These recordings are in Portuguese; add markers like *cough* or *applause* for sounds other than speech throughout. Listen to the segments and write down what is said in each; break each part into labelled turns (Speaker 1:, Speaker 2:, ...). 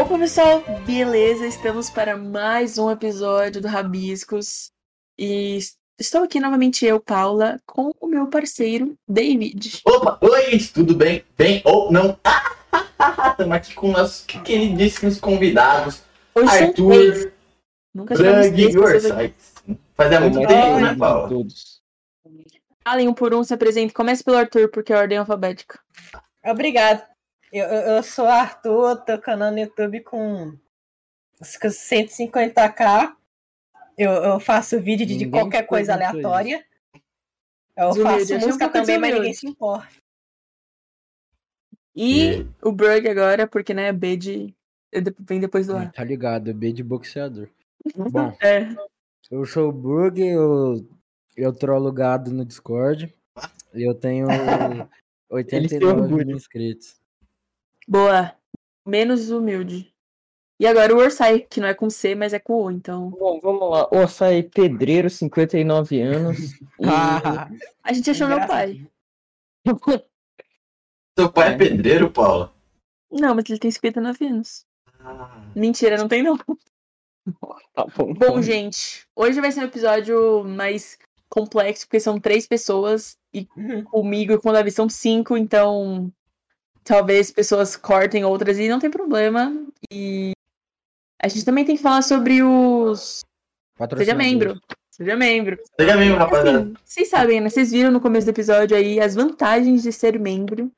Speaker 1: Opa, pessoal! Beleza, estamos para mais um episódio do Rabiscos. E estou aqui novamente eu, Paula, com o meu parceiro, David.
Speaker 2: Opa, oi, tudo bem? Bem ou não? *laughs* Estamos aqui com o nosso queridíssimos convidados,
Speaker 1: Hoje são três.
Speaker 2: Arthur,
Speaker 1: Nunca tivemos
Speaker 2: Drag
Speaker 1: três
Speaker 2: e
Speaker 1: pessoas aqui.
Speaker 2: Orsay. Fazia muito
Speaker 1: bom.
Speaker 2: tempo, né, Paula?
Speaker 3: Todos.
Speaker 1: Falem um por um, se apresentem. Comece pelo Arthur, porque é ordem alfabética.
Speaker 4: Obrigada. Eu, eu eu sou Arthur, tô canal no YouTube com uns 150k. Eu, eu faço vídeo de, de
Speaker 3: Ninguém
Speaker 4: qualquer coisa
Speaker 3: perguntou
Speaker 4: aleatória. Eu
Speaker 1: Desumilde, achei um
Speaker 4: faço música
Speaker 1: pouco
Speaker 4: também, mas ninguém
Speaker 1: desumilde.
Speaker 4: se importa.
Speaker 1: E o Berg agora, porque, né, B de... vem depois do A.
Speaker 3: Tá ligado, B de boxeador. Bom,
Speaker 1: É,
Speaker 3: eu sou o Burger, eu, eu trolo gado no Discord. E eu tenho
Speaker 5: orgulho.
Speaker 3: 89 mil inscritos.
Speaker 1: boa. Menos humilde. E agora o Orsay, que não é com C, mas é com U, então...
Speaker 5: Bom, vamos lá. O açaí pedreiro, 59
Speaker 3: *laughs*
Speaker 5: anos.
Speaker 3: Ah.
Speaker 5: e...
Speaker 1: A gente achou meu
Speaker 4: Engraçado.
Speaker 1: pai.
Speaker 3: Tá
Speaker 2: Seu pai é pedreiro, Paula?
Speaker 1: Não, mas ele tem 59 anos. Ah. Mentira, não tem não.
Speaker 5: Tá bom.
Speaker 1: Bom, gente, hoje vai ser um episódio mais complexo, porque são três pessoas, e
Speaker 4: Uhum.
Speaker 1: comigo e com o Davi são cinco, então talvez pessoas cortem outras e não tem problema. E a gente também tem que falar sobre os. Seja
Speaker 3: Patrocinador.
Speaker 1: membro. Seja membro.
Speaker 2: Seja mesmo, rapaziada.
Speaker 1: Assim, vocês sabem, né? Vocês viram no começo do episódio aí as vantagens de ser membro.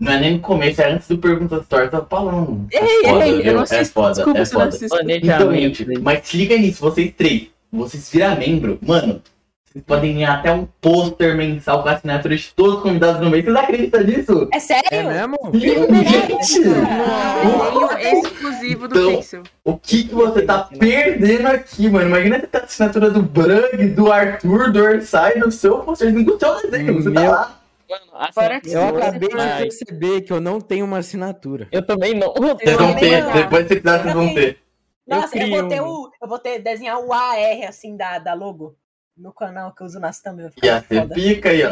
Speaker 2: Não é nem no começo, é antes do Pergunta Torta, Paula. não- É
Speaker 1: Ei,
Speaker 2: foda,
Speaker 1: ei, eu
Speaker 2: viu?
Speaker 1: não
Speaker 2: É
Speaker 1: assisto.
Speaker 2: foda,
Speaker 1: Desculpa
Speaker 2: é
Speaker 1: se eu não
Speaker 2: foda.
Speaker 1: assisto.
Speaker 2: Então,
Speaker 5: Planejamento.
Speaker 2: gente, mas se liga nisso, vocês três. Vocês virar membro, mano. Vocês podem ganhar até um pôster mensal com a assinatura de todos os convidados no mês. Vocês acreditam nisso?
Speaker 4: É sério?
Speaker 3: É mesmo?
Speaker 2: Gente,
Speaker 1: Desenho exclusivo do
Speaker 2: Então,
Speaker 1: Pixel.
Speaker 2: o que, que você tá perdendo aqui, mano? Imagina você tá com a assinatura do Brang, do Arthur, do Orsay, do seu pôster, do seu desenho. Você tá
Speaker 3: Meu-
Speaker 2: lá.
Speaker 5: Mano, assim,
Speaker 1: Fora que
Speaker 3: Eu
Speaker 1: Sim,
Speaker 3: acabei
Speaker 1: mas-
Speaker 3: de perceber que eu não tenho uma assinatura.
Speaker 5: Eu também não.
Speaker 3: Tá
Speaker 2: Vocês vão
Speaker 4: também
Speaker 2: ter,
Speaker 4: não.
Speaker 2: depois se quiser, vocês vão ter.
Speaker 4: Nossa, eu,
Speaker 3: crio
Speaker 4: vou ter
Speaker 3: um.
Speaker 4: o. Eu vou ter desenhar o AR assim da, da logo no canal que eu uso nas também.
Speaker 2: Ia ser pica aí, ó.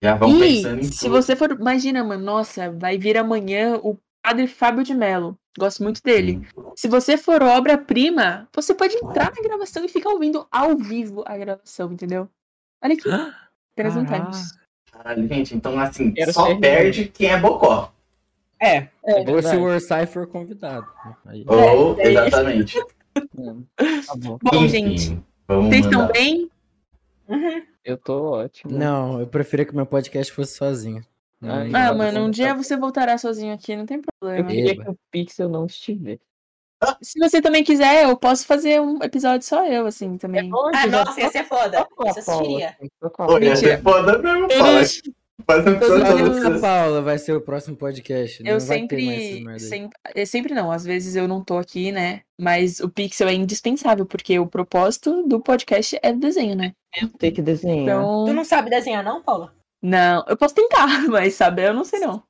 Speaker 2: Já vão pensando
Speaker 1: E
Speaker 2: em
Speaker 1: se
Speaker 2: tudo.
Speaker 1: você for. Imagina, mano, nossa, vai vir amanhã o padre Fábio de Mello. Gosto muito dele. Se você for obra-prima, você pode entrar na gravação e ficar ouvindo ao vivo a gravação, entendeu? Olha aqui. Apenas
Speaker 5: Caraca.
Speaker 1: vantagens.
Speaker 2: Caralho, gente, então assim,
Speaker 5: Quero
Speaker 2: só
Speaker 5: ser
Speaker 2: perde quem é bocó.
Speaker 4: É.
Speaker 5: É
Speaker 3: Ou se
Speaker 5: verdade.
Speaker 3: o Orsay for convidado. Aí,
Speaker 2: Ou,
Speaker 4: é isso.
Speaker 2: exatamente.
Speaker 5: Tá bom.
Speaker 1: Bom,
Speaker 2: Enfim,
Speaker 1: gente,
Speaker 2: vamos
Speaker 1: vocês estão
Speaker 2: mandar.
Speaker 1: bem?
Speaker 4: Uhum.
Speaker 5: Eu tô ótimo.
Speaker 3: Não, eu preferia que meu podcast fosse sozinho. Não,
Speaker 5: Ah,
Speaker 1: Ah,
Speaker 5: Obrigado,
Speaker 1: mano, um
Speaker 5: como
Speaker 1: dia
Speaker 5: tá?
Speaker 1: você voltará sozinho aqui, não tem
Speaker 5: Eu
Speaker 1: problema.
Speaker 5: queria
Speaker 3: Eba.
Speaker 5: que o Pixel não estivesse.
Speaker 1: Se você também quiser, eu posso fazer um episódio só eu, assim, também.
Speaker 5: é
Speaker 4: Ah, nossa, ia ser foda. Isso eu assistiria.
Speaker 5: assim.
Speaker 2: Pô, ia
Speaker 1: Mentira.
Speaker 2: ser foda mesmo, Paula. Faz um
Speaker 1: Todos
Speaker 2: episódio
Speaker 1: os-
Speaker 2: sobre
Speaker 3: Ana
Speaker 2: vocês.
Speaker 3: Paula vai ser o próximo podcast.
Speaker 1: Eu
Speaker 3: não vai ter mais essas
Speaker 1: sempre,
Speaker 3: merda aí.
Speaker 1: sempre, eu sempre não, às vezes eu não tô aqui, né? Mas o pixel é indispensável, porque o propósito do podcast é o desenho, né?
Speaker 5: Tem que desenhar.
Speaker 1: Então,
Speaker 4: Tu não sabe desenhar, não, Paulo?
Speaker 1: não, eu posso tentar, *laughs* mas saber eu não sei não.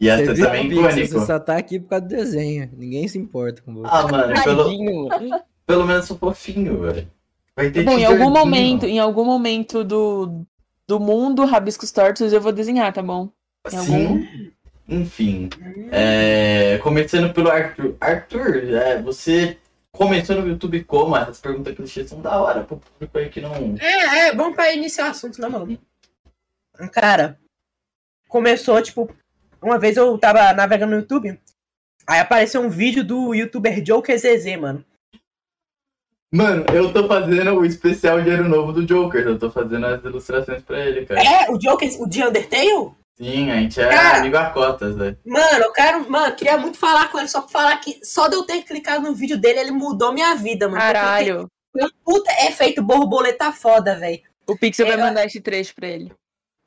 Speaker 2: Ia
Speaker 3: Você
Speaker 2: ser
Speaker 3: viu,
Speaker 2: também é
Speaker 3: Pix? Você
Speaker 2: icônico.
Speaker 3: só tá aqui por causa do desenho. Ninguém se importa com você.
Speaker 2: Ah, mano, pelo,
Speaker 5: Tadinho.
Speaker 2: pelo menos sou fofinho, velho. Vai ter
Speaker 1: Bom, em algum
Speaker 2: teaserzinho.
Speaker 1: momento, em algum momento do, do mundo Rabiscos Tortos eu vou desenhar, tá bom? em algum-
Speaker 2: Sim. Enfim. é, começando pelo Arthur. Arthur, é, você começou no YouTube como? Essas perguntas clichês são da hora pro público aí que não.
Speaker 4: É, é bom pra iniciar o assunto, né, mano? Cara, começou, tipo, uma vez eu tava navegando no YouTube, aí apareceu um vídeo do youtuber Joe QZZ, mano.
Speaker 2: Mano, eu tô fazendo o especial de ano novo do Joker. Eu tô fazendo as ilustrações pra ele, cara.
Speaker 4: É, o Joe QZ, o de Undertale?
Speaker 2: Sim, a gente é
Speaker 4: Cara.
Speaker 2: amigo a cotas, velho.
Speaker 4: Mano, eu quero, mano, queria muito falar com ele, só pra falar que só de eu ter clicado no vídeo dele, ele mudou minha vida, mano.
Speaker 1: Caralho,
Speaker 4: Foi um puta efeito borboleta foda, velho.
Speaker 1: o pixel vai
Speaker 4: Eu-
Speaker 1: mandar esse trecho pra ele.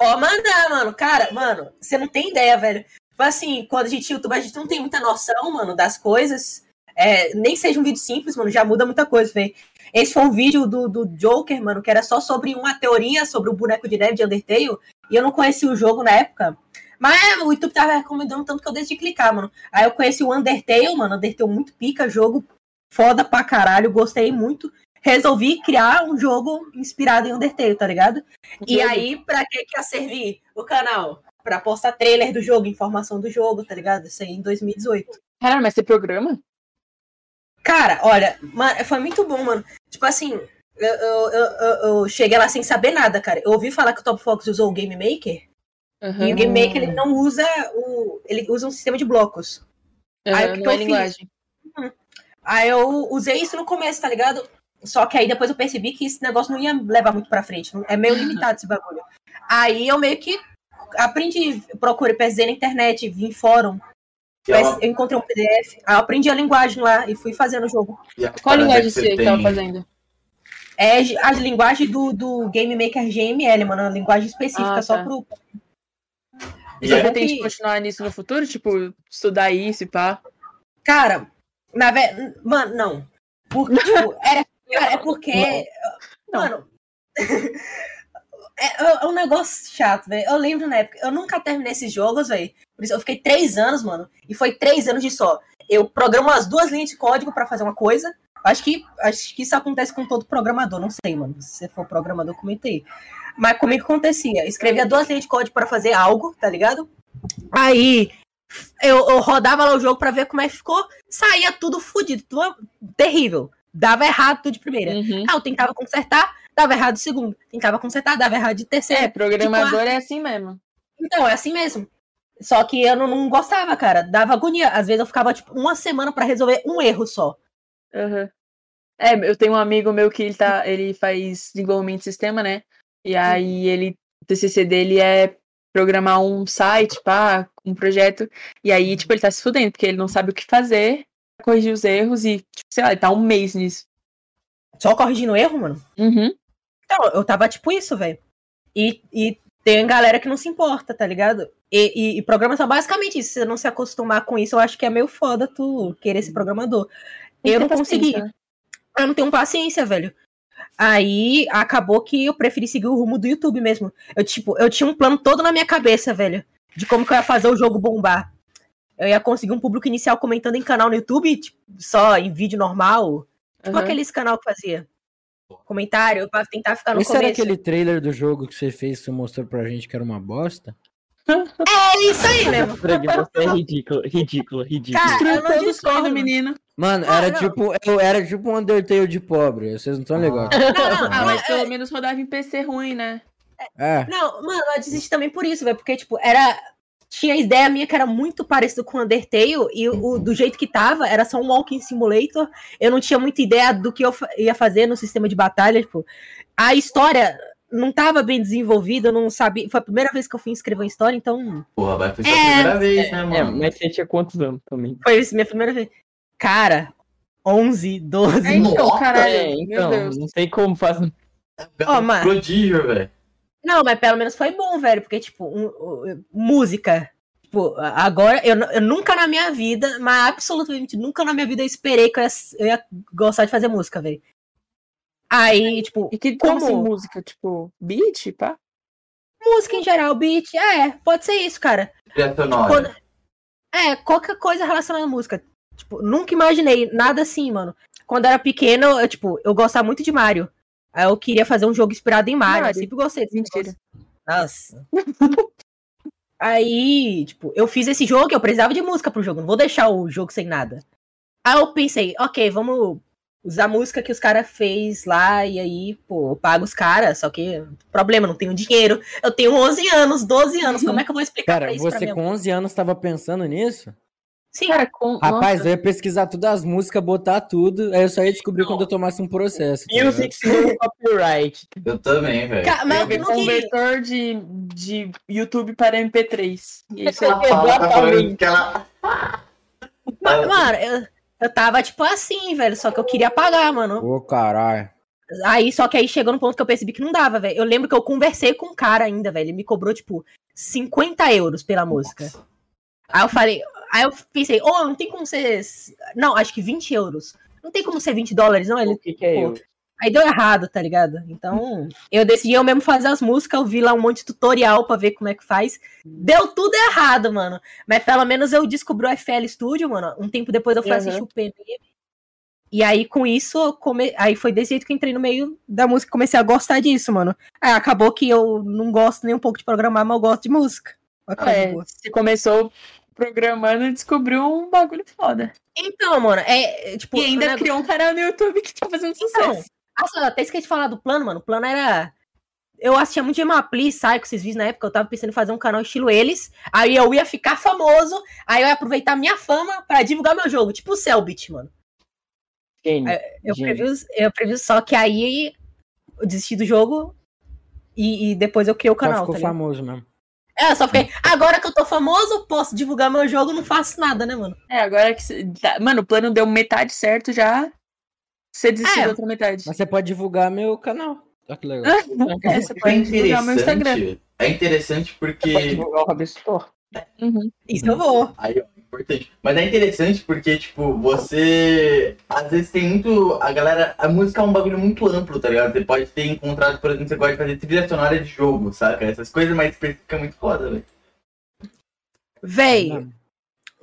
Speaker 4: Ó, mandar, mano. Cara, mano, você não tem ideia, velho. Tipo assim, quando a gente YouTube, a gente não tem muita noção, mano, das coisas. É, nem que seja um vídeo simples, mano, já muda muita coisa, velho. Esse foi um vídeo do, do Joker, mano, que era só sobre uma teoria sobre o boneco de neve de Undertale. E eu não conhecia o jogo na época. Mas o YouTube tava recomendando tanto que eu deixei de clicar, mano. Aí eu conheci o Undertale, mano. Undertale muito pica, jogo foda pra caralho, gostei muito. Resolvi criar um jogo inspirado em Undertale, tá ligado? E aí, pra que que ia servir o canal? Pra postar trailer do jogo, informação do jogo, tá ligado? Isso aí em 2018.
Speaker 1: Caralho, mas você programa?
Speaker 4: Cara, olha, mano, foi muito bom, mano. Tipo assim, eu, eu, eu, eu- eu cheguei lá sem saber nada, cara. Eu ouvi falar que o Top Fox usou o Game Maker.
Speaker 1: Aham.
Speaker 4: E o Game Maker ele não usa o. Ele usa um sistema de blocos.
Speaker 1: Aham,
Speaker 4: Aí o que que
Speaker 1: não é
Speaker 4: eu fiz?
Speaker 1: linguagem.
Speaker 4: Aí eu usei isso no começo, tá ligado? Só que aí depois eu percebi que esse negócio não ia levar muito pra frente. não- É meio limitado esse bagulho. Aí eu meio que aprendi, procurei, pesquisei na internet, vi em fórum,
Speaker 2: E é uma-
Speaker 4: eu encontrei um PDF, aí eu aprendi a linguagem lá e fui fazendo o jogo.
Speaker 2: e é uma
Speaker 1: Qual
Speaker 2: parada
Speaker 1: linguagem
Speaker 2: que
Speaker 1: você
Speaker 2: tem-
Speaker 1: tava fazendo?
Speaker 4: É a linguagem do, do Game Maker GML, mano, é uma linguagem específica
Speaker 1: Ah,
Speaker 4: só
Speaker 1: tá.
Speaker 4: pro.
Speaker 2: E
Speaker 1: Você
Speaker 2: é-
Speaker 1: pretende
Speaker 4: que-
Speaker 1: continuar nisso no futuro? Tipo, estudar isso e pá?
Speaker 4: Cara, na verdade. Mano, não.
Speaker 1: *laughs*
Speaker 4: Porque, tipo, é, cara, é porque.
Speaker 1: Não.
Speaker 4: Mano. *laughs* é, é um negócio chato, velho. Eu lembro na época, eu nunca terminei esses jogos, velho. Por isso eu fiquei três anos, mano. E foi três anos de só. Eu programo as duas linhas de código pra fazer uma coisa. Acho que, acho que isso acontece com todo programador, não sei, mano. Se você for programador, comenta aí. Mas comigo acontecia. Eu escrevia duas linhas de código pra fazer algo, tá ligado? Aí eu, eu rodava lá o jogo pra ver como é que ficou saía tudo fodido, tudo terrível. Dava errado tudo de primeira.
Speaker 1: Uhum.
Speaker 4: Ah, eu tentava consertar, dava errado de segundo. Tentava consertar, dava errado de terceiro.
Speaker 1: É, programador é assim mesmo.
Speaker 4: Então, é assim mesmo. Só que eu não, não gostava, cara. Dava agonia. Às vezes eu ficava, tipo, uma semana pra resolver um erro só.
Speaker 1: Aham. É, eu tenho um amigo meu que ele tá, ele faz desenvolvimento de sistema, né? E aí ele, o TCC dele é programar um site, pá, um projeto. E aí, tipo, ele tá se fudendo, porque ele não sabe o que fazer, corrigir os erros e, tipo, sei lá, ele tá um mês nisso.
Speaker 4: Só corrigindo erro, mano.
Speaker 1: Uhum.
Speaker 4: Então, eu tava tipo isso, velho. E, e tem galera que não se importa, tá ligado? E, e, e programação, basicamente isso. Se você não se acostumar com isso, eu acho que é meio foda tu querer ser programador. Eu não consegui.
Speaker 1: né?
Speaker 4: eu não tenho paciência, velho. Aí acabou que eu preferi seguir o rumo do YouTube mesmo. Eu, tipo, eu tinha um plano todo na minha cabeça, velho. De como que eu ia fazer o jogo bombar. Eu ia conseguir um público inicial comentando em canal no YouTube, tipo, só em vídeo normal. Tipo
Speaker 1: Aham.
Speaker 4: aqueles canal que fazia. Comentário, pra tentar ficar Tá no
Speaker 3: Esse era
Speaker 4: começo.
Speaker 3: aquele trailer do jogo que você fez, que você mostrou pra gente que era uma bosta?
Speaker 4: É isso aí mesmo.
Speaker 5: Frank, você é ridículo, ridículo, ridículo.
Speaker 4: Cara,
Speaker 1: Destruiu
Speaker 4: Ah, eu não
Speaker 1: todo o sonho do
Speaker 4: discordo.
Speaker 1: menino.
Speaker 3: Mano, era
Speaker 4: Ah, não.
Speaker 3: tipo. Eu era tipo um Undertale de pobre. Vocês não
Speaker 4: *laughs*
Speaker 3: estão ligados.
Speaker 4: Não,
Speaker 1: *laughs* Ah,
Speaker 4: não,
Speaker 1: mas
Speaker 4: é-
Speaker 1: pelo menos rodava em PC ruim, né?
Speaker 3: É.
Speaker 4: Não, mano, eu desisti também por isso, velho. Porque, tipo, era. Tinha a ideia minha que era muito parecido com Undertale, e o, do jeito que tava, era só um Walking Simulator. Eu não tinha muita ideia do que eu fa- ia fazer no sistema de batalha, tipo. A história não tava bem desenvolvida, eu não sabia. Foi a primeira vez que eu fui escrever uma história, então.
Speaker 2: Porra, vai foi sua
Speaker 4: É.
Speaker 2: primeira vez, né,
Speaker 5: É,
Speaker 2: mano?
Speaker 5: mas você tinha quantos anos também?
Speaker 4: Foi isso, minha primeira vez. Cara, 11, 12.
Speaker 1: É, então,
Speaker 2: Nossa,
Speaker 1: caralho.
Speaker 5: é,
Speaker 1: meu
Speaker 5: então,
Speaker 1: Deus.
Speaker 5: não sei como faz.
Speaker 4: Ó, mano.
Speaker 2: Prodígio, velho.
Speaker 4: Não, mas pelo menos foi bom, velho, porque, tipo, um- um- música. Tipo, a- agora, eu, nu- eu nunca na minha vida, mas absolutamente nunca na minha vida eu esperei que eu ia, s- eu ia gostar de fazer música, velho. Aí, tipo,
Speaker 1: E que
Speaker 4: Como?
Speaker 1: como assim, música, tipo, beat, pá?
Speaker 4: música em geral, beat, é, pode ser isso, cara.
Speaker 2: Trilha sonora.
Speaker 4: Quando- É, qualquer coisa relacionada à música. Tipo, nunca imaginei nada assim, mano. Quando eu era pequeno, eu, tipo, eu gostava muito de Mario. Aí eu queria fazer um jogo inspirado em Mario,
Speaker 1: Mario.
Speaker 4: eu sempre gostei desse
Speaker 1: Mentira.
Speaker 4: negócio. Nossa. *laughs* Aí, tipo, eu fiz esse jogo, eu precisava de música pro jogo, não vou deixar o jogo sem nada. Aí eu pensei, ok, vamos usar a música que os caras fez lá, e aí, pô, eu pago os caras, só que problema, não tenho dinheiro. Eu tenho 11 anos, 12 anos, como é que eu vou explicar
Speaker 3: Cara,
Speaker 4: pra isso pra
Speaker 3: você
Speaker 4: minha
Speaker 3: com 11 anos tava pensando nisso?
Speaker 4: Sim,
Speaker 1: Cara, com.
Speaker 3: Rapaz,
Speaker 1: nossa.
Speaker 3: eu ia pesquisar todas as músicas, botar tudo. Aí eu só ia descobrir quando eu tomasse um processo. tá ligado? *laughs*
Speaker 5: Music no copyright.
Speaker 2: Eu também, velho.
Speaker 4: Ca- mas eu
Speaker 2: Eu-
Speaker 4: não queria.
Speaker 1: Convertor um de, de YouTube para MP3. E aí, sei lá.
Speaker 2: *laughs* Ela fala, tá falando
Speaker 5: Exatamente.
Speaker 2: que ela...
Speaker 4: Ma- Mano, eu, eu tava tipo assim, velho. Só que eu queria pagar, mano.
Speaker 3: Ô, caralho.
Speaker 4: Aí, só que aí chegou no ponto que eu percebi que não dava, velho. Eu lembro que eu conversei com um cara ainda, velho. Ele me cobrou, tipo, 50 euros pela música. Aí eu falei. Aí eu pensei, ô, não tem como ser. Não, acho que 20 euros. Não tem como ser 20 dólares, não. Ele
Speaker 5: O que, que é eu?
Speaker 4: Aí deu errado, tá ligado? Então, eu decidi eu mesmo fazer as músicas, eu vi lá um monte de tutorial pra ver como é que faz. Deu tudo errado, mano. Mas pelo menos eu descobri o FL Studio, mano. Um tempo depois eu fui
Speaker 1: Uhum.
Speaker 4: assistir o PNM. E aí, com isso, eu come... aí foi desse jeito que eu entrei no meio da música e comecei a gostar disso, mano. Aí acabou que eu não gosto nem um pouco de programar, mas eu gosto de música. Olha que
Speaker 1: É,
Speaker 4: coisa boa.
Speaker 1: você começou programando e descobriu um bagulho foda.
Speaker 4: Então, mano, é, é, tipo.
Speaker 1: e ainda
Speaker 4: o negócio-
Speaker 1: criou um canal no YouTube que tá fazendo
Speaker 4: Então,
Speaker 1: sucesso.
Speaker 4: Nossa, até esqueci de falar do plano, mano. O plano era. Eu assistia muito Gemapli, Psycho, vocês viram na época, eu tava pensando em fazer um canal estilo eles. Aí eu ia ficar famoso, aí eu ia aproveitar minha fama pra divulgar meu jogo, tipo o Cellbit, mano.
Speaker 5: Gênio.
Speaker 3: é,
Speaker 4: Eu
Speaker 5: Gênio.
Speaker 4: previ, os- eu previ só que aí eu desisti do jogo e, e depois eu criei o
Speaker 3: Só
Speaker 4: canal, tá
Speaker 3: ficou
Speaker 4: ligado?
Speaker 3: famoso mesmo.
Speaker 4: É, eu só fiquei, agora que eu tô famoso, posso divulgar meu jogo, não faço nada, né, mano?
Speaker 1: É, agora que. cê- tá- Mano, o plano deu metade certo já. Você desistiu
Speaker 4: É.
Speaker 1: da outra metade. *laughs*
Speaker 3: Mas você pode divulgar meu canal. Olha que
Speaker 4: Ah,
Speaker 3: legal.
Speaker 1: É, você
Speaker 2: É
Speaker 1: pode divulgar meu Instagram.
Speaker 2: interessante. É interessante
Speaker 3: é.
Speaker 5: Pode
Speaker 2: porque.
Speaker 5: divulgar o Robson Store.
Speaker 1: Uhum.
Speaker 4: Isso Então eu vou.
Speaker 2: Aí, ó, importante. Mas é interessante porque, tipo, você. Às vezes tem muito. A galera. A música é um bagulho muito amplo, tá ligado? Você pode ter encontrado, por exemplo, você pode fazer trilha sonora de jogo, saca? Essas coisas mais específicas é muito foda, velho.
Speaker 4: Véi,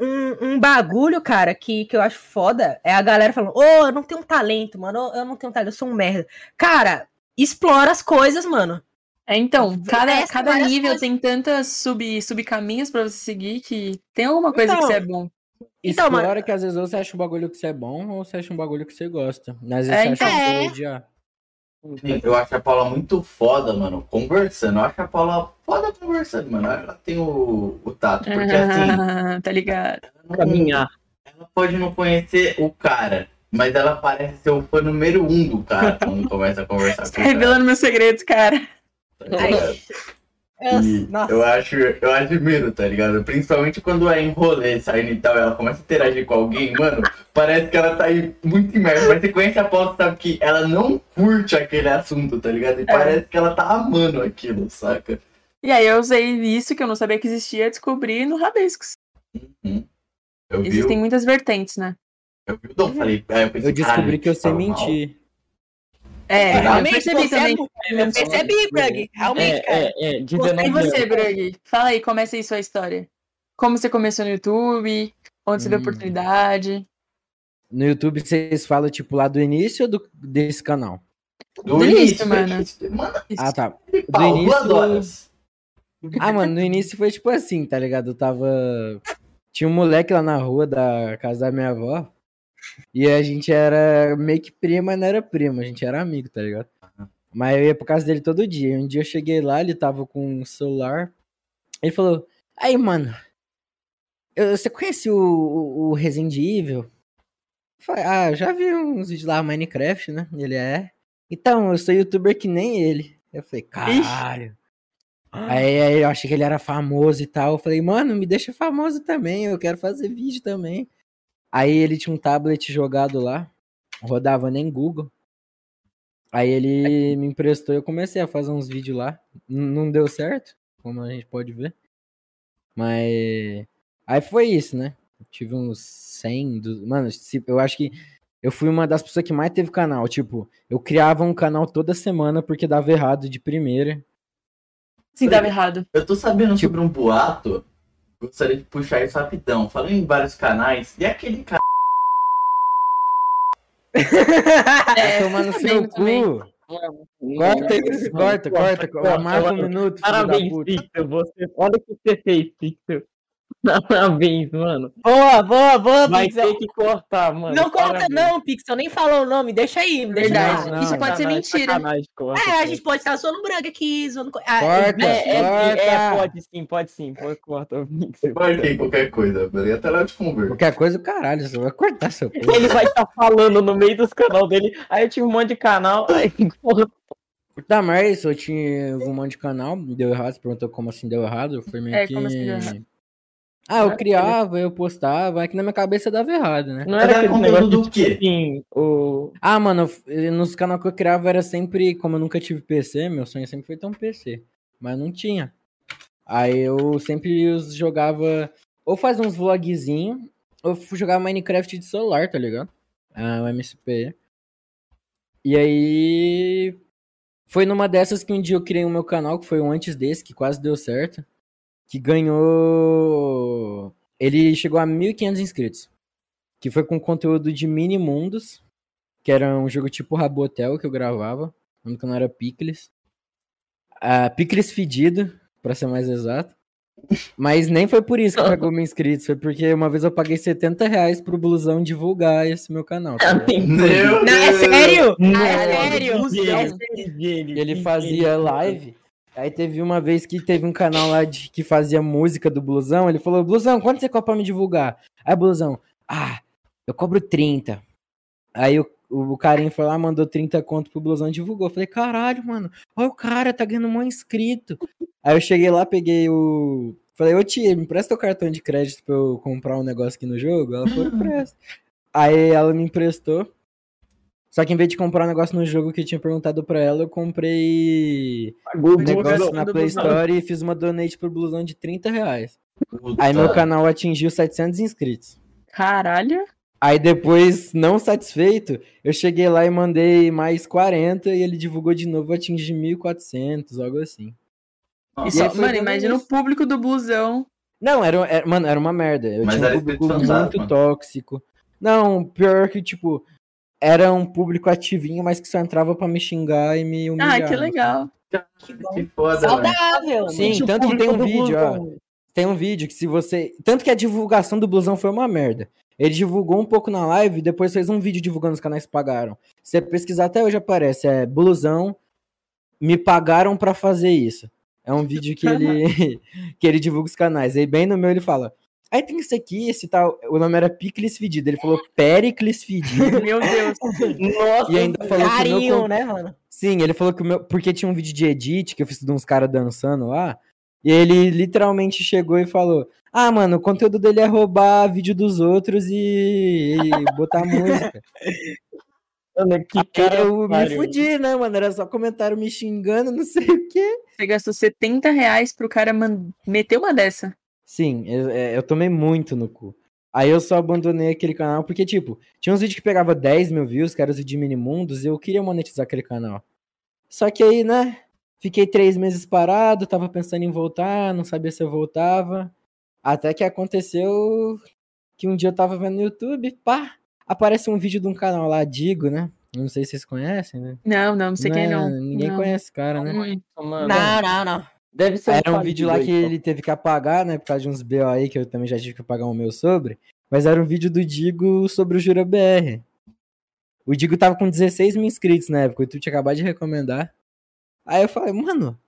Speaker 4: um, um bagulho, cara, que, que eu acho foda é a galera falando, ô, eu não tenho talento, mano, ô, eu não tenho talento, eu sou um merda. Cara, explora as coisas, mano.
Speaker 1: É, então, cada,
Speaker 4: Várias-
Speaker 1: cada
Speaker 4: várias
Speaker 1: nível
Speaker 4: coisas.
Speaker 1: tem tantas sub, subcaminhos pra você seguir que tem alguma coisa que
Speaker 4: Então,
Speaker 1: você é bom.
Speaker 4: Então,
Speaker 3: Então,
Speaker 4: mano-
Speaker 3: mano... que às vezes ou você acha um bagulho que você é bom ou você acha um bagulho que você gosta. Às vezes
Speaker 1: É,
Speaker 3: você
Speaker 4: então.
Speaker 3: acha um
Speaker 4: É.
Speaker 3: bagulho de, ó,
Speaker 2: Eu acho a Paula muito foda, mano, conversando. Eu acho a Paula foda conversando, mano. Ela tem o, o tato. Porque assim,
Speaker 1: Ah, *laughs* tá ligado?
Speaker 2: não-
Speaker 3: ah,
Speaker 5: Caminhar.
Speaker 2: ela pode não conhecer o cara, mas ela parece ser o fã número um do cara quando começa a
Speaker 1: *laughs*
Speaker 2: conversar
Speaker 1: Você
Speaker 2: com
Speaker 1: tá
Speaker 2: o cara.
Speaker 1: revelando meus segredos, cara.
Speaker 2: tá ligado?
Speaker 4: Ai, eu-
Speaker 2: E
Speaker 4: nossa.
Speaker 2: eu acho, eu admiro, tá ligado? Principalmente quando é em rolê, saindo e tal, ela começa a interagir com alguém, mano, parece que ela tá aí muito imersa, mas você conhece a Paula, sabe que ela não curte aquele assunto, tá ligado? E parece que ela tá amando aquilo, saca?
Speaker 1: E aí eu usei isso que eu não sabia que existia, descobri no Rabiscos.
Speaker 2: Eu vi,
Speaker 1: Existem
Speaker 2: o-
Speaker 1: muitas vertentes, né?
Speaker 2: eu vi o Dom, falei, aí eu pensei,
Speaker 3: Eu descobri
Speaker 2: "Caralho,
Speaker 3: que eu sei
Speaker 2: tá mal."
Speaker 3: mentir.
Speaker 1: É, eu
Speaker 4: Realmente,
Speaker 1: percebi
Speaker 4: você é
Speaker 1: também.
Speaker 4: muito-
Speaker 1: Eu
Speaker 4: eu
Speaker 2: É,
Speaker 4: percebi, Brug, realmente, cara.
Speaker 5: É, é, é. De
Speaker 4: Gostei
Speaker 5: 19
Speaker 1: E você,
Speaker 5: anos.
Speaker 1: Brug? Fala aí, começa aí sua história. Como você começou no YouTube? Onde você viu a
Speaker 3: Hum.
Speaker 1: oportunidade?
Speaker 3: No YouTube vocês falam, tipo, lá do início ou do, desse canal?
Speaker 2: Do
Speaker 1: Do início,
Speaker 2: início,
Speaker 1: mano.
Speaker 4: né?
Speaker 2: mano. Manda
Speaker 3: Ah, tá.
Speaker 2: ele pau,
Speaker 3: início-
Speaker 2: duas horas.
Speaker 3: Ah, mano, no início foi tipo assim, tá ligado? Eu tava. Tinha um moleque lá na rua da casa da minha avó. E a gente era meio que prima, mas não era prima, a gente era amigo, tá ligado? Mas eu ia pra casa dele todo dia. Um dia eu cheguei lá, ele tava com um celular. Ele falou: Aí, mano, eu- você conhece o, o, o Resident Evil? Eu Falei, ah, já vi uns vídeos lá, Minecraft, né? Ele é. Então, eu sou youtuber que nem ele. Eu falei, caralho. Aí, aí eu achei que ele era famoso e tal. Eu falei, mano, me deixa famoso também, eu quero fazer vídeo também. Aí ele tinha um tablet jogado lá, rodava nem Google. Aí ele me emprestou e eu comecei a fazer uns vídeos lá. N- Não deu certo, como a gente pode ver. Mas. Aí foi isso, né? Eu tive uns 100. du- Mano, se- eu acho que eu fui uma das pessoas que mais teve canal. Tipo, eu criava um canal toda semana porque dava errado de primeira.
Speaker 1: Sim, tava errado.
Speaker 2: Eu tô sabendo sobre um boato, gostaria de puxar isso rapidão. Falando em vários canais, e aquele cara.
Speaker 3: Vai tomar no
Speaker 1: também,
Speaker 3: seu
Speaker 1: É, tá também.
Speaker 3: cu. Corta isso, corta, corta. corta. Marca um minuto, filho da
Speaker 5: Parabéns,
Speaker 3: puta.
Speaker 5: Victor. Você... Olha o que você fez, Victor. *laughs* Parabéns, mano.
Speaker 4: Boa, boa, boa,
Speaker 5: Vai
Speaker 4: Pixel.
Speaker 5: ter que cortar, mano.
Speaker 4: Não conta,
Speaker 5: Parabéns.
Speaker 4: não, Pixel, nem falou o nome, deixa aí, me deixa
Speaker 1: Verdade.
Speaker 4: lá.
Speaker 3: Não,
Speaker 1: Isso pode ser
Speaker 5: Sacanagem,
Speaker 1: mentira.
Speaker 5: é sacanagem, corta,
Speaker 4: É, a gente
Speaker 5: corta.
Speaker 4: pode estar zoando branca aqui, zoando. co- Ah,
Speaker 3: Corta.
Speaker 4: é,
Speaker 5: É, é, é,
Speaker 3: Corta.
Speaker 5: pode sim, pode sim. Pode corta, Victor.
Speaker 2: Eu marquei qualquer coisa, velho. É Até lá eu te converso.
Speaker 3: Qualquer coisa, caralho, você vai cortar seu cu.
Speaker 1: *laughs*
Speaker 5: Ele vai estar falando no meio dos canal dele. Aí eu tinha um monte de canal. Aí, corta.
Speaker 3: Tá, mas é isso, eu tinha um monte de canal, me deu errado, você perguntou como assim deu errado, eu fui meio
Speaker 1: É,
Speaker 3: que...
Speaker 1: como assim deu errado?
Speaker 3: Ah, eu
Speaker 1: Ah,
Speaker 3: criava, eu postava, é que na minha cabeça dava errado, né?
Speaker 5: não
Speaker 2: Mas
Speaker 5: era
Speaker 2: era
Speaker 5: aquele
Speaker 2: conteúdo
Speaker 5: negócio de,
Speaker 2: Tá do quê?
Speaker 5: assim, o...
Speaker 3: Ah, mano, eu f- eh, nos canal que eu criava era sempre, como eu nunca tive PC, meu sonho sempre foi ter um PC, mas não tinha. Aí eu sempre os jogava, ou fazia uns vlogzinho, ou f- jogava Minecraft de celular, tá ligado? Ah, o MSP. E aí foi numa dessas que um dia eu criei o meu canal, que foi um antes desse, que quase deu certo, que ganhou, ele chegou a 1500 inscritos. Que foi com conteúdo de mini mundos que era um jogo tipo Rabotel que eu gravava, o nome que não era Picles. Ah, Picles Fedido, pra ser mais exato. Mas nem foi por isso que pagou meus inscritos, foi porque uma vez eu paguei 70 reais pro blusão divulgar esse meu canal. tá ligado?
Speaker 2: Meu
Speaker 4: Não, é
Speaker 2: Deus.
Speaker 4: sério?
Speaker 5: Não,
Speaker 4: é sério?
Speaker 3: E ele fazia live. Aí teve uma vez que teve um canal lá de, que fazia música do Blusão. Ele falou: Blusão, quanto você cobra pra me divulgar? Aí, Blusão, ah, eu cobro 30. Aí o, o carinho foi lá, mandou 30 conto pro Blusão e divulgou. Eu falei: caralho, mano, olha o cara, tá ganhando um inscrito. Aí eu cheguei lá, peguei o. Falei: Ô tia, me presta o cartão de crédito pra eu comprar um negócio aqui no jogo? Ela falou: presta. Aí ela me emprestou. Só que em vez de comprar um negócio no jogo que eu tinha perguntado pra ela, eu comprei um negócio na Play Store e fiz uma donate pro Blusão de 30 reais. Aí
Speaker 2: Ah.
Speaker 3: meu canal atingiu 700 inscritos.
Speaker 1: Caralho.
Speaker 3: Aí depois, não satisfeito, eu cheguei lá e mandei mais 40 e ele divulgou de novo, atingi 1.400, algo assim.
Speaker 1: E
Speaker 3: E
Speaker 1: só-
Speaker 3: aí foi
Speaker 1: mano,
Speaker 3: quando
Speaker 1: imagina
Speaker 3: eles-
Speaker 1: o público do blusão.
Speaker 3: Não, era, era- mano, era uma merda. Eu
Speaker 2: Mas
Speaker 3: tinha
Speaker 2: era
Speaker 3: um público
Speaker 2: espírito fantasma.
Speaker 3: muito tóxico. Não, pior que, tipo, era um público ativinho, mas que só entrava pra me xingar e me humilhar. né?
Speaker 1: Ah, que
Speaker 3: no
Speaker 1: legal.
Speaker 4: Que bom.
Speaker 2: Que foda, né?
Speaker 4: Saudável.
Speaker 3: Sim,
Speaker 5: Gente, o
Speaker 3: tanto que tem
Speaker 5: público
Speaker 3: um
Speaker 5: do
Speaker 3: vídeo, ó.
Speaker 5: Blusão.
Speaker 3: Tem um vídeo que se você. Tanto que a divulgação do blusão foi uma merda. Ele divulgou um pouco na live e depois fez um vídeo divulgando os canais que pagaram. Se você pesquisar até hoje aparece, é blusão, me pagaram pra fazer isso. É um vídeo que ele que ele divulga os canais. Aí bem no meu ele fala: "Aí tem isso aqui, esse tal, o nome era Picles Fedido". Ele falou Pericles Fedido
Speaker 1: Meu Deus.
Speaker 4: Nossa,
Speaker 3: *laughs* e ainda falou que o meu
Speaker 4: carinho,
Speaker 3: con-
Speaker 4: né, mano?
Speaker 3: Sim, ele falou que o meu. Porque tinha um vídeo de edit que eu fiz de uns caras dançando lá. E ele literalmente chegou e falou: Ah, mano, o conteúdo dele é roubar vídeo dos outros e, e botar música.
Speaker 5: *laughs* Olha que
Speaker 3: Aí
Speaker 5: cara
Speaker 3: eu me
Speaker 5: otário.
Speaker 3: fudi, né, mano? Era só comentário me xingando, não sei o quê.
Speaker 1: Você gastou 70 reais pro cara man- meter uma dessa.
Speaker 3: Sim, eu, é, eu tomei muito no cu. Aí eu só abandonei aquele canal, porque, tipo, tinha uns vídeos que pegava 10 mil views, que eram os de minimundos, e eu queria monetizar aquele canal. Só que aí, né? Fiquei três meses parado, tava pensando em voltar, não sabia se eu voltava. Até que aconteceu que um dia eu tava vendo no YouTube, pá, aparece um vídeo de um canal lá, Digo, né? Não sei se vocês conhecem, né?
Speaker 1: Não, não, não sei quem
Speaker 3: é-
Speaker 1: não.
Speaker 3: Ninguém
Speaker 1: Não.
Speaker 3: conhece esse cara, né?
Speaker 1: Hum,
Speaker 5: Mano,
Speaker 4: Não, não, não.
Speaker 5: Deve ser
Speaker 3: Era um
Speaker 5: falido
Speaker 3: vídeo lá
Speaker 5: aí,
Speaker 3: que
Speaker 5: então.
Speaker 3: ele teve que apagar, né? Por causa de uns BO aí, que eu também já tive que pagar o meu sobre. Mas era um vídeo do Digo sobre o Jura BR. O Digo tava com 16 mil inscritos na época, e tu tinha acabado de recomendar. Aí eu falei, mano,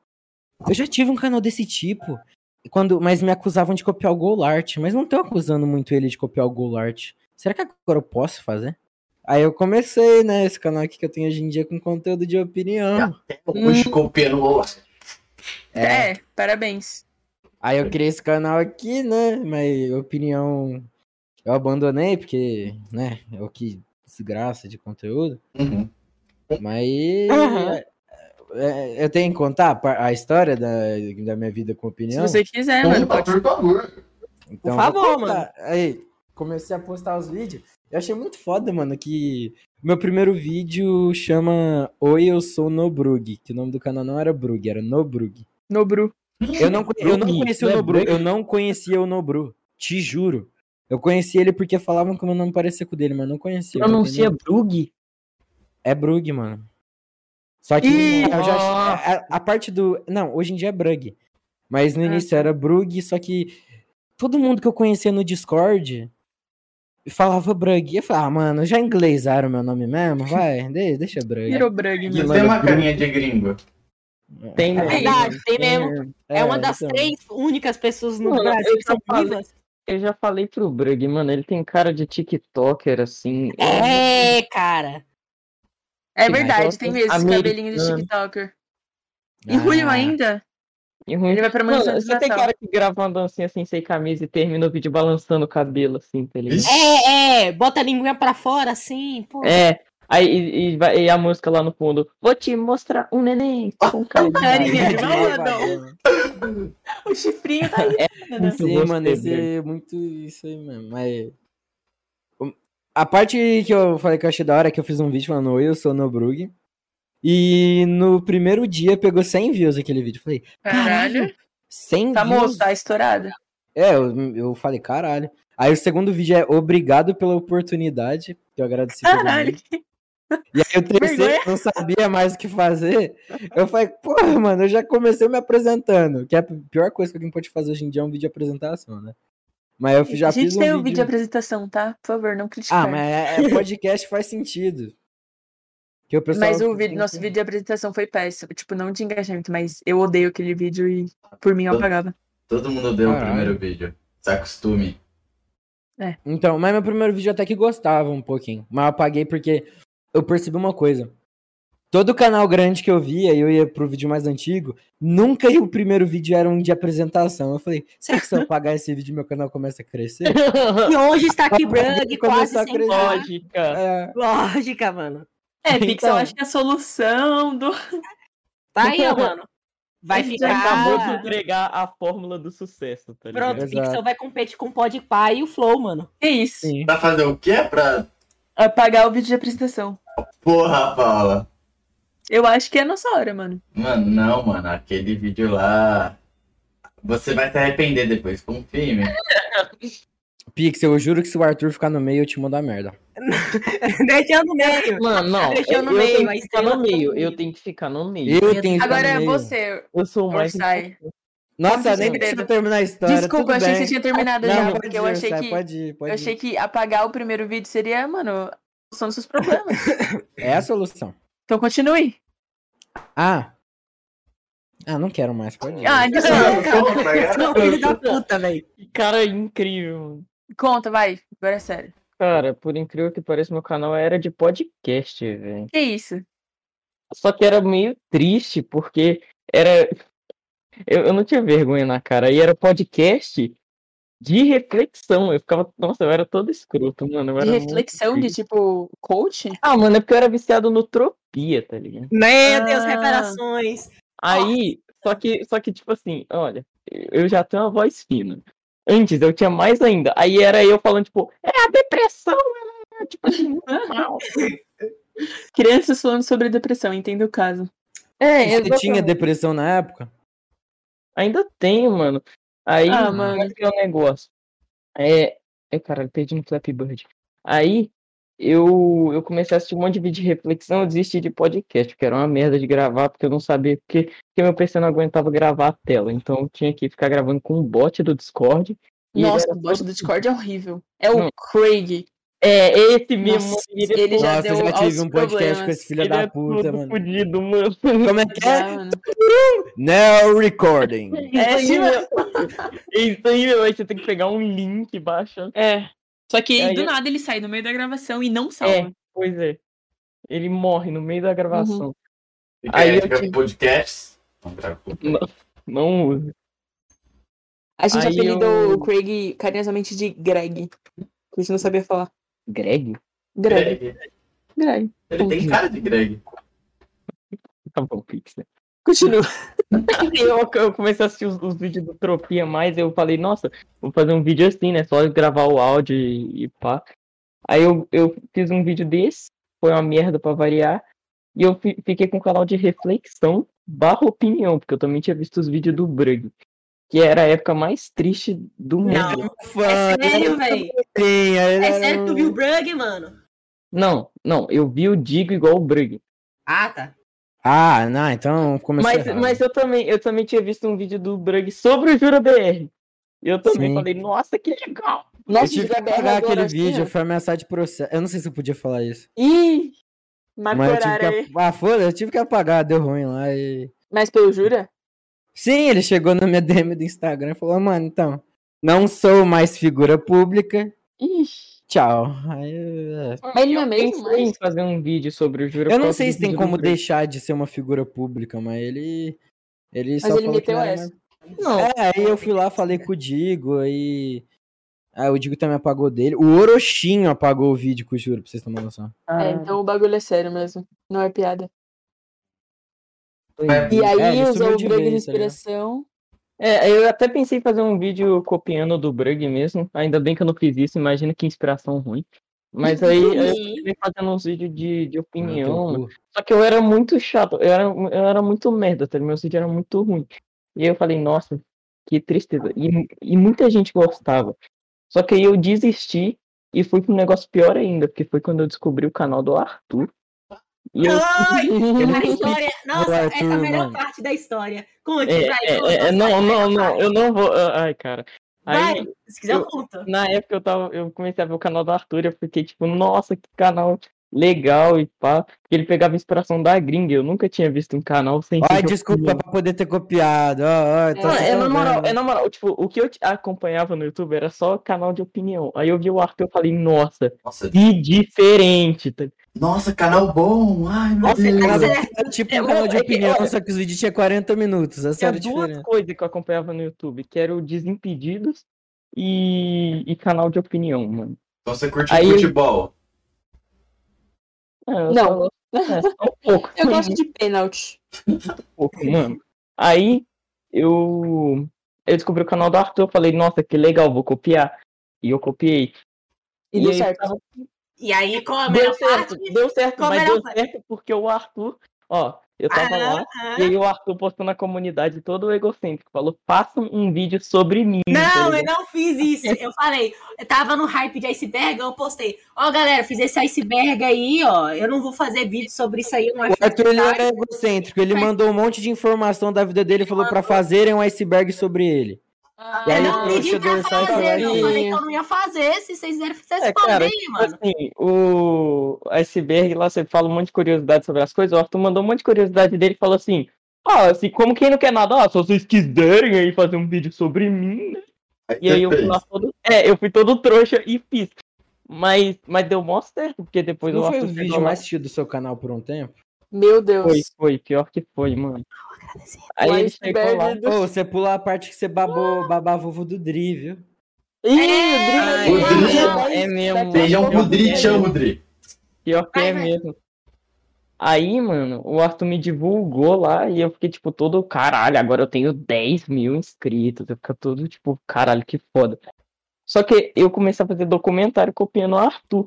Speaker 3: eu já tive um canal desse tipo. e Quando, mas me acusavam de copiar o Golart. Mas não tô acusando muito ele de copiar o Golart. Será que agora eu posso fazer? Aí eu comecei, né, esse canal aqui que eu tenho hoje em dia com conteúdo de opinião.
Speaker 2: Hoje copiando o osso.
Speaker 1: É, parabéns.
Speaker 3: Aí eu criei esse canal aqui, né? Mas opinião eu abandonei, porque, né? É o que desgraça de conteúdo.
Speaker 2: Uhum.
Speaker 3: Mas.
Speaker 4: Aham.
Speaker 3: é, eu tenho que contar a par- a história da, da minha vida com
Speaker 1: Se
Speaker 3: opinião.
Speaker 1: você quiser,
Speaker 2: Conta,
Speaker 1: É, mano, pode.
Speaker 2: por favor.
Speaker 3: Então,
Speaker 4: Por favor,
Speaker 3: vou contar. Aí, comecei a postar os vídeos. Eu achei muito foda, mano, que meu primeiro vídeo chama Oi, eu sou Nobrug, que o nome do canal não era Brug, era Nobrug.
Speaker 1: Nobru.
Speaker 3: Eu não, conhe- eu não
Speaker 5: Brug,
Speaker 3: conhecia o
Speaker 5: não é
Speaker 3: Nobru,
Speaker 5: Brug?
Speaker 3: eu não conhecia o Nobru, te juro. Eu conheci ele porque falavam que o meu nome parecia com o dele, mas não conhecia. eu não
Speaker 5: Pronuncia
Speaker 3: entendi.
Speaker 5: Brug?
Speaker 3: É Brug, mano. Só que
Speaker 1: Ih,
Speaker 3: eu já-
Speaker 5: nossa.
Speaker 3: a, a parte do... Não, hoje em dia é Brug. Mas no
Speaker 1: Ah,
Speaker 3: início
Speaker 1: sim.
Speaker 3: era Brug, só que todo mundo que eu conhecia no Discord falava Brug. E eu falava, ah, mano, já inglesaram meu nome mesmo? Vai, de- deixa Brug.
Speaker 1: Virou Brug
Speaker 2: Você
Speaker 1: mesmo.
Speaker 2: tem uma carinha de gringo.
Speaker 5: Tem né?
Speaker 4: É
Speaker 5: mesmo.
Speaker 4: verdade, tem mesmo. É uma das
Speaker 3: então.
Speaker 4: três únicas pessoas no
Speaker 5: Mano,
Speaker 4: Brasil
Speaker 5: eu
Speaker 4: que são
Speaker 5: já falei.
Speaker 4: vivas.
Speaker 5: Eu já falei pro Brug, mano, ele tem cara de TikToker, assim.
Speaker 4: É, cara.
Speaker 1: É
Speaker 5: Sim,
Speaker 1: verdade,
Speaker 5: mas
Speaker 1: tem mesmo esse
Speaker 5: americano.
Speaker 1: cabelinho de TikToker. E
Speaker 3: Ah.
Speaker 1: Julio
Speaker 3: *laughs*
Speaker 1: ainda?
Speaker 5: E é ruim.
Speaker 1: Ele vai pra
Speaker 5: Mano,
Speaker 1: mansão de
Speaker 5: você tem
Speaker 1: Natal.
Speaker 5: cara que grava uma dancinha assim, sem camisa e termina o vídeo balançando o cabelo, assim, tá ligado?
Speaker 2: Ixi.
Speaker 4: É, é. Bota a linguinha pra fora, assim. Pô.
Speaker 5: É. Aí e, e vai- e a música lá no fundo. Vou te mostrar um neném com carinha.
Speaker 1: Carinha de malandão.
Speaker 3: Sim,
Speaker 1: O chifrinho tá aí. né?
Speaker 5: Muito gosto
Speaker 3: mano,
Speaker 5: dele.
Speaker 3: esse é muito isso aí mesmo. Mas. Um, A parte que eu falei que eu achei da hora é que eu fiz um vídeo falando, oi, eu sou o Nobrug. E no primeiro dia pegou 100 views aquele vídeo. Eu Falei,
Speaker 1: É. Caralho.
Speaker 3: 100
Speaker 1: Tá
Speaker 3: views?
Speaker 1: moço, tá estourada.
Speaker 3: É, eu, eu falei, caralho. Aí o segundo vídeo é obrigado pela oportunidade, que eu agradeci. todo
Speaker 1: Caralho.
Speaker 3: mundo. E aí o terceiro
Speaker 1: é
Speaker 5: Vergonha.
Speaker 3: que não sabia mais o que fazer. Eu falei, porra, mano, eu já comecei me apresentando. Que é a pior coisa que alguém pode fazer hoje em dia é um vídeo de apresentação, né? Mas eu já
Speaker 1: a gente
Speaker 3: fiz um
Speaker 1: tem o
Speaker 3: vídeo...
Speaker 1: vídeo de apresentação, tá? Por favor, não critique.
Speaker 3: Ah, mas é- é podcast faz sentido. Que o pessoal...
Speaker 1: Mas o vídeo, nosso vídeo de apresentação foi péssimo. Tipo, não de engajamento, mas eu odeio aquele vídeo e por mim eu
Speaker 3: Então
Speaker 1: apagava.
Speaker 2: Todo mundo deu o
Speaker 3: Caralho.
Speaker 2: primeiro vídeo. Se acostume.
Speaker 3: Então, mas meu primeiro vídeo eu até que gostava um pouquinho. Mas eu apaguei porque eu percebi uma coisa. Todo canal grande que eu via, e eu ia pro vídeo mais antigo, nunca o primeiro vídeo era um de apresentação. Eu falei, será que se eu apagar esse vídeo, meu canal começa a crescer?
Speaker 5: *laughs*
Speaker 4: E hoje está aqui Brug, quase
Speaker 3: Começou a
Speaker 4: sem
Speaker 3: crescer.
Speaker 4: parar.
Speaker 5: Lógica.
Speaker 3: É,
Speaker 4: Lógica, mano.
Speaker 1: É,
Speaker 3: Então.
Speaker 1: Pixel, eu acho que a solução do.
Speaker 4: Tá aí, ó, mano. Vai
Speaker 1: Ele
Speaker 4: ficar.
Speaker 5: Acabou de entregar a fórmula do sucesso, tá ligado?
Speaker 4: Pronto, o
Speaker 3: Exato.
Speaker 4: Pixel vai competir com o Podpah e o Flow,
Speaker 5: *laughs*
Speaker 4: mano.
Speaker 1: Que isso?
Speaker 3: sim.
Speaker 2: Pra fazer o quê? Pra.
Speaker 1: Apagar o vídeo de apresentação.
Speaker 2: Porra, Paula.
Speaker 1: Eu acho que é a nossa hora, mano.
Speaker 2: Mano, não, mano. Aquele vídeo lá. Você vai se arrepender depois. Confia em mim.
Speaker 3: Pixel, eu juro que se o Arthur ficar no meio, eu te mando a merda.
Speaker 4: Deixando no meio.
Speaker 5: Mano, não.
Speaker 4: Deixou
Speaker 5: Eu,
Speaker 4: no
Speaker 5: eu
Speaker 4: meio,
Speaker 5: tenho
Speaker 4: a
Speaker 5: que ficar
Speaker 4: estrela
Speaker 5: no meio.
Speaker 4: tá no
Speaker 5: Eu tenho que ficar no meio.
Speaker 3: Eu tenho que
Speaker 1: Agora
Speaker 3: ficar
Speaker 1: é
Speaker 3: no meio.
Speaker 1: você,
Speaker 5: Eu sou o mais.
Speaker 1: Orsay.
Speaker 3: Nossa,
Speaker 1: Pode
Speaker 3: nem
Speaker 1: dizer.
Speaker 3: deixa eu terminar a história.
Speaker 1: Desculpa, eu
Speaker 3: tudo
Speaker 1: achei que
Speaker 3: bem.
Speaker 1: você tinha terminado
Speaker 3: Não,
Speaker 1: já,
Speaker 3: pode
Speaker 1: porque
Speaker 3: ir,
Speaker 1: eu achei
Speaker 3: Sai,
Speaker 1: que.
Speaker 3: Pode ir, pode
Speaker 1: Eu achei que apagar o primeiro vídeo seria, mano, a solução dos seus *laughs* problemas.
Speaker 3: ir. É a solução.
Speaker 1: então continue.
Speaker 3: Ah. Ah, não quero mais, pode ir.
Speaker 1: Ah, então,
Speaker 4: Não, cara. Não,
Speaker 1: um
Speaker 4: filho da puta, velho.
Speaker 5: Que Cara, incrível. mano.
Speaker 1: conta, vai. Agora é sério.
Speaker 5: Cara, por incrível que pareça, meu canal era de podcast, velho.
Speaker 1: Que isso?
Speaker 5: Só que era meio triste, porque era. Eu, eu não tinha vergonha na cara. E era podcast de reflexão. Eu ficava. Nossa, eu era todo escroto, mano. eu
Speaker 1: De
Speaker 5: era muito
Speaker 1: reflexão, de
Speaker 5: triste.
Speaker 1: tipo, coach?
Speaker 5: Ah, mano, é porque eu era viciado no Tropia, tá ligado?
Speaker 4: Meu Deus,
Speaker 1: Ah.
Speaker 4: revelações.
Speaker 5: Aí, só que, só que, tipo assim, olha, eu já tenho uma voz fina. Antes eu tinha mais ainda. Aí era eu falando, tipo, é a depressão, ela é, tipo assim, muito mal.
Speaker 1: Crianças falando sobre depressão, entendo o caso. tipo
Speaker 5: É,
Speaker 3: Você tinha
Speaker 5: exatamente.
Speaker 3: depressão na época?
Speaker 5: Ainda tenho, mano. Aí,
Speaker 1: Ah,
Speaker 5: qual
Speaker 1: mano.
Speaker 5: que é o negócio? É, é, caralho, perdi no Flappy Bird. Aí, eu, eu comecei a assistir um monte de vídeo de reflexão, eu desisti de podcast, que era uma merda de gravar, porque eu não sabia, porque, porque meu PC não aguentava gravar a tela, então eu tinha que ficar gravando com um bot do Discord. e ele
Speaker 1: Nossa,
Speaker 5: era
Speaker 1: o bot
Speaker 5: todo-
Speaker 1: do Discord é horrível. É o
Speaker 5: Não.
Speaker 1: Craig.
Speaker 5: É, esse mesmo.
Speaker 1: Nossa,
Speaker 5: ele é
Speaker 1: ele é já
Speaker 3: Nossa,
Speaker 1: deu
Speaker 3: eu já tive
Speaker 1: aos
Speaker 3: um podcast
Speaker 1: problemas.
Speaker 3: com esse filho
Speaker 5: ele
Speaker 3: da
Speaker 5: é
Speaker 3: puta,
Speaker 5: todo
Speaker 3: mano.
Speaker 5: fudido, mano.
Speaker 3: Como é que é?
Speaker 1: Já, Ah, mano.
Speaker 3: No recording.
Speaker 1: É,
Speaker 5: Isso aí, meu. Isso aí, meu. Aí você tem que pegar um link, baixa
Speaker 1: É. Só que
Speaker 5: Aí
Speaker 1: do
Speaker 5: eu-
Speaker 1: nada ele sai no meio da gravação e não salva.
Speaker 5: É. Pois é. Ele morre no meio da gravação.
Speaker 2: Fica
Speaker 5: Aí
Speaker 2: aí,
Speaker 5: eu
Speaker 2: fica
Speaker 5: te-
Speaker 2: podcasts. Não, pra-
Speaker 5: Não usa.
Speaker 1: A gente
Speaker 5: Aí
Speaker 1: apelidou
Speaker 5: eu-
Speaker 1: o Craig carinhosamente de Greg. Que a gente não sabia falar.
Speaker 5: Greg?
Speaker 1: Greg.
Speaker 2: Greg.
Speaker 1: Greg.
Speaker 2: Ele tem cara de Greg.
Speaker 5: Tá bom, *laughs* Pixel.
Speaker 3: *laughs*
Speaker 1: Continua.
Speaker 5: eu, eu comecei a assistir os, os vídeos do Tropia mais, eu falei, nossa, vou fazer um vídeo assim, né? Só gravar o áudio e, e pá. Aí eu, eu fiz um vídeo desse, foi uma merda pra variar. E eu fi- fiquei com um canal de reflexão barra opinião, porque eu também tinha visto os vídeos do Brug. Que era a época mais triste do mundo.
Speaker 4: Não. É sério, velho.
Speaker 3: né?
Speaker 4: É sério que tu viu o Brug, mano?
Speaker 5: Não, não, eu vi o Digo igual o Brug.
Speaker 4: Ah, tá.
Speaker 3: Ah, não, então começou
Speaker 5: Mas,
Speaker 3: errado.
Speaker 5: mas eu também, eu também tinha visto um vídeo do Brug sobre o Jura BR. E eu também
Speaker 3: Sim.
Speaker 5: falei, nossa, que legal!
Speaker 3: Eu
Speaker 1: Nossa,
Speaker 3: tive que
Speaker 1: Jura BR
Speaker 3: apagar
Speaker 1: agora,
Speaker 3: aquele
Speaker 1: assim,
Speaker 3: vídeo,
Speaker 1: ó.
Speaker 3: foi ameaçado de processo. Eu não sei se eu podia falar isso.
Speaker 1: Ih, marca o
Speaker 3: Mas eu tive
Speaker 1: horário aí.
Speaker 3: que, ap- ah, foda, eu tive que apagar, deu ruim lá e...
Speaker 1: Mas pelo Jura?
Speaker 3: Sim, ele chegou na minha DM do Instagram e falou, mano, então, não sou mais figura pública,
Speaker 1: Ixi.
Speaker 3: tchau. Aí, é.
Speaker 1: Mas ele não é mesmo?
Speaker 5: Pensei em
Speaker 1: Mas...
Speaker 5: fazer um vídeo sobre o Jura por
Speaker 3: eu não
Speaker 5: causa
Speaker 3: sei
Speaker 5: do
Speaker 3: se tem
Speaker 5: vídeo do
Speaker 3: como
Speaker 5: Brug.
Speaker 3: deixar de ser uma figura pública, mas ele... Ele só
Speaker 1: Mas ele
Speaker 3: falou que
Speaker 1: meteu
Speaker 3: não era
Speaker 1: essa.
Speaker 5: Não,
Speaker 3: É, aí eu fui lá, falei com o Digo, aí. Aí o Digo também apagou dele. O Orochinho apagou o vídeo com o Juro, pra vocês terem uma noção.
Speaker 1: É, então o bagulho é sério mesmo. Não é piada.
Speaker 2: Mas-
Speaker 1: E aí
Speaker 3: É, ele
Speaker 1: usou
Speaker 3: sumiu
Speaker 1: o
Speaker 3: de
Speaker 1: Greg de
Speaker 3: vez, tá ligado?
Speaker 1: inspiração.
Speaker 5: É, eu até pensei em fazer um vídeo copiando do Brug mesmo. Ainda bem que eu não fiz isso, imagina que inspiração ruim.
Speaker 1: Uhum.
Speaker 5: Mas aí eu vim fazendo uns vídeos de, de opinião.
Speaker 3: Meu teu cu.
Speaker 5: Só que eu era muito chato, eu era, eu era muito merda, tá? ligado? meu vídeo era muito ruim. E aí eu falei, nossa, que tristeza. E, mu- e muita gente gostava. Só que aí eu desisti e fui pra um negócio pior ainda, porque foi quando eu descobri o canal do Arthur. E eu-
Speaker 4: Ai,
Speaker 1: *laughs*
Speaker 4: a história. Nossa,
Speaker 3: Vai,
Speaker 4: essa é a
Speaker 3: turma.
Speaker 4: melhor parte da história. Conte,
Speaker 5: É,
Speaker 4: vai.
Speaker 5: é,
Speaker 4: conta,
Speaker 5: é, é, não,
Speaker 4: vai,
Speaker 5: não, não,
Speaker 4: vai.
Speaker 5: eu não vou. ah, Ai, cara. Aí,
Speaker 4: Vai, se quiser,
Speaker 5: eu- Tá
Speaker 4: eu conto.
Speaker 5: na época eu tava, eu comecei a ver o canal do Arthur, eu fiquei tipo, nossa, que canal legal e pá. Porque ele pegava inspiração da gringa, eu nunca tinha visto um canal sem
Speaker 3: Ai,
Speaker 5: ser-
Speaker 3: desculpa pra poder ter copiado. Ó, ó, tô
Speaker 5: Mano, é na
Speaker 3: sabendo.
Speaker 5: moral, é na moral, tipo, o que eu t- acompanhava no YouTube era só canal de opinião. Aí eu vi o Arthur e falei, nossa,
Speaker 2: Nossa,
Speaker 5: que diferente. tá-
Speaker 2: nossa, canal bom. Ai, meu
Speaker 5: Nossa,
Speaker 2: Deus.
Speaker 4: Mas
Speaker 3: Cara,
Speaker 4: é-
Speaker 3: era tipo
Speaker 5: é,
Speaker 3: um canal de
Speaker 5: é que,
Speaker 3: opinião,
Speaker 5: olha-
Speaker 3: só que os vídeos tinham 40 minutos. Essa
Speaker 5: Tinha
Speaker 4: é
Speaker 3: era
Speaker 5: duas
Speaker 3: diferente.
Speaker 5: coisas que eu acompanhava no YouTube, que era o Desimpedidos e, e canal de opinião, mano.
Speaker 2: Então você curte
Speaker 5: Aí-
Speaker 2: futebol.
Speaker 5: É, eu
Speaker 1: Não.
Speaker 5: só- é, só um pouco. *laughs* um
Speaker 1: Eu gosto de pênalti.
Speaker 5: pouco, mano. Aí eu, eu descobri o canal do Arthur, eu falei, nossa, que legal, vou copiar. E eu copiei.
Speaker 1: E, deu
Speaker 5: aí,
Speaker 1: certo.
Speaker 4: E aí, qual a
Speaker 5: Deu
Speaker 4: melhor
Speaker 5: certo,
Speaker 4: parte?
Speaker 5: deu certo,
Speaker 4: Qual a
Speaker 5: mas
Speaker 4: melhor
Speaker 5: deu
Speaker 4: parte?
Speaker 5: certo porque o Arthur, ó, eu tava lá,
Speaker 4: Ah,
Speaker 5: e aí o Arthur postou na comunidade todo egocêntrico, falou, faça um vídeo sobre mim. tá
Speaker 4: Não, eu
Speaker 5: ligado?
Speaker 4: não fiz isso. Eu falei, eu tava no hype de iceberg, eu postei. Ó, galera, fiz esse iceberg aí, ó. Eu não vou fazer vídeo sobre isso aí, eu não é
Speaker 3: O
Speaker 4: acho
Speaker 3: Arthur
Speaker 5: é
Speaker 3: ele
Speaker 4: necessário.
Speaker 3: era egocêntrico, ele mandou um monte de informação da vida dele e falou pra fazerem um iceberg sobre ele. E
Speaker 1: Ah,
Speaker 4: Eu Ah,
Speaker 3: aí assim,
Speaker 4: não
Speaker 3: o
Speaker 4: pedi
Speaker 3: trouxa
Speaker 4: pra
Speaker 3: do site
Speaker 4: fazer, eu
Speaker 5: aí-
Speaker 4: falei que eu não ia fazer. Se vocês quiserem, vocês
Speaker 5: É,
Speaker 4: podem,
Speaker 5: cara,
Speaker 4: mano.
Speaker 5: Assim, o iceberg lá, você fala um monte de curiosidade sobre as coisas, o Arthur mandou um monte de curiosidade dele e falou assim, ah, assim, como quem não quer nada, ó, se vocês quiserem aí fazer um vídeo sobre mim, né? E
Speaker 2: você
Speaker 5: aí eu fui
Speaker 2: fez.
Speaker 5: lá todo. É, eu fui todo trouxa e fiz. Mas, mas deu mó certo, porque depois
Speaker 3: Não
Speaker 5: o
Speaker 3: foi
Speaker 5: Arthur
Speaker 3: o
Speaker 5: chegou
Speaker 3: vídeo
Speaker 5: lá-
Speaker 3: mais assistido do seu canal por um tempo?
Speaker 1: Meu Deus.
Speaker 5: Foi, foi, pior que foi, mano. Aí
Speaker 1: O
Speaker 5: ele chegou lá.
Speaker 1: iceberg
Speaker 3: Ô,
Speaker 1: do-
Speaker 3: você pula a parte que você
Speaker 5: Ah.
Speaker 3: babou, babava ovo do Dri, viu?
Speaker 5: Ih,
Speaker 4: É,
Speaker 5: o Drica-
Speaker 2: Rodrigo.
Speaker 5: É mesmo.
Speaker 2: Beijão
Speaker 5: mano.
Speaker 2: pro Dri, te amo, Dri.
Speaker 5: Pior que é
Speaker 4: Vai, vai.
Speaker 5: mesmo. Aí, mano, o Arthur me divulgou lá e eu fiquei, tipo, todo caralho, agora eu tenho 10 mil inscritos. Eu fico todo, tipo, caralho, que foda. Só que eu comecei a fazer documentário copiando o Arthur.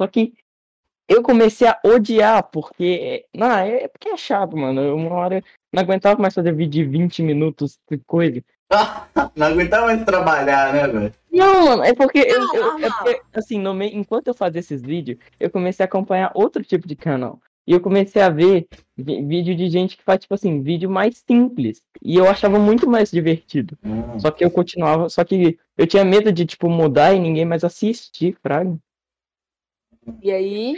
Speaker 5: Só que eu comecei a odiar, porque. Não, é é porque é chato, mano. Eu uma hora não aguentava mais fazer vídeo de 20 minutos de coisa.
Speaker 2: Não aguentava mais trabalhar, né, velho?
Speaker 5: Não, mano, é porque, eu-
Speaker 4: Não,
Speaker 5: eu- é
Speaker 4: normal.
Speaker 5: porque, assim, no meio, enquanto eu fazia esses vídeos, eu comecei a acompanhar outro tipo de canal. E eu comecei a ver vi- vídeo de gente que faz, tipo assim, vídeo mais simples. E eu achava muito mais divertido.
Speaker 2: Hum.
Speaker 5: Só que eu continuava, só que eu tinha medo de, tipo, mudar e ninguém mais assistir, fraga.
Speaker 1: E aí,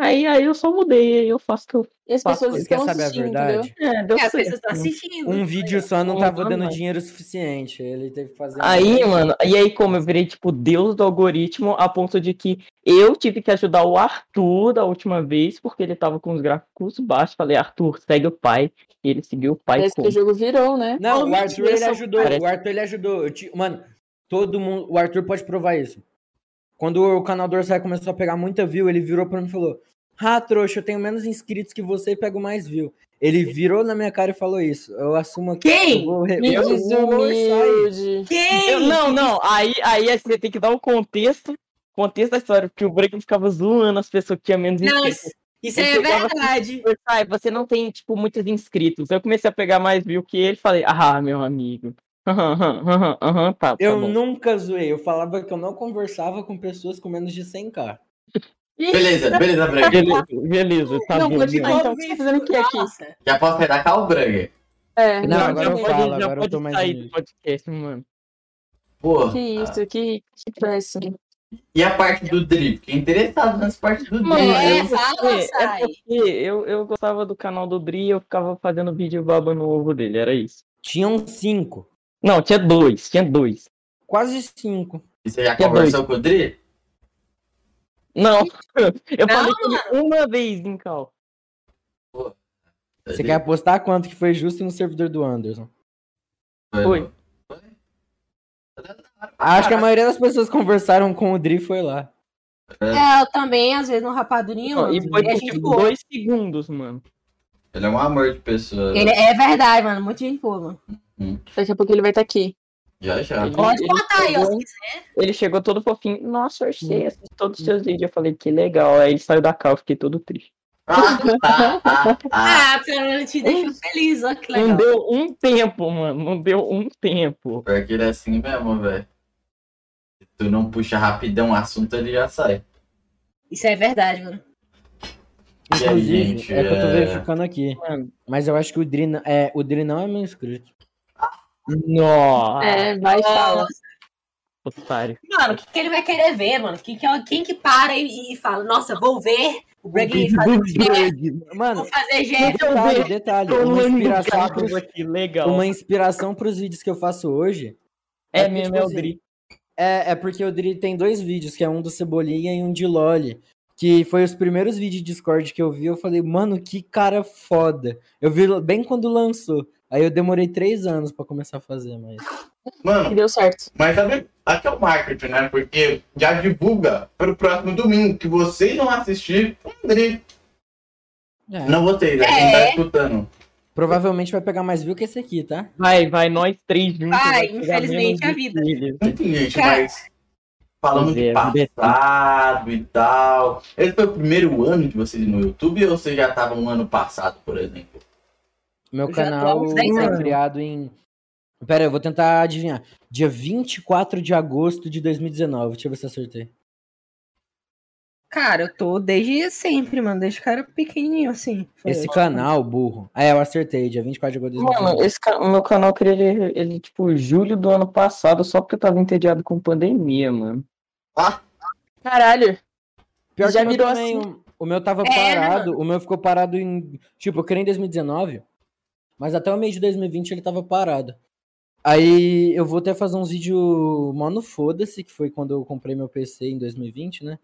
Speaker 5: Aí, aí eu só mudei, aí eu faço o que eu...
Speaker 1: e as
Speaker 5: Fato,
Speaker 1: pessoas
Speaker 3: Você
Speaker 1: estão
Speaker 3: quer saber a
Speaker 1: assistindo, entendeu?
Speaker 3: verdade?
Speaker 5: É, deu
Speaker 4: É, as
Speaker 5: certo.
Speaker 4: pessoas estão assistindo.
Speaker 3: Um vídeo só não
Speaker 5: Não,
Speaker 3: tava
Speaker 5: não,
Speaker 3: dando
Speaker 5: não.
Speaker 3: dinheiro suficiente. Ele teve que fazer. um-
Speaker 5: Aí, mano, e aí como eu virei, tipo, deus do algoritmo, a ponto de que eu tive que ajudar o Arthur da última vez, porque ele tava com os gráficos baixos. Falei, Arthur, segue o pai. E ele seguiu o pai
Speaker 1: Parece É que
Speaker 5: com.
Speaker 1: o jogo virou, né?
Speaker 3: Não,
Speaker 4: Ô,
Speaker 3: o Arthur
Speaker 4: mentira,
Speaker 3: ele
Speaker 4: seu
Speaker 3: ajudou.
Speaker 5: cara.
Speaker 3: O Arthur ele ajudou. Eu te- Mano, todo mundo. O Arthur pode provar isso. Quando o canal do Orsay começou a pegar muita view, ele virou pra mim e falou: Ah, trouxa, eu tenho menos inscritos que você e pego mais view. Ele virou na minha cara e falou isso. Eu assumo aqui.
Speaker 4: Quem?
Speaker 3: eu vou re-
Speaker 1: Me
Speaker 3: eu- o Orsay.
Speaker 1: desumilde.
Speaker 4: Quem?
Speaker 5: Eu- não, não, aí, aí assim, você tem que dar o contexto, contexto da história, porque o Breaking ficava zoando as pessoas que tinham menos
Speaker 4: Não,
Speaker 5: inscritos.
Speaker 4: isso, isso é
Speaker 5: Você tava-
Speaker 4: verdade.
Speaker 5: Arthur, Sai, você não tem, tipo, muitos inscritos. Eu comecei a pegar mais view que ele, falei, ah, meu amigo. *laughs* Aham, aham, aham, aham, tá, tá
Speaker 3: Eu
Speaker 5: bom.
Speaker 3: nunca zoei. Eu falava que eu não conversava com pessoas com menos de 100k.
Speaker 2: Beleza, beleza, Branger.
Speaker 5: Beleza, beleza, tá
Speaker 1: Não,
Speaker 5: bom.
Speaker 4: Ah,
Speaker 1: pode
Speaker 5: né?
Speaker 1: falar. então, o que você tá fazendo o quê aqui?
Speaker 4: Nossa.
Speaker 2: Já posso redacar o Branger.
Speaker 1: É.
Speaker 3: Não,
Speaker 5: Já-
Speaker 3: agora
Speaker 5: já
Speaker 3: eu
Speaker 5: pode-
Speaker 3: falo,
Speaker 5: já
Speaker 3: agora eu
Speaker 5: pode
Speaker 3: tô mais
Speaker 5: sair do
Speaker 3: humilde.
Speaker 5: podcast, mano.
Speaker 2: Pô.
Speaker 1: Que isso, que, que péssimo.
Speaker 2: E a parte do Dri? Fiquei interessado nessa parte do Dri.
Speaker 5: Mano,
Speaker 4: É,
Speaker 5: eu-
Speaker 4: fala,
Speaker 5: é,
Speaker 4: sai.
Speaker 5: é porque eu, eu gostava do canal do Dri e eu ficava fazendo vídeo babando no ovo dele, era isso.
Speaker 3: Tinham cinco.
Speaker 5: Não, tinha dois, tinha dois.
Speaker 3: Quase cinco.
Speaker 2: E Você já
Speaker 5: Que
Speaker 2: conversou com o Dri?
Speaker 5: Não, *laughs* eu
Speaker 4: Não,
Speaker 5: falei com ele uma vez em cal.
Speaker 2: Tá
Speaker 3: Você quer apostar quanto que foi justo no servidor do Anderson?
Speaker 5: Foi.
Speaker 3: Acho que a maioria das pessoas que conversaram com o Dri foi lá.
Speaker 4: É, eu também, às vezes, no rapadurinho.
Speaker 5: Não, e
Speaker 4: mano,
Speaker 5: foi
Speaker 4: a
Speaker 5: por
Speaker 4: gente
Speaker 5: tipo,
Speaker 4: boa.
Speaker 5: dois segundos, mano.
Speaker 2: Ele é um amor de pessoa.
Speaker 4: Ele é verdade, mano. Muito gente boa, mano.
Speaker 1: Daqui a pouco ele vai estar aqui.
Speaker 2: Já, já.
Speaker 5: É- Ele-
Speaker 4: Pode
Speaker 5: ele
Speaker 4: botar Tá Hum. aí, ó.
Speaker 5: chegou-
Speaker 4: se quiser.
Speaker 5: Ele chegou todo fofinho. Nossa, eu sei, assisti todos os seus vídeos. Eu falei, que legal. Aí ele saiu da cal, eu fiquei todo triste.
Speaker 2: Ah, ah, ah, ah.
Speaker 4: Ah, pelo menos te deixou feliz, ó, que
Speaker 5: Não
Speaker 4: legal.
Speaker 5: deu um tempo, mano. Não deu um tempo.
Speaker 2: Pior que ele é assim mesmo, velho. Se tu não puxa rapidão o assunto, ele já sai.
Speaker 4: Isso é verdade, mano.
Speaker 2: E aí,
Speaker 3: Inclusive,
Speaker 2: gente,
Speaker 3: é que eu tô
Speaker 2: é-
Speaker 3: verificando aqui.
Speaker 5: Mano.
Speaker 3: Mas eu acho que o Dri, não- é, o Dri não é meu inscrito. Ah.
Speaker 5: Nossa,
Speaker 1: É, vai falar.
Speaker 5: otário.
Speaker 4: Mano, o que, que ele vai querer ver, mano? Quem, que é- quem que para e, e fala, nossa, vou ver o Breguinho fazer GF,
Speaker 3: Mano,
Speaker 4: vou fazer GF.
Speaker 3: detalhe, detalhe. Uma inspiração, pros,
Speaker 5: aqui, legal.
Speaker 3: uma inspiração pros vídeos que eu faço hoje
Speaker 5: É
Speaker 3: é
Speaker 5: mesmo,
Speaker 3: tipo
Speaker 5: é o
Speaker 3: assim,
Speaker 5: Dri.
Speaker 3: É, é porque o Dri tem dois vídeos, que é um do Cebolinha e um de Loli. Que foi os primeiros vídeos de Discord que eu vi, eu falei, mano, que cara foda. Eu vi bem quando lançou. Aí eu demorei três anos pra começar a fazer, mas.
Speaker 1: E
Speaker 2: Mano,
Speaker 1: deu certo.
Speaker 2: mas sabe até o marketing, né? Porque já divulga pro próximo domingo que vocês vão assistir um com o Dri.
Speaker 3: É,
Speaker 2: Não vocês, né? Quem tá escutando.
Speaker 3: Provavelmente vai pegar mais view que esse aqui, tá?
Speaker 5: Vai, vai, nós três juntos.
Speaker 4: Vai,
Speaker 5: chegar
Speaker 4: infelizmente,
Speaker 5: menos
Speaker 4: é a
Speaker 5: de
Speaker 4: vida.
Speaker 5: milhas.
Speaker 2: Enfim, gente,
Speaker 4: Cara.
Speaker 2: tipo, mas. Falando
Speaker 5: Pois é,
Speaker 2: de passado e tal. Esse foi o primeiro ano de vocês no YouTube ou vocês já estavam no ano passado, por exemplo?
Speaker 3: Meu
Speaker 4: Já
Speaker 3: canal
Speaker 4: estamos dez
Speaker 3: foi
Speaker 4: anos.
Speaker 3: criado em. Pera, eu vou tentar adivinhar. Dia 24 de agosto de 2019. Deixa eu ver se eu acertei.
Speaker 4: Cara, eu tô desde sempre, mano, desde que eu era pequenininho, assim. Foi
Speaker 3: Esse
Speaker 4: eu.
Speaker 3: canal, burro. Ah, é, eu acertei. Dia 24 de agosto de 2019.
Speaker 5: Mano, esse ca- meu canal eu criei ele, ele, tipo, julho do ano passado, só porque eu tava entediado com pandemia, mano.
Speaker 1: *laughs* Caralho.
Speaker 3: Pior
Speaker 1: Já
Speaker 3: que o meu
Speaker 1: virou assim? É,
Speaker 3: também, o- O meu tava parado, o meu ficou parado em. Tipo, eu criei em 2019, mas até o mês de 2020 ele tava parado. Aí eu vou até fazer uns vídeos, mano, foda-se, que foi quando eu comprei meu PC em 2020, né?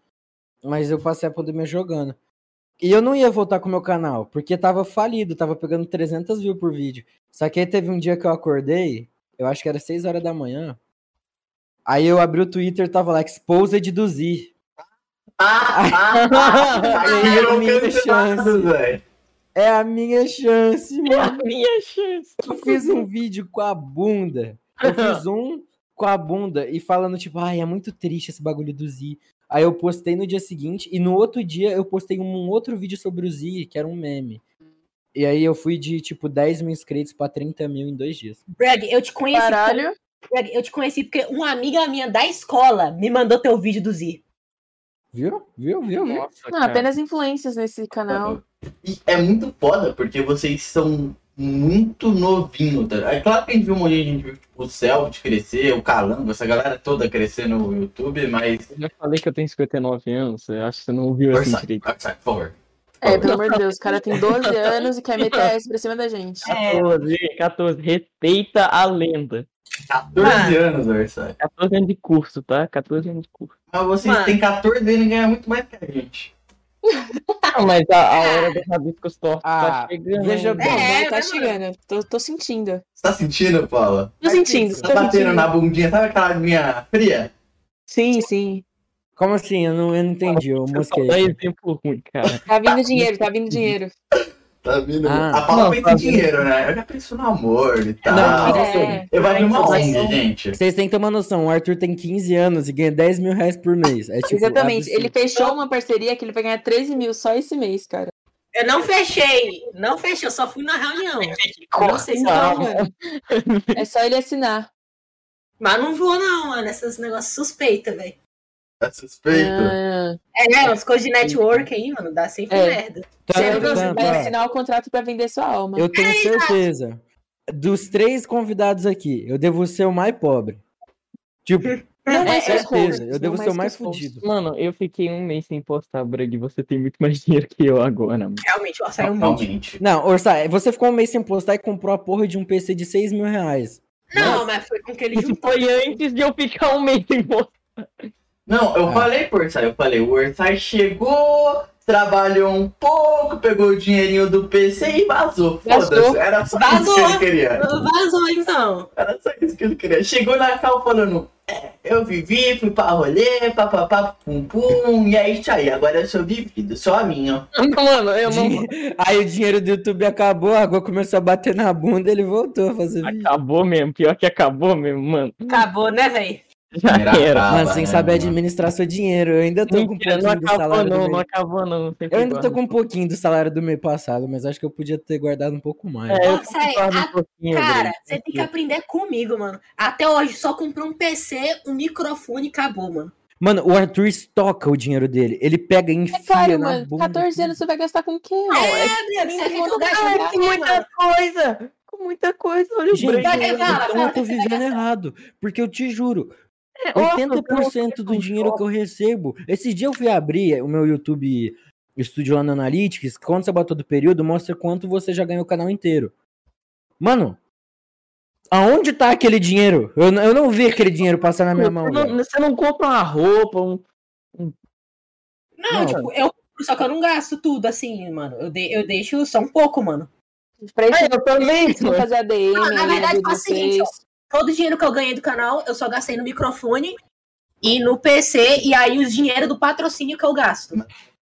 Speaker 3: Mas eu passei a pandemia jogando. E eu não ia voltar com o meu canal, porque tava falido, tava pegando 300 views por vídeo. Só que aí teve um dia que eu acordei, eu acho que era 6 horas da manhã. Aí eu abri o Twitter, tava lá, Exposed do Z.
Speaker 2: Ah,
Speaker 3: Aí eu me
Speaker 2: cancelados,
Speaker 3: chance.
Speaker 2: velho.
Speaker 3: É a minha chance, mano.
Speaker 5: minha chance.
Speaker 3: Eu fiz um vídeo com a bunda. Eu fiz um com a bunda e falando, tipo, ai, é muito triste esse bagulho do Z. Aí eu postei no dia seguinte e no outro dia eu postei um outro vídeo sobre o Z, que era um meme. E aí eu fui de, tipo, 10 mil inscritos pra 30 mil em dois dias.
Speaker 4: Breg, eu te conheci.
Speaker 1: Caralho.
Speaker 4: Breg, eu te conheci porque uma amiga minha da escola me mandou teu vídeo do Z.
Speaker 3: Viu? Viu? Viu? Viu?
Speaker 5: Nossa,
Speaker 1: Não,
Speaker 5: cara.
Speaker 1: apenas influências nesse canal.
Speaker 2: E é muito foda, porque vocês são muito novinhos. Tá? É claro que a gente viu um monte de gente, viu, tipo, o Celtic crescer, o Calango, essa galera toda crescer no YouTube, mas.
Speaker 5: Eu já falei que eu tenho 59 anos, eu acho que você não ouviu esse
Speaker 2: Força,
Speaker 5: direito.
Speaker 2: força, por favor.
Speaker 1: É, pelo amor de Deus, o cara tem 12 anos e quer meter essa pra cima da gente. Tá
Speaker 5: 14, 14, É. respeita a lenda.
Speaker 2: 14 anos, Versailles.
Speaker 5: 14 anos de curso, tá? 14 anos de curso.
Speaker 2: Mas vocês
Speaker 4: Mano.
Speaker 2: têm 14 anos e ganham muito mais que a gente.
Speaker 5: Não, Ah, mas a, a hora dos rabiscos tortos
Speaker 3: Ah,
Speaker 5: tá chegando.
Speaker 3: veja
Speaker 5: hein?
Speaker 3: bem.
Speaker 1: É,
Speaker 4: É,
Speaker 1: tá
Speaker 4: né,
Speaker 1: chegando. Tô, tô sentindo.
Speaker 2: Você tá sentindo, Paula?
Speaker 1: Tô
Speaker 3: Mas
Speaker 1: sentindo,
Speaker 3: isso,
Speaker 2: Tá
Speaker 1: tô
Speaker 2: batendo
Speaker 1: sentindo.
Speaker 2: na bundinha, sabe aquela aguinha fria?
Speaker 1: Sim, sim.
Speaker 3: Como assim? Eu não, eu não entendi, eu
Speaker 5: Você só dá
Speaker 3: mosquei.
Speaker 5: exemplo ruim, cara.
Speaker 1: Tá vindo dinheiro, tá vindo dinheiro.
Speaker 2: Tá vindo.
Speaker 3: Ah.
Speaker 2: a Paula
Speaker 5: Não,
Speaker 2: pensa
Speaker 5: tá
Speaker 2: em
Speaker 5: vindo.
Speaker 2: dinheiro, né? Eu já penso no amor e tal.
Speaker 3: Não, mas
Speaker 1: É.
Speaker 3: assim,
Speaker 2: Eu vou de uma
Speaker 1: Mas
Speaker 2: ONG,
Speaker 1: são-
Speaker 2: gente.
Speaker 3: vocês têm que ter uma noção, o Arthur tem 15 anos e ganha 10 mil reais por mês. É, tipo,
Speaker 1: Exatamente.
Speaker 3: absurdo.
Speaker 1: Ele fechou uma parceria que ele vai ganhar 13 mil só esse mês, cara.
Speaker 4: Eu não fechei, não fechei, eu só fui na reunião. Não sei se
Speaker 1: Então,
Speaker 4: não, mano.
Speaker 1: mano, é só ele assinar.
Speaker 4: Mas não vou, não, mano. Esses negócios suspeitos, velho.
Speaker 2: Tá suspeito?
Speaker 1: Ah,
Speaker 4: É, umas coisas de network aí, mano, dá sempre
Speaker 1: É.
Speaker 4: merda.
Speaker 1: Você
Speaker 2: Tá,
Speaker 3: Tanto, tanto,
Speaker 1: vai
Speaker 3: ó.
Speaker 5: né?
Speaker 1: assinar o contrato pra vender sua alma.
Speaker 3: Tá, Eu
Speaker 5: É
Speaker 3: tenho certeza. Dos três convidados aqui, eu devo ser o mais pobre.
Speaker 5: *laughs*
Speaker 3: Tipo,
Speaker 5: É,
Speaker 4: É,
Speaker 1: Não
Speaker 3: com
Speaker 1: mais que os
Speaker 3: certeza.
Speaker 1: hosts,
Speaker 3: Eu devo
Speaker 1: não
Speaker 3: ser o
Speaker 1: que
Speaker 3: mais
Speaker 1: os hosts.
Speaker 3: fudido.
Speaker 5: Mano, eu fiquei um mês sem postar, Brug. Você tem muito mais dinheiro que eu agora, mano.
Speaker 4: Realmente, ó, saiu um monte.
Speaker 2: Totalmente.
Speaker 3: Não, Orsa, você ficou um mês sem postar e comprou a porra de um PC de 6 mil reais.
Speaker 4: Não, mas foi com que ele
Speaker 5: Isso
Speaker 4: juntou.
Speaker 5: foi antes de eu ficar um mês sem postar.
Speaker 2: Não, eu
Speaker 3: Ah.
Speaker 2: falei pro Ursai, eu falei, o Ursai chegou, trabalhou um pouco, pegou o dinheirinho do PC e vazou.
Speaker 1: Vazou.
Speaker 2: Foda-se, era só isso
Speaker 4: Vazou.
Speaker 2: que ele queria.
Speaker 4: Vazou, então.
Speaker 2: Era só isso que ele queria. Chegou na cal falando, é, eu vivi, fui pra rolê, papapá, pum pum, e é isso aí, agora eu sou vivido, só a minha.
Speaker 5: Mano, eu não.
Speaker 3: *laughs* Aí o dinheiro do YouTube acabou, a água começou a bater na bunda ele voltou a fazer vídeo.
Speaker 5: Acabou mesmo, pior que acabou mesmo, mano.
Speaker 4: Acabou, né, velho?
Speaker 5: Já era.
Speaker 3: Mano, sem saber administrar seu dinheiro. Eu ainda tô com um
Speaker 5: Mentira, não
Speaker 3: pouquinho do
Speaker 5: acabou
Speaker 3: salário. do
Speaker 5: não,
Speaker 3: mês-
Speaker 5: não acabou não. sempre
Speaker 3: Eu ainda tô
Speaker 5: guardo.
Speaker 3: com um pouquinho do salário do mês passado, mas acho que eu podia ter guardado um pouco mais.
Speaker 5: É, eu
Speaker 4: Nossa,
Speaker 5: sempre
Speaker 4: é,
Speaker 5: guardo
Speaker 4: a-
Speaker 5: um pouquinho,
Speaker 4: Cara,
Speaker 5: Brug.
Speaker 4: você tem que aprender comigo, mano. Até hoje, só comprou um PC, um microfone e acabou, mano.
Speaker 3: Mano, o Arthur estoca o dinheiro dele. Ele pega e enfia
Speaker 1: É claro,
Speaker 3: na
Speaker 1: mano.
Speaker 3: bunda. assim.
Speaker 1: 14 anos você vai gastar com o quê? mano? É que
Speaker 4: É,
Speaker 1: nem
Speaker 4: você
Speaker 1: todo
Speaker 4: fica
Speaker 1: mundo gasta
Speaker 4: gastando
Speaker 1: com
Speaker 4: com muita-
Speaker 5: coisa! Com muita coisa, olha o
Speaker 3: Gente,
Speaker 5: branco.
Speaker 4: Vai,
Speaker 3: então
Speaker 4: fala, fala,
Speaker 3: eu tô vivendo errado. Porque eu te juro,
Speaker 5: É, óbvio, branco,
Speaker 3: 80% do dinheiro que eu recebo. Esse dia eu fui abrir o meu YouTube Studio lá no Analytics. Quando você bota do período, mostra quanto você já ganhou o canal inteiro. Mano, aonde tá aquele dinheiro? Eu, n- eu não vi aquele dinheiro passar na minha mão.
Speaker 5: Você não-
Speaker 3: velho.
Speaker 5: você não compra uma roupa, um
Speaker 4: Não,
Speaker 3: Não,
Speaker 4: tipo, eu. Só que eu não gasto tudo assim, mano. Eu, de- eu deixo só um pouco, mano.
Speaker 1: Pra isso,
Speaker 5: É, eu também,
Speaker 1: vocês vão
Speaker 5: mano.
Speaker 1: fazer ADM.
Speaker 4: Não, na
Speaker 1: aí,
Speaker 4: verdade,
Speaker 1: de
Speaker 4: faz o seguinte,
Speaker 1: vocês.
Speaker 4: Todo o dinheiro que eu ganhei do canal, eu só gastei no microfone e no PC, e aí o dinheiro do patrocínio que eu gasto.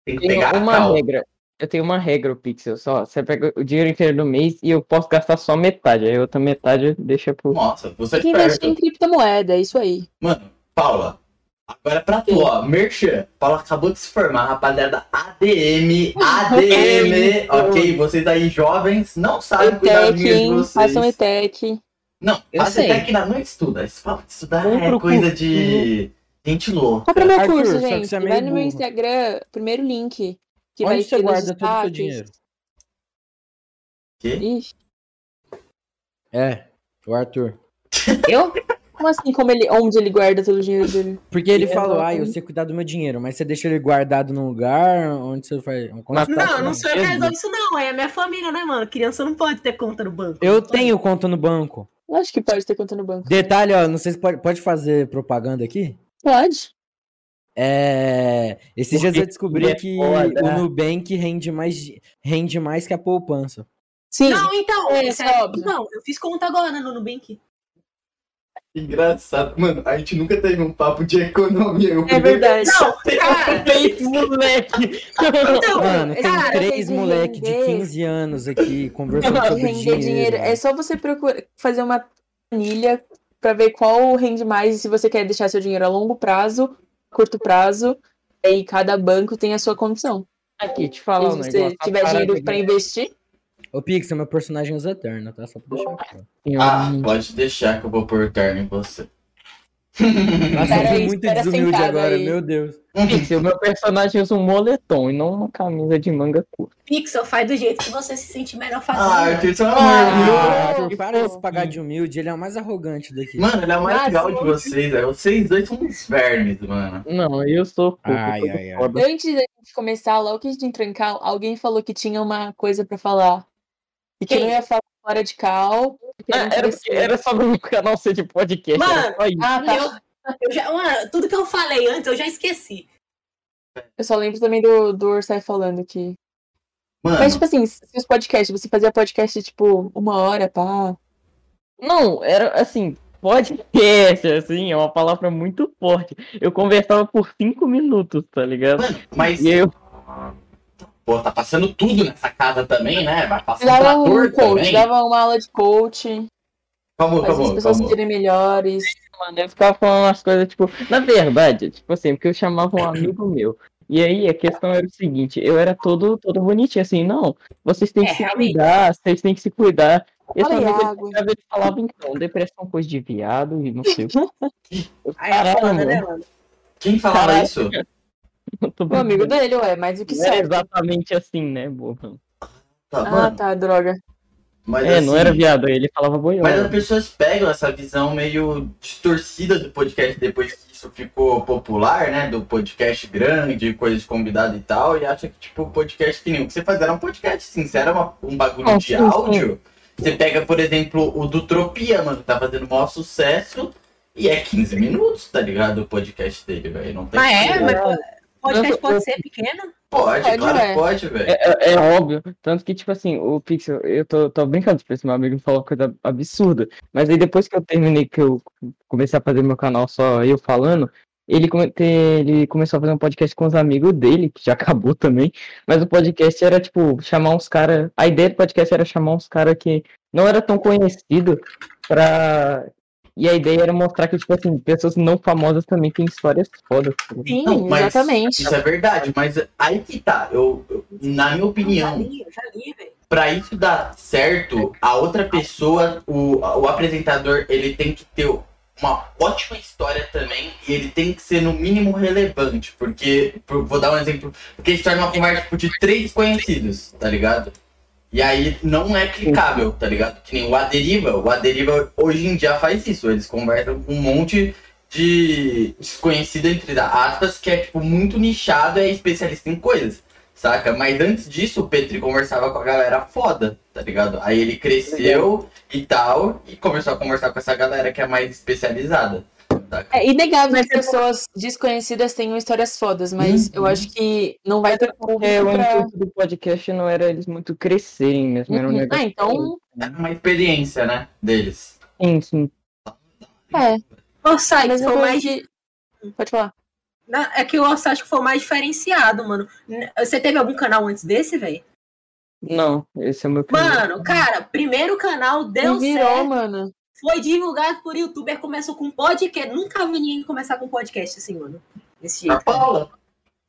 Speaker 2: Tem que
Speaker 5: Tenho
Speaker 2: pegar
Speaker 5: uma
Speaker 2: tal.
Speaker 5: regra. Eu tenho uma regra, o Pixel, só. Você pega o dinheiro inteiro do mês e eu posso gastar só metade. Aí a outra metade deixa pro.
Speaker 2: Nossa, você
Speaker 3: Tá
Speaker 1: Tem que
Speaker 2: perto.
Speaker 1: investir em criptomoeda, é isso aí.
Speaker 2: Mano, Paula, agora é pra tu, ó. Merchan, Paula acabou de se formar, rapaziada. ADM, ADM, ok? Vocês aí jovens não sabem cuidar dos
Speaker 1: ETEC,
Speaker 2: meninos de
Speaker 1: hein?
Speaker 2: vocês.
Speaker 1: Façam ETEC.
Speaker 2: Não,
Speaker 4: Eu
Speaker 2: faça
Speaker 4: sei.
Speaker 2: até que não estuda. Isso Fala de estudar
Speaker 5: Vamos
Speaker 2: é
Speaker 5: pro
Speaker 2: coisa de gente louca.
Speaker 1: Compra meu
Speaker 3: Arthur,
Speaker 1: curso,
Speaker 3: só que
Speaker 1: gente.
Speaker 3: você é meio
Speaker 1: Vai no meu
Speaker 3: burro.
Speaker 1: Instagram, primeiro link. Que vai
Speaker 3: Onde
Speaker 1: ter
Speaker 3: você
Speaker 1: nos
Speaker 3: guarda todo o seu
Speaker 1: destaques.
Speaker 3: dinheiro?
Speaker 2: Quê?
Speaker 1: Ixi,
Speaker 3: É, o Arthur.
Speaker 4: Eu?
Speaker 1: como assim? Como ele, onde ele guarda todo o dinheiro dele?
Speaker 3: Porque ele
Speaker 1: Eu
Speaker 3: falou,
Speaker 1: não-
Speaker 3: ah, eu sei cuidar do meu dinheiro, mas você deixa ele guardado num lugar onde você faz. onde
Speaker 5: Mas-
Speaker 3: tá
Speaker 4: Não,
Speaker 3: com-
Speaker 4: não sou eu que
Speaker 5: Entendi.
Speaker 4: resolvo isso, não. É a minha família, né, mano? Criança não pode ter conta no banco.
Speaker 3: Eu
Speaker 4: Não pode.
Speaker 3: tenho conta no banco.
Speaker 1: Eu acho que pode ter conta no banco.
Speaker 3: Detalhe, ó, não sei se pode, pode fazer propaganda aqui.
Speaker 1: Pode.
Speaker 3: É. Esses dias eu descobri
Speaker 5: é
Speaker 3: que
Speaker 5: foda.
Speaker 3: o Nubank rende mais, di- rende mais que a poupança.
Speaker 1: Sim.
Speaker 4: Não, então.
Speaker 1: É,
Speaker 4: isso
Speaker 1: isso é óbvio.
Speaker 4: Não, eu fiz conta agora no Nubank.
Speaker 2: Engraçado. Mano, a gente nunca teve um papo de economia. Eu
Speaker 1: É verdade.
Speaker 4: Não, cara.
Speaker 5: moleque!
Speaker 4: Então,
Speaker 3: Mano, tem
Speaker 4: cara,
Speaker 3: três
Speaker 1: tem que
Speaker 3: moleque de
Speaker 1: render.
Speaker 3: 15 anos aqui conversando
Speaker 1: De
Speaker 3: sobre
Speaker 1: render
Speaker 3: dinheiro.
Speaker 1: dinheiro. É só você procurar fazer uma planilha pra ver qual rende mais e se você quer deixar seu dinheiro a longo prazo, curto prazo. E cada banco tem a sua condição.
Speaker 5: Aqui, te
Speaker 1: Se
Speaker 5: falar um
Speaker 1: você
Speaker 5: negócio. é
Speaker 1: tiver dinheiro pra investir, é
Speaker 3: Ô, Pix, meu personagem usa terno, tá? Só pra deixar claro.
Speaker 2: Ah,
Speaker 5: Ah,
Speaker 2: pode deixar que eu vou pôr terno em você.
Speaker 3: Nossa, eu
Speaker 1: Pera
Speaker 3: fui
Speaker 1: aí,
Speaker 3: muito
Speaker 1: espera
Speaker 3: desumilde
Speaker 1: sentado
Speaker 3: agora,
Speaker 1: aí.
Speaker 3: meu Deus.
Speaker 5: Pixel, meu personagem usa um moletom e não uma camisa de manga curta.
Speaker 4: Pixel faz do jeito que você se sente melhor
Speaker 2: Ah,
Speaker 4: fazendo.
Speaker 2: Arthur, seu amor,
Speaker 3: Ah,
Speaker 5: que
Speaker 3: Arthur, para de
Speaker 5: fofo.
Speaker 3: se pagar de humilde, ele é o mais arrogante daqui.
Speaker 2: viu? Mano, ele é o mais
Speaker 1: Mas
Speaker 2: legal de
Speaker 1: hoje-
Speaker 2: vocês, velho. Vocês dois são uns vermes, mano.
Speaker 5: Não, eu sou fofo,
Speaker 3: Ai,
Speaker 5: todo
Speaker 3: ai, ai.
Speaker 5: foda.
Speaker 1: antes da gente começar, logo que a gente entrancar, alguém falou que tinha uma coisa pra falar. E que
Speaker 4: Quem?
Speaker 1: não ia falar fora de cal. porque
Speaker 5: Ah,
Speaker 1: não
Speaker 5: era,
Speaker 1: parecia.
Speaker 5: era sobre o canal ser de podcast.
Speaker 4: Mano,
Speaker 5: era só isso.
Speaker 1: Ah, tá.
Speaker 4: Eu já, mano, tudo que eu falei antes, eu já esqueci.
Speaker 1: Eu só lembro também do, do Ursai falando que.
Speaker 2: Mano,
Speaker 1: Mas, tipo assim, se os podcasts, você fazia podcast, tipo, uma hora, pá.
Speaker 5: Não, era assim, podcast, assim, é uma palavra muito forte. Eu conversava por cinco minutos, tá ligado?
Speaker 2: mano, mas
Speaker 5: E eu,
Speaker 2: Pô, tá passando tudo nessa casa também, né? Vai passando
Speaker 1: Dava um
Speaker 2: trator
Speaker 1: coach,
Speaker 2: também.
Speaker 1: dava uma aula de coach,
Speaker 2: Calma,
Speaker 1: fazia as
Speaker 2: calma,
Speaker 1: pessoas se
Speaker 2: calma.
Speaker 1: serem melhores.
Speaker 5: mano, eu ficava falando umas coisas, tipo, na verdade, tipo assim, porque eu chamava um amigo meu. E aí a questão era o seguinte, eu era todo, todo bonitinho, assim, não, vocês têm que
Speaker 4: É,
Speaker 5: se
Speaker 4: realmente.
Speaker 5: cuidar, vocês têm que se cuidar. Esse
Speaker 1: Olha aí,
Speaker 5: amigo, ele
Speaker 1: água.
Speaker 5: ficava, ele falava, então, depressão é coisa de viado e não sei o que.
Speaker 4: *laughs*
Speaker 5: Eu,
Speaker 4: Aí é
Speaker 5: Caralho,
Speaker 4: foda, né,
Speaker 5: mano,
Speaker 4: mano?
Speaker 2: Quem falava
Speaker 5: Caraca.
Speaker 2: isso?
Speaker 5: eu tô
Speaker 1: O amigo
Speaker 5: brincando.
Speaker 1: dele, ué, mas o que
Speaker 2: É,
Speaker 5: Não era
Speaker 1: serve?
Speaker 5: exatamente assim, né, boba?
Speaker 2: Tá,
Speaker 1: Ah,
Speaker 2: mano.
Speaker 1: tá, droga.
Speaker 2: Mas
Speaker 5: É,
Speaker 2: assim,
Speaker 5: não era viado, ele falava boiola.
Speaker 2: Mas as pessoas pegam essa visão meio distorcida do podcast depois que isso ficou popular, né? Do podcast grande, coisa de convidado e tal, e acham que, tipo, podcast que nem o que você faz era um podcast sincero, uma, um bagulho
Speaker 1: É,
Speaker 5: Não,
Speaker 2: de
Speaker 5: sim, sim.
Speaker 2: áudio. Você pega, por exemplo, o do Tropia, mano, que tá fazendo o maior sucesso, e é 15 minutos, tá ligado? O podcast dele, velho. Não tem
Speaker 1: Ah,
Speaker 4: Mas é,
Speaker 2: como.
Speaker 4: mas podcast
Speaker 5: Eu-
Speaker 4: pode
Speaker 5: eu-
Speaker 4: ser pequeno?
Speaker 2: Pode,
Speaker 1: Pode,
Speaker 2: claro que
Speaker 1: velho.
Speaker 2: pode, velho.
Speaker 5: É, é óbvio. Tanto que, tipo assim, o Pixel, eu tô, tô brincando, tipo, esse meu amigo falou coisa absurda. Mas aí depois que eu terminei, que eu comecei a fazer meu canal só eu falando, ele, come- te- ele começou a fazer um podcast com os amigos dele, que já *laughs* acabou também. Mas o podcast era, tipo, chamar uns caras. A ideia do podcast era chamar uns caras que não era tão conhecido pra. E a ideia era mostrar que, tipo assim, pessoas não famosas também têm histórias fodas. tipo.
Speaker 1: Sim,
Speaker 2: Não, mas
Speaker 1: exatamente.
Speaker 2: Isso é verdade, mas aí que tá. Eu, eu- na minha
Speaker 4: Já
Speaker 2: opinião,
Speaker 4: li, já li, velho.
Speaker 2: pra isso dar certo, a outra pessoa, o, o apresentador, ele tem que ter o- uma ótima história também e ele tem que ser no mínimo relevante, porque, por- vou dar um exemplo, porque a história é uma conversa tipo, de três conhecidos, tá ligado? E aí não é clicável, tá ligado? Que nem o Aderiva, o Aderiva hoje em dia faz isso, eles conversam com um monte de desconhecido entre aspas, que é tipo muito nichado, é especialista em coisas, saca? Mas antes disso, o Petri conversava com a galera foda, tá ligado? Aí ele cresceu e tal, e começou a conversar com essa galera que é mais especializada.
Speaker 1: É inegável
Speaker 4: Mas
Speaker 1: que
Speaker 4: é
Speaker 1: pessoas desconhecidas tenham histórias fodas,
Speaker 2: Uhum.
Speaker 1: mas eu acho que não vai ter público
Speaker 5: É, o
Speaker 1: pra...
Speaker 5: intuito do podcast não era eles muito crescerem mesmo, era um
Speaker 1: Uhum. Ah,
Speaker 5: negócio.
Speaker 1: então,
Speaker 2: É uma experiência, né, deles.
Speaker 5: Sim, sim.
Speaker 1: é.
Speaker 4: O Orsay
Speaker 1: Mas
Speaker 4: foi o
Speaker 1: eu
Speaker 4: mais.
Speaker 1: acho que- Pode falar.
Speaker 4: na- É que o Orsay acho que foi o mais diferenciado, mano. N- Você teve algum canal antes desse, velho?
Speaker 5: Não, esse é o meu primeiro.
Speaker 4: Mano, cara, primeiro canal deu
Speaker 1: Não virou,
Speaker 4: certo.
Speaker 1: mano.
Speaker 4: Foi divulgado por youtuber, começou com podcast. Nunca vi ninguém começar com podcast assim, mano. Desse
Speaker 2: A
Speaker 4: jeito.
Speaker 2: Paula,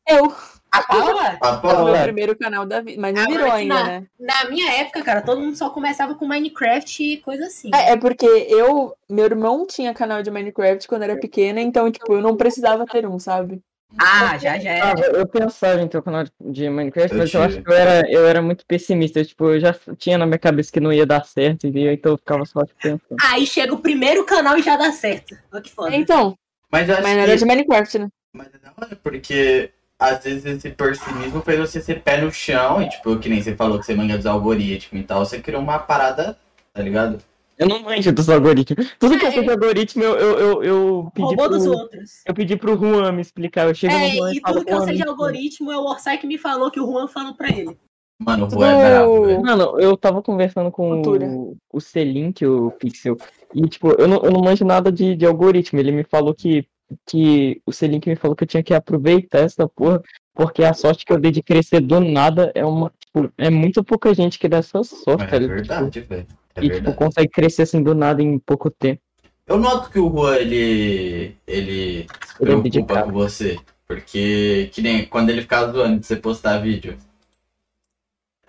Speaker 1: Eu.
Speaker 4: A Paula?
Speaker 2: a
Speaker 1: É o
Speaker 2: Paula.
Speaker 1: meu primeiro canal da vida, mas não
Speaker 4: Ah,
Speaker 1: virou
Speaker 4: mas
Speaker 1: ainda,
Speaker 4: na-
Speaker 1: né?
Speaker 4: Na minha época, cara, todo mundo só começava com Minecraft e coisa assim.
Speaker 1: É, é porque eu, meu irmão tinha canal de Minecraft quando era pequena, então, tipo, eu não precisava ter um, sabe?
Speaker 4: Ah, já, já
Speaker 5: Ah,
Speaker 4: era.
Speaker 5: eu pensava em ter o canal de- de Minecraft,
Speaker 2: Eu
Speaker 5: mas eu
Speaker 2: tive.
Speaker 5: acho que eu era, eu era muito pessimista. Tipo, eu já tinha na minha cabeça que não ia dar certo, entendeu? Então eu ficava só tipo, pensando.
Speaker 4: Aí chega o primeiro canal e já dá certo. Olha que foda.
Speaker 1: Então,
Speaker 2: Mas eu acho
Speaker 1: mas não era
Speaker 2: que
Speaker 1: de Minecraft, né?
Speaker 2: Mas não é porque às vezes esse pessimismo fez você ser pé no chão e, tipo, que nem você falou que você manga dos algoritmos e tal, você criou uma parada, tá ligado?
Speaker 5: Eu não manjo dos algoritmos. Tudo
Speaker 4: É.
Speaker 5: que eu sei de algoritmo, eu, eu, eu, eu pedi
Speaker 4: Roubou dos
Speaker 5: pro.
Speaker 4: outros.
Speaker 5: Eu pedi pro Juan me explicar. Eu chego no Juan
Speaker 4: É, e
Speaker 5: falo,
Speaker 4: tudo que eu
Speaker 5: "Juan,
Speaker 4: sei de
Speaker 5: me
Speaker 4: algoritmo é o Orsay que me falou que o Juan falou pra ele.
Speaker 2: Mano, o
Speaker 1: Tudo-
Speaker 2: Juan é brabo, velho.
Speaker 5: Mano, eu tava conversando com
Speaker 1: Cultura.
Speaker 5: o, o Celink, o Pixel, e tipo, eu não, eu não manjo nada de, de algoritmo. Ele me falou que, que. O Celink me falou que eu tinha que aproveitar essa porra, porque a sorte que eu dei de crescer do nada é uma. Tipo, é muito pouca gente que dá essa sorte,
Speaker 2: É
Speaker 5: tá ligado?
Speaker 2: verdade, velho. É
Speaker 5: e tipo,
Speaker 2: verdade.
Speaker 5: consegue crescer assim do nada em pouco tempo.
Speaker 2: Eu noto que o Juan, ele. ele se
Speaker 5: Ele é
Speaker 2: preocupa
Speaker 5: dedicado.
Speaker 2: com você. Porque, que nem quando ele ficava zoando de você postar vídeo.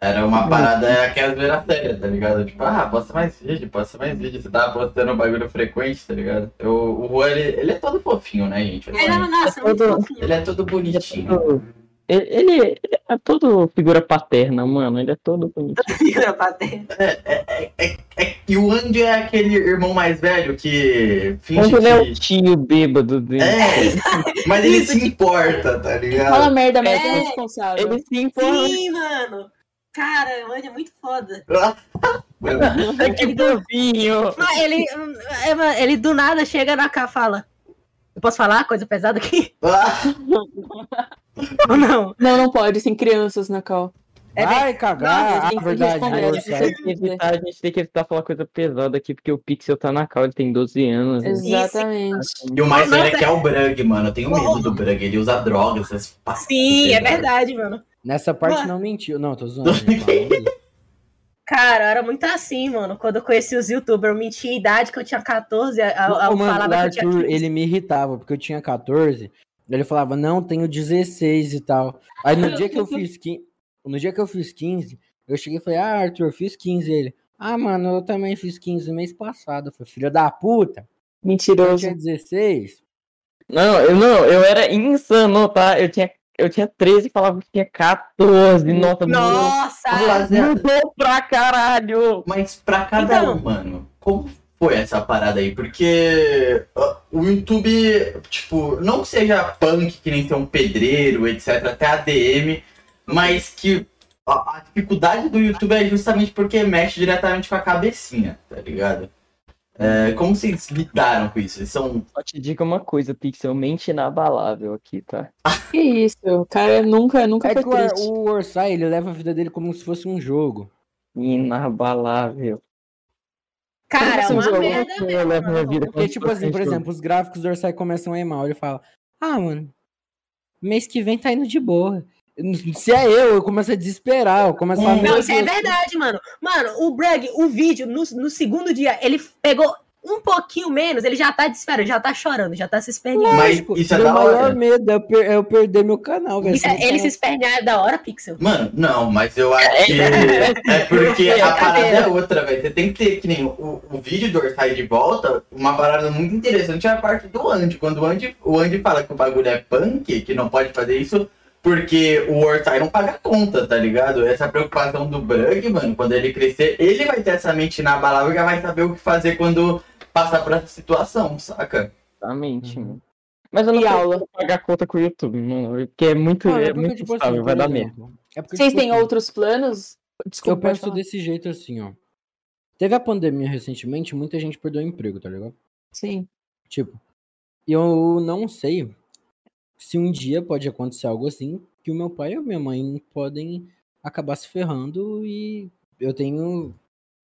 Speaker 2: Era uma
Speaker 5: Uhum.
Speaker 2: parada, era aquela zoeira séria, tá ligado? Tipo, ah, posta mais vídeo, posta mais vídeo. Você tava postando um bagulho frequente, tá ligado? Eu, o Juan, ele, ele é todo fofinho, né, gente?
Speaker 4: Ele é era, nossa, muito
Speaker 5: Todo-
Speaker 4: fofinho.
Speaker 2: Ele é todo
Speaker 5: Ele é
Speaker 2: bonitinho.
Speaker 5: todo. Ele, ele é todo figura paterna, mano. Ele é todo bonito.
Speaker 4: Figura paterna.
Speaker 2: E o Andy é aquele irmão mais velho que finge
Speaker 5: Mas ele é o
Speaker 2: que.
Speaker 5: tio bêbado dele.
Speaker 2: É, mas ele se importa, tá
Speaker 1: Fala
Speaker 2: ligado?
Speaker 1: merda, mas
Speaker 4: É.
Speaker 1: é responsável.
Speaker 5: Ele se informa
Speaker 4: Sim, mano. Cara, mano, é muito foda.
Speaker 2: *laughs* Mano,
Speaker 4: É
Speaker 5: que bovinho!
Speaker 4: Mas ele, é, mano, ele do nada chega na cá e fala. Eu posso falar coisa pesada aqui? *laughs*
Speaker 2: ah,
Speaker 4: Ou não?
Speaker 1: Não, não pode, sem crianças na call.
Speaker 4: É,
Speaker 3: Vai cagar.
Speaker 1: Não,
Speaker 3: Ah,
Speaker 1: tem que
Speaker 3: verdade.
Speaker 1: responder,
Speaker 3: eu
Speaker 1: tem que
Speaker 5: A
Speaker 3: sei.
Speaker 1: ser-
Speaker 5: gente tem que evitar- a gente tem que evitar falar coisa pesada aqui, porque o Pixel tá na cal, ele tem 12 anos. né?
Speaker 1: Exatamente.
Speaker 2: E o mais velho é que é o Brug, mano. Eu tenho medo do Brug. Ele usa drogas, essas paradas.
Speaker 4: Sim, é verdade, mano.
Speaker 3: Nessa parte
Speaker 4: Mano.
Speaker 3: não mentiu. Não, tô zoando. gente.
Speaker 4: Cara, eu era muito assim, mano. Quando eu conheci os youtubers, eu menti a idade que eu tinha 14, eu, eu
Speaker 3: Ô, mano, o
Speaker 4: falava que eu
Speaker 3: Arthur,
Speaker 4: tinha 15.
Speaker 3: ele me irritava, porque eu tinha 14, ele falava, não, tenho 16 e tal. Aí no dia que eu fiz 15, no dia que eu fiz 15, eu cheguei e falei, ah, Arthur, eu fiz 15. Ele, ah, mano, eu também fiz 15 mês passado. Eu falei, filha da puta, eu
Speaker 1: Mentiroso.
Speaker 3: tinha 16.
Speaker 5: Não, eu não, eu era insano, tá? Eu tinha, eu tinha 13 e falava que tinha 14. Nossa,
Speaker 3: é
Speaker 5: mudou-
Speaker 4: Nossa!
Speaker 5: mudou pra caralho!
Speaker 2: Mas pra cada
Speaker 4: Então.
Speaker 2: um, mano, como foi essa parada aí? Porque ó, o YouTube, tipo, não que seja punk, que nem ser um pedreiro, etc, até ADM, mas que a, a dificuldade do YouTube é justamente porque mexe diretamente com a cabecinha, tá ligado? É, como vocês lidaram com isso? Vocês são.
Speaker 5: Só te digo uma coisa, Pixel, mente inabalável aqui, tá?
Speaker 1: Que isso, o cara nunca, nunca
Speaker 3: É
Speaker 1: foi
Speaker 3: que o, Ar-
Speaker 1: triste.
Speaker 3: o Orsay, ele leva a vida dele como se fosse um jogo.
Speaker 5: Inabalável.
Speaker 4: Cara, é
Speaker 5: Assim,
Speaker 4: uma
Speaker 5: eu-
Speaker 4: merda
Speaker 5: eu
Speaker 4: mesmo,
Speaker 5: levo minha
Speaker 4: mano.
Speaker 5: vida como
Speaker 3: Porque,
Speaker 5: se
Speaker 3: tipo
Speaker 5: fosse
Speaker 3: assim,
Speaker 5: um
Speaker 3: por
Speaker 5: jogo.
Speaker 3: exemplo, os gráficos do Orsay começam a ir mal. Ele fala, ah, mano, mês que vem tá indo de boa. Se é eu, eu começo a desesperar, eu começo a...
Speaker 2: Não,
Speaker 3: "Meu
Speaker 4: Não, isso é
Speaker 3: Deus,
Speaker 4: verdade, mano. Mano, o Brag, o vídeo, no, no segundo dia, ele pegou um pouquinho menos, ele já tá desesperado, já tá chorando, já tá se esperneando.
Speaker 2: Mas
Speaker 3: Lógico,
Speaker 2: isso é
Speaker 3: Tipo, meu
Speaker 2: da
Speaker 3: maior
Speaker 2: hora.
Speaker 3: medo é eu, per- é eu perder meu canal, velho.
Speaker 4: Isso é- ele se espernear da hora, Pixel.
Speaker 2: Mano, não, mas eu acho que. É porque a parada é outra, velho. Você tem que ter, que nem o, o vídeo do Orsay de volta, uma parada muito interessante é a parte do Andy. Quando o Andy, o Andy fala que o bagulho é punk, que não pode fazer isso, porque o Orsay não paga a conta, tá ligado? Essa preocupação do Brug, mano, quando ele crescer, ele vai ter essa mente na palavra e já vai saber o que fazer quando passar por essa situação, saca?
Speaker 5: Exatamente, mano. tá Mas eu não quero pagar conta com o YouTube, mano. Porque é muito. é muito
Speaker 3: tipo assim,
Speaker 5: instável, vai dar merda.
Speaker 3: É
Speaker 1: Vocês têm outros planos?
Speaker 3: Eu
Speaker 1: Desculpa, pode
Speaker 3: tipo
Speaker 1: falar.
Speaker 3: assim, penso desse jeito assim, ó. Teve a pandemia recentemente, muita gente perdeu o emprego, tá ligado?
Speaker 1: Sim.
Speaker 3: Tipo, e eu não sei se um dia pode acontecer algo assim que o meu pai e a minha mãe podem acabar se ferrando e eu tenho.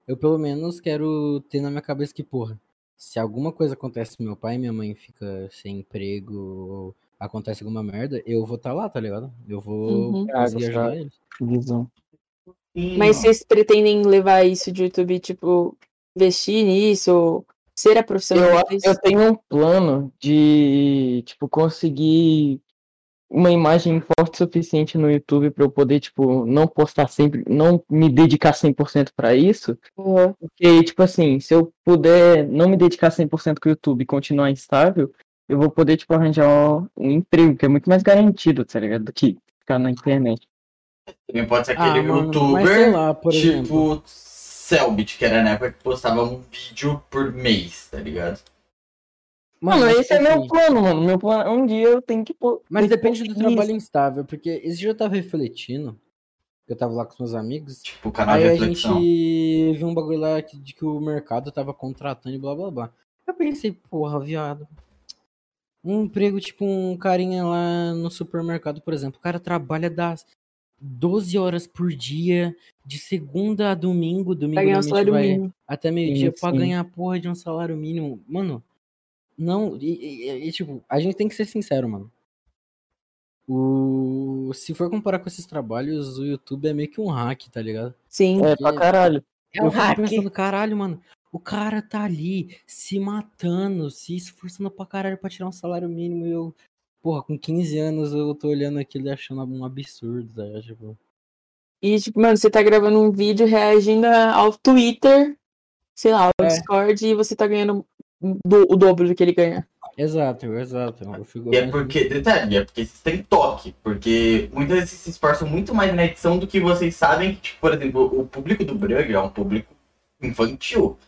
Speaker 3: Eu pelo menos quero ter na minha cabeça que, porra, se alguma coisa acontece com meu pai e minha mãe fica sem emprego ou acontece alguma merda, eu vou estar lá, tá ligado? Eu vou
Speaker 1: Uhum.
Speaker 3: conseguir
Speaker 5: Ah,
Speaker 3: ajudar
Speaker 5: gostado.
Speaker 3: eles.
Speaker 5: Visão.
Speaker 1: Mas vocês pretendem levar isso de YouTube, tipo, investir nisso? Ou ser a profissão
Speaker 5: Eu,
Speaker 1: de vocês?
Speaker 5: eu tenho um plano de, tipo, conseguir uma imagem forte o suficiente no YouTube pra eu poder, tipo, não postar sempre, não me dedicar 100% pra isso.
Speaker 1: Uhum.
Speaker 5: Porque, tipo assim, se eu puder não me dedicar 100% com o YouTube e continuar instável, eu vou poder, tipo, arranjar um emprego, que é muito mais garantido, tá ligado? Do que ficar na internet.
Speaker 2: Também pode ser
Speaker 3: Ah,
Speaker 2: aquele
Speaker 3: mano,
Speaker 2: youtuber.
Speaker 3: mas sei lá, por
Speaker 2: tipo,
Speaker 3: exemplo.
Speaker 2: Selbit, que era na época que postava um vídeo por mês, tá ligado?
Speaker 5: Mano,
Speaker 3: mas
Speaker 5: esse é
Speaker 3: tipo
Speaker 5: meu
Speaker 3: assim,
Speaker 5: plano, mano. Meu plano é um dia eu tenho que pôr.
Speaker 3: Mas
Speaker 5: tenho que
Speaker 3: depende do
Speaker 5: conseguir
Speaker 3: trabalho instável, porque esse dia eu tava refletindo, eu tava lá com os meus amigos,
Speaker 2: Tipo, canal
Speaker 3: aí
Speaker 2: de
Speaker 3: a
Speaker 2: reflexão.
Speaker 3: gente viu um bagulho lá que- de que o mercado tava contratando e blá blá blá. Eu pensei, porra, viado. Um emprego, tipo, um carinha lá no supermercado, por exemplo. O cara trabalha das 12 horas por dia, de segunda a domingo, domingo
Speaker 1: Pra ganhar um
Speaker 3: normalmente
Speaker 1: salário
Speaker 3: vai-
Speaker 1: mínimo.
Speaker 3: até meio-dia
Speaker 5: Sim,
Speaker 3: pra
Speaker 5: sim.
Speaker 3: ganhar a porra de um salário mínimo. Mano, não. E, e- e, tipo, a gente tem que ser sincero, mano. O... Se for comparar com esses trabalhos, o YouTube é meio que um hack, tá ligado?
Speaker 1: Sim.
Speaker 5: É, pra caralho.
Speaker 4: É um
Speaker 3: eu fico
Speaker 4: hack.
Speaker 3: pensando, caralho, mano, o cara tá ali se matando, se esforçando pra caralho pra tirar um salário mínimo e eu. Porra, com 15 anos eu tô olhando aquilo e achando um absurdo, tá ligado? Tipo,
Speaker 1: E, tipo, mano, você tá gravando um vídeo reagindo a- ao Twitter, sei lá, ao
Speaker 3: É.
Speaker 1: Discord, e você tá ganhando do- o dobro do que ele ganha.
Speaker 3: exato, exato. Eu
Speaker 2: E
Speaker 3: fico
Speaker 2: é
Speaker 3: pensando-
Speaker 2: porque, detalhe, é porque vocês têm toque. Porque muitas vezes vocês se esforçam muito mais na edição do que vocês sabem que, tipo, por exemplo, o público do Brug é um público infantil.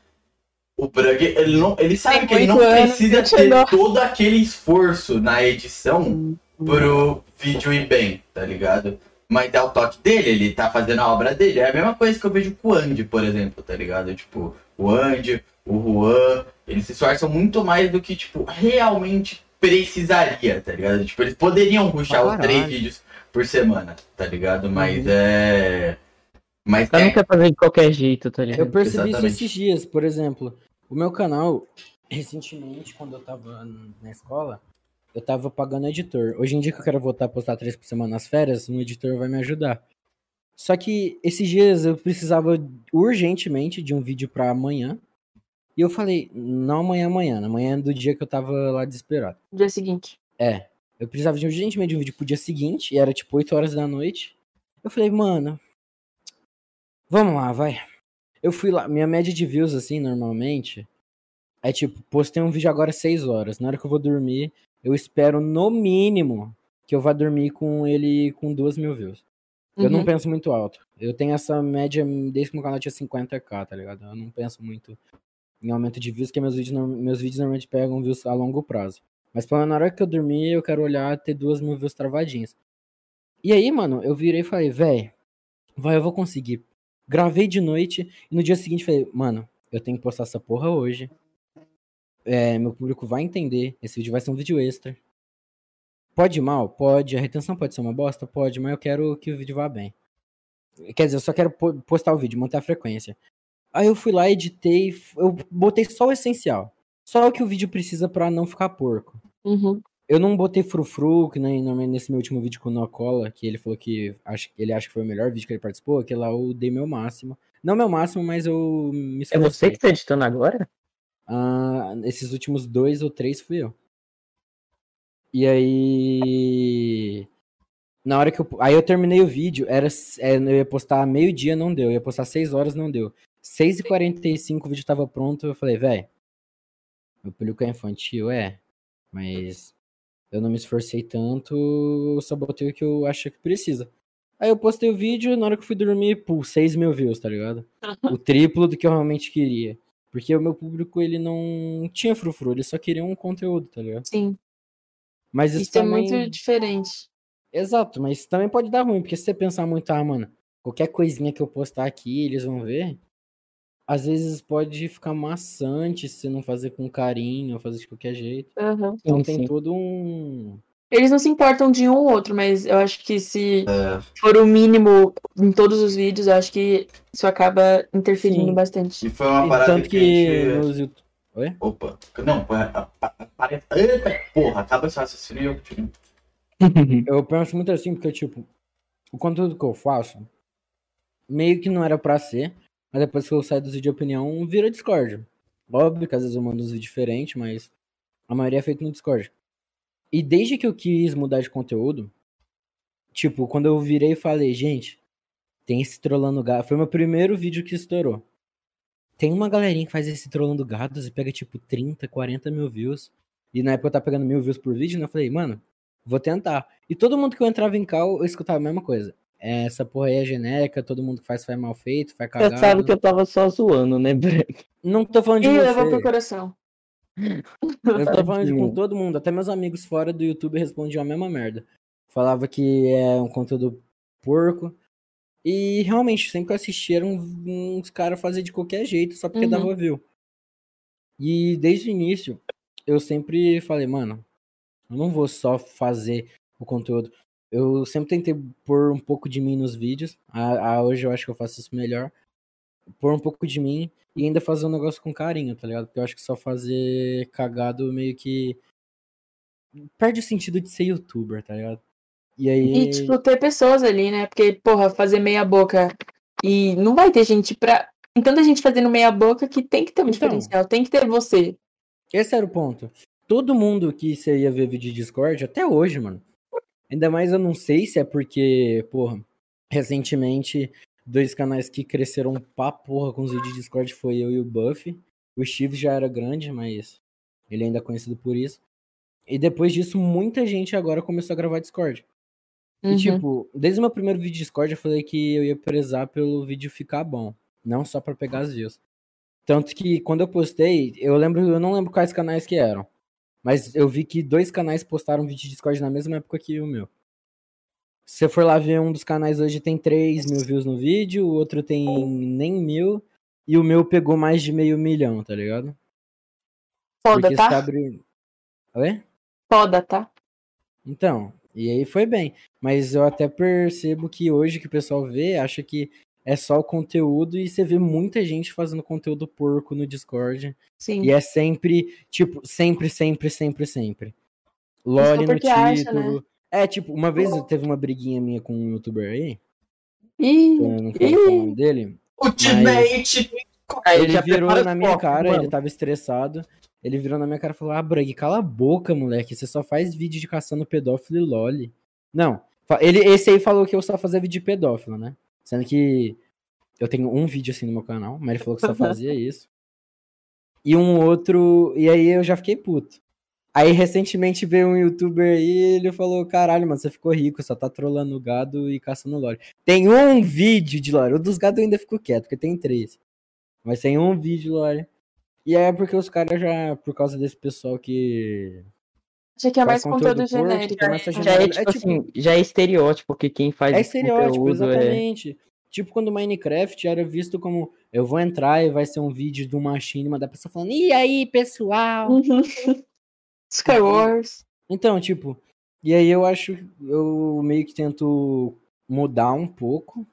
Speaker 2: O Brug, ele, não, ele sabe
Speaker 1: Tem
Speaker 2: que ele não
Speaker 1: oito anos,
Speaker 2: precisa
Speaker 1: gente,
Speaker 2: ter
Speaker 1: não.
Speaker 2: todo aquele esforço na edição
Speaker 3: Hum.
Speaker 2: pro vídeo ir bem, tá ligado? Mas é o toque dele, ele tá fazendo a obra dele. É a mesma coisa que eu vejo com o Andy, por exemplo, tá ligado? Tipo, o Andy, o Juan, eles se esforçam muito mais do que, tipo, realmente precisaria, tá ligado? Tipo, eles poderiam puxar os
Speaker 3: Caralho. Uhum.
Speaker 2: três vídeos por semana, tá ligado? Mas é. Mas é,
Speaker 5: Eu não
Speaker 2: tem.
Speaker 5: quero fazer é de qualquer jeito, tá ligado?
Speaker 3: Eu percebi isso
Speaker 2: Exatamente.
Speaker 3: esses dias, por exemplo. O meu canal, recentemente, quando eu tava n- na escola, eu tava pagando editor. Hoje em dia que eu quero voltar a postar três por semana nas férias, um editor vai me ajudar. Só que esses dias eu precisava urgentemente de um vídeo pra amanhã. E eu falei, não amanhã, é amanhã, amanhã do dia que eu tava lá desesperado.
Speaker 1: No dia seguinte.
Speaker 3: É. Eu precisava de urgentemente de um vídeo pro dia seguinte, e era tipo 8 horas da noite. Eu falei, mano. Vamos lá, vai. Eu fui lá, minha média de views, assim, normalmente, é tipo, postei um vídeo agora às 6 horas. Na hora que eu vou dormir, eu espero no mínimo que eu vá dormir com ele com 2 mil views. Eu não
Speaker 1: Uhum.
Speaker 3: penso muito alto. Eu tenho essa média desde que meu canal tinha 50k, tá ligado? Eu não penso muito em aumento de views, porque meus vídeos, norm- meus vídeos normalmente pegam views a longo prazo. Mas pelo menos na hora que eu dormir, eu quero olhar ter duas mil views travadinhas. E aí, mano, eu virei e falei, véi, vai, eu vou conseguir. Gravei de noite e no dia seguinte falei, mano, eu tenho que postar essa porra hoje. É, meu público vai entender, esse vídeo vai ser um vídeo extra. Pode ir mal? Pode. A retenção pode ser uma bosta? Pode, mas eu quero que o vídeo vá bem. Quer dizer, eu só quero po- postar o vídeo, manter a frequência. Aí eu fui lá, editei, f- eu botei só o essencial. Só o que o vídeo precisa pra não ficar porco.
Speaker 1: Uhum.
Speaker 3: Eu não botei frufru, que nem normalmente nesse meu último vídeo com o Nocola, que ele falou que acha- ele acha que foi o melhor vídeo que é ele participou, que lá eu dei meu máximo. Não meu máximo, mas eu me
Speaker 5: É
Speaker 3: esforcei.
Speaker 5: você que tá editando agora?
Speaker 3: Ah, esses últimos dois ou três fui eu. E aí. Na hora que eu. Aí eu terminei o vídeo, era, é, eu ia postar meio-dia, não deu. Eu ia postar 6 horas, não deu. 6h45 o vídeo tava pronto, eu falei, véi. Meu público é infantil, é. Mas eu não me esforcei tanto, eu só botei o que eu acho que precisa. Aí eu postei o vídeo, na hora que eu fui dormir, pô, 6 mil views, tá ligado? O triplo do que eu realmente queria. Porque o meu público, ele não tinha frufru, ele só queria um conteúdo, tá ligado?
Speaker 1: Sim.
Speaker 3: Mas isso,
Speaker 1: Isso
Speaker 3: também...
Speaker 1: é muito diferente.
Speaker 3: Exato, mas isso também pode dar ruim, porque se você pensar muito, ah, mano, qualquer coisinha que eu postar aqui, eles vão ver. Às vezes pode ficar maçante se não fazer com carinho, fazer de qualquer jeito.
Speaker 1: Aham.
Speaker 3: Então
Speaker 5: Sim,
Speaker 3: tem
Speaker 5: sim. *laughs*
Speaker 3: todo um.
Speaker 1: Eles não se importam de um ou outro, mas eu acho que se
Speaker 3: É.
Speaker 1: for o mínimo em todos os vídeos, eu acho que isso acaba interferindo
Speaker 3: Sim.
Speaker 1: bastante.
Speaker 2: E foi uma
Speaker 3: E
Speaker 2: parada
Speaker 3: tanto
Speaker 2: que,
Speaker 3: que
Speaker 2: a gente...
Speaker 3: nos YouTube.
Speaker 2: Opa, não, é, pa- pa- pa- parece... Eita, é, porra, acaba esse raciocínio e eu continuo.
Speaker 3: Eu penso muito assim, porque, tipo, o conteúdo que eu faço meio que não era pra ser, mas depois que eu saio dos vídeos de opinião, vira Discord. Óbvio que às vezes eu mando uns vídeos diferentes, mas a maioria é feito no Discord. E desde que eu quis mudar de conteúdo, tipo, quando eu virei e falei, gente, tem esse trollando gado. Foi meu primeiro vídeo que estourou. Tem uma galerinha que faz esse trollando gados e pega, tipo, 30, 40 mil views. E na época eu tava pegando mil views por vídeo, né? Eu falei, mano, vou tentar. E todo mundo que eu entrava em cal, eu escutava a mesma coisa. É, Essa porra aí é genérica, todo mundo que faz faz mal feito, faz cagado.
Speaker 5: Pensava que eu tava só zoando, né, Breno?
Speaker 3: Não tô falando
Speaker 1: E
Speaker 3: de você.
Speaker 1: levou pro coração.
Speaker 3: Eu tava falando
Speaker 5: Tadinho.
Speaker 3: com todo mundo, até meus amigos fora do YouTube respondiam a mesma merda. Falava que é um conteúdo porco. E realmente, sempre que eu assistia, eram uns caras fazer de qualquer jeito, só porque
Speaker 1: Uhum.
Speaker 3: dava view. E desde o início, eu sempre falei, mano, eu não vou só fazer o conteúdo. Eu sempre tentei pôr um pouco de mim nos vídeos. A, a- hoje eu acho que eu faço isso melhor. Pôr um pouco de mim e ainda fazer um negócio com carinho, tá ligado? Porque eu acho que só fazer cagado meio que. Perde o sentido de ser youtuber, tá ligado? E aí.
Speaker 1: E, tipo, ter pessoas ali, né? Porque, porra, fazer meia boca. E não vai ter gente pra. Tem tanta gente fazendo meia boca que tem que ter um
Speaker 3: Então.
Speaker 1: diferencial, tem que ter você.
Speaker 3: Esse era o ponto. Todo mundo que você ia ver vídeo de Discord, até hoje, mano. Ainda mais eu não sei se é porque, porra, recentemente, dois canais que cresceram pra porra com os vídeos de Discord foi eu e o Buff. O Steve já era grande, mas ele ainda é conhecido por isso. E depois disso, muita gente agora começou a gravar Discord. E,
Speaker 1: Uhum.
Speaker 3: tipo, desde o meu primeiro vídeo de Discord, eu falei que eu ia prezar pelo vídeo ficar bom. Não só pra pegar as views. Tanto que quando eu postei, eu lembro, eu não lembro quais canais que eram. Mas eu vi que dois canais postaram vídeo de Discord na mesma época que o meu. Se você for lá ver um dos canais hoje tem 3 mil views no vídeo, o outro tem nem mil, e o meu pegou mais de meio milhão, tá ligado?
Speaker 1: Foda,
Speaker 3: Porque
Speaker 1: tá?
Speaker 3: se abre- um- Oi?
Speaker 1: Foda, tá?
Speaker 3: Então, e aí foi bem. Mas eu até percebo que hoje que o pessoal vê, acha que é só o conteúdo e você vê muita gente fazendo conteúdo porco no Discord.
Speaker 1: Sim.
Speaker 3: E é sempre, tipo, sempre, sempre, sempre, sempre. Lore no
Speaker 1: porque acha, né?
Speaker 3: título. É, tipo, uma vez eu teve uma briguinha minha com um youtuber aí,
Speaker 1: Ih,
Speaker 3: que eu não quero falar o nome dele.
Speaker 2: Ultimate!
Speaker 5: *laughs* Aí
Speaker 3: Ele
Speaker 5: já
Speaker 3: virou
Speaker 5: prepara
Speaker 3: na
Speaker 5: o
Speaker 3: minha
Speaker 5: copo,
Speaker 3: cara,
Speaker 5: mano.
Speaker 3: ele tava estressado. Ele virou na minha cara e falou: Ah, Brug, cala a boca, moleque. Você só faz vídeo de caçando pedófilo e loli. Não, fa- ele, esse aí falou que eu só fazia vídeo de pedófilo, né? Sendo que eu tenho um vídeo assim no meu canal, mas ele
Speaker 5: *laughs*
Speaker 3: falou que só fazia isso. E um outro. E aí eu já fiquei puto. Aí recentemente veio um youtuber aí e ele falou: Caralho, mano, você ficou rico, só tá trolando gado e caçando lore. Tem um vídeo de lore. O dos gados eu ainda fico quieto, porque tem três. Mas tem um vídeo lá. né? E é porque os caras já, por causa desse pessoal que.
Speaker 1: acha que é mais
Speaker 3: faz
Speaker 1: conteúdo,
Speaker 3: porco,
Speaker 1: genérico. né?
Speaker 3: começa a
Speaker 5: Já é,
Speaker 3: generalizar.
Speaker 5: tipo assim, já é estereótipo que quem faz
Speaker 3: é
Speaker 5: esse
Speaker 3: estereótipo,
Speaker 5: conteúdo é...
Speaker 3: exatamente. Tipo quando Minecraft era visto como eu vou entrar e vai ser um vídeo do machinima da pessoa falando, e aí, pessoal?
Speaker 1: Uhum. Skywars.
Speaker 3: Então, tipo, e aí eu acho, eu meio que tento mudar um pouco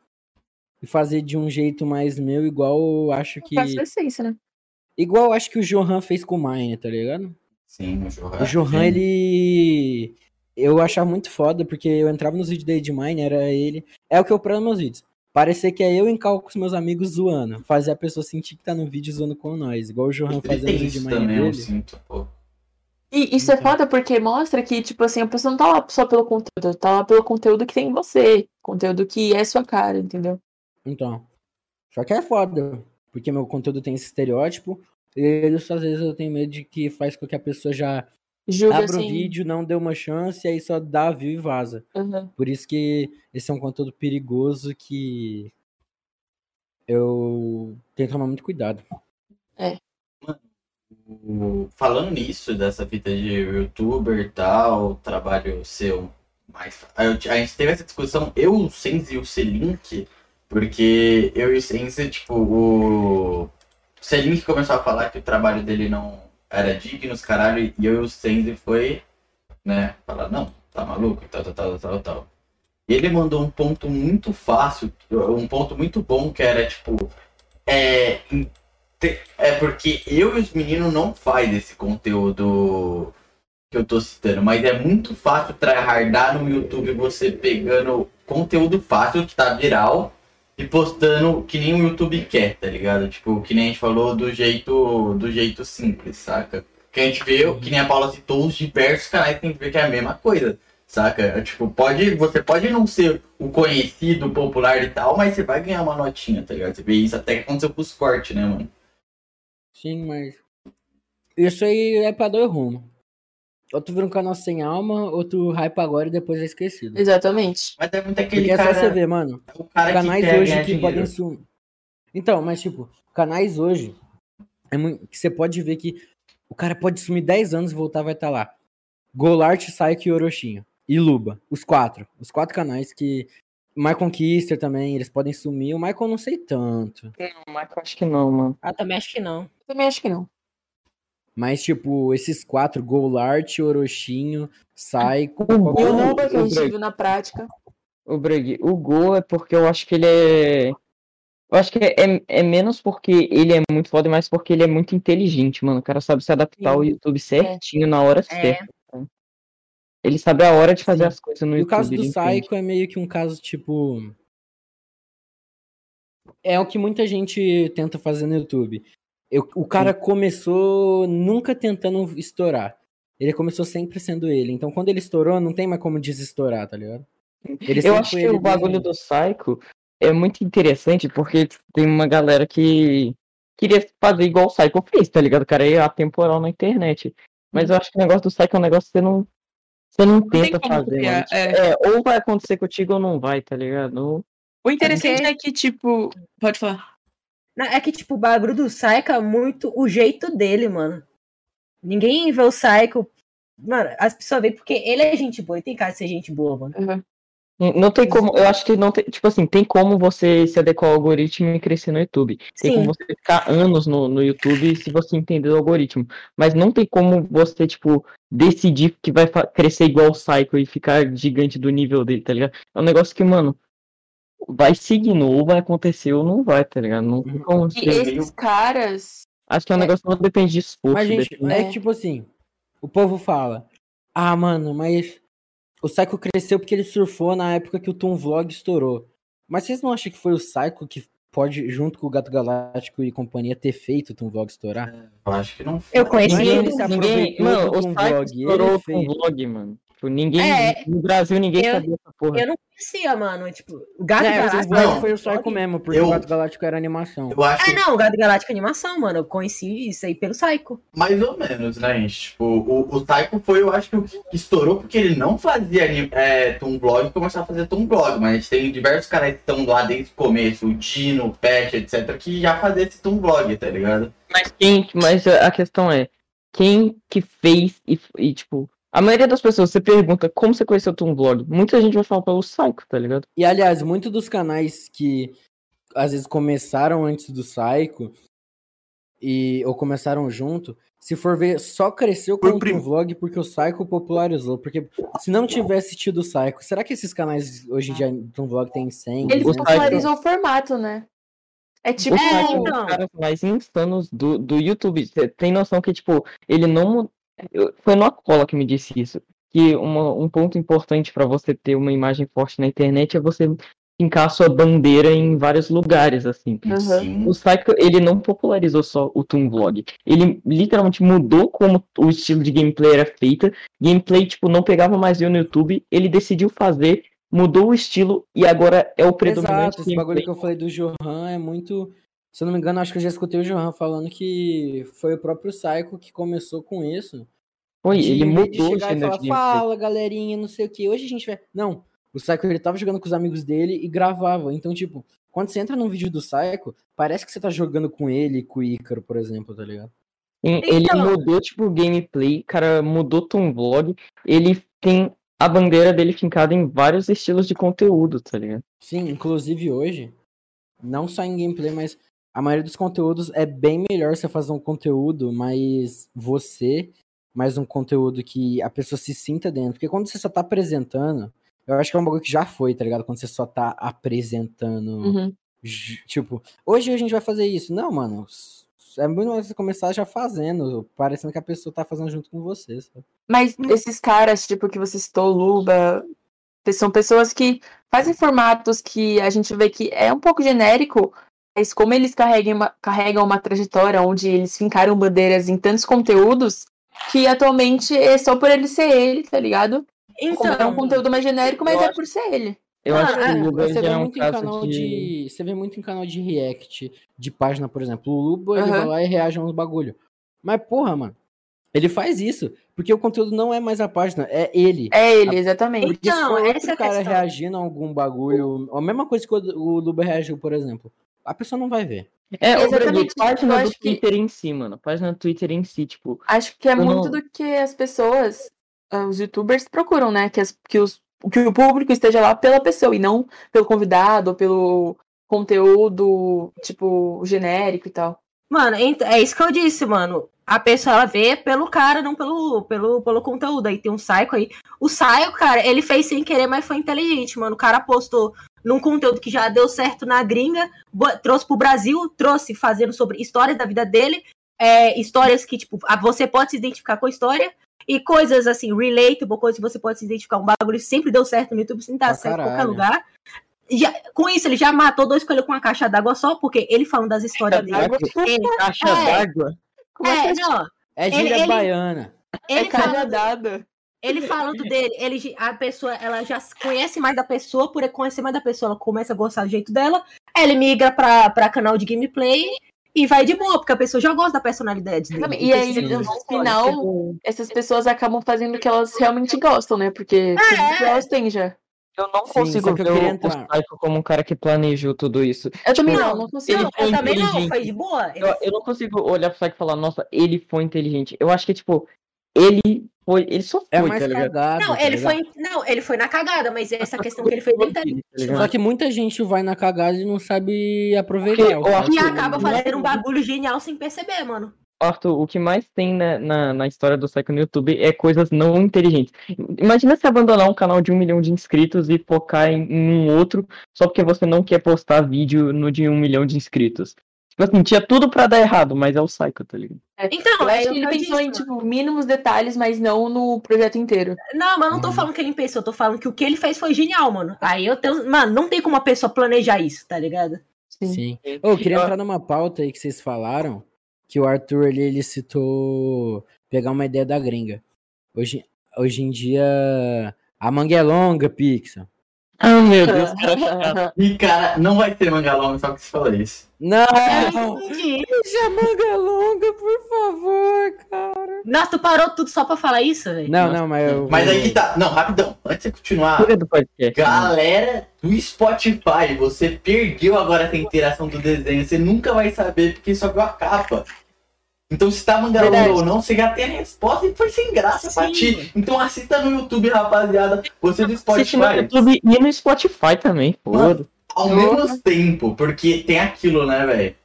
Speaker 3: e fazer de um jeito mais meu, igual eu acho que.
Speaker 1: Faz essência, né?
Speaker 3: Igual eu acho que o Johan fez com o Mine, tá ligado?
Speaker 2: Sim, o Johan.
Speaker 3: O Johan,
Speaker 2: sim.
Speaker 3: ele. Eu achava muito foda, porque eu entrava nos vídeos da Edmine, era ele. É o que eu prendo nos meus vídeos. Parecer que é eu em cal com os meus amigos zoando. Fazer a pessoa sentir que tá no vídeo zoando com nós. Igual o Johan
Speaker 2: Ele
Speaker 3: fazendo
Speaker 2: tem
Speaker 3: vídeo de
Speaker 2: isso
Speaker 3: manhã
Speaker 2: também, é um eu
Speaker 3: dele.
Speaker 2: sinto, pô.
Speaker 1: E isso é
Speaker 3: Então.
Speaker 1: foda porque mostra que, tipo assim, a pessoa não tá lá só pelo conteúdo, ela tá lá pelo conteúdo que tem em você. Conteúdo que é sua cara, entendeu?
Speaker 3: Então. Só que é foda. Porque meu conteúdo tem esse estereótipo. E isso, às vezes eu tenho medo de que faz com que a pessoa já
Speaker 1: Juro
Speaker 3: abra
Speaker 1: assim.
Speaker 3: o vídeo, não dê uma chance, e aí só dá view e vaza.
Speaker 1: aham.
Speaker 3: Por isso que esse é um conteúdo perigoso que eu tenho que tomar muito cuidado.
Speaker 2: O- Falando nisso, dessa fita de youtuber e tal, trabalho seu mais. A eu- a gente teve essa discussão, eu, o Senz e o Selink, porque eu e o Senz, tipo, o. O Selink começou a falar que o trabalho dele não era digno, os caralho, e eu e o Senz foi, né, falar, não, tá maluco, e tal, tal, tal, tal, tal. E ele mandou um ponto muito fácil, um ponto muito bom, que era, tipo, é, te- É porque eu e os meninos não faz esse conteúdo que eu tô citando, mas é muito fácil tryhardar no YouTube você pegando conteúdo fácil que tá viral e postando que nem o YouTube quer, tá ligado? Tipo, que nem a gente falou do jeito do jeito simples, saca? Que a gente vê, que nem a Paula citou, os diversos canais tem que ver que é a mesma coisa, saca? É, Tipo, pode, você pode não ser o conhecido, popular e tal, mas você vai ganhar uma notinha, tá ligado? Você vê isso até que aconteceu com os cortes, né, mano?
Speaker 3: Sim, mas. Isso aí é pra dois rumos. Ou tu vira um canal sem alma, ou tu hype agora e depois é esquecido.
Speaker 1: Exatamente.
Speaker 2: Mas é muito aquele
Speaker 3: Porque é só
Speaker 2: cara,
Speaker 3: você ver, mano.
Speaker 2: o cara
Speaker 3: canais
Speaker 2: que quer
Speaker 3: hoje
Speaker 2: ganhar
Speaker 3: que
Speaker 2: dinheiro.
Speaker 3: podem sumir. Então, mas tipo, canais hoje é muito... que você pode ver que o cara pode sumir 10 anos e voltar vai estar lá. Golart, Saiki e Orochinho. E Luba. Os quatro. Os quatro canais que. Michael Kister também, eles podem sumir. O Michael eu não sei tanto.
Speaker 5: Mas eu acho que não, mano.
Speaker 4: Ah, também acho que não.
Speaker 1: Eu também acho que não.
Speaker 3: Mas, tipo, esses quatro, Golart, Orochinho, Saiko.
Speaker 1: E o
Speaker 3: um
Speaker 5: Gol-
Speaker 1: Luba que a
Speaker 5: o
Speaker 1: gente
Speaker 5: Greg-
Speaker 1: viu na prática.
Speaker 5: O Greg, o Gol é porque eu acho que ele é. Eu acho que é, é, é menos porque ele é muito foda, mas porque ele é muito inteligente, mano. O cara sabe se adaptar ao
Speaker 1: Sim.
Speaker 5: YouTube certinho, na hora certa. né? Ele sabe a hora de fazer
Speaker 3: Sim.
Speaker 5: as coisas no
Speaker 3: E o
Speaker 5: YouTube.
Speaker 3: caso do
Speaker 5: ele entende.
Speaker 3: Psycho é meio que um caso, tipo. É o que muita gente tenta fazer no YouTube. Eu- o cara começou nunca tentando estourar. Ele começou sempre sendo ele. Então, quando ele estourou, não tem mais como desestourar, tá ligado? Ele
Speaker 5: Eu
Speaker 3: sempre
Speaker 5: acho
Speaker 3: foi
Speaker 5: que
Speaker 3: ele
Speaker 5: o bagulho
Speaker 3: mesmo.
Speaker 5: do Psycho é muito interessante porque tem uma galera que queria fazer igual o Psycho fez, tá ligado? O cara é atemporal na internet. Mas eu acho que o negócio do Psycho é um negócio que você não, você não
Speaker 1: tem
Speaker 5: tenta
Speaker 1: como
Speaker 5: fazer,
Speaker 1: copiar,
Speaker 5: mano.
Speaker 1: é.
Speaker 5: É, ou vai acontecer contigo ou não vai, tá ligado? Ou-
Speaker 1: O interessante
Speaker 4: Porque-
Speaker 1: é que, tipo. Pode falar.
Speaker 4: Não, é que, tipo, o bagulho do Psycho é muito o jeito dele, mano. Ninguém vê o Psycho. Mano, as pessoas veem porque ele é gente boa, ele tem cara de ser gente boa, mano.
Speaker 1: Uhum.
Speaker 5: Não tem como, eu acho que não tem, tipo assim, tem como você se adequar ao algoritmo e crescer no YouTube. Tem
Speaker 4: Sim.
Speaker 5: como você ficar anos no, no YouTube se você entender o algoritmo. Mas não tem como você, tipo, decidir que vai fa- crescer igual o Psycho e ficar gigante do nível dele, tá ligado? É um negócio que, mano, vai seguindo, ou vai acontecer ou não vai, tá ligado? Não
Speaker 3: Uhum.
Speaker 5: tem como
Speaker 1: E
Speaker 5: você-
Speaker 1: esses caras.
Speaker 5: Acho que é um negócio que não depende de esforço.
Speaker 3: Mas, gente,
Speaker 5: depende-
Speaker 3: é
Speaker 1: É.
Speaker 3: que, tipo assim, o povo fala, ah, mano, mas o Psycho cresceu porque ele surfou na época que o Toon Vlog estourou. Mas vocês não acham que foi o Psycho que pode, junto com o Gato Galáctico e companhia, ter feito o Toon Vlog estourar?
Speaker 2: Eu acho que não
Speaker 4: Eu conheci
Speaker 3: é. Ninguém-
Speaker 4: ele.
Speaker 3: se
Speaker 5: ninguém,
Speaker 3: aproveitou
Speaker 5: mano,
Speaker 3: do
Speaker 5: o
Speaker 3: Tom
Speaker 5: Psycho
Speaker 3: Vlog, ele
Speaker 5: estourou com
Speaker 3: fez.
Speaker 5: o vlog, mano. Tipo, ninguém,
Speaker 4: É,
Speaker 5: no Brasil ninguém
Speaker 4: eu-
Speaker 5: sabia essa porra.
Speaker 4: Eu não conhecia, mano. Tipo, o Gato
Speaker 3: é, o Toon
Speaker 4: Galáctico.
Speaker 2: Não.
Speaker 3: Vlog foi o Psycho mesmo, porque
Speaker 2: Eu-
Speaker 3: o Gato Galáctico era animação.
Speaker 2: Eu acho
Speaker 4: Ah, não, o Gato Galáctico é animação, mano. Eu conheci isso aí pelo Psycho.
Speaker 2: mais ou menos, né, gente? Tipo, o, o Taiko foi, eu acho que o que estourou, porque ele não fazia anim- é, Toon Blog e começou a fazer Toon Blog, mas tem diversos caras que estão lá desde o começo, o Dino, o Patch, etc, que já fazia esse Toon Blog, tá ligado?
Speaker 5: Mas quem, mas a a questão é, quem que fez e, e, tipo, a maioria das pessoas, você pergunta como você conheceu o Toon Vlog, muita gente vai falar pelo Psycho, tá ligado?
Speaker 3: E aliás, muitos dos canais que às vezes começaram antes do Psycho e ou começaram junto, se for ver, só cresceu com
Speaker 2: Por
Speaker 3: o
Speaker 2: prim-
Speaker 3: vlog porque o Psycho popularizou, porque se não tivesse tido o Psycho, será que esses canais hoje em dia do vlog Né? tem 100?
Speaker 1: Eles
Speaker 5: O
Speaker 3: duzentos?
Speaker 5: Psycho-
Speaker 1: popularizam o formato, né? É tipo.
Speaker 5: o Psycho é um
Speaker 4: então.
Speaker 5: dos caras mais insanos do, do YouTube. Você tem noção que, tipo, ele não. mu- eu- Foi no Acola que me disse isso. Que uma- um ponto importante pra você ter uma imagem forte na internet é você fincar sua bandeira em vários lugares, assim. O Saika, ele não popularizou só o Toon Vlog. Ele literalmente mudou como o estilo de gameplay era feita. Gameplay, tipo, não pegava mais view no YouTube. Ele decidiu fazer, mudou o estilo e agora é o predominante.
Speaker 3: Exato, esse bagulho que eu falei do Johan é muito. Se eu não me engano, acho que eu já escutei o Johan falando que foi o próprio Psycho que começou com isso.
Speaker 5: Foi,
Speaker 3: de,
Speaker 5: ele
Speaker 3: em vez de
Speaker 5: mudou o
Speaker 3: chegar e
Speaker 5: estilo
Speaker 3: falar,
Speaker 5: de gameplay.
Speaker 3: Fala, galerinha, não sei o que. Hoje a gente vai. Não, o Psycho ele tava jogando com os amigos dele e gravava. Então, tipo, quando você entra num vídeo do Psycho, parece que você tá jogando com ele e com o Ícaro, por exemplo, tá ligado?
Speaker 5: Sim,
Speaker 4: Então.
Speaker 5: Ele mudou, tipo, o gameplay, cara, mudou Tom Vlog. Ele tem a bandeira dele fincada em vários estilos de conteúdo, tá ligado?
Speaker 3: Sim, inclusive hoje, não só em gameplay, mas a maioria dos conteúdos é bem melhor você fazer um conteúdo mais você, mais um conteúdo que a pessoa se sinta dentro. Porque quando você só tá apresentando, eu acho que é um bagulho que já foi, tá ligado? Quando você só tá apresentando.
Speaker 1: Uhum.
Speaker 3: J- Tipo, hoje a gente vai fazer isso. Não, mano. s- É muito mais você começar já fazendo, parecendo que a pessoa tá fazendo junto com você. sabe?
Speaker 1: Mas esses caras, tipo, que você citou, Luba, são pessoas que fazem formatos que a gente vê que é um pouco genérico, mas como eles carregam uma, carregam uma trajetória onde eles fincaram bandeiras em tantos conteúdos, que atualmente é só por ele ser ele, tá ligado? Como é um
Speaker 4: Então,
Speaker 1: conteúdo mais genérico, mas
Speaker 5: eu
Speaker 1: é
Speaker 5: acho-
Speaker 1: por ser ele.
Speaker 5: Eu
Speaker 4: Cara,
Speaker 5: acho que
Speaker 4: é,
Speaker 5: o Lugan
Speaker 3: Ah, Você
Speaker 5: já
Speaker 3: vê
Speaker 5: é um
Speaker 3: muito em
Speaker 5: caso
Speaker 3: canal
Speaker 5: de...
Speaker 3: de. Você vê muito em canal de react, de página, por exemplo. O Lubo, ele
Speaker 1: Aham.
Speaker 3: vai lá e reage a uns bagulho. Mas, porra, mano, ele faz isso, porque o conteúdo não é mais a página, é ele.
Speaker 1: É ele, exatamente.
Speaker 3: Porque se
Speaker 4: Então,
Speaker 3: for outro
Speaker 4: essa é a
Speaker 3: cara
Speaker 4: questão.
Speaker 3: reagindo a algum bagulho, a mesma coisa que o o Luba reagiu, por exemplo, a pessoa não vai ver.
Speaker 5: É, ô,
Speaker 1: Exatamente,
Speaker 5: Braguinho,
Speaker 1: tipo, eu
Speaker 5: página do
Speaker 1: acho que-
Speaker 5: Twitter em si, mano. Página do Twitter em si, tipo,
Speaker 1: Acho que é
Speaker 5: Eu
Speaker 1: muito
Speaker 5: não-
Speaker 1: do que as pessoas, ah, os youtubers procuram, né? Que, as- que os- que o público esteja lá pela pessoa e não pelo convidado ou pelo conteúdo, tipo, genérico e tal.
Speaker 4: mano, ent- é isso que eu disse, mano. A pessoa ela vê pelo cara, não pelo, pelo, pelo conteúdo. Aí tem um psycho aí. O psycho, cara, ele fez sem querer, mas foi inteligente, mano. O cara postou num conteúdo que já deu certo na gringa, bo- trouxe pro Brasil, trouxe fazendo sobre histórias da vida dele, é, histórias que, tipo, a- você pode se identificar com a história. E coisas assim, relatable, coisas que você pode se identificar. Um bagulho que sempre deu certo no YouTube, sempre dá
Speaker 3: Pra
Speaker 4: certo em qualquer
Speaker 3: caralho.
Speaker 4: lugar. Já- com isso, ele já matou dois coelhos com uma caixa d'água só, porque ele falando das histórias dele. Ele,
Speaker 5: caixa
Speaker 4: É.
Speaker 5: d'água.
Speaker 1: Como é,
Speaker 4: é,
Speaker 1: que
Speaker 4: não,
Speaker 3: É
Speaker 4: Ele-
Speaker 3: gíria
Speaker 4: ele-
Speaker 3: baiana.
Speaker 1: é,
Speaker 4: ele,
Speaker 1: cada
Speaker 4: falando,
Speaker 1: dada?
Speaker 4: ele falando dele, ele, já- a pessoa, ela já se conhece mais da pessoa, por conhecer mais da pessoa, ela começa a gostar do jeito dela, aí ele migra pra, pra canal de gameplay e vai de boa, porque a pessoa já gosta da personalidade dele.
Speaker 1: E aí,
Speaker 4: Sim.
Speaker 1: no
Speaker 4: é
Speaker 1: final, essas pessoas acabam fazendo o que elas realmente gostam, né? Porque
Speaker 4: Ah, é?
Speaker 1: tudo que elas têm já.
Speaker 5: Eu não
Speaker 3: Sim,
Speaker 5: consigo
Speaker 3: só que eu
Speaker 5: ver
Speaker 3: queria
Speaker 5: o, o
Speaker 3: entrar.
Speaker 5: Psycho como um cara que planejou tudo isso.
Speaker 1: Eu também não,
Speaker 4: Não,
Speaker 1: não consigo.
Speaker 4: Não, eu também não,
Speaker 5: inteligente.
Speaker 4: foi de boa. Ele
Speaker 5: Eu, eu não consigo olhar pro Psycho e falar, nossa, ele foi inteligente. Eu acho que, tipo, ele foi. Ele só foi,
Speaker 3: É mais
Speaker 5: tá ligado?
Speaker 3: cagado.
Speaker 4: Não,
Speaker 3: tá
Speaker 4: ele
Speaker 3: ligado?
Speaker 4: foi, não, ele foi na cagada, mas essa questão que ele foi bem inteligente.
Speaker 5: Tá ligado?
Speaker 3: Só que muita gente vai na cagada e não sabe
Speaker 5: Porque
Speaker 3: aproveitar. o né?
Speaker 5: eu
Speaker 3: fato.
Speaker 4: E
Speaker 5: Sim.
Speaker 4: acaba fazendo um bagulho genial sem perceber, mano.
Speaker 5: Arthur, o que mais tem na, na, na história do Psycho no YouTube é coisas não inteligentes. Imagina se abandonar um canal de um milhão de inscritos e focar em, em um outro só porque você não quer postar vídeo no de um milhão de inscritos. Tipo assim, tinha tudo pra dar errado, mas é o Psycho, tá ligado?
Speaker 4: Então,
Speaker 1: Eu
Speaker 4: é
Speaker 1: acho que
Speaker 4: o que
Speaker 1: ele
Speaker 4: eu
Speaker 1: pensou
Speaker 4: disse,
Speaker 1: em, tipo, mínimos detalhes, mas não no projeto inteiro.
Speaker 4: Não, mas eu não
Speaker 3: Uhum.
Speaker 4: tô falando que ele pensou, eu tô falando que o que ele fez foi genial, mano. Aí eu tenho. Mano, não tem como a pessoa planejar isso, tá ligado?
Speaker 1: Sim.
Speaker 3: Sim. Ô, Eu
Speaker 5: Ah,
Speaker 3: queria entrar numa pauta aí que vocês falaram, que o Arthur ali, ele citou pegar uma ideia da gringa. Hoje, hoje em dia, a manga é longa, Pixel.
Speaker 5: Ah, meu Deus.
Speaker 2: E cara, não vai ter manga longa só que se fala isso.
Speaker 3: É, Não!
Speaker 4: Entendi.
Speaker 3: Deixa a manga é longa, por favor, cara.
Speaker 4: Nossa, tu parou tudo só pra falar isso, velho?
Speaker 3: Não, não, mas eu...
Speaker 2: Mas aí que tá. Não, rapidão, antes de continuar.
Speaker 5: Cura do podcast. né?
Speaker 2: Galera do Spotify, você perdeu agora essa interação do desenho. Você nunca vai saber porque só viu a capa. Então, se tá mangalonga
Speaker 1: Verdade.
Speaker 2: ou não, você já tem a resposta e foi sem graça pra
Speaker 4: Sim.
Speaker 2: ti. Então, assista no YouTube, rapaziada. Você do
Speaker 5: Assiste no
Speaker 2: Spotify,
Speaker 5: YouTube e no Spotify também, pô.
Speaker 2: Mano. ao mesmo tempo, porque tem aquilo, né, velho?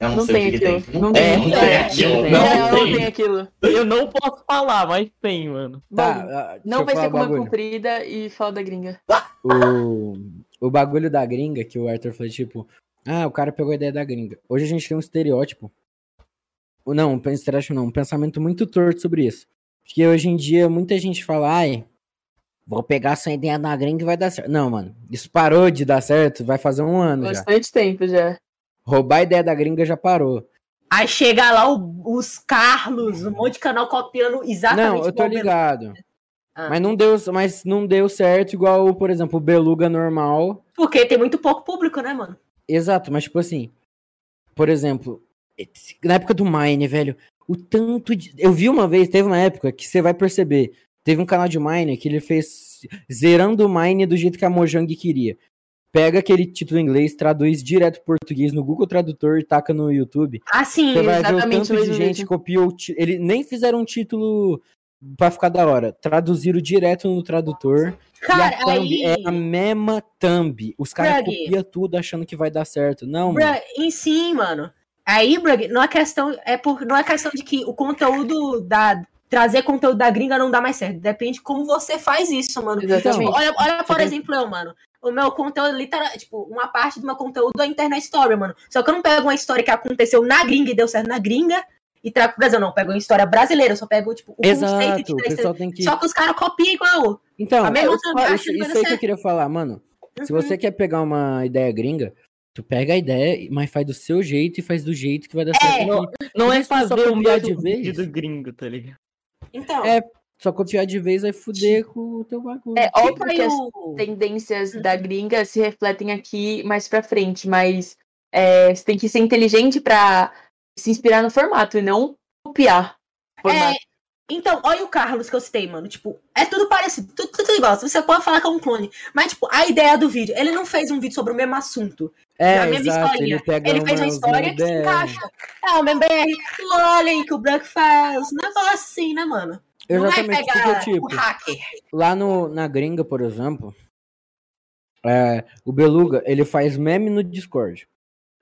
Speaker 2: Eu não,
Speaker 1: Não
Speaker 2: sei o
Speaker 1: tem
Speaker 2: que, que tem.
Speaker 1: aquilo.
Speaker 2: Não
Speaker 1: Não
Speaker 2: tem,
Speaker 1: tem.
Speaker 2: não tem
Speaker 1: É,
Speaker 2: aquilo.
Speaker 5: não tem.
Speaker 2: Não
Speaker 1: É, não
Speaker 2: tem.
Speaker 1: tem aquilo.
Speaker 5: Eu não posso falar, mas tem, mano.
Speaker 3: Tá,
Speaker 1: Bom,
Speaker 3: ah, deixa
Speaker 1: Não
Speaker 3: eu
Speaker 1: vai
Speaker 3: falar
Speaker 1: ser
Speaker 3: um
Speaker 1: com uma
Speaker 3: bagulho.
Speaker 1: comprida e fala da gringa.
Speaker 3: o, o bagulho da gringa, que o Arthur falou, tipo, ah, o cara pegou a ideia da gringa. Hoje a gente tem um estereótipo. Ou Não, um pen- estereótipo não, um pensamento muito torto sobre isso. Porque hoje em dia muita gente fala, ai, Vou pegar essa ideia da gringa e vai dar certo. Não, mano. Isso parou de dar certo, vai fazer um ano já.
Speaker 1: Bastante tempo já.
Speaker 3: Roubar a ideia da gringa já parou.
Speaker 4: Aí chega lá o- os Carlos, um monte de canal copiando exatamente
Speaker 3: Não, eu tô
Speaker 4: igual o Belo.
Speaker 3: ligado.
Speaker 4: Ah.
Speaker 3: Mas não deu, mas não deu certo igual, por exemplo, o Beluga normal.
Speaker 4: Porque tem muito pouco público, né, mano?
Speaker 3: Exato, mas tipo assim, por exemplo, esse- na época do Mine, velho, o tanto de. Eu vi uma vez, teve uma época que você vai perceber. Teve um canal de Mine que ele fez zerando o Mine do jeito que a Mojang queria. Pega aquele título em inglês, traduz direto pro português no Google Tradutor e taca no YouTube.
Speaker 4: Assim,
Speaker 3: Você vai ver o
Speaker 1: exatamente
Speaker 3: tanto
Speaker 1: o
Speaker 3: de
Speaker 1: mesmo
Speaker 3: gente
Speaker 1: vídeo.
Speaker 3: copiou. o ti- Ele nem fizeram um título pra ficar da hora. Traduziram direto no tradutor.
Speaker 4: cara,
Speaker 3: E a thumb
Speaker 4: aí.
Speaker 3: é a mesma thumb. Os caras
Speaker 4: Brug.
Speaker 3: copiam tudo achando que vai dar certo. Não, mano.
Speaker 4: Bra- em sim, mano. Aí, Brug, não é questão. É por, não é questão de que o conteúdo da. Trazer conteúdo da gringa não dá mais certo. Depende de como você faz isso, mano. Tipo,
Speaker 1: Exatamente.
Speaker 4: Olha, olha por
Speaker 3: tem-
Speaker 4: exemplo, eu, mano. O meu conteúdo, literal, tipo, uma parte do meu conteúdo é internet story, mano. Só que eu não pego uma história que aconteceu na gringa e deu certo na gringa e trago pro Brasil. Não, eu pego uma história brasileira, eu só pego, tipo, o
Speaker 3: Exato, o
Speaker 4: de
Speaker 3: pessoal tem que.
Speaker 4: Só que os caras copiam igual.
Speaker 3: Então,
Speaker 4: a mesma
Speaker 3: isso,
Speaker 4: thumb acha
Speaker 3: isso-
Speaker 4: que vai dar
Speaker 3: isso aí que eu
Speaker 4: certo. Uhum.
Speaker 3: queria falar, mano. Se você quer pegar uma ideia gringa, tu pega a ideia, mas faz do seu jeito e faz do jeito que vai dar certo.
Speaker 5: Não, não é
Speaker 3: Mas só
Speaker 5: fazer o
Speaker 3: copiar de
Speaker 5: mesmo vídeo
Speaker 3: vez.
Speaker 5: do gringo, tá ligado?
Speaker 4: Então,
Speaker 3: É, Só copiar de vez vai fuder com o teu bagulho.
Speaker 1: É
Speaker 4: fica
Speaker 1: óbvio
Speaker 4: aí
Speaker 1: que as
Speaker 4: o-
Speaker 3: assim,
Speaker 1: tendências da gringa se refletem aqui mais pra frente, mas é, você tem que ser inteligente pra se inspirar no formato e não copiar. o
Speaker 4: É,
Speaker 1: formato.
Speaker 4: então, olha o Carlos que eu citei, mano. Tipo, é tudo parecido, tudo, tudo igual. Você pode falar que é um clone. Mas, tipo, a ideia do vídeo, ele não fez um vídeo sobre o mesmo assunto.
Speaker 3: É,
Speaker 4: a mesma
Speaker 3: exato,
Speaker 4: historinha.
Speaker 3: ele pega
Speaker 4: ele fez uma
Speaker 3: umas
Speaker 4: história que se
Speaker 3: ideias.
Speaker 4: encaixa. É o mesmo BR, olhem que o Branco faz. Um negócio assim, né, mano? não vai
Speaker 3: Exatamente,
Speaker 4: pegar
Speaker 3: porque, tipo,
Speaker 4: o hacker.
Speaker 3: lá no, na gringa, por exemplo, é, o Beluga, ele faz meme no Discord.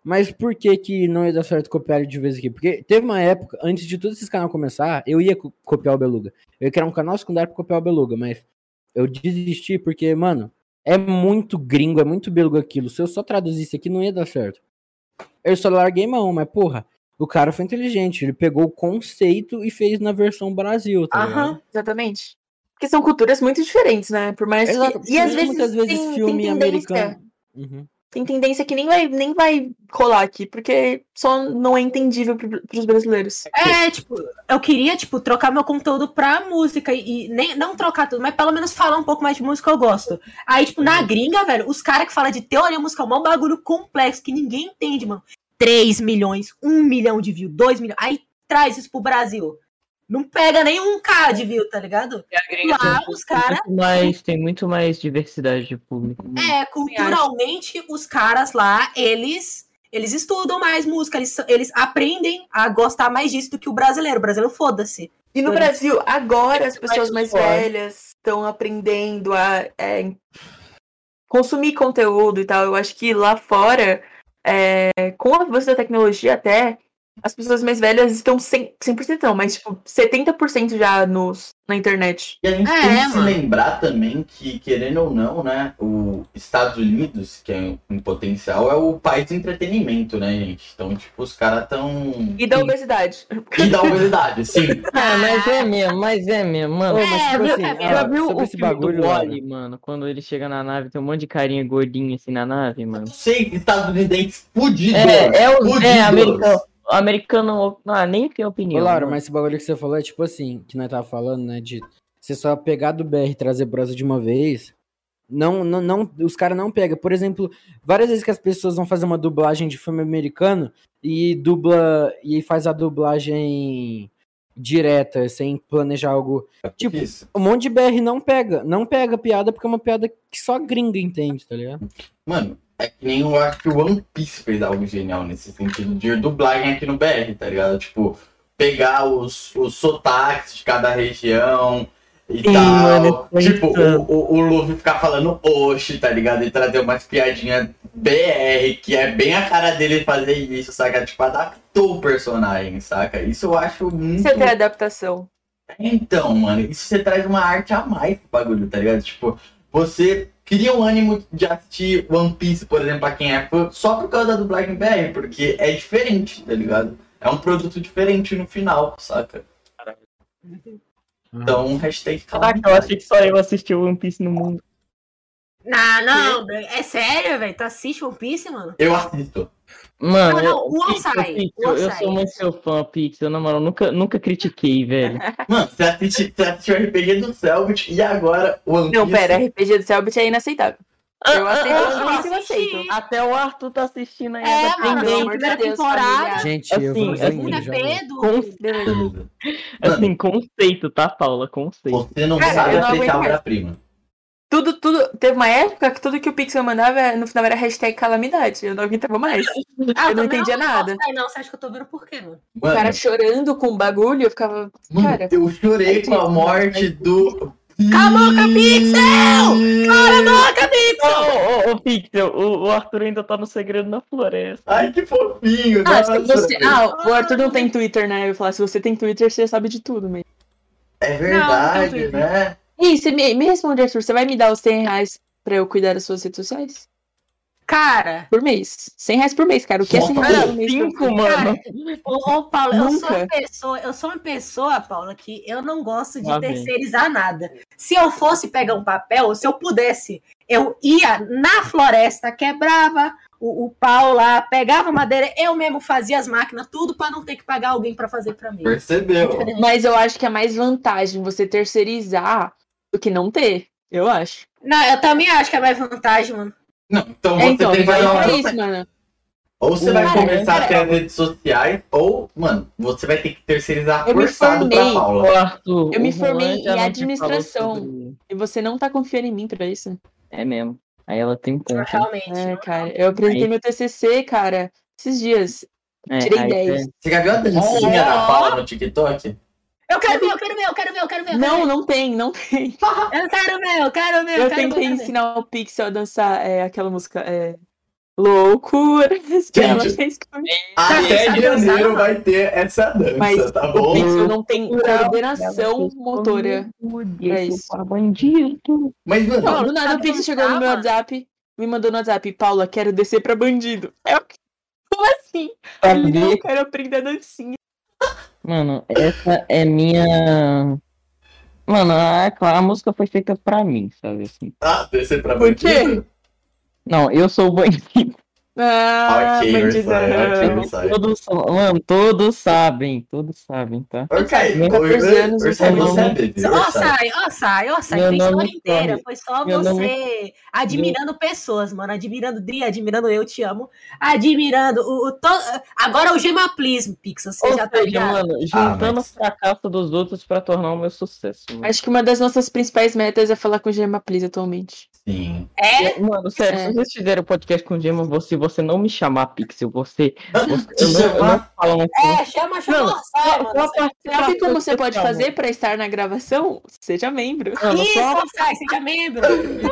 Speaker 3: Mas por que que não ia dar certo copiar ele de vez aqui? Porque teve uma época, antes de todos esses canais começar, eu ia co- copiar o Beluga. Eu ia criar um canal secundário pra copiar o Beluga, mas eu desisti porque, mano, é muito gringo, é muito Beluga aquilo. Se eu só traduzisse aqui, não ia dar certo. Eu só larguei mão, mas porra, o cara foi inteligente. Ele pegou o conceito e fez na versão Brasil, tá ligado?
Speaker 4: Aham.
Speaker 1: Exatamente. Porque são culturas muito diferentes, né? Por mais que.
Speaker 3: Exato,
Speaker 1: E às
Speaker 3: porque
Speaker 1: vezes,
Speaker 3: muitas vezes
Speaker 1: tem,
Speaker 3: filme
Speaker 1: tem tendência,
Speaker 3: americano. Uhum.
Speaker 1: Tem tendência que nem vai, nem vai rolar aqui, porque só não é entendível pro- pros brasileiros.
Speaker 4: É, tipo, eu queria, tipo, trocar meu conteúdo pra música e, e nem, não trocar tudo, mas pelo menos falar um pouco mais de música eu gosto. Aí, tipo, na gringa, velho, os caras que falam de teoria musical, é um bagulho complexo que ninguém entende, mano. 3 milhões, 1 milhão de views, 2 milhões. Aí traz isso pro Brasil. Não pega nem um K de view, tá ligado? Lá, os caras.
Speaker 5: Muito mais- tem muito mais diversidade de público.
Speaker 4: É, culturalmente, os caras lá, eles eles estudam mais música, eles, eles aprendem a gostar mais disso do que o brasileiro. O brasileiro foda-se.
Speaker 1: E no
Speaker 4: Por
Speaker 1: Brasil, agora as pessoas mais
Speaker 5: fora.
Speaker 1: velhas estão aprendendo a é, consumir conteúdo e tal. Eu acho que lá fora, é, com o avanço da tecnologia até, as pessoas mais velhas estão 100%, 100% não, mas tipo, 70% já nos, na internet.
Speaker 2: E a gente
Speaker 4: É,
Speaker 2: tem que
Speaker 4: é,
Speaker 2: se
Speaker 4: mano.
Speaker 2: lembrar também que, querendo ou não, né, os Estados Unidos, que é um potencial, é o país do entretenimento, né, gente? Então, tipo, os caras tão.
Speaker 1: *laughs* E da obesidade.
Speaker 2: E da obesidade, sim.
Speaker 5: Ah, mas é mesmo, mas ah, é mesmo, mano.
Speaker 3: Ô, mas, tipo
Speaker 4: meu-
Speaker 3: assim,
Speaker 4: é,
Speaker 3: ó,
Speaker 4: meu-
Speaker 5: Já viu o
Speaker 3: sobre esse
Speaker 5: filme
Speaker 3: bagulho,
Speaker 5: do
Speaker 3: mano?
Speaker 5: Wally, mano? Quando ele chega na nave, tem um monte de carinha gordinha assim na nave, mano.
Speaker 2: Não sei, estadunidense fudido. né?
Speaker 5: É, é o
Speaker 2: fudido.
Speaker 5: é, americano. Americano, ah, nem tem opinião.
Speaker 3: Ô, Laura,
Speaker 5: mano.
Speaker 3: mas esse bagulho que você falou é tipo assim, que nós tava falando, né? De você só pegar do BR e trazer prosa de uma vez. Não, não, não, os caras não pegam. Por exemplo, várias vezes que as pessoas vão fazer uma dublagem de filme americano e dubla e faz a dublagem direta, sem planejar algo. Tipo,
Speaker 2: Isso.
Speaker 3: um monte de BR não pega, não pega piada porque é uma piada que só gringa entende, tá ligado?
Speaker 2: Mano, é que nem eu acho que o One Piece fez algo genial nesse sentido de dublagem aqui no BR, tá ligado? Tipo, pegar os, os sotaques de cada região e
Speaker 5: Sim,
Speaker 2: tal.
Speaker 5: mano, é
Speaker 2: tipo,
Speaker 5: muito.
Speaker 2: o, o, o Luffy ficar falando Oxi, tá ligado? E trazer umas piadinhas BR, que é bem a cara dele fazer isso, saca? Tipo, adaptou o personagem, saca? Isso eu acho muito.
Speaker 1: Você
Speaker 5: é
Speaker 1: tem adaptação.
Speaker 2: Então, mano, isso você traz uma arte a mais pro bagulho, tá ligado? Tipo, você cria um ânimo de assistir One Piece, por exemplo, pra quem é fã, só por causa da dublagem BR, porque é diferente, tá ligado? É um produto diferente no final, saca? Então, hashtag
Speaker 5: Caraca, eu achei que só eu assisti One Piece no mundo.
Speaker 4: Não, não, velho. é sério, velho. Tu assiste One Piece, mano?
Speaker 2: Eu assisto.
Speaker 5: Mano,
Speaker 4: Não, não,
Speaker 5: eu-
Speaker 4: o One
Speaker 5: Pix,
Speaker 4: Side,
Speaker 5: Pix,
Speaker 4: o
Speaker 5: eu,
Speaker 4: One
Speaker 5: eu
Speaker 4: Side.
Speaker 5: sou muito seu fã, Pix. Eu, na moral, nunca, nunca
Speaker 1: *laughs*
Speaker 5: critiquei, velho.
Speaker 2: Mano, você assiste, você assiste o RPG do Selbit e agora o One
Speaker 1: Não,
Speaker 2: Piece.
Speaker 1: pera, RPG do Selbit é inaceitável. Eu aceito
Speaker 4: Então assim ah,
Speaker 1: One Piece, eu
Speaker 4: ah,
Speaker 1: aceito.
Speaker 5: Até o Arthur tá assistindo aí.
Speaker 4: É,
Speaker 5: agora.
Speaker 4: mano,
Speaker 1: Pelo
Speaker 4: tem
Speaker 1: amor de
Speaker 4: primeira
Speaker 1: Deus,
Speaker 4: temporada. é
Speaker 1: família.
Speaker 3: Gente,
Speaker 5: Assim,
Speaker 3: eu vou
Speaker 5: assim,
Speaker 3: jogar,
Speaker 4: Segunda
Speaker 3: jogar.
Speaker 4: Pedro.
Speaker 5: Com-
Speaker 1: Beleza.
Speaker 2: Beleza.
Speaker 5: Assim, conceito, tá, Paula? Conceito.
Speaker 2: Você não
Speaker 1: Cara,
Speaker 2: sabe
Speaker 1: eu não aguento
Speaker 2: apreciar
Speaker 1: mais.
Speaker 2: obra-prima.
Speaker 1: Tudo, tudo. Teve uma época que tudo que o Pixel mandava no final era hashtag calamidade. Eu não aguentava mais.
Speaker 4: Ah,
Speaker 1: eu não
Speaker 4: também
Speaker 1: entendia nada.
Speaker 4: Ai, não, você acha que eu tô vendo por quê, mano?
Speaker 1: O
Speaker 2: Mano,
Speaker 1: cara chorando com o bagulho, eu ficava.
Speaker 2: mano,
Speaker 1: cara,
Speaker 2: eu chorei com a morte do.
Speaker 4: Cala a boca, Pixel! Cala a boca, Pixel!
Speaker 5: Ô, ô, ô, Pixel, o, o Arthur ainda tá no segredo na floresta.
Speaker 2: Ai, que fofinho.
Speaker 1: Ah, se
Speaker 2: nossa.
Speaker 1: você... ah, o Arthur não tem Twitter, né? Eu ia falar, se você tem Twitter, você sabe de tudo mesmo.
Speaker 2: É verdade,
Speaker 4: Twitter.
Speaker 2: né?
Speaker 1: Ih, você me, me responde, Arthur, você vai me dar os 100 reais pra eu cuidar das suas redes sociais?
Speaker 4: Cara,
Speaker 1: Por mês. 100 reais por mês, cara. O que é 100 reais
Speaker 5: Cara,
Speaker 1: por mês? pra-
Speaker 5: cinco, mano.
Speaker 4: ô, ô, Paulo, eu sou, uma
Speaker 1: Nunca.
Speaker 4: pessoa, eu sou uma pessoa, Paula, que eu não gosto de
Speaker 5: Lá vem.
Speaker 4: terceirizar nada. Se eu fosse pegar um papel, se eu pudesse, eu ia na floresta, quebrava o, o pau lá, pegava madeira, eu mesmo fazia as máquinas, tudo pra não ter que pagar alguém pra fazer pra mim.
Speaker 2: Percebeu.
Speaker 1: Mas eu acho que é mais vantagem você terceirizar do que não ter. Eu acho.
Speaker 4: Não, eu também acho que é mais vantagem, mano.
Speaker 2: Não, então
Speaker 1: É,
Speaker 2: você
Speaker 1: então,
Speaker 2: tem que
Speaker 1: vai
Speaker 2: dar uma
Speaker 1: pra isso, mano.
Speaker 2: Ou você vai
Speaker 1: Cara,
Speaker 2: começar
Speaker 1: cara.
Speaker 2: a ter as redes sociais, ou, mano, você vai ter que terceirizar
Speaker 1: Eu me
Speaker 2: forçado pra
Speaker 1: formei.
Speaker 5: Ô,
Speaker 2: Paula.
Speaker 5: Arthur,
Speaker 1: Eu me
Speaker 5: o Juan
Speaker 1: formei
Speaker 5: já
Speaker 1: em
Speaker 5: não te
Speaker 1: administração.
Speaker 5: falou sobre-
Speaker 1: E você não tá confiando em mim pra isso.
Speaker 5: É mesmo. Aí ela tem um ponto.
Speaker 4: Realmente.
Speaker 1: É, cara. Eu apresentei meu TCC, cara, esses dias.
Speaker 5: É,
Speaker 1: Tirei
Speaker 5: aí
Speaker 1: 10.
Speaker 2: Você já viu a dancinha
Speaker 4: Ó.
Speaker 2: da Paula no TikTok?
Speaker 4: Eu quero ver, eu quero ver, eu quero ver, eu quero ver. eu quero
Speaker 1: Não, não tem, não tem.
Speaker 4: ver. Eu quero ver,
Speaker 1: Eu
Speaker 4: eu quero ver. quero ver,
Speaker 1: tentei
Speaker 4: quero ver.
Speaker 1: ensinar o Pixel a dançar é, aquela música. É... Loucura! *laughs* é Ela fez com- Tá,
Speaker 2: Até
Speaker 4: sabe
Speaker 2: de
Speaker 4: dançar,
Speaker 2: janeiro
Speaker 4: mano?
Speaker 2: é vai ter essa dança,
Speaker 1: Mas
Speaker 2: tá
Speaker 1: O
Speaker 2: bom?
Speaker 1: Pixel não tem coordenação
Speaker 5: Ela fez
Speaker 1: motora.
Speaker 5: comigo,
Speaker 1: É
Speaker 5: eu sou
Speaker 1: isso.
Speaker 5: pra bandido.
Speaker 2: Mas, mano,
Speaker 1: Não, do nada o
Speaker 4: sabe
Speaker 1: Pixel chegou no
Speaker 4: dançar,
Speaker 1: meu
Speaker 4: mano?
Speaker 1: WhatsApp, me mandou no WhatsApp, Paula, quero descer pra bandido. Eu, como assim? Ele não
Speaker 5: Sabe?
Speaker 1: quero aprender a dancinha.
Speaker 5: Mano, essa é minha. Mano, a, a música foi feita pra mim, sabe assim?
Speaker 2: ah, descer pra
Speaker 1: Por quê?
Speaker 2: bandido?
Speaker 5: Não, eu sou o bandido.
Speaker 1: Ah,
Speaker 2: Ok,
Speaker 5: é
Speaker 1: bandido.
Speaker 2: Ursula, ok. Sabe.
Speaker 5: Todos, são- mano, todos sabem, todos sabem, tá?
Speaker 2: Ok,
Speaker 5: Meu
Speaker 1: 14 anos,
Speaker 2: Ur- Ursula,
Speaker 5: então,
Speaker 2: você é
Speaker 5: né?
Speaker 2: bebê,
Speaker 4: Ó,
Speaker 2: Ursula.
Speaker 4: sai, ó, sai, ó, sai.
Speaker 5: Meu
Speaker 4: Tem
Speaker 5: nome
Speaker 4: história
Speaker 5: corre.
Speaker 4: inteira. Foi só
Speaker 5: Meu
Speaker 4: você
Speaker 5: nome- é
Speaker 4: admirando pessoas, mano. Admirando Dri, admirando Eu Te Amo. Admirando o. o to... Agora é o gemaplismo, Pixel. Você
Speaker 5: Ou
Speaker 4: já tá
Speaker 5: seja,
Speaker 4: ligado?
Speaker 5: mano, juntando
Speaker 2: Ah,
Speaker 5: o
Speaker 2: mas-
Speaker 5: fracasso dos outros pra tornar o meu sucesso. Mano,
Speaker 1: Acho que uma das nossas principais metas é falar com o Gemma Please atualmente.
Speaker 2: Sim.
Speaker 4: É?
Speaker 5: Mano, sério,
Speaker 1: É.
Speaker 5: se vocês fizerem o podcast com o Gema, você, você não me chamar
Speaker 2: *laughs*
Speaker 5: Pixel, você. você
Speaker 2: Te
Speaker 5: eu, não, eu não
Speaker 2: chamar?
Speaker 5: falo mais com
Speaker 4: É, chama, chama
Speaker 5: Mano,
Speaker 4: o Orsay, mano.
Speaker 5: Só participação
Speaker 1: Sabe como você pode
Speaker 5: especial,
Speaker 1: fazer pra estar na gravação? Seja membro. *laughs*
Speaker 5: mano. Mano,
Speaker 4: Isso,
Speaker 5: só-
Speaker 4: Orsay, seja é membro.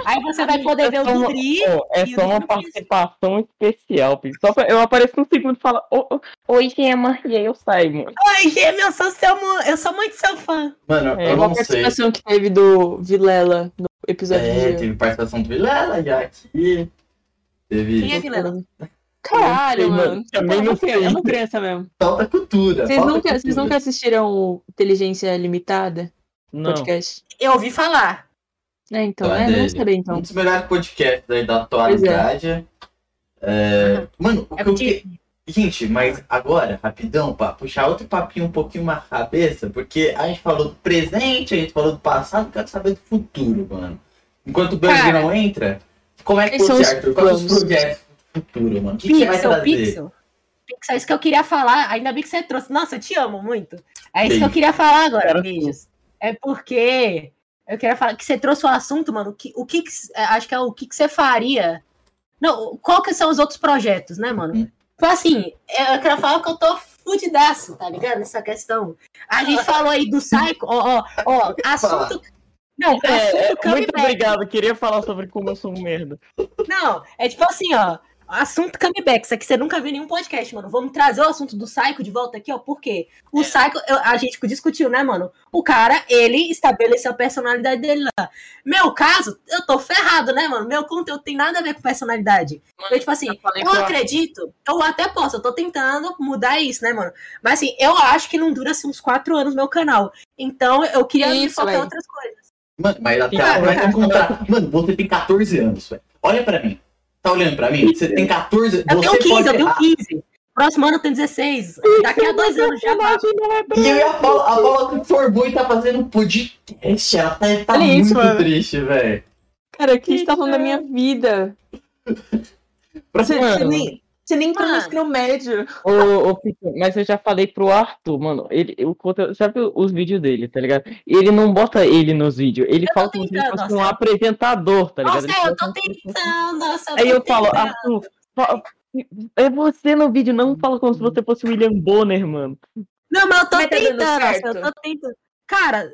Speaker 4: Aí você vai poder ver o
Speaker 5: Só uma-
Speaker 4: do Dri.
Speaker 5: Pô, é
Speaker 4: E o
Speaker 5: só uma
Speaker 4: livro fez.
Speaker 5: participação especial, filho. Só pra- eu apareço um segundo e falo, "Ô, ô, oi, Gema, e aí eu saio, mano.
Speaker 4: Oi, Gema, eu sou seu mu- Eu sou muito seu fã.
Speaker 2: Mano,
Speaker 5: É,
Speaker 2: eu
Speaker 1: Igual a
Speaker 2: não sei.
Speaker 1: participação que teve do Vilela no episódio
Speaker 2: É,
Speaker 1: de.
Speaker 2: teve participação do Vilela já aqui.
Speaker 4: Quem é
Speaker 2: Teve
Speaker 4: Vilela?
Speaker 1: Caralho,
Speaker 5: Eu não sei,
Speaker 1: mano.
Speaker 5: mano. Também
Speaker 1: É uma
Speaker 5: não sei.
Speaker 1: criança- É uma criança mesmo.
Speaker 2: falta cultura.
Speaker 1: Vocês
Speaker 2: falta
Speaker 1: nunca, vocês
Speaker 2: cultura.
Speaker 1: nunca assistiram o Inteligência Limitada?
Speaker 5: Não.
Speaker 1: Podcast?
Speaker 4: Eu ouvi falar.
Speaker 1: É, então,
Speaker 2: Ah,
Speaker 1: é,
Speaker 2: dele.
Speaker 1: não saber
Speaker 2: Um
Speaker 1: então.
Speaker 2: dos melhores podcasts aí da atualidade. É, Mano, o
Speaker 4: É
Speaker 2: que eu
Speaker 4: porque-
Speaker 2: que- Gente, mas agora, rapidão, pra puxar outro papinho um pouquinho mais cabeça, porque a gente falou do presente, a gente falou do passado, quero saber do futuro, mano. Enquanto o Bug
Speaker 4: Cara.
Speaker 2: não entra, como é que
Speaker 1: Quais são
Speaker 2: você,
Speaker 1: os
Speaker 2: Arthur? Quais são os
Speaker 1: planos?
Speaker 2: projetos do futuro, mano? O que, que você vai
Speaker 4: Pixel,
Speaker 2: trazer?
Speaker 4: Pixel. Pixel, é isso que eu queria falar. Ainda bem que você trouxe. Nossa, eu te amo muito. É isso que eu
Speaker 2: Beijo.
Speaker 4: queria falar agora,
Speaker 5: Cara,
Speaker 4: beijos. É porque eu queria falar que você trouxe o assunto, mano. Que, o que, que s- é, acho que é o que, que você faria? Não, qual que são os outros projetos, né, mano?
Speaker 2: Uhum.
Speaker 4: Tipo assim, eu eu quero falar que eu tô fudidaço, tá ligado? Nessa questão. A
Speaker 2: *laughs*
Speaker 4: gente falou aí do Psycho, ó, ó, ó, assunto. Não,
Speaker 5: É, é,
Speaker 4: assunto
Speaker 5: muito
Speaker 4: comeback.
Speaker 5: obrigado, queria falar sobre como eu sou um merda.
Speaker 4: Não, é tipo assim, ó. Assunto comeback. Isso aqui você nunca viu em nenhum podcast, mano. Vamos trazer o assunto do Psycho de volta aqui, ó. Por quê? O
Speaker 5: É.
Speaker 4: Psycho, eu- a gente discutiu, né, mano? O cara, ele estabeleceu a personalidade dele lá. Meu caso, eu tô ferrado, né, mano? Meu conteúdo tem nada a ver com personalidade. Eu, tipo assim,
Speaker 5: falei
Speaker 4: eu
Speaker 5: com a-
Speaker 4: acredito, eu até posso, eu tô tentando mudar isso, né, mano? Mas assim, eu acho que não dura assim, uns quatro anos meu canal. Então eu queria me
Speaker 1: Isso,
Speaker 4: focar em
Speaker 1: véi.
Speaker 4: outras coisas.
Speaker 2: Mano, mas até
Speaker 5: Cara,
Speaker 2: agora é vai contar. Mano, você tem 14 anos, velho. Olha pra mim. Tá olhando pra mim? Você tem 14
Speaker 4: Eu
Speaker 2: você
Speaker 4: tenho 15,
Speaker 2: pode Ah,
Speaker 4: eu tenho
Speaker 2: errar.
Speaker 4: 15. Próximo ano eu tenho 16. Daqui a dois anos
Speaker 5: Ah,
Speaker 4: já vai.
Speaker 2: E eu e a Paula, a Paula se formou e tá fazendo podcast. Ela tá, tá
Speaker 4: É
Speaker 1: Olha
Speaker 2: muito
Speaker 1: isso, mano.
Speaker 2: triste, velho.
Speaker 1: Cara, o que a gente tá falando da minha vida?
Speaker 2: Pra
Speaker 1: Você,
Speaker 5: Mano.
Speaker 1: você nem, você nem tá no
Speaker 4: Mano.
Speaker 1: ensino médio.
Speaker 5: Ô, ô, Pitu, mas eu já falei pro Arthur, mano. Ele, eu conto, sabe os vídeos dele, tá ligado? Ele não bota ele nos vídeos. Ele
Speaker 4: Eu
Speaker 5: fala
Speaker 4: tô
Speaker 5: como se ele
Speaker 4: tentando,
Speaker 5: fosse um
Speaker 4: Marcelo.
Speaker 5: apresentador, tá ligado?
Speaker 4: Nossa,
Speaker 5: Ele
Speaker 4: eu
Speaker 5: fala
Speaker 4: tô tentando, nossa, eu
Speaker 5: Aí
Speaker 4: tô
Speaker 5: eu falo,
Speaker 4: tentando.
Speaker 5: Arthur, fa- é você no vídeo, não fala como se
Speaker 4: Hum.
Speaker 5: você fosse o William Bonner, mano.
Speaker 4: Não, mas eu tô
Speaker 1: Mas tá dando
Speaker 4: tentando, nossa,
Speaker 1: certo?
Speaker 4: eu tô tentando. Cara,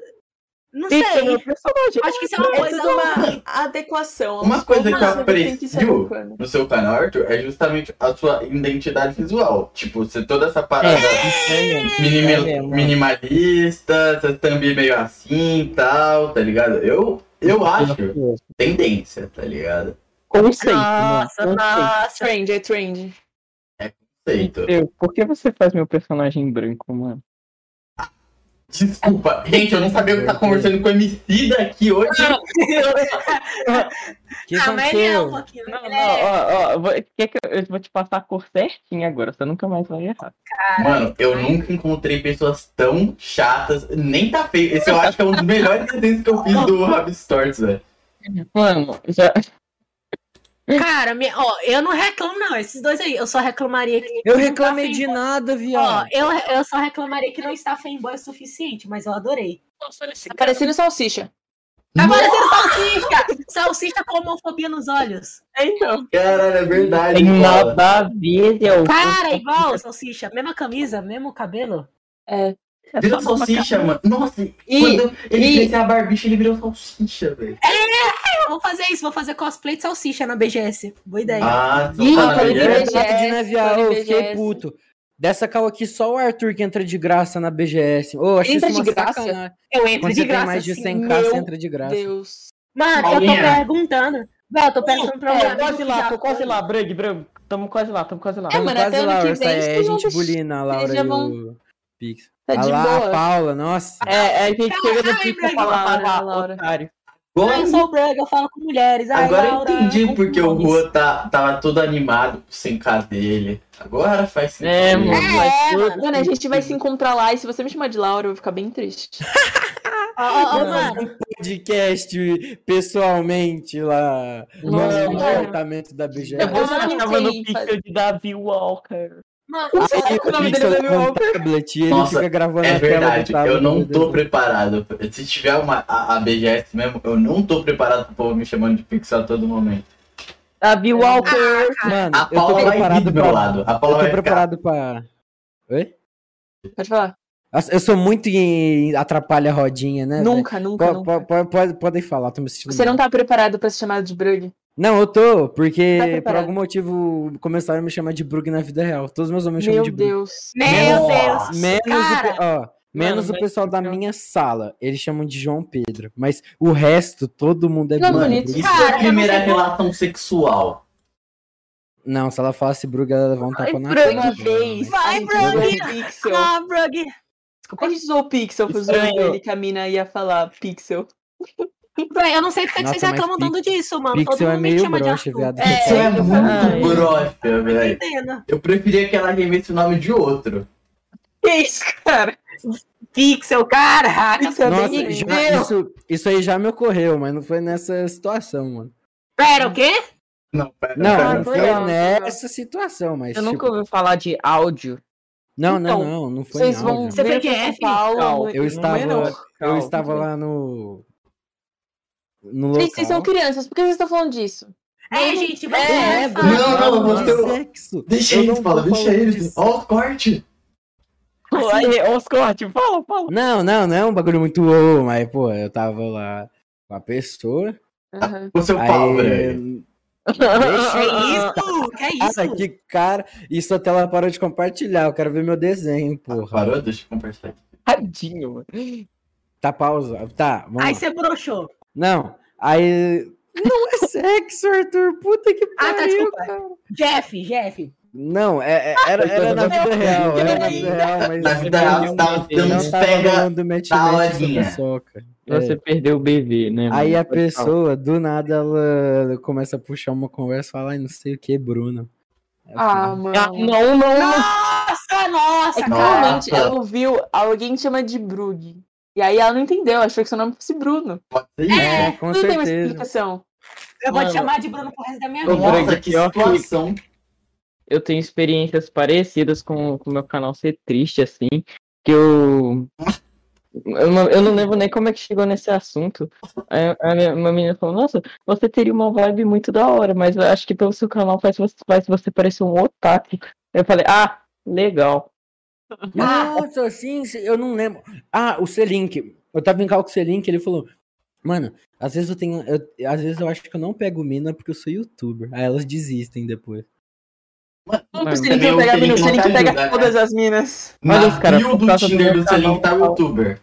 Speaker 4: não
Speaker 5: Tem que ser meu
Speaker 4: sei.
Speaker 5: personagem.
Speaker 4: Acho que isso é uma
Speaker 1: É
Speaker 4: coisa.
Speaker 1: tudo uma adequação.
Speaker 2: Uma coisa que
Speaker 1: Você
Speaker 2: eu
Speaker 1: tem que se
Speaker 2: aprecio
Speaker 1: adequando.
Speaker 2: no seu canal, Arthur, é justamente a sua identidade visual. Tipo, você toda essa parada
Speaker 5: É,
Speaker 2: minimi-
Speaker 5: é mesmo.
Speaker 2: minimalista, essa thumb meio assim e tal, tá ligado? Eu, eu acho tendência, tá ligado?
Speaker 5: Conceito.
Speaker 4: Nossa,
Speaker 5: mano, conceito.
Speaker 1: É
Speaker 4: nossa.
Speaker 1: Trend, é trend.
Speaker 2: Aceito.
Speaker 5: Eu, por que você faz meu personagem branco, mano?
Speaker 2: Desculpa. *laughs* Gente, eu não sabia que eu tá conversando com o MC daqui hoje.
Speaker 3: que
Speaker 1: tá,
Speaker 4: Ah, mas ele é
Speaker 3: aconteceu?
Speaker 4: um pouquinho.
Speaker 5: Não,
Speaker 4: ele
Speaker 5: não,
Speaker 4: é-
Speaker 5: ó, ó, vou- quer que eu, eu vou te passar a cor certinha agora, você nunca mais vai errar.
Speaker 2: Mano, eu nunca encontrei pessoas tão chatas. Nem tá feio. Esse eu acho que é um dos melhores desenhos que eu fiz do Rabbit Stories, velho.
Speaker 5: Mano, já,
Speaker 4: Cara, me- ó, eu não reclamo, não. Esses dois aí, eu só reclamaria que. não
Speaker 3: Eu
Speaker 4: tá
Speaker 3: reclamei
Speaker 4: feio.
Speaker 3: de nada,
Speaker 4: Ó,
Speaker 3: viado.
Speaker 4: eu, eu só reclamaria que não está fanboy o suficiente, mas eu adorei.
Speaker 1: Tá parecendo salsicha.
Speaker 4: Tá parecendo salsicha! Salsicha com homofobia nos olhos.
Speaker 1: É, então.
Speaker 2: Caralho, é verdade.
Speaker 5: tem
Speaker 2: cara.
Speaker 5: nada a ver, Zé.
Speaker 4: Cara, igual salsicha. Mesma camisa, mesmo cabelo.
Speaker 1: É.
Speaker 2: Virou salsicha, mano. Nossa,
Speaker 1: E-
Speaker 2: quando ele
Speaker 1: e-
Speaker 2: cresceu a barbicha, ele virou salsicha, velho.
Speaker 4: Eu vou fazer isso, vou fazer cosplay de salsicha na BGS. Boa ideia.
Speaker 2: Ah,
Speaker 1: Ih,
Speaker 2: não tá na
Speaker 1: falei
Speaker 2: minha-
Speaker 1: BGS,
Speaker 3: Trato de naviar, eu
Speaker 1: falei
Speaker 3: fiquei
Speaker 1: BGS.
Speaker 3: puto. Dessa cal aqui, só o Arthur que entra de graça na BGS. Ô, achei
Speaker 1: Entra
Speaker 3: isso uma
Speaker 1: de graça?
Speaker 3: sacanagem.
Speaker 4: eu entro
Speaker 3: Quando
Speaker 4: de
Speaker 3: você tem
Speaker 4: graça.
Speaker 3: mais de
Speaker 4: sim.
Speaker 3: 100k, você
Speaker 1: Meu
Speaker 3: entra de graça.
Speaker 1: Deus.
Speaker 4: Mano, eu
Speaker 2: Paulinha.
Speaker 4: tô perguntando. Não, eu tô perguntando pra um
Speaker 5: É,
Speaker 4: amigo
Speaker 5: quase
Speaker 4: que
Speaker 5: lá,
Speaker 4: já
Speaker 5: tô
Speaker 4: foi.
Speaker 5: quase lá, Brug, Brug. Tamo quase lá, tamo quase lá.
Speaker 1: É,
Speaker 3: Tamo
Speaker 1: mano,
Speaker 3: Então, quase
Speaker 1: até ano
Speaker 3: lá,
Speaker 1: que
Speaker 3: Ursa,
Speaker 1: vem
Speaker 3: é,
Speaker 1: vocês
Speaker 3: a
Speaker 1: vão
Speaker 3: gente
Speaker 1: vesti-
Speaker 3: bulina a Laura
Speaker 1: já
Speaker 3: e
Speaker 1: vão-
Speaker 3: o Pix.
Speaker 1: Tá
Speaker 3: Ah
Speaker 1: de
Speaker 3: lá, a
Speaker 1: boa.
Speaker 3: Paula, nossa.
Speaker 5: É, a gente chega no Pix e fala,
Speaker 1: Laura,
Speaker 5: fala,
Speaker 1: Laura.
Speaker 5: otário.
Speaker 4: Eu
Speaker 2: Agora,
Speaker 4: sou brug, eu falo com mulheres. Ai,
Speaker 2: agora eu
Speaker 4: Laura,
Speaker 2: entendi
Speaker 4: com
Speaker 2: porque o
Speaker 4: homens.
Speaker 2: Rua tá, tava todo animado sem K dele. Agora faz sentido.
Speaker 5: É, mano.
Speaker 4: É,
Speaker 5: mas-
Speaker 4: mano.
Speaker 1: Mano, a gente
Speaker 5: né?
Speaker 1: vai se encontrar lá e se você me chamar de Laura, eu vou ficar bem triste.
Speaker 4: Ó, ó, ó,
Speaker 3: Não,
Speaker 4: mano,
Speaker 3: no podcast pessoalmente lá
Speaker 1: Mano.
Speaker 3: no apartamento da BGS.
Speaker 1: Eu vou-
Speaker 5: Eu
Speaker 1: Ah,
Speaker 5: achava no
Speaker 1: sim,
Speaker 5: pixel de Davi Walker.
Speaker 4: mano,
Speaker 1: Como
Speaker 3: Aí
Speaker 1: você sabe que o nome dele é
Speaker 3: Pixel
Speaker 1: David
Speaker 3: com um
Speaker 1: Walker?
Speaker 3: tablet e ele
Speaker 2: Nossa,
Speaker 3: fica gravando
Speaker 2: É
Speaker 3: a tela do
Speaker 2: verdade,
Speaker 3: tablet
Speaker 2: eu não
Speaker 3: do
Speaker 2: tô
Speaker 3: desenho.
Speaker 2: preparado. Se tiver uma, a, a BGS mesmo, eu não tô preparado pro povo me chamando de pixel a todo momento.
Speaker 5: Davi
Speaker 1: Ah,
Speaker 5: Walker.
Speaker 3: Mano,
Speaker 2: A
Speaker 3: eu tô
Speaker 2: Paula vai vir
Speaker 3: preparado
Speaker 2: do meu
Speaker 3: pra...
Speaker 2: lado. A Paula é
Speaker 3: Eu tô
Speaker 2: vai ficar.
Speaker 3: preparado pra... Oi?
Speaker 1: Pode falar.
Speaker 3: Nossa, Eu sou muito em atrapalha a rodinha, né?
Speaker 1: nunca,
Speaker 3: velho?
Speaker 1: nunca,
Speaker 3: Po-
Speaker 1: nunca.
Speaker 3: po- po- pode- Podem falar, tô me sentindo
Speaker 1: Você
Speaker 3: mal.
Speaker 1: não tá preparado pra ser chamado de Brug?
Speaker 3: Não, eu tô, porque
Speaker 1: Tá
Speaker 3: por
Speaker 1: preparado.
Speaker 3: algum motivo começaram a me chamar de Brug na vida real. Todos meus amigos me chamam
Speaker 1: Meu
Speaker 3: de Brug.
Speaker 1: Deus.
Speaker 4: meu Deus.
Speaker 2: Nossa.
Speaker 3: Menos, o, pe- ó, menos
Speaker 5: Mano,
Speaker 3: o pessoal da
Speaker 5: velho.
Speaker 3: minha sala. Eles chamam de João Pedro. Mas o resto, todo mundo é
Speaker 1: Não,
Speaker 3: Brug.
Speaker 1: bonito.
Speaker 2: Isso
Speaker 4: Cara, eu
Speaker 2: é a
Speaker 4: não
Speaker 2: primeira
Speaker 4: sei como-
Speaker 2: relação sexual.
Speaker 3: Não, se ela falasse Brug, ela ia levar um tapa na
Speaker 1: Brug uma
Speaker 3: cara.
Speaker 1: vez.
Speaker 4: Vai,
Speaker 1: a gente zoou
Speaker 4: Brug.
Speaker 1: o é Pixel.
Speaker 4: Ah, brug.
Speaker 1: A gente usou o Pixel, foi zoando
Speaker 5: Estranho.
Speaker 1: ele que a mina ia falar Pixel.
Speaker 4: Brug, Eu não sei porque é que
Speaker 3: Nossa,
Speaker 4: vocês
Speaker 3: mas
Speaker 4: reclamam
Speaker 3: Pix-
Speaker 4: tanto disso, mano. Todo
Speaker 3: Pixel é
Speaker 4: mundo me
Speaker 3: meio
Speaker 4: chama de
Speaker 3: broxa,
Speaker 4: Arthur.
Speaker 3: viado.
Speaker 2: Isso é,
Speaker 5: eu- Ai.
Speaker 2: muito broxa,
Speaker 4: Tô
Speaker 2: velho.
Speaker 4: entendendo.
Speaker 2: Eu preferia que ela gemesse o nome de outro.
Speaker 1: Que isso, cara?
Speaker 4: Pixel, caraca.
Speaker 1: Pixel é
Speaker 3: Nossa,
Speaker 1: bem
Speaker 3: já- isso, isso aí já me ocorreu, mas não foi nessa situação, mano.
Speaker 4: Pera, o quê?
Speaker 2: Não, pera,
Speaker 3: Não,
Speaker 2: pera.
Speaker 3: não
Speaker 5: foi
Speaker 3: foi
Speaker 5: não,
Speaker 3: nessa situação, mas.
Speaker 5: Eu nunca
Speaker 3: tipo,
Speaker 5: ouvi falar de áudio.
Speaker 3: Não, não,
Speaker 1: Então,
Speaker 3: não, não foi em
Speaker 1: Vocês vão
Speaker 3: áudio.
Speaker 4: Você foi
Speaker 1: ver
Speaker 4: de
Speaker 1: pra
Speaker 4: F?
Speaker 1: São Paulo.
Speaker 3: Eu
Speaker 1: no-
Speaker 3: estava-
Speaker 1: Menor.
Speaker 3: Eu estava lá no. No local.
Speaker 1: Gente, vocês são crianças, por que vocês estão falando disso?
Speaker 4: É, gente, vai
Speaker 1: É,
Speaker 4: começar.
Speaker 2: Não, não,
Speaker 3: falando
Speaker 2: você-
Speaker 3: de sexo.
Speaker 2: Deixa
Speaker 3: Eu
Speaker 2: eles,
Speaker 3: não
Speaker 2: Paula,
Speaker 3: tô
Speaker 2: deixa
Speaker 3: falando
Speaker 2: eles.
Speaker 3: disso.
Speaker 2: Ó, o corte.
Speaker 5: Olha os cortes, fala,
Speaker 3: *laughs*
Speaker 5: fala.
Speaker 3: Não, não, não é um bagulho muito louco, mas, pô, eu tava lá com a pessoa.
Speaker 1: Aham.
Speaker 3: É
Speaker 2: O seu pau,
Speaker 3: Aí,
Speaker 2: velho.
Speaker 4: É isso? Que é *laughs* isso?
Speaker 3: Cara, que cara. Isso até ela parou de compartilhar. Eu quero ver meu desenho, porra.
Speaker 2: Parou? Deixa eu conversar aqui.
Speaker 5: Tadinho, mano.
Speaker 3: Tá pausa. Tá, vamos
Speaker 4: Aí
Speaker 3: lá.
Speaker 4: você broxou.
Speaker 3: Não, aí. Não é *laughs* sexo, Arthur. Puta que
Speaker 4: Ah, tá,
Speaker 3: pariu.
Speaker 4: desculpa. Jeff, Jeff.
Speaker 3: Não, é- é- era, era na vida real. Era na vida real, mas.
Speaker 2: né? Na vida real, tava
Speaker 3: Não
Speaker 2: dando
Speaker 3: tava
Speaker 2: pega.
Speaker 3: rolando match
Speaker 2: na
Speaker 3: match sobre
Speaker 2: rodinha.
Speaker 3: tipo, soca. É.
Speaker 5: Você perdeu o BV, né?
Speaker 3: Aí
Speaker 5: mano?
Speaker 3: a
Speaker 5: Pode falar.
Speaker 3: pessoa, do nada, ela começa a puxar uma conversa e fala, ai, não sei o que, Bruno. Aí eu
Speaker 1: Ah,
Speaker 3: falo,
Speaker 1: mano.
Speaker 5: Ah, não, não, não.
Speaker 4: Nossa, Ah, nossa,
Speaker 1: É que
Speaker 2: Nossa.
Speaker 4: calma.
Speaker 1: realmente ela ouviu alguém que chama de Brug. E aí ela não entendeu, achou que seu nome fosse Bruno.
Speaker 3: é, com
Speaker 1: não tem uma
Speaker 3: certeza.
Speaker 1: explicação.
Speaker 4: Eu vou te
Speaker 5: Mano.
Speaker 4: chamar de Bruno pro resto da minha
Speaker 5: Ô,
Speaker 4: vida.
Speaker 5: Bruno.
Speaker 2: Nossa, que
Speaker 5: pior que-
Speaker 2: situação.
Speaker 5: Eu tenho experiências parecidas com com o meu canal ser triste, assim. Que eu. Eu não, eu não lembro nem como é que chegou nesse assunto. Aí a minha- uma menina falou: Nossa, você teria uma vibe muito da hora, mas eu acho que pelo seu canal faz você, faz você parecer um otaku. Eu falei: Ah, legal.
Speaker 3: Nossa, sim, sim, eu não lembro. Ah, o Selink. Eu tava em cal com o Selink, ele falou, mano, às vezes eu tenho. eu- às vezes eu acho que eu não pego mina porque eu sou youtuber. Aí elas desistem depois.
Speaker 1: Não
Speaker 5: Mas
Speaker 1: precisa
Speaker 2: também
Speaker 1: que
Speaker 2: o
Speaker 1: pegar
Speaker 2: Felipe
Speaker 1: menino,
Speaker 2: não
Speaker 1: você que
Speaker 2: tá
Speaker 1: pega
Speaker 2: ajudando, né?
Speaker 1: todas as minas.
Speaker 5: Olha
Speaker 2: Na
Speaker 5: os caras,
Speaker 2: bio
Speaker 5: por
Speaker 2: do
Speaker 5: causa do
Speaker 2: Tinder
Speaker 5: meu
Speaker 2: do Selim
Speaker 5: canal.
Speaker 2: tá youtuber.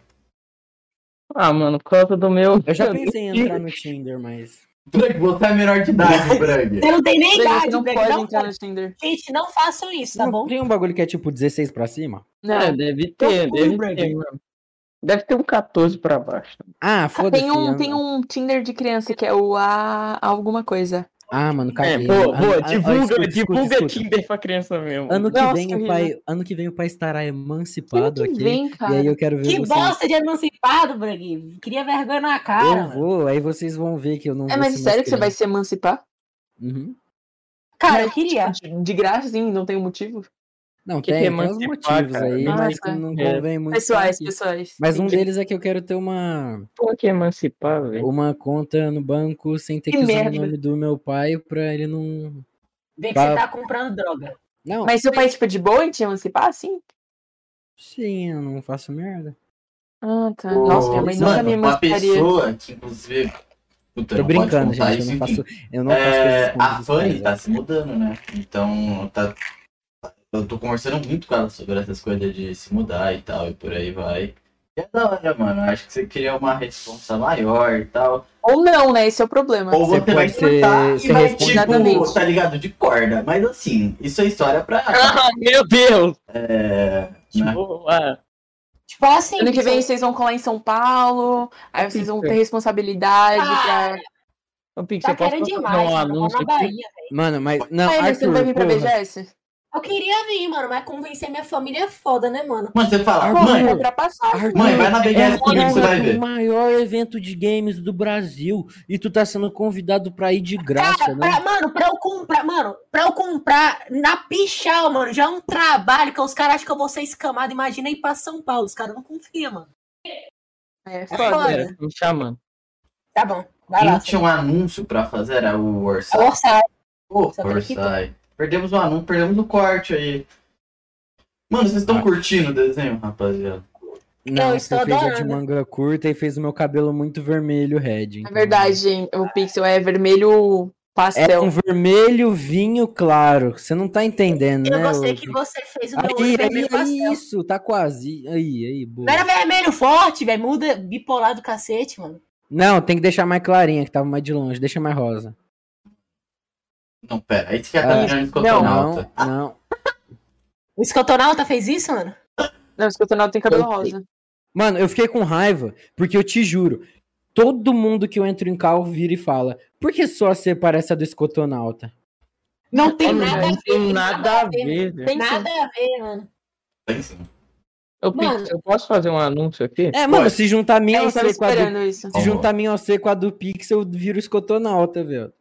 Speaker 5: Ah, mano, por causa do meu. *laughs*
Speaker 3: Eu já pensei em entrar no Tinder, mas.
Speaker 2: Brug, você é menor de idade, Brug.
Speaker 4: Você não tem nem idade,
Speaker 1: Você não
Speaker 4: Breno,
Speaker 1: pode
Speaker 4: não
Speaker 1: entrar
Speaker 4: pode.
Speaker 1: no Tinder.
Speaker 4: Gente, não façam isso, tá
Speaker 3: não
Speaker 4: bom?
Speaker 3: tem um bagulho que é tipo 16 pra cima?
Speaker 1: Não.
Speaker 5: É, deve ter,
Speaker 4: Eu fui,
Speaker 5: deve
Speaker 4: Brad.
Speaker 5: ter, mano. Deve ter um 14 pra baixo.
Speaker 3: Ah, foda-se.
Speaker 1: Tem um,
Speaker 3: eu-
Speaker 1: tem um Tinder de criança que é o A alguma coisa.
Speaker 3: Ah, mano,
Speaker 5: É,
Speaker 3: caguei.
Speaker 5: boa,
Speaker 3: Ah,
Speaker 5: boa,
Speaker 3: ah, ah,
Speaker 5: divulga,
Speaker 3: escuta, escuta,
Speaker 5: divulga
Speaker 3: escuta.
Speaker 5: Tinder pra criança mesmo.
Speaker 3: Ano que,
Speaker 1: Nossa,
Speaker 3: vem,
Speaker 1: que
Speaker 3: o
Speaker 1: horrível.
Speaker 3: pai, ano que vem o pai estará
Speaker 1: Será
Speaker 3: emancipado
Speaker 1: que
Speaker 3: aqui.
Speaker 1: vem,
Speaker 3: E
Speaker 1: cara? É,
Speaker 3: aí eu quero ver
Speaker 4: Que
Speaker 3: vocês.
Speaker 4: bosta de emancipado, Bragui. Queria vergonha na cara.
Speaker 3: eu
Speaker 4: mano.
Speaker 3: vou, aí vocês vão ver que eu não
Speaker 1: É,
Speaker 3: vou
Speaker 1: mas
Speaker 3: ser
Speaker 1: sério
Speaker 3: mais
Speaker 1: que você vai
Speaker 3: criança.
Speaker 1: se emancipar?
Speaker 3: Uhum.
Speaker 4: Cara, eu
Speaker 1: Mas,
Speaker 4: queria.
Speaker 1: tipo, de graça, assim, não tem um motivo?
Speaker 3: Não,
Speaker 5: Que
Speaker 3: tem,
Speaker 5: que
Speaker 3: tem uns
Speaker 5: emancipar,
Speaker 3: motivos
Speaker 5: cara?
Speaker 3: aí,
Speaker 1: Ah,
Speaker 3: mas
Speaker 1: tá.
Speaker 3: que não
Speaker 5: É.
Speaker 3: convém muito.
Speaker 1: Pessoais,
Speaker 3: aqui.
Speaker 1: pessoais.
Speaker 3: Mas um
Speaker 1: Entendi.
Speaker 3: deles é que eu quero ter uma,
Speaker 5: Como que emancipar, velho?
Speaker 3: uma conta no banco sem ter que,
Speaker 1: Que
Speaker 3: usar
Speaker 1: merda.
Speaker 3: o nome do meu pai pra ele não.
Speaker 4: Vê que você
Speaker 3: Tá.
Speaker 4: tá comprando droga.
Speaker 3: Não,
Speaker 1: Mas seu pai, tipo, de boa em te emancipar, assim?
Speaker 3: sim, eu não faço merda.
Speaker 1: Ah, tá. Nossa, minha mãe
Speaker 2: Mano,
Speaker 1: nunca me
Speaker 2: uma
Speaker 1: emanciparia.
Speaker 2: pessoa que você... Puta,
Speaker 3: Tô
Speaker 2: não pode
Speaker 3: brincando,
Speaker 2: contar
Speaker 3: gente. Eu não
Speaker 2: isso,
Speaker 3: faço,
Speaker 2: enfim.
Speaker 3: eu não faço
Speaker 2: É,
Speaker 3: coisas com
Speaker 2: a
Speaker 3: os
Speaker 2: Fanny
Speaker 3: pais,
Speaker 2: tá
Speaker 3: é.
Speaker 2: se mudando, né? Então, tá... Eu tô conversando muito com ela sobre essas coisas de se mudar e tal, e por aí vai. E é da hora, mano. Acho que você queria uma responsa maior e tal.
Speaker 1: Ou não, né? Esse é o problema.
Speaker 2: Ou
Speaker 3: Você
Speaker 2: você vai
Speaker 3: pode ser-
Speaker 2: surtar e
Speaker 3: ser
Speaker 2: vai, tipo,
Speaker 1: responsável. Exatamente.
Speaker 2: tá ligado? De corda. Mas, assim, isso é
Speaker 1: *laughs*
Speaker 2: história pra...
Speaker 5: Ah, meu Deus!
Speaker 2: É... né?
Speaker 5: Tipo, ah,
Speaker 4: Tipo assim.
Speaker 1: Ano que vem
Speaker 4: são-
Speaker 1: vocês vão colar em São Paulo, aí vocês vão ter responsabilidade pra.
Speaker 5: ô, Pix,
Speaker 4: Tá
Speaker 5: eu posso
Speaker 4: querendo
Speaker 5: dar
Speaker 4: demais,
Speaker 5: um
Speaker 4: mano. Vou
Speaker 5: anúncio
Speaker 4: na
Speaker 5: aqui?
Speaker 4: Bahia.
Speaker 3: Mano, mas. Não,
Speaker 1: Ai, mas você não vai vir
Speaker 3: Arthur,
Speaker 1: pra
Speaker 3: porra.
Speaker 1: BGS?
Speaker 4: Eu queria vir, mano, mas convencer minha família é foda, né, mano?
Speaker 2: Mano, você fala,
Speaker 3: Arthur.
Speaker 2: mãe,
Speaker 1: Vai é pra passagem.
Speaker 3: Arthur,
Speaker 2: mãe, vai na BGS comigo que você vai
Speaker 3: É
Speaker 2: ver.
Speaker 3: o maior evento de games do Brasil e tu tá sendo convidado pra ir de graça,
Speaker 4: Cara,
Speaker 3: né?
Speaker 4: pra- mano, pra eu comprar, mano, pra eu comprar na Pichal, mano, já é um trabalho que os caras acham que eu vou ser escamado. Imagina ir pra São Paulo, os caras não confiam, mano.
Speaker 1: É
Speaker 4: É
Speaker 1: foda.
Speaker 4: foda.
Speaker 5: tá Galera, Me chamando.
Speaker 4: Tá bom, vai lá.
Speaker 2: Quem tinha um anúncio pra fazer era o Orsay.
Speaker 4: Orçar.
Speaker 2: Ô,
Speaker 4: Só tem que-
Speaker 2: Orsay. Perdemos o anúncio, perdemos o corte aí. Mano, vocês estão curtindo o desenho, rapaziada?
Speaker 3: Não,
Speaker 4: Eu
Speaker 3: eu
Speaker 4: estou
Speaker 3: estou fez a de
Speaker 4: adorando.
Speaker 3: manga curta e fez o meu cabelo muito vermelho, red.
Speaker 1: É
Speaker 3: então-
Speaker 1: verdade, gente. O pixel é vermelho
Speaker 3: É
Speaker 1: pastel.
Speaker 3: um vermelho vinho claro. Você não tá entendendo,
Speaker 4: Eu
Speaker 3: né?
Speaker 4: gostei
Speaker 3: ô-
Speaker 4: que você fez o meu
Speaker 3: Aí,
Speaker 4: olho
Speaker 3: aí,
Speaker 4: vermelho
Speaker 3: aí,
Speaker 4: pastel.
Speaker 3: isso, tá quase. Aí, aí, boa.
Speaker 4: Não era vermelho forte, velho. Muda bipolar do cacete, mano.
Speaker 3: Não, tem que deixar mais clarinha, que tava mais de longe. Deixa mais rosa.
Speaker 2: Não, pera, aí você já tá
Speaker 3: Ah,
Speaker 2: virando
Speaker 1: Não,
Speaker 2: escotonauta.
Speaker 3: Não, não.
Speaker 4: O escotonauta fez isso, mano?
Speaker 1: Não, esse cotonal tem cabelo
Speaker 3: Eu sei.
Speaker 1: rosa.
Speaker 3: Mano, eu fiquei com raiva, porque eu te juro, todo mundo que eu entro em carro vira e fala, por que só você parece a do escotonauta?
Speaker 4: Não tem
Speaker 5: Olha,
Speaker 4: nada a
Speaker 5: não
Speaker 4: ver.
Speaker 5: tem nada a ver, velho.
Speaker 1: Tem sim.
Speaker 4: Nada a ver, mano.
Speaker 2: Tem sim.
Speaker 5: Ô, Pix,
Speaker 4: Mano.
Speaker 5: eu posso fazer um anúncio aqui?
Speaker 3: É, mano,
Speaker 2: Ué.
Speaker 3: se juntar minha
Speaker 1: É, eu tava
Speaker 3: OC com a do...
Speaker 1: esperando isso.
Speaker 3: Se juntar minha OC com a do Pixel, eu viro escotonauta, velho.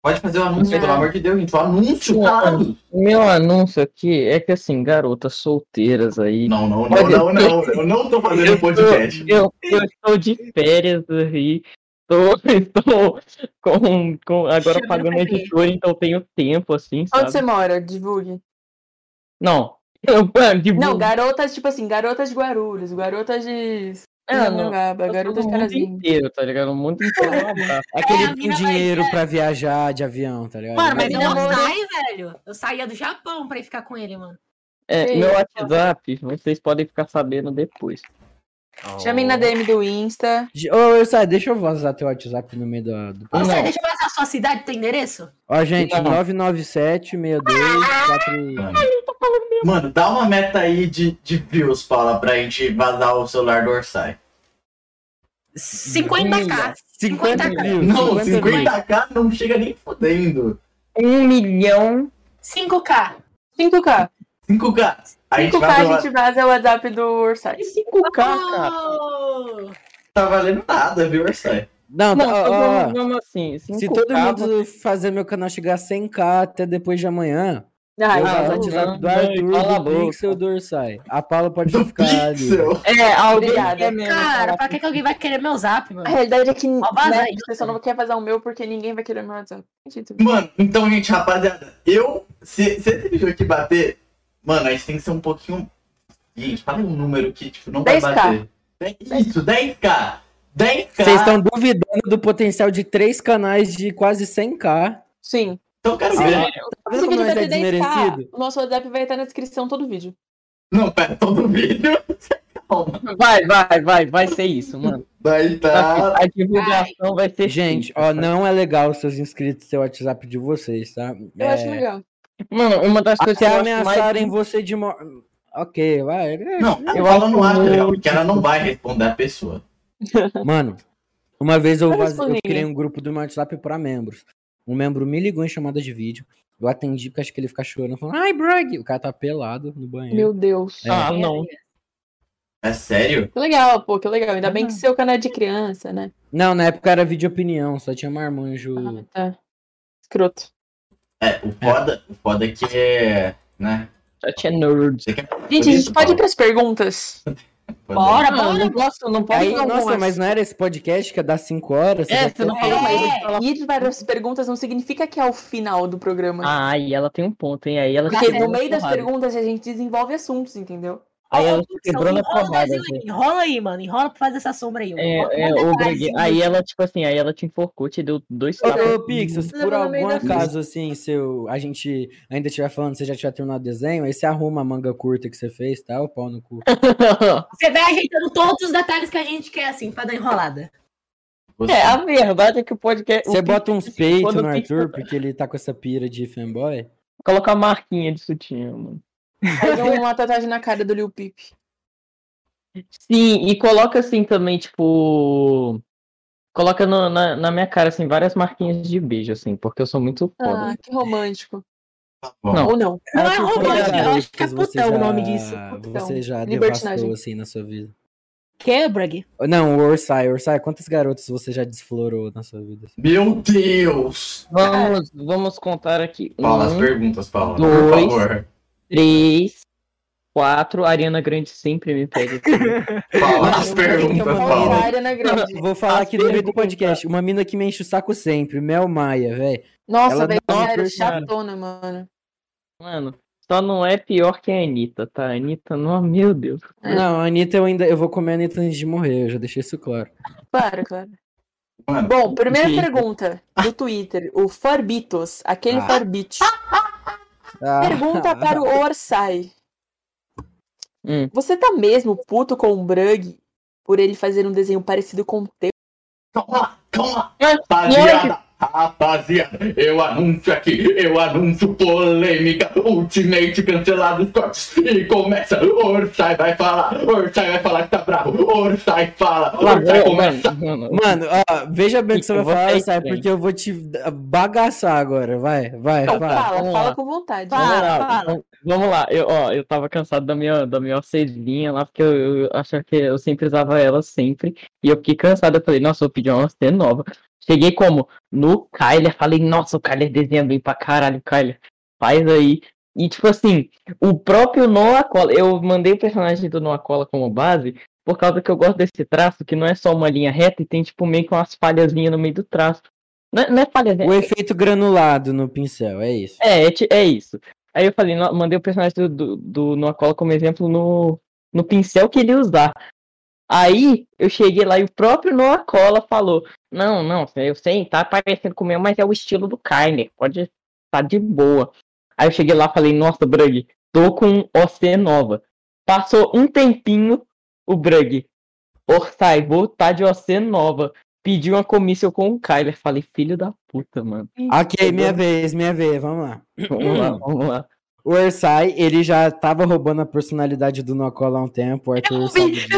Speaker 2: Pode fazer o anúncio,
Speaker 1: Não.
Speaker 2: pelo amor de Deus, gente. O anúncio, claro.
Speaker 5: Meu anúncio aqui é que, assim, garotas solteiras aí.
Speaker 2: Não, não, não,
Speaker 5: Olha,
Speaker 2: não, não. Eu não tô fazendo podcast.
Speaker 5: Eu, eu estou de férias aí. Tô, *laughs* estou com, com, agora
Speaker 4: Chegando
Speaker 5: pagando
Speaker 4: pra ver.
Speaker 5: editor, então tenho tempo, assim,
Speaker 1: Onde
Speaker 5: sabe?
Speaker 1: você mora? Divulgue.
Speaker 5: Não. Eu, *laughs* ah, mano, de
Speaker 1: Uhum. Não, garotas, tipo assim, garotas de Guarulhos, garotas de. Ah,
Speaker 5: não.
Speaker 1: Mangaba, garota de carazinho.
Speaker 5: inteiro, tá ligado? O mundo inteiro. é um abraço.
Speaker 3: Aquele
Speaker 6: a
Speaker 3: tem
Speaker 6: mina vai-
Speaker 3: dinheiro
Speaker 6: é.
Speaker 3: pra viajar de avião, tá ligado?
Speaker 6: Mano, É, mas
Speaker 3: Vai-
Speaker 6: eu não
Speaker 1: namoro-
Speaker 6: saio, velho. Eu saía do Japão pra ir ficar com ele, mano.
Speaker 5: É,
Speaker 1: Sim.
Speaker 5: meu WhatsApp, vocês podem ficar sabendo depois.
Speaker 1: Chamem na DM do Insta.
Speaker 3: Ô, eu saio, deixa eu vazar teu WhatsApp no meio do. do...
Speaker 6: Ô,
Speaker 5: Não.
Speaker 6: Zé, deixa eu passar a sua cidade, tem endereço?
Speaker 3: Ó, gente,
Speaker 5: Não.
Speaker 3: 997 62 4
Speaker 2: Mano, dá uma meta aí de, de views, Paula, pra gente vazar o celular do Orsay.
Speaker 6: 50k. 50
Speaker 5: mil.
Speaker 2: Não,
Speaker 5: 50
Speaker 2: 50k não chega nem fodendo.
Speaker 5: mil. Um milhão.
Speaker 6: 5k.
Speaker 1: 5K.
Speaker 2: 5k. A gente
Speaker 1: 5K
Speaker 2: vai
Speaker 1: a
Speaker 2: falar,
Speaker 1: gente vaza o WhatsApp do Ah, Orsay.
Speaker 5: 5K, cara.
Speaker 6: Oh!
Speaker 2: tá valendo nada, viu, Orsay?
Speaker 3: Não,
Speaker 5: Não,
Speaker 3: tá, ó, ó, ó.
Speaker 5: vamos, vamos assim. 5K,
Speaker 3: Se todo mundo fazer meu canal chegar a 100k até depois de amanhã,
Speaker 1: Ah,
Speaker 3: eu
Speaker 5: não,
Speaker 3: vazo o
Speaker 1: vaza.
Speaker 5: não,
Speaker 3: WhatsApp do
Speaker 5: não,
Speaker 3: Arthur,
Speaker 5: cala a
Speaker 3: do
Speaker 5: boca.
Speaker 3: Pixel, do Ursai. A Paula pode
Speaker 2: Do
Speaker 3: ficar ali.
Speaker 2: Pixel.
Speaker 5: É, alguém
Speaker 1: Obrigada.
Speaker 5: quer mesmo.
Speaker 6: Cara, pra que, que alguém vai querer meu zap,
Speaker 1: A
Speaker 6: mano?
Speaker 1: realidade é que né,
Speaker 6: vaza aí.
Speaker 1: a pessoa não quer vazar o meu porque ninguém vai querer meu WhatsApp. Acredito.
Speaker 2: Mano, então, gente, rapaziada, eu. Se, se esse vídeo aqui bater, mano, a gente tem que ser um pouquinho. Gente, fala um número que, tipo, não vai
Speaker 1: 10K.
Speaker 2: bater. É Isso, 10k. 10k.
Speaker 3: Vocês estão duvidando do potencial de três canais de quase 100k.
Speaker 1: Sim.
Speaker 2: Então, eu quero
Speaker 3: Ah,
Speaker 2: ver.
Speaker 1: Se
Speaker 3: Tá vendo
Speaker 1: o
Speaker 3: como
Speaker 1: vídeo
Speaker 3: nós é
Speaker 1: bater 10K,
Speaker 3: desmerecido?
Speaker 1: o nosso WhatsApp vai estar na descrição todo vídeo.
Speaker 2: Não, pera, todo vídeo. Calma.
Speaker 5: Vai, vai, vai, vai ser isso, mano.
Speaker 2: Vai tá.
Speaker 5: A divulgação vai ser
Speaker 3: Gente,
Speaker 5: feita,
Speaker 3: ó,
Speaker 5: tá?
Speaker 3: não é legal os seus inscritos ter o WhatsApp de vocês, tá?
Speaker 1: Eu
Speaker 3: É,
Speaker 1: acho legal.
Speaker 5: Mano, uma das coisas que
Speaker 3: Se
Speaker 5: Ah, eu acho
Speaker 3: ameaçarem
Speaker 5: mais... um.
Speaker 3: você de morte. Ok, vai. é,
Speaker 2: Não,
Speaker 5: Eu
Speaker 2: eu falo no ar,
Speaker 5: acho
Speaker 2: legal,
Speaker 5: muito-
Speaker 2: porque ela não vai responder a pessoa.
Speaker 3: Mano, uma vez eu,
Speaker 1: Várias
Speaker 3: vaz- eu
Speaker 1: coisinhas.
Speaker 3: criei um grupo do meu WhatsApp pra membros. Um membro me ligou em chamada de vídeo. Eu atendi porque acho que ele fica chorando, falando, ai, Brag! O cara tá pelado no banheiro.
Speaker 1: Meu Deus.
Speaker 3: É.
Speaker 5: Ah, não.
Speaker 2: É sério?
Speaker 1: Que legal, pô, que legal. Ainda bem que seu canal é de criança, né?
Speaker 3: Não, na época era vídeo opinião, só tinha marmanjo.
Speaker 1: Ah, tá. Escroto.
Speaker 2: É, o foda, o foda é que é. Né?
Speaker 5: Já tinha nerd.
Speaker 2: Você quer
Speaker 1: Gente, a gente pode ir pras perguntas.
Speaker 2: é
Speaker 6: Bora,
Speaker 5: Não,
Speaker 6: bora.
Speaker 5: não posso, não posso.
Speaker 3: Aí,
Speaker 5: não,
Speaker 3: nossa,
Speaker 5: algumas.
Speaker 3: mas não era esse podcast que ia dar 5 horas?
Speaker 5: É,
Speaker 3: Você
Speaker 5: você
Speaker 3: já-
Speaker 5: não falou, mas eu vou falar.
Speaker 1: Ir para as perguntas não significa que é o final do programa.
Speaker 5: Ah, e ela tem um ponto, hein? Aí ela
Speaker 3: tá
Speaker 1: Porque
Speaker 5: quebrou
Speaker 1: no
Speaker 5: na
Speaker 1: meio das
Speaker 5: porrada.
Speaker 1: perguntas a gente desenvolve assuntos, entendeu?
Speaker 5: Aí ela
Speaker 6: Ô,
Speaker 5: quebrou
Speaker 6: enrola
Speaker 5: na
Speaker 6: o
Speaker 5: porrada.
Speaker 6: desenho
Speaker 1: assim,
Speaker 6: aí, Enrola aí, mano. Enrola pra fazer essa sombra aí. mano.
Speaker 5: É, é,
Speaker 6: Bota
Speaker 5: o
Speaker 6: atrás,
Speaker 5: Greg-
Speaker 6: assim.
Speaker 5: Aí ela, tipo assim, aí ela te enforcou, te deu dois tapas.
Speaker 3: Ô, ô, Pixels,
Speaker 1: Você
Speaker 3: por
Speaker 1: levou no meio
Speaker 3: algum
Speaker 1: da frente.
Speaker 3: acaso, assim, seu, a gente ainda estiver falando, você já tiver terminado o desenho, aí você arruma a manga curta que você fez, tá? O pau no cu.
Speaker 6: Você vai ajeitando todos os detalhes que a gente quer, assim, pra dar enrolada.
Speaker 5: *laughs* é, a verdade é que o podcast.
Speaker 3: Você
Speaker 5: o
Speaker 3: bota uns peitos
Speaker 5: quando
Speaker 3: no
Speaker 5: o Pixels- *laughs*
Speaker 3: Arthur, porque ele tá com essa pira de fanboy.
Speaker 5: Coloca a marquinha de sutiã, mano.
Speaker 1: Fazer uma tatuagem na cara do Lil Peep.
Speaker 5: Sim, e coloca assim também, tipo. Coloca no- na, na minha cara, assim, várias marquinhas de beijo, assim, porque eu sou muito foda.
Speaker 1: Ah, que romântico.
Speaker 2: tá
Speaker 5: Não.
Speaker 1: Ou não.
Speaker 6: Não é romântico,
Speaker 3: Quantas
Speaker 6: eu acho que é
Speaker 3: vezes você
Speaker 6: putão o
Speaker 3: já-
Speaker 6: nome disso.
Speaker 1: putão.
Speaker 3: Você já
Speaker 1: Libertinagem.
Speaker 3: devastou assim na sua vida.
Speaker 6: Que, Brag?
Speaker 3: Não, o Orsai, Orsai, quantas garotas você já desflorou na sua vida?
Speaker 2: Meu Deus!
Speaker 5: Vamos, vamos contar aqui.
Speaker 2: Paula, as
Speaker 3: Hum?
Speaker 5: Um,
Speaker 2: perguntas, Paula. Por
Speaker 5: dois.
Speaker 2: favor.
Speaker 5: três, quatro. A Ariana Grande sempre me pega. assim.
Speaker 2: *laughs* Paula, as
Speaker 1: Vamos
Speaker 2: perguntas,
Speaker 1: pra
Speaker 2: Paula.
Speaker 1: Ariana Grande.
Speaker 3: Vou falar
Speaker 5: As
Speaker 3: aqui no meio do
Speaker 5: perguntas.
Speaker 3: podcast. Uma mina que me enche o saco sempre, Mel Maia, velho.
Speaker 1: Nossa,
Speaker 3: Ela
Speaker 1: velho,
Speaker 3: dá uma
Speaker 1: sério,
Speaker 5: personagem.
Speaker 1: chatona, mano.
Speaker 5: Mano, só não é pior que a Anitta, tá? A Anitta, não, meu Deus.
Speaker 1: É.
Speaker 3: Não, a Anitta eu ainda. Eu vou comer a Anitta antes de morrer, eu já deixei isso claro.
Speaker 1: Claro, claro.
Speaker 2: Mano,
Speaker 1: Bom, primeira
Speaker 5: Gente.
Speaker 1: pergunta do Twitter, o Forbitos, aquele
Speaker 3: Ah.
Speaker 1: Forbit.
Speaker 3: Ah,
Speaker 1: Pergunta para o Orsai.
Speaker 5: Hum.
Speaker 1: Você tá mesmo puto com o Brug por ele fazer um desenho parecido com o teu?
Speaker 2: calma, calma.
Speaker 3: é
Speaker 5: Ah,
Speaker 2: Rapaziada, rapaziada, eu anuncio aqui, eu anuncio polêmica, ultimate cancelado os cortes e começa. Orsai vai falar, Orsai vai falar que tá bravo, Orsai fala, Orsai começa.
Speaker 5: mano,
Speaker 3: Mano, ó, veja bem o que você
Speaker 5: Eu
Speaker 3: vai
Speaker 5: vou
Speaker 3: falar,
Speaker 5: sair
Speaker 3: Orsai,
Speaker 5: também.
Speaker 3: porque eu vou te bagaçar agora. Vai, É, vai,
Speaker 1: Então
Speaker 3: vai.
Speaker 1: fala,
Speaker 5: vamos
Speaker 1: fala
Speaker 5: lá.
Speaker 1: com vontade.
Speaker 5: Vamos lá,
Speaker 6: fala.
Speaker 5: vamos- vamos lá. Eu, ó, eu tava cansado da minha, da minha orcelinha lá, porque eu, eu achava que eu sempre usava ela sempre. E eu fiquei cansado, eu falei, nossa, eu vou pedir uma orcelinha nova. Cheguei como? No Kyler, falei, nossa, o Kyler desenha bem pra caralho, Kyler, faz aí. E tipo assim, o próprio Noah Cola, eu mandei o personagem do Noah Cola como base, por causa que eu gosto desse traço, que não é só uma linha reta e tem tipo meio que umas falhazinhas no meio do traço. Não é, não é falhazinha,
Speaker 3: O efeito granulado no pincel, é isso.
Speaker 5: é, é, ti- é isso. Aí eu falei, no- mandei o personagem do, do, do Noa Cola como exemplo no, no pincel que ele ia usar. Aí eu cheguei lá e o próprio Noah Cola falou: Não, não, eu sei, tá parecendo comigo, mas é o estilo do Kainer, pode tá de boa. Aí eu cheguei lá e falei: Nossa, Brug, tô com OC nova. Passou um tempinho, o Brug, Orsai, vou tá de OC nova. Pediu uma comissão com o Kyler. Falei, filho da puta, mano.
Speaker 3: Ok, minha vez, minha vez, vamos lá.
Speaker 5: Vamos lá, vamos lá.
Speaker 3: O Orsai, ele já tava roubando a personalidade do Nocola há um tempo. O Arthur sabe disso.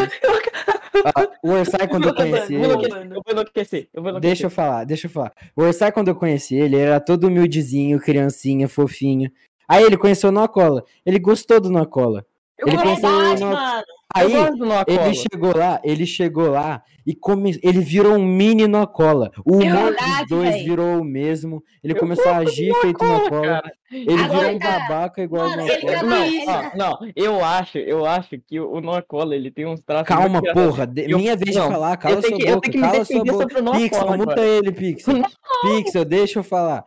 Speaker 3: Ah, o Orsai, quando eu conheci
Speaker 5: Eu vou
Speaker 3: ele.
Speaker 5: enlouquecer, eu vou enlouquecer, eu vou
Speaker 3: Deixa eu falar, deixa eu falar. O Orsai, quando eu conheci ele, ele era todo humildezinho, criancinha, fofinho. Aí ele conheceu o Nocola. Ele gostou do Nocola. Ele
Speaker 4: É
Speaker 3: pensou
Speaker 4: verdade,
Speaker 3: no-
Speaker 4: mano.
Speaker 3: Aí,
Speaker 5: eu gosto do Noah Cola.
Speaker 3: Ele chegou lá, ele chegou lá e come... ele virou um mini Nocola. O humor
Speaker 6: verdade,
Speaker 3: dos dois
Speaker 6: véi.
Speaker 3: virou o mesmo. Ele
Speaker 5: Eu
Speaker 3: começou a agir feito
Speaker 5: Cola,
Speaker 3: Nocola.
Speaker 5: cara.
Speaker 3: Ele
Speaker 6: Agora
Speaker 3: virou um
Speaker 6: tá-
Speaker 3: babaca igual o
Speaker 6: Mano, ele
Speaker 3: Nocola.
Speaker 6: tá-
Speaker 5: Não,
Speaker 6: Ele-
Speaker 5: ó, não, eu acho, eu acho que o Noah Cola, ele tem uns
Speaker 6: tá-
Speaker 5: traços.
Speaker 3: Calma,
Speaker 5: muito engraçados.
Speaker 3: porra. de-
Speaker 5: Eu-
Speaker 3: Minha vez de
Speaker 5: não,
Speaker 3: falar, cala
Speaker 5: eu tenho
Speaker 3: sua
Speaker 5: que- eu
Speaker 3: boca,
Speaker 5: tenho que me
Speaker 3: cala sua
Speaker 5: defender
Speaker 3: boca.
Speaker 5: sobre o Noah Cola
Speaker 3: Pixel, muta
Speaker 5: agora.
Speaker 3: ele, Pixel. Pixel, deixa eu falar.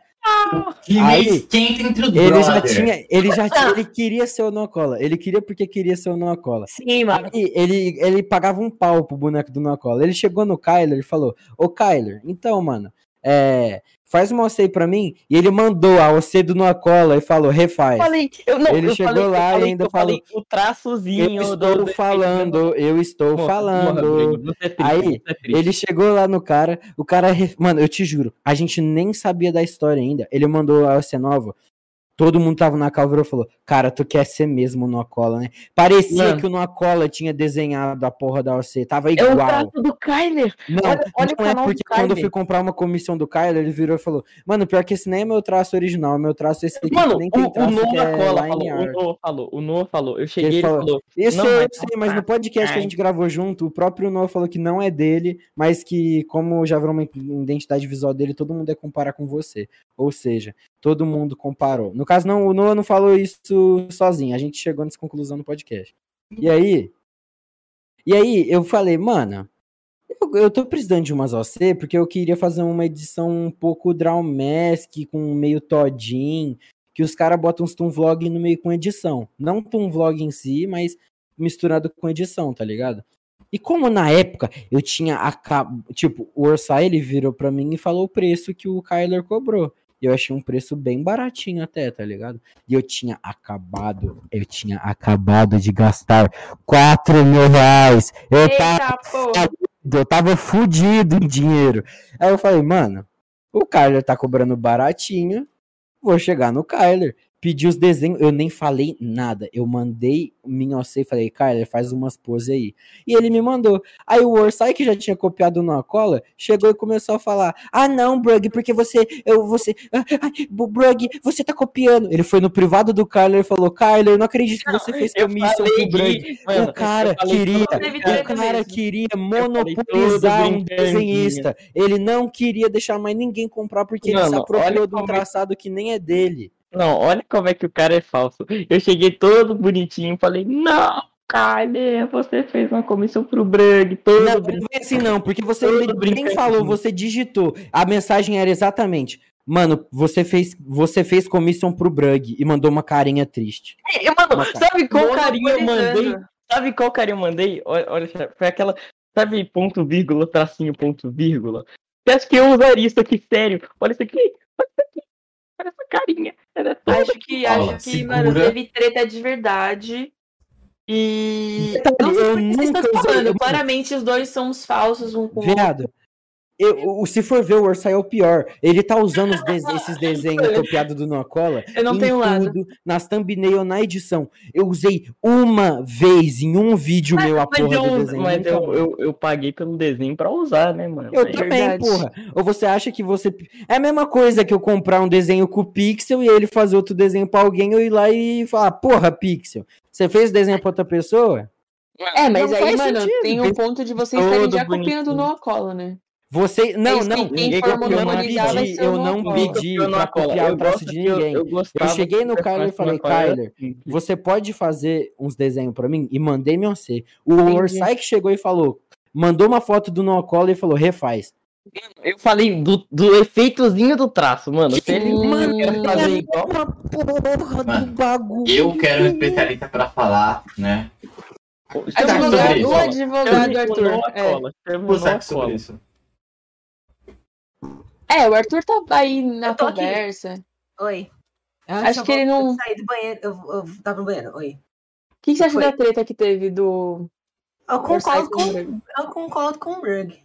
Speaker 2: Que
Speaker 3: Aí,
Speaker 2: mês quente entre os
Speaker 3: Ele já
Speaker 2: brother.
Speaker 3: tinha, ele já
Speaker 6: Ah.
Speaker 3: tinha, ele queria ser o Nocola. Ele queria porque queria ser o Nocola.
Speaker 4: Sim, mano.
Speaker 3: Aí, ele, ele pagava um pau pro boneco do Nocola. Ele chegou no Kyler e falou: Ô Kyler, então, mano, é, faz uma OC aí pra mim. E ele mandou a OC do Nocola e falou: refaz.
Speaker 5: Eu falei, eu não,
Speaker 3: Ele
Speaker 5: eu
Speaker 3: chegou
Speaker 5: falei- eu
Speaker 3: lá e
Speaker 5: falei-
Speaker 3: ainda
Speaker 5: eu falei o traçozinho
Speaker 3: eu estou falando, eu estou
Speaker 5: né, Porra,
Speaker 3: falando.
Speaker 5: porra, Breno, você é triste,
Speaker 3: Aí,
Speaker 5: você é triste.
Speaker 3: Ele chegou lá no cara, o cara. re- Mano, eu te juro, a gente nem sabia da história ainda. Ele mandou a OC nova. Todo mundo tava na calva e falou: Cara, tu quer ser mesmo o Nocola, né? Parecia
Speaker 5: Mano.
Speaker 3: que o Nocola tinha desenhado a porra da OC, tava
Speaker 5: É o
Speaker 3: igual.
Speaker 5: traço do Kyler.
Speaker 3: Não,
Speaker 5: Olha- olha o
Speaker 3: não é
Speaker 5: canal do
Speaker 3: porque quando eu
Speaker 5: Kyler.
Speaker 3: fui comprar uma comissão do Kyler, ele virou e falou: Mano, pior que esse nem é meu traço original, é meu traço esse aqui. que
Speaker 5: Mano,
Speaker 3: nem
Speaker 5: o,
Speaker 3: tem
Speaker 5: o
Speaker 3: traço que
Speaker 5: Noah
Speaker 3: é
Speaker 5: Cola
Speaker 3: line
Speaker 5: falou, o
Speaker 3: art."
Speaker 5: Noah falou, o Noah falou. Eu cheguei e ele
Speaker 3: falou,
Speaker 5: falou,
Speaker 3: Isso
Speaker 5: Não,
Speaker 3: eu
Speaker 5: mas
Speaker 3: sei,
Speaker 5: não
Speaker 3: mas
Speaker 5: tá.
Speaker 3: no podcast que a gente gravou junto, o próprio Noah falou que não é dele, mas que, como já virou uma identidade visual dele, todo mundo ia comparar com você. Ou seja, todo mundo comparou. No caso, não, o Noah não falou isso sozinho, a gente chegou nessa conclusão no podcast. E aí. E aí, eu falei, mano, eu, eu tô precisando de umas OC, porque eu queria fazer uma edição um pouco Drawmask, com meio Todin, que os caras botam uns Toon Vlog no meio com edição. Não Toon Vlog em si, mas misturado com edição, tá ligado? E como na época eu tinha a ca- tipo, o Orsay ele virou pra mim e falou o preço que o Kyler cobrou. E eu achei um preço bem baratinho até, tá ligado? E eu tinha acabado, eu tinha acabado de gastar 4 mil reais. Eu tava
Speaker 1: Eita, porra.
Speaker 3: eu tava fudido em dinheiro. Aí eu falei, mano, o Kyler tá cobrando baratinho, vou chegar no Kyler. Pedi os desenhos, eu nem falei nada. Eu mandei minha OC e falei, Kyler, faz umas poses aí. E ele me mandou. Aí o Orsai, que já tinha copiado na cola, chegou e começou a falar: Ah, não, Brug, porque você. Eu, você ah, ai, Bu- Brug, você tá copiando. Ele foi no privado do Kyler e falou: Kyler, eu não acredito que você fez
Speaker 5: eu
Speaker 3: comissão com o Brug.
Speaker 5: mano,
Speaker 3: O cara
Speaker 5: eu falei
Speaker 3: queria,
Speaker 5: tudo
Speaker 1: Teve
Speaker 3: o
Speaker 1: treta
Speaker 3: cara
Speaker 1: mesmo.
Speaker 3: queria
Speaker 5: falei
Speaker 3: monopolizar
Speaker 5: tudo
Speaker 3: um desenhista. Ele não queria deixar mais ninguém comprar porque ele se
Speaker 5: Mano,
Speaker 3: apropriou
Speaker 5: olha
Speaker 3: de um
Speaker 5: como é-
Speaker 3: traçado que nem é dele.
Speaker 5: Não, olha como é que o cara é falso. Eu cheguei todo bonitinho, falei, não, Kyler, você fez uma comissão pro Brug, todo
Speaker 3: Não, não
Speaker 5: bonitinho.
Speaker 3: foi assim não, porque você
Speaker 5: Todo
Speaker 3: le- nem
Speaker 5: brincante.
Speaker 3: falou, você digitou. A mensagem era exatamente: Mano, você fez, você fez commission pro Brug e mandou uma carinha triste.
Speaker 5: E, Mano,
Speaker 3: Mas, cara,
Speaker 5: sabe qual carinha eu mandei?
Speaker 1: Monopolizando.
Speaker 5: Sabe qual cara eu mandei? Olha, olha, foi aquela. Sabe, ponto, vírgula, tracinho, ponto, vírgula? Você acha que eu usaria isso aqui, sério? Olha isso aqui, olha isso aqui, olha essa carinha. Ela é toda-
Speaker 1: Acho que,
Speaker 2: Fala,
Speaker 1: acho que,
Speaker 2: segura.
Speaker 1: mano, teve treta de verdade. E.
Speaker 3: Detalhe,
Speaker 1: Não sei por
Speaker 3: eu
Speaker 1: que vocês
Speaker 3: nunca
Speaker 1: estão
Speaker 3: usei-
Speaker 1: falando.
Speaker 3: mano.
Speaker 1: Claramente, os dois são os falsos um com o outro.
Speaker 3: Viado. Eu, o- se for ver, o Orsay é o pior. Ele tá usando os des-
Speaker 5: *laughs*
Speaker 3: esses desenhos copiados do Nocola
Speaker 1: Eu não
Speaker 3: em
Speaker 1: tenho lado.
Speaker 3: tudo, nas thumbnail, na edição. Eu usei uma vez em um vídeo meu a
Speaker 5: Mas,
Speaker 3: porra do
Speaker 5: eu,
Speaker 3: desenho.
Speaker 5: mas
Speaker 3: nunca
Speaker 5: eu,
Speaker 3: mais.
Speaker 5: eu, eu paguei pelo desenho pra usar, né, mano?
Speaker 3: Eu
Speaker 5: Aí-
Speaker 3: também,
Speaker 1: verdade.
Speaker 3: porra. Ou você acha que você. É a mesma coisa que eu comprar um desenho com o Pixel e ele fazer outro desenho pra alguém, eu ir lá e falar, porra, Pixel, você fez desenho pra outra pessoa?
Speaker 1: É, mas
Speaker 3: Não
Speaker 1: aí,
Speaker 3: faz
Speaker 1: mano,
Speaker 3: sentido.
Speaker 1: tem um ponto de vocês estarem
Speaker 5: Todo
Speaker 1: já copiando
Speaker 5: bonitinho.
Speaker 1: o Noah Cola, né?
Speaker 3: Você. Não,
Speaker 1: Eles
Speaker 3: não.
Speaker 1: têm quem
Speaker 5: ninguém
Speaker 1: for
Speaker 5: copiou,
Speaker 3: Eu
Speaker 5: não
Speaker 3: não
Speaker 5: é
Speaker 1: monopolizar vai
Speaker 3: pedi,
Speaker 1: ser o
Speaker 3: eu
Speaker 1: Noah
Speaker 3: não
Speaker 1: Cola.
Speaker 3: pedi
Speaker 5: eu não
Speaker 3: pra
Speaker 5: cola.
Speaker 3: copiar
Speaker 5: Eu
Speaker 3: o traço
Speaker 5: gosto
Speaker 3: de
Speaker 5: que eu-
Speaker 3: ninguém.
Speaker 5: Eu, gostava
Speaker 3: cheguei
Speaker 5: que
Speaker 3: no
Speaker 5: o
Speaker 3: Kyler e falei,
Speaker 5: personagem da Cola era
Speaker 3: Kyler,
Speaker 5: simples.
Speaker 3: você pode fazer uns desenhos pra mim? E mandei meu C. O
Speaker 5: Entendi.
Speaker 3: Orsai que chegou e falou, mandou uma foto do Nocola e falou, refaz.
Speaker 5: Eu falei do, do efeitozinho do traço, mano. é Se ele
Speaker 1: Mano,
Speaker 5: quer fazer igual.
Speaker 3: Uma porra do
Speaker 2: Mano,
Speaker 3: bagulho.
Speaker 2: Eu quero um especialista pra falar, né?
Speaker 1: Tipo,
Speaker 5: Tá
Speaker 3: é
Speaker 2: Estamos sobre
Speaker 1: Advogado,
Speaker 2: isso.
Speaker 1: advogado, Arthur. É.
Speaker 2: Vamos conversar sobre isso.
Speaker 1: É, o Arthur tá aí na
Speaker 4: Eu tô aqui.
Speaker 1: conversa.
Speaker 4: Oi.
Speaker 1: Acho que ele não-
Speaker 4: Saí do banheiro. Eu, eu tava no banheiro. Oi.
Speaker 1: O que, que você acha
Speaker 4: Foi.
Speaker 1: da treta que teve do.
Speaker 4: Eu concordo, com,
Speaker 1: Versailles com-
Speaker 4: eu concordo com o Brug.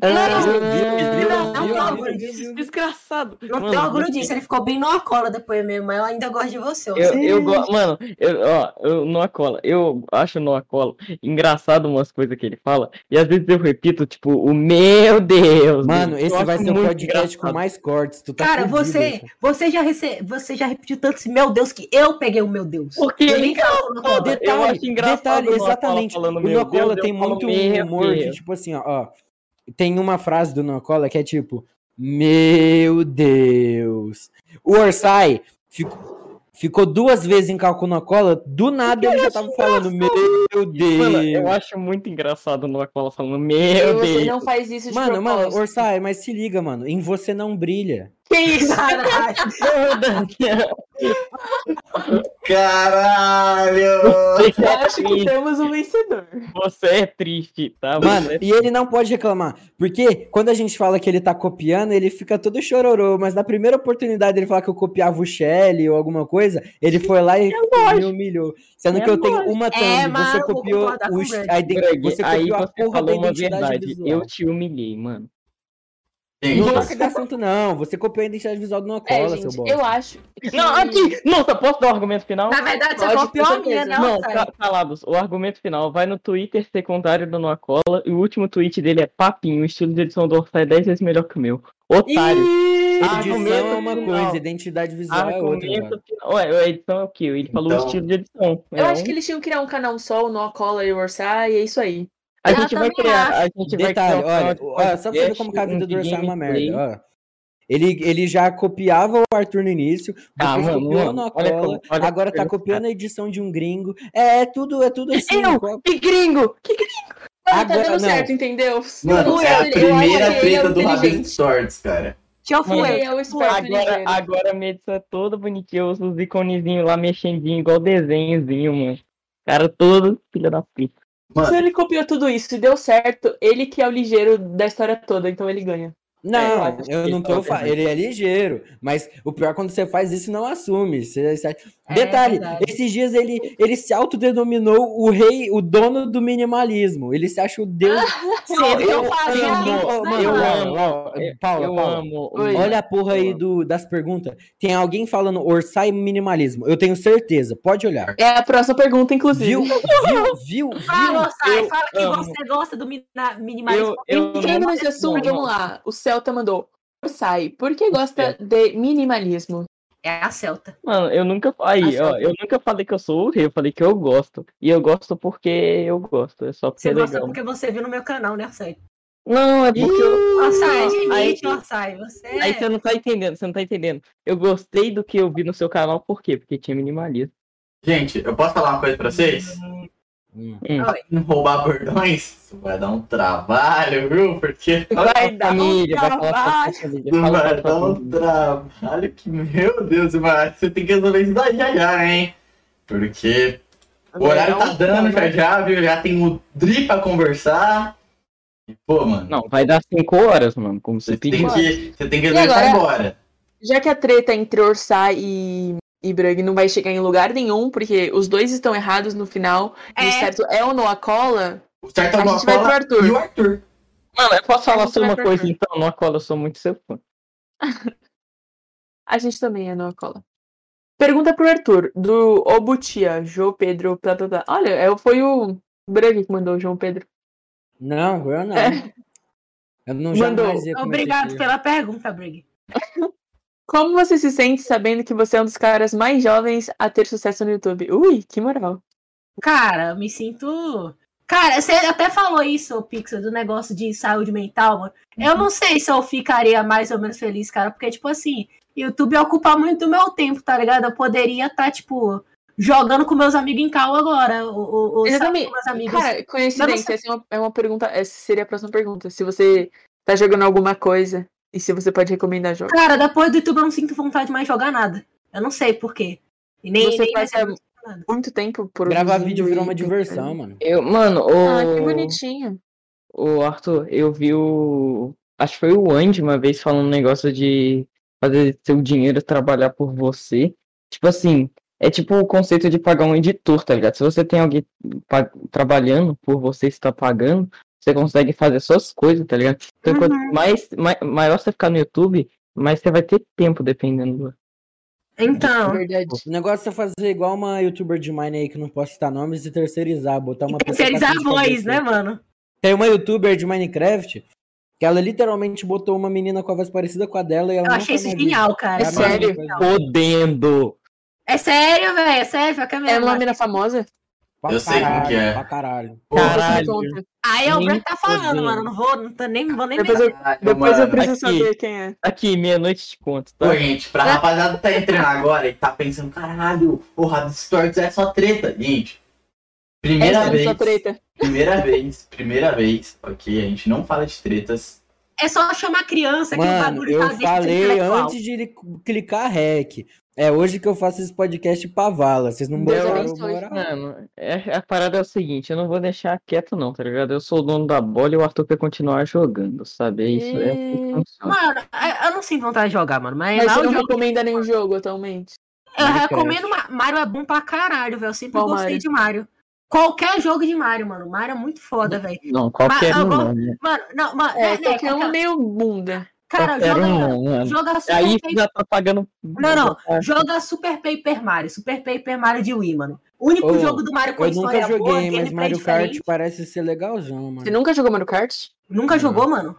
Speaker 1: Ah,
Speaker 5: Não,
Speaker 4: É, Não, não, não, Brug.
Speaker 5: Desgraçado.
Speaker 4: Não
Speaker 5: Mano,
Speaker 4: tem orgulho disso. Ele ficou bem no cola depois mesmo, mas eu ainda gosto de você. Eu,
Speaker 5: Eu, eu gosto, mano, eu, ó, eu, Noa Cola, eu acho o Noa Cola engraçado umas coisas que ele fala, e às vezes eu repito, tipo, o meu Deus.
Speaker 3: Mano,
Speaker 5: eu
Speaker 3: esse
Speaker 5: acho
Speaker 3: vai ser o
Speaker 5: muito
Speaker 3: podcast com
Speaker 5: engraçado.
Speaker 3: mais cortes. Tu tá
Speaker 4: Cara,
Speaker 3: fudido,
Speaker 4: você,
Speaker 3: cara.
Speaker 4: você, já rece... você já repetiu tanto esse meu Deus que eu peguei o meu Deus.
Speaker 5: Porque
Speaker 4: Eu nem falo no
Speaker 5: Não,
Speaker 4: cola.
Speaker 5: de-
Speaker 3: Detalhe,
Speaker 5: eu acho engraçado
Speaker 3: detalhe,
Speaker 5: o Noa Cola
Speaker 3: exatamente.
Speaker 5: falando,
Speaker 3: o
Speaker 5: "Meu
Speaker 3: Nocola
Speaker 5: Deus",
Speaker 3: tem
Speaker 5: eu falo,
Speaker 3: muito
Speaker 5: "Meu
Speaker 3: humor de,
Speaker 5: Deus".
Speaker 3: tipo assim, ó, ó. Tem uma frase do Nocola que é tipo, meu Deus. O Orsai ficou, ficou duas vezes em cálculo Nocola, do nada
Speaker 5: é
Speaker 3: ele já tava falando, meu
Speaker 5: Mano, eu
Speaker 3: Deus.
Speaker 5: acho muito engraçado o Noa Cola falando,
Speaker 1: E
Speaker 5: meu
Speaker 1: você
Speaker 5: Deus.
Speaker 1: não faz isso de
Speaker 3: Mano, mano,
Speaker 1: propósito.
Speaker 3: Orsai, mas se liga, mano, em você não brilha.
Speaker 1: Que isso?
Speaker 4: Caralho.
Speaker 2: Caralho!
Speaker 1: *laughs*
Speaker 5: Você
Speaker 1: Eu
Speaker 5: é
Speaker 1: acho que
Speaker 5: triste,
Speaker 1: temos um vencedor.
Speaker 5: você é triste, tá?
Speaker 3: Mano,
Speaker 5: Você é
Speaker 3: e ele não pode reclamar, porque quando a gente fala que ele tá copiando, ele fica todo chororô, mas na primeira oportunidade ele falar que eu copiava o Shelley ou alguma coisa, ele foi lá e me humilhou. Sendo
Speaker 5: É
Speaker 3: que eu tenho
Speaker 5: lógico.
Speaker 3: uma thumb,
Speaker 4: mas
Speaker 3: você
Speaker 4: eu vou
Speaker 3: copiou
Speaker 4: concordar com
Speaker 3: o
Speaker 4: o Greg.
Speaker 3: a ident-
Speaker 5: Greg,
Speaker 3: você
Speaker 5: é aí
Speaker 3: copiou a
Speaker 5: você
Speaker 3: porra da
Speaker 5: falou uma
Speaker 3: identidade
Speaker 5: verdade.
Speaker 3: visual.
Speaker 5: Eu te humilhei, mano.
Speaker 3: Não é
Speaker 2: Gente,
Speaker 3: troca de assunto não, você copiou a identidade visual do
Speaker 1: É,
Speaker 3: Nocola, seu
Speaker 1: gente,
Speaker 3: bosta.
Speaker 1: eu acho. que-
Speaker 5: Não, aqui! Nossa, posso dar o argumento final?
Speaker 1: Tá,
Speaker 4: Na verdade, você
Speaker 1: Lógico,
Speaker 4: copiou
Speaker 1: com
Speaker 4: a minha,
Speaker 1: certeza.
Speaker 4: né?
Speaker 5: Não, tá, ca-
Speaker 4: otário?
Speaker 5: calados, o argumento final vai no Twitter secundário do Noa Cola e o último tweet dele é papinho, o estilo de edição do Orfai é 10 vezes melhor que o meu. Otário.
Speaker 3: Edição é uma
Speaker 5: argumento
Speaker 3: coisa,
Speaker 5: final.
Speaker 3: identidade visual
Speaker 5: Ah,
Speaker 3: é outra, mano.
Speaker 5: Argumento final. Ué, a edição é o quê? Ele falou
Speaker 2: Então-
Speaker 5: o estilo de edição.
Speaker 1: Eu
Speaker 5: É
Speaker 1: acho
Speaker 5: um-
Speaker 1: que eles tinham que criar um canal só, o No Cola e o Orsai, e é isso aí.
Speaker 5: A
Speaker 4: Eu
Speaker 5: gente vai
Speaker 4: também
Speaker 5: criar. A gente
Speaker 3: Detalhe,
Speaker 5: vai
Speaker 3: olha,
Speaker 5: criar um
Speaker 3: olha, só pra você ver como que a vida do Ursa é uma merda, ó. Ele, ele já copiava o Arthur no início,
Speaker 5: Ah,
Speaker 3: depois
Speaker 5: mano,
Speaker 3: copiou
Speaker 5: mano,
Speaker 3: no
Speaker 5: olha
Speaker 3: Cola,
Speaker 5: como- olha
Speaker 3: agora
Speaker 5: como
Speaker 3: tá
Speaker 5: ele-
Speaker 3: copiando a edição de um gringo. É, é tudo, é tudo assim.
Speaker 5: Eu?
Speaker 3: co-
Speaker 5: Que gringo! Que
Speaker 1: Não,
Speaker 3: Agora-
Speaker 1: tá dando
Speaker 3: não.
Speaker 1: certo, entendeu?
Speaker 2: mano, é a
Speaker 1: Eu- eu acho que ele
Speaker 2: primeira
Speaker 1: é
Speaker 2: treta do Rabin
Speaker 1: inteligente.
Speaker 2: Swords, cara.
Speaker 4: Tchau,
Speaker 5: Mano,
Speaker 4: Fuê.
Speaker 1: Ele é o esperto
Speaker 5: Agora,
Speaker 1: ligeiro.
Speaker 5: agora a minha edição é toda bonitinha, eu uso os iconezinhos lá mexendinho, igual desenhozinho, mano. Cara, todo filho da puta.
Speaker 1: Se
Speaker 2: Mano,
Speaker 1: ele copiou tudo isso e deu certo, ele que é o ligeiro da história toda, então ele ganha.
Speaker 5: É, eu
Speaker 3: Não,
Speaker 5: acho
Speaker 3: eu
Speaker 5: que
Speaker 3: não
Speaker 5: ele
Speaker 3: tô
Speaker 5: tá
Speaker 3: falando.
Speaker 5: errado.
Speaker 3: Ele é ligeiro, mas o pior é quando você faz isso e não assume. Você- você-
Speaker 4: É
Speaker 3: Detalhe,
Speaker 4: verdade.
Speaker 3: esses dias ele, ele se autodenominou o rei, o dono do minimalismo. Ele se acha o deus.
Speaker 5: Eu, né, eu,
Speaker 3: Sim,
Speaker 5: amo,
Speaker 3: ó, mano,
Speaker 5: eu
Speaker 3: ó,
Speaker 5: amo.
Speaker 3: ó, Paula,
Speaker 5: eu
Speaker 3: Paula,
Speaker 5: amo.
Speaker 1: Oi.
Speaker 5: Olha,
Speaker 2: é.
Speaker 3: Olha a porra aí do, das perguntas. Tem alguém falando orçai minimalismo. Eu tenho certeza. Pode olhar.
Speaker 1: É a próxima pergunta, inclusive.
Speaker 3: Viu? Viu? Viu?
Speaker 4: Fala, Sai,
Speaker 5: eu
Speaker 4: fala que
Speaker 5: amo.
Speaker 4: você gosta do mina- minimalismo.
Speaker 5: eu, eu
Speaker 1: Entrando nesse assunto,
Speaker 5: não.
Speaker 1: vamos lá. O Celta mandou. Sai, por que
Speaker 5: É.
Speaker 1: gosta de minimalismo?
Speaker 4: É a Celta.
Speaker 5: mano, eu nunca, aí, ó, eu nunca falei que eu sou o rei, eu falei que eu gosto. E eu gosto porque eu gosto, é só porque
Speaker 4: Você
Speaker 5: é
Speaker 4: gosta
Speaker 5: legal.
Speaker 4: porque você viu no meu canal, né, Sai?
Speaker 5: Não, é porque eu,
Speaker 4: Orsai,
Speaker 5: aí-
Speaker 4: admite, Orsai. Você
Speaker 5: aí você não tá entendendo, você não tá entendendo. Eu gostei do que eu vi no seu canal, por quê? Porque tinha minimalismo.
Speaker 2: gente, eu posso falar uma coisa pra vocês?
Speaker 3: Hum.
Speaker 2: Não roubar bordões? Isso vai dar um trabalho, viu? Porque.
Speaker 5: Vai dar um família, vai falar pra sua família. Fala pra
Speaker 2: Vai
Speaker 5: sua
Speaker 2: dar um
Speaker 5: família.
Speaker 2: trabalho que, meu Deus, mas você tem que resolver isso daí já já, hein? Porque o horário
Speaker 1: um
Speaker 2: tá dando já já, viu? Já tem o Dri pra conversar. E, pô, mano,
Speaker 5: Não, vai dar cinco horas, mano, como você
Speaker 2: você, tem
Speaker 5: pediu.
Speaker 2: que, você tem que resolver isso
Speaker 1: agora?
Speaker 2: agora.
Speaker 1: Já que a treta entre Orsai e, e Brug não vai chegar em lugar nenhum, porque os dois estão errados no final, e o
Speaker 4: É.
Speaker 1: certo é o Noah Cola,
Speaker 2: O certo é
Speaker 1: a
Speaker 2: uma
Speaker 1: gente vai pro
Speaker 2: cola
Speaker 1: Arthur.
Speaker 2: e o Arthur.
Speaker 5: Mano, eu posso
Speaker 1: A
Speaker 5: falar
Speaker 1: gente
Speaker 5: só
Speaker 1: vai
Speaker 5: uma
Speaker 1: pra
Speaker 5: coisa,
Speaker 1: frente.
Speaker 5: então, no qual eu sou muito seu fã.
Speaker 1: A gente também é Noah Cola. Pergunta pro Arthur, do Obutia, João Pedro, blá blá blá. Olha, é- foi o Brug que mandou o João Pedro.
Speaker 3: Não, eu não.
Speaker 1: É.
Speaker 3: Eu não
Speaker 1: Mandou.
Speaker 3: jamais ia cometer
Speaker 4: é Obrigado
Speaker 3: aquilo.
Speaker 4: pela pergunta, Brig.
Speaker 1: Como você se sente sabendo que você é um dos caras mais jovens a ter sucesso no YouTube? Ui, que moral.
Speaker 4: Cara, eu me sinto. Cara, você até falou isso, ô Pixel, do negócio de saúde mental, mano. Eu não sei se eu ficaria mais ou menos feliz, cara, porque, tipo assim, YouTube ocupa muito do meu tempo, tá ligado? Eu poderia estar, tipo, jogando com meus amigos em cal agora, ou, ou, ou
Speaker 1: Exatamente.
Speaker 4: saindo com meus amigos.
Speaker 1: Cara, coincidência, essa é uma, é uma pergunta. Essa seria a próxima pergunta. Se você tá jogando alguma coisa e se você pode recomendar jogos.
Speaker 4: Cara, depois do YouTube eu não sinto vontade mais de jogar nada. Eu não sei por quê. E nem,
Speaker 1: Você
Speaker 4: nem
Speaker 1: passa
Speaker 4: nada.
Speaker 1: Muito tempo por
Speaker 3: Gravar vídeo virou uma diversão, mano.
Speaker 5: Eu, mano, o.
Speaker 1: Ah, que bonitinho.
Speaker 5: O Arthur, eu vi o. Acho que foi o Andy uma vez falando um negócio de fazer seu dinheiro trabalhar por você. Tipo assim, é tipo o conceito de pagar um editor, tá ligado? Se você tem alguém pa- trabalhando por você, está pagando, você consegue fazer suas coisas, tá ligado? Então, quanto mais, ma- maior você ficar no YouTube, mais você vai ter tempo, dependendo do.
Speaker 4: Então,
Speaker 3: Verdade. O negócio é fazer igual uma youtuber de mine aí que não posso citar nomes e terceirizar, botar uma pessoa pra
Speaker 4: terceirizar a
Speaker 3: frente pra
Speaker 4: voz,
Speaker 3: você.
Speaker 4: né, mano?
Speaker 3: Tem uma youtuber de Minecraft que ela literalmente botou uma menina com a voz parecida com a dela e ela
Speaker 4: Eu
Speaker 3: não
Speaker 4: achei
Speaker 3: tá
Speaker 4: isso
Speaker 3: no vídeo.
Speaker 4: genial, cara.
Speaker 1: É sério?
Speaker 5: Podendo!
Speaker 6: É sério, velho? É sério? Foi a câmera.
Speaker 1: É uma mina famosa?
Speaker 3: Pra
Speaker 2: Eu sei quem
Speaker 3: caralho,
Speaker 2: que é.
Speaker 3: Pra caralho.
Speaker 1: Depois
Speaker 5: Caralho!
Speaker 1: me conta.
Speaker 4: Aí é o
Speaker 5: Nem
Speaker 4: Branco tá falando,
Speaker 5: fodendo.
Speaker 4: mano. Não vou, não tô nem, vou nem
Speaker 1: Depois eu, depois eu
Speaker 2: mano.
Speaker 1: preciso
Speaker 5: Aqui.
Speaker 1: saber quem é.
Speaker 5: Aqui, meia-noite te conto,
Speaker 2: Pô,
Speaker 5: tá?
Speaker 2: gente, pra rapaziada que tá entrando agora e que tá pensando, caralho, o Rádio Stories é só treta. Gente, primeira
Speaker 1: Essa é
Speaker 2: vez.
Speaker 1: sua treta.
Speaker 2: Primeira vez, primeira vez, ok? A gente não fala de tretas.
Speaker 4: É só chamar criança que o
Speaker 3: Mano,
Speaker 4: bagulho
Speaker 3: eu
Speaker 4: tá dentro
Speaker 3: falei
Speaker 4: intelectual.
Speaker 3: antes de ele clicar rec. É hoje que eu faço esse podcast pra vala. Vocês não
Speaker 1: Deus
Speaker 3: botaram
Speaker 1: abençoe.
Speaker 3: moral.
Speaker 5: Mano, é, a parada é o seguinte, eu não vou deixar quieto não, tá ligado? Eu sou o dono da bola e o Arthur quer continuar jogando, sabe? É isso, é assim que
Speaker 1: Ih.
Speaker 5: funciona.
Speaker 4: Mano, é, eu- eu não sinto vontade de jogar, mano. Mas,
Speaker 1: Mas
Speaker 4: lá
Speaker 1: você
Speaker 4: eu,
Speaker 1: não
Speaker 4: jogo,
Speaker 1: recomenda nenhum jogo atualmente.
Speaker 4: eu
Speaker 3: Minecraft.
Speaker 4: recomendo. Ma- Mario é bom pra caralho, velho. Eu sempre
Speaker 1: Qual
Speaker 4: gostei
Speaker 1: Mario?
Speaker 4: de Mario. Qualquer jogo de Mario, mano. Mario é muito foda, velho.
Speaker 5: Não, qualquer
Speaker 4: Mas eu
Speaker 5: um
Speaker 4: vou-
Speaker 5: não, né?
Speaker 4: Mano, não, mano.
Speaker 1: É,
Speaker 4: né, né,
Speaker 1: qualquer um é
Speaker 4: qualquer-
Speaker 1: meio bunda.
Speaker 4: Cara,
Speaker 5: qualquer
Speaker 4: joga,
Speaker 5: um não, mano.
Speaker 3: é
Speaker 4: joga Super
Speaker 5: Aí
Speaker 4: Paper-
Speaker 5: já tá pagando...
Speaker 4: Não, não,
Speaker 3: tá.
Speaker 5: Ah,
Speaker 4: joga Super Paper Mario. Super Paper Mario de Wii, mano. O único
Speaker 3: Ô,
Speaker 4: jogo do Mario com
Speaker 3: Eu
Speaker 4: história
Speaker 3: nunca
Speaker 4: boa,
Speaker 3: joguei, mas
Speaker 4: gameplay
Speaker 3: Mario Kart
Speaker 4: diferente. é
Speaker 3: parece ser legalzão, mano.
Speaker 1: Você nunca jogou Mario Kart?
Speaker 4: Nunca jogou, mano?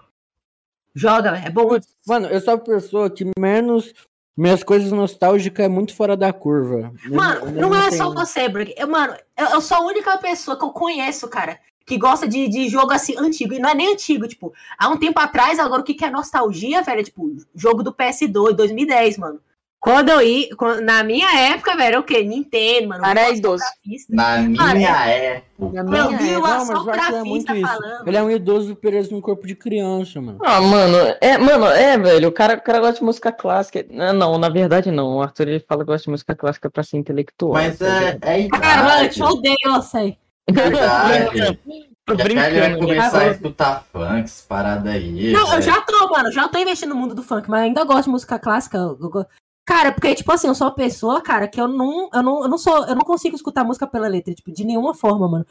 Speaker 4: Joga, velho. É bom.
Speaker 3: Mano, eu sou a pessoa que menos. Minhas coisas nostálgicas é muito fora da curva. Eu
Speaker 4: Mano,
Speaker 3: eu
Speaker 4: não é
Speaker 3: tenho-
Speaker 4: só você, Brug. Eu, mano, eu, eu sou a única pessoa que eu conheço, cara, que gosta de, de jogo assim antigo. E não é nem antigo, tipo, há um tempo atrás, agora o que, que é nostalgia, velho? É, tipo, jogo do PS2, 2010, mano. Quando eu ia. quando- na minha época, velho, era o quê? Nintendo, mano.
Speaker 1: Cara, é idoso.
Speaker 4: Grafista.
Speaker 2: Na minha é, época.
Speaker 1: Na
Speaker 4: Meu
Speaker 1: minha
Speaker 4: Deus,
Speaker 1: época.
Speaker 4: lá só
Speaker 3: Não, mas
Speaker 4: o
Speaker 3: eu acho que é
Speaker 4: grafista
Speaker 3: muito isso.
Speaker 4: falando.
Speaker 3: Ele é um idoso preso num corpo de criança, mano.
Speaker 5: Ah, mano, é, mano, é, velho, o cara, o cara gosta de música clássica. Não, não, na verdade não, o Arthur ele fala que gosta de música clássica pra ser intelectual.
Speaker 2: Mas
Speaker 5: tá ligado?
Speaker 2: é, é
Speaker 4: Cara, mano, eu
Speaker 2: idade.
Speaker 4: te odeio, você.
Speaker 5: *laughs*
Speaker 2: Verdade.
Speaker 5: Tô
Speaker 2: Já já ele vai
Speaker 5: brincando,
Speaker 2: começar a
Speaker 5: né?
Speaker 2: escutar funk, essas paradas aí. é
Speaker 4: Não, eu
Speaker 2: velho.
Speaker 4: já tô, mano, já tô investindo no mundo do funk, mas ainda gosto de música clássica. eu- eu go- Cara, porque, tipo assim, eu sou uma pessoa, cara, que eu não, eu não, eu não sou, eu não consigo escutar música pela letra, tipo, de nenhuma forma, mano.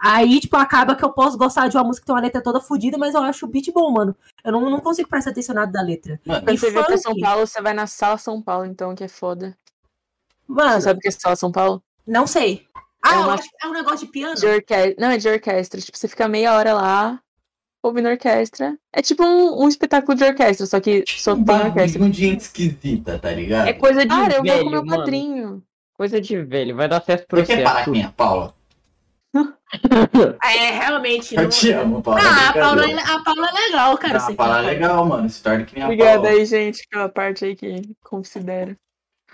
Speaker 4: Aí, tipo, acaba que eu posso gostar de uma música que tem uma letra toda fodida, mas eu acho o beat bom, mano. Eu não, não consigo prestar atenção nada da letra.
Speaker 2: Mano,
Speaker 1: Quando você vem pra
Speaker 4: funk?
Speaker 1: São Paulo, você vai na Sala São Paulo, então, que é foda. Você
Speaker 4: Mano,
Speaker 1: sabe o que é Sala São Paulo?
Speaker 4: não sei. Ah,
Speaker 1: É
Speaker 4: eu
Speaker 1: uma-
Speaker 4: acho que é um negócio de piano?
Speaker 1: De orquestra. Não, é de orquestra. Tipo, você fica meia hora lá, ouvindo orquestra. É tipo um, um espetáculo de orquestra, só que só
Speaker 2: um
Speaker 1: tem orquestra.
Speaker 2: bagulho de gente esquisita, tá ligado?
Speaker 1: É coisa de
Speaker 5: Cara,
Speaker 1: eu
Speaker 5: eu vou
Speaker 1: vou
Speaker 5: com
Speaker 1: com
Speaker 5: meu
Speaker 1: meu padrinho.
Speaker 5: Coisa de velho, vai dar certo pra
Speaker 2: Por que
Speaker 5: você,
Speaker 2: parar
Speaker 5: Arthur.
Speaker 2: com minha Paula?
Speaker 4: É, realmente.
Speaker 2: Eu
Speaker 4: não-
Speaker 2: te amo, Paula.
Speaker 4: Ah, a Paula,
Speaker 2: brincadeira.
Speaker 4: é- a Paula é legal, cara. eu
Speaker 2: Ah,
Speaker 4: sei que
Speaker 2: Paula é
Speaker 4: ela é
Speaker 2: legal, mano. Se torna que
Speaker 5: Tá
Speaker 2: nem a
Speaker 1: Obrigada
Speaker 2: Paula.
Speaker 1: aí, gente, pela parte aí que considera.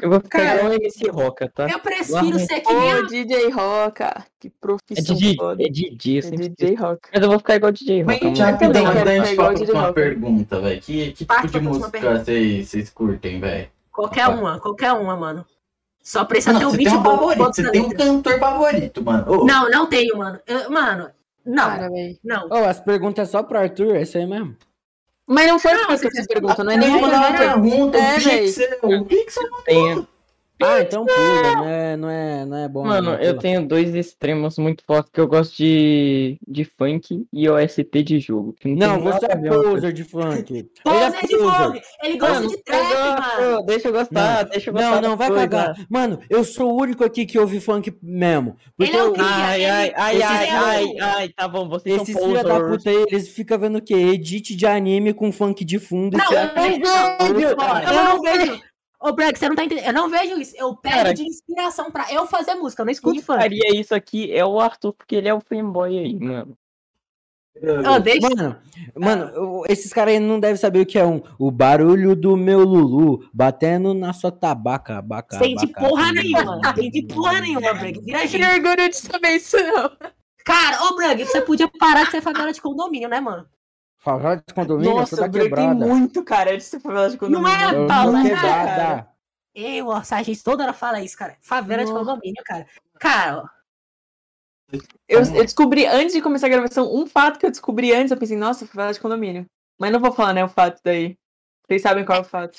Speaker 5: Eu vou pegar
Speaker 4: Cara,
Speaker 5: um MC Roca, tá?
Speaker 4: Eu prefiro ser que nem
Speaker 1: Ô,
Speaker 4: a
Speaker 1: DJ Roca, que
Speaker 5: É
Speaker 1: profissão
Speaker 5: DJ,
Speaker 1: foda.
Speaker 5: é DJ, eu
Speaker 1: É
Speaker 5: sempre
Speaker 1: DJ Roca.
Speaker 5: Mas eu vou ficar igual DJ Rock.
Speaker 2: Gente, já
Speaker 1: também
Speaker 2: tem
Speaker 1: quero
Speaker 2: bastante
Speaker 1: pegar
Speaker 2: pra
Speaker 1: o de
Speaker 2: próxima
Speaker 1: volta.
Speaker 2: pergunta, velho. Que, que
Speaker 4: Parte
Speaker 2: tipo de
Speaker 4: pra próxima
Speaker 2: música vocês vocês curtem, velho?
Speaker 4: Qualquer uma, qualquer uma, mano. Só precisa
Speaker 2: Não,
Speaker 4: ter um
Speaker 2: você
Speaker 4: beat
Speaker 2: tem um
Speaker 4: bom.
Speaker 2: favorito,
Speaker 4: bota
Speaker 2: você
Speaker 4: na
Speaker 2: tem um
Speaker 4: letra.
Speaker 2: cantor favorito, mano. Ô,
Speaker 4: Não, não tenho, mano. Eu- mano, não,
Speaker 1: Cara, velho.
Speaker 4: não.
Speaker 3: Ô, as perguntas é só pro Arthur, é isso aí mesmo.
Speaker 1: Mas não foi
Speaker 4: Não,
Speaker 1: por isso que
Speaker 4: você-
Speaker 1: você perguntou, não é
Speaker 2: eu
Speaker 1: nem
Speaker 2: vou mandar uma
Speaker 1: pergunta.
Speaker 2: pergunta,
Speaker 1: É,
Speaker 2: o Pixel, o Pixel.
Speaker 5: Tenho...
Speaker 3: Ah, então pula, não é, não é, não é bom.
Speaker 5: Mano,
Speaker 3: não,
Speaker 5: eu
Speaker 3: pula.
Speaker 5: tenho dois extremos muito fortes que eu gosto de, de funk e OST de jogo. que
Speaker 3: Não,
Speaker 5: tem nada
Speaker 3: você
Speaker 5: a
Speaker 3: é
Speaker 5: ver um uma coisa.
Speaker 3: poser de funk. Ele é
Speaker 4: Poser de Vogue. Ele gosta
Speaker 5: Mano,
Speaker 4: de trap,
Speaker 5: eu gosto,
Speaker 4: mano.
Speaker 5: Deixa eu gostar, deixa eu gostar.
Speaker 3: Não,
Speaker 5: da
Speaker 3: não, vai
Speaker 5: coisa.
Speaker 3: cagar. Mano, eu sou o único aqui que ouve funk mesmo. Porque
Speaker 4: Ele é o
Speaker 3: eu-
Speaker 4: Cria,
Speaker 5: Ai,
Speaker 4: ele-
Speaker 5: ai, ai,
Speaker 4: esse
Speaker 5: ai,
Speaker 4: é o-
Speaker 5: ai, ai, tá bom, vocês
Speaker 3: esses
Speaker 5: são
Speaker 3: filha da
Speaker 5: posers.
Speaker 3: puta aí, eles ficam vendo o quê? Edit de anime com funk de fundo.
Speaker 4: Não,
Speaker 3: e
Speaker 4: eu não vejo.
Speaker 5: eu-
Speaker 4: Ó, Eu não vejo. Ô, Black, você não tá entendendo. Eu não vejo isso. Eu pego
Speaker 5: Cara.
Speaker 4: de inspiração pra eu fazer música. Eu não escuto
Speaker 5: Quem
Speaker 4: fã.
Speaker 5: faria isso aqui é o Arthur, porque ele é o fanboy aí, mano.
Speaker 4: Eu deixo.
Speaker 3: Mano, mano, eu- esses caras aí não devem saber o que é um. O barulho do meu Lulu batendo na sua tabaca, abaca.
Speaker 4: Sem de
Speaker 3: abaca,
Speaker 4: porra
Speaker 3: abaca.
Speaker 4: nenhuma. tá Sem de porra nenhuma, Brug. Vira
Speaker 1: Que
Speaker 4: gente.
Speaker 1: orgulho de saber isso, não.
Speaker 4: Cara, ô, Brug, você podia parar de ser favela de condomínio, né, mano?
Speaker 3: Favela de condomínio, eu sou
Speaker 1: Nossa,
Speaker 3: da
Speaker 1: eu briguei
Speaker 3: tá quebrada.
Speaker 1: muito, cara de ser favela de
Speaker 4: Não
Speaker 1: condomínio.
Speaker 4: é,
Speaker 3: Eu sou
Speaker 4: Paula?
Speaker 3: da
Speaker 4: né,
Speaker 3: quebrada.
Speaker 4: cara? Eu, ó, a gente toda hora fala isso, cara. Favela de
Speaker 1: Nossa.
Speaker 4: condomínio, cara. Cara, ó,
Speaker 1: Eu, eu descobri antes de começar a gravação um fato que eu descobri antes. Eu pensei, nossa, favela de condomínio. Mas não vou falar, né, o fato daí. Vocês sabem qual é o fato.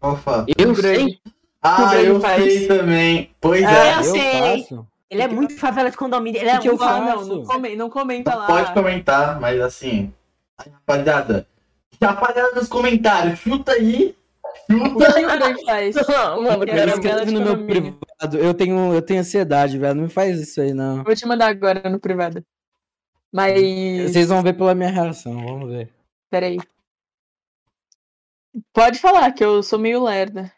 Speaker 2: Qual fato?
Speaker 5: Eu
Speaker 1: Rio Grande.
Speaker 5: sei.
Speaker 2: Ah,
Speaker 1: Grande
Speaker 2: eu
Speaker 1: faz.
Speaker 2: sei também. Pois
Speaker 4: Ah,
Speaker 2: é.
Speaker 4: Eu
Speaker 3: Eu
Speaker 4: sei.
Speaker 3: faço.
Speaker 4: ele é muito favela de condomínio. Ele é
Speaker 3: que eu
Speaker 4: muito
Speaker 1: Ah, não,
Speaker 3: faço?
Speaker 1: não, come- não comenta lá.
Speaker 2: então Pode comentar, mas assim. Rapaziada. Rapaziada nos comentários. Chuta aí.
Speaker 1: O que
Speaker 2: Chuta.
Speaker 1: o Rio Grande faz?
Speaker 5: Não,
Speaker 1: Eu
Speaker 5: mano,
Speaker 1: era
Speaker 5: cara,
Speaker 1: Escreve é bela
Speaker 3: Escreve
Speaker 1: de
Speaker 3: no meu
Speaker 1: condomínio.
Speaker 3: privado. Eu tenho, eu tenho ansiedade, velho. Não me faz isso aí, não.
Speaker 1: Vou te mandar agora no privado. Mas.
Speaker 3: Vocês vão ver pela minha reação, vamos ver.
Speaker 1: Peraí. Pode falar, que eu sou meio lerda.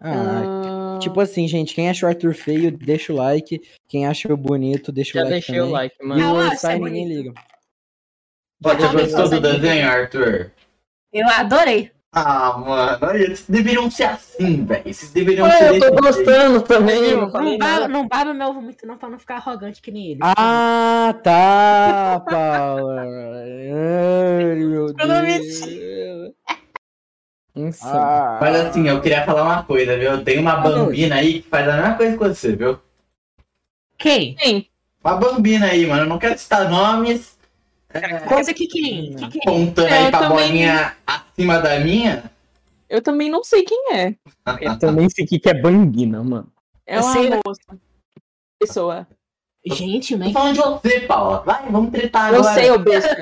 Speaker 3: Ah,
Speaker 1: Ah,
Speaker 3: Tipo assim, gente, quem acha o Arthur feio, deixa o like. Quem acha o bonito, deixa
Speaker 5: já
Speaker 3: o like
Speaker 5: deixei o
Speaker 3: também.
Speaker 5: like,
Speaker 3: E
Speaker 5: mano.
Speaker 4: Eu
Speaker 3: o
Speaker 4: acho
Speaker 3: sai
Speaker 4: que é
Speaker 3: ninguém liga.
Speaker 2: Você
Speaker 5: Ah, mas
Speaker 2: gostou do
Speaker 4: você-
Speaker 2: desenho, Arthur?
Speaker 4: Eu adorei.
Speaker 2: Ah, mano. Olha, vocês deveriam ser assim, velho. Vocês deveriam
Speaker 5: Ué,
Speaker 2: ser
Speaker 5: eu
Speaker 2: desse
Speaker 5: tô
Speaker 2: jeito.
Speaker 5: gostando também,
Speaker 4: Não,
Speaker 5: não falei
Speaker 4: baba,
Speaker 5: nada.
Speaker 4: não baba meu ovo é muito, não, pra não ficar arrogante que nem ele.
Speaker 3: Ah, tá, Paula. Ai, meu
Speaker 1: Eu não me-
Speaker 3: Deus.
Speaker 5: Insano.
Speaker 3: Ah.
Speaker 2: Mas assim, eu queria falar uma coisa, viu? Tem
Speaker 1: Ah,
Speaker 2: uma bambina aí que faz a mesma coisa que você, viu?
Speaker 4: Quem?
Speaker 1: Sim,
Speaker 2: Uma bambina aí, mano. Eu não quero citar nomes.
Speaker 4: Coisa que quem? Que quem?
Speaker 2: Apontando
Speaker 1: É,
Speaker 2: aí com a
Speaker 1: eu também-
Speaker 2: bolinha acima da minha.
Speaker 1: eu também não sei quem é.
Speaker 5: Eu também sei que que é bambina, mano.
Speaker 1: É
Speaker 4: Eu
Speaker 1: uma
Speaker 4: sei-
Speaker 1: moça. Pessoa.
Speaker 4: Gente, né?
Speaker 2: Tô
Speaker 4: man.
Speaker 2: falando de você, Paula. Vai, vamos tretar
Speaker 1: Eu
Speaker 2: agora.
Speaker 1: sei, ô *laughs* besta.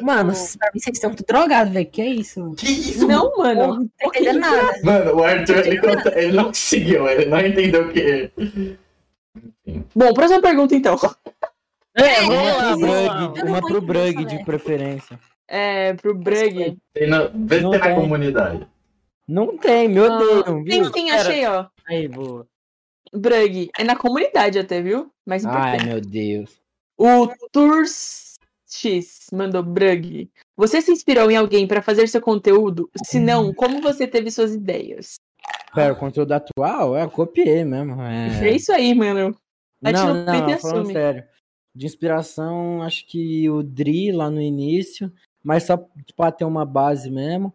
Speaker 4: Mano, pra mim vocês estão muito drogados, velho. Que é isso? mano?
Speaker 2: Que isso,
Speaker 1: Não, mano.
Speaker 4: Não tô entendendo nada.
Speaker 2: Mano, o Arthur, ele, conta- ele não conseguiu, ele não entendeu o que... é.
Speaker 1: Bom, próxima pergunta então.
Speaker 5: É,
Speaker 4: é,
Speaker 5: vamos lá, mano.
Speaker 4: isso.
Speaker 3: Brug,
Speaker 4: Eu não vou
Speaker 3: uma pro
Speaker 4: entender
Speaker 3: Brug
Speaker 4: essa
Speaker 3: de
Speaker 4: merda.
Speaker 3: preferência.
Speaker 1: É, pro Brug.
Speaker 2: Tem no- Vê se
Speaker 3: Não
Speaker 2: tem na
Speaker 3: tem.
Speaker 2: comunidade.
Speaker 3: Não tem, me
Speaker 5: Ah,
Speaker 3: odeiam,
Speaker 1: Tem
Speaker 3: viu?
Speaker 1: sim, achei, ó.
Speaker 5: Aí, boa.
Speaker 1: Brug. É na comunidade até, viu? Mas
Speaker 3: Ai, meu Deus.
Speaker 1: O Turs X mandou Brug. Você se inspirou em alguém para fazer seu conteúdo? Se não, como você teve suas ideias?
Speaker 3: Pera, o conteúdo atual? É, eu copiei mesmo.
Speaker 1: *laughs* É,
Speaker 3: É.
Speaker 1: isso aí, mano. Aí tira
Speaker 3: Não,
Speaker 1: o peito e
Speaker 3: não, falando
Speaker 1: assume.
Speaker 3: sério. De inspiração, acho que o Dri lá no início, mas só pra ter uma base mesmo.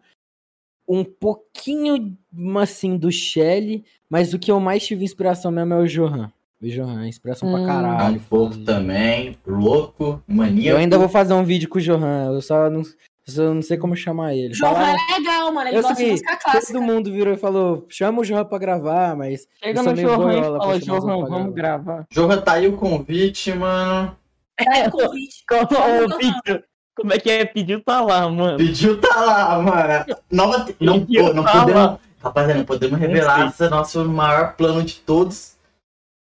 Speaker 3: Um pouquinho, assim, do Shelly, mas o que eu mais tive inspiração mesmo é o Johan. O Johan, é inspiração pra
Speaker 1: Hum.
Speaker 3: caralho.
Speaker 2: Um pouco também, louco, maníaco.
Speaker 3: Eu ainda vou fazer um vídeo com o Johan, eu só não, eu só não sei como chamar ele.
Speaker 6: João
Speaker 3: Falaram-
Speaker 6: é legal, mano. Ele
Speaker 3: Eu
Speaker 6: gosta
Speaker 3: sei,
Speaker 6: de música
Speaker 3: todo
Speaker 6: clássica.
Speaker 3: mundo virou e falou, chama o Johan pra gravar, mas
Speaker 5: Chega
Speaker 3: Eu
Speaker 5: no
Speaker 3: sou meio
Speaker 5: Johan e
Speaker 3: boiola pra
Speaker 5: fala,
Speaker 3: chamar os
Speaker 5: Johan,
Speaker 3: outros pra
Speaker 5: vamos gravar.
Speaker 2: Jorra tá aí o convite, mano.
Speaker 6: Tá
Speaker 4: É,
Speaker 6: aí o convite.
Speaker 5: Ô, Victor, como é que é? Pediu tá lá, mano.
Speaker 2: Pediu tá lá, mano. Nova... Não,
Speaker 5: Pediu
Speaker 2: pô, não
Speaker 5: tá
Speaker 2: podemos...
Speaker 5: lá.
Speaker 2: Rapaziada, não podemos revelar esse é o nosso maior plano de todos.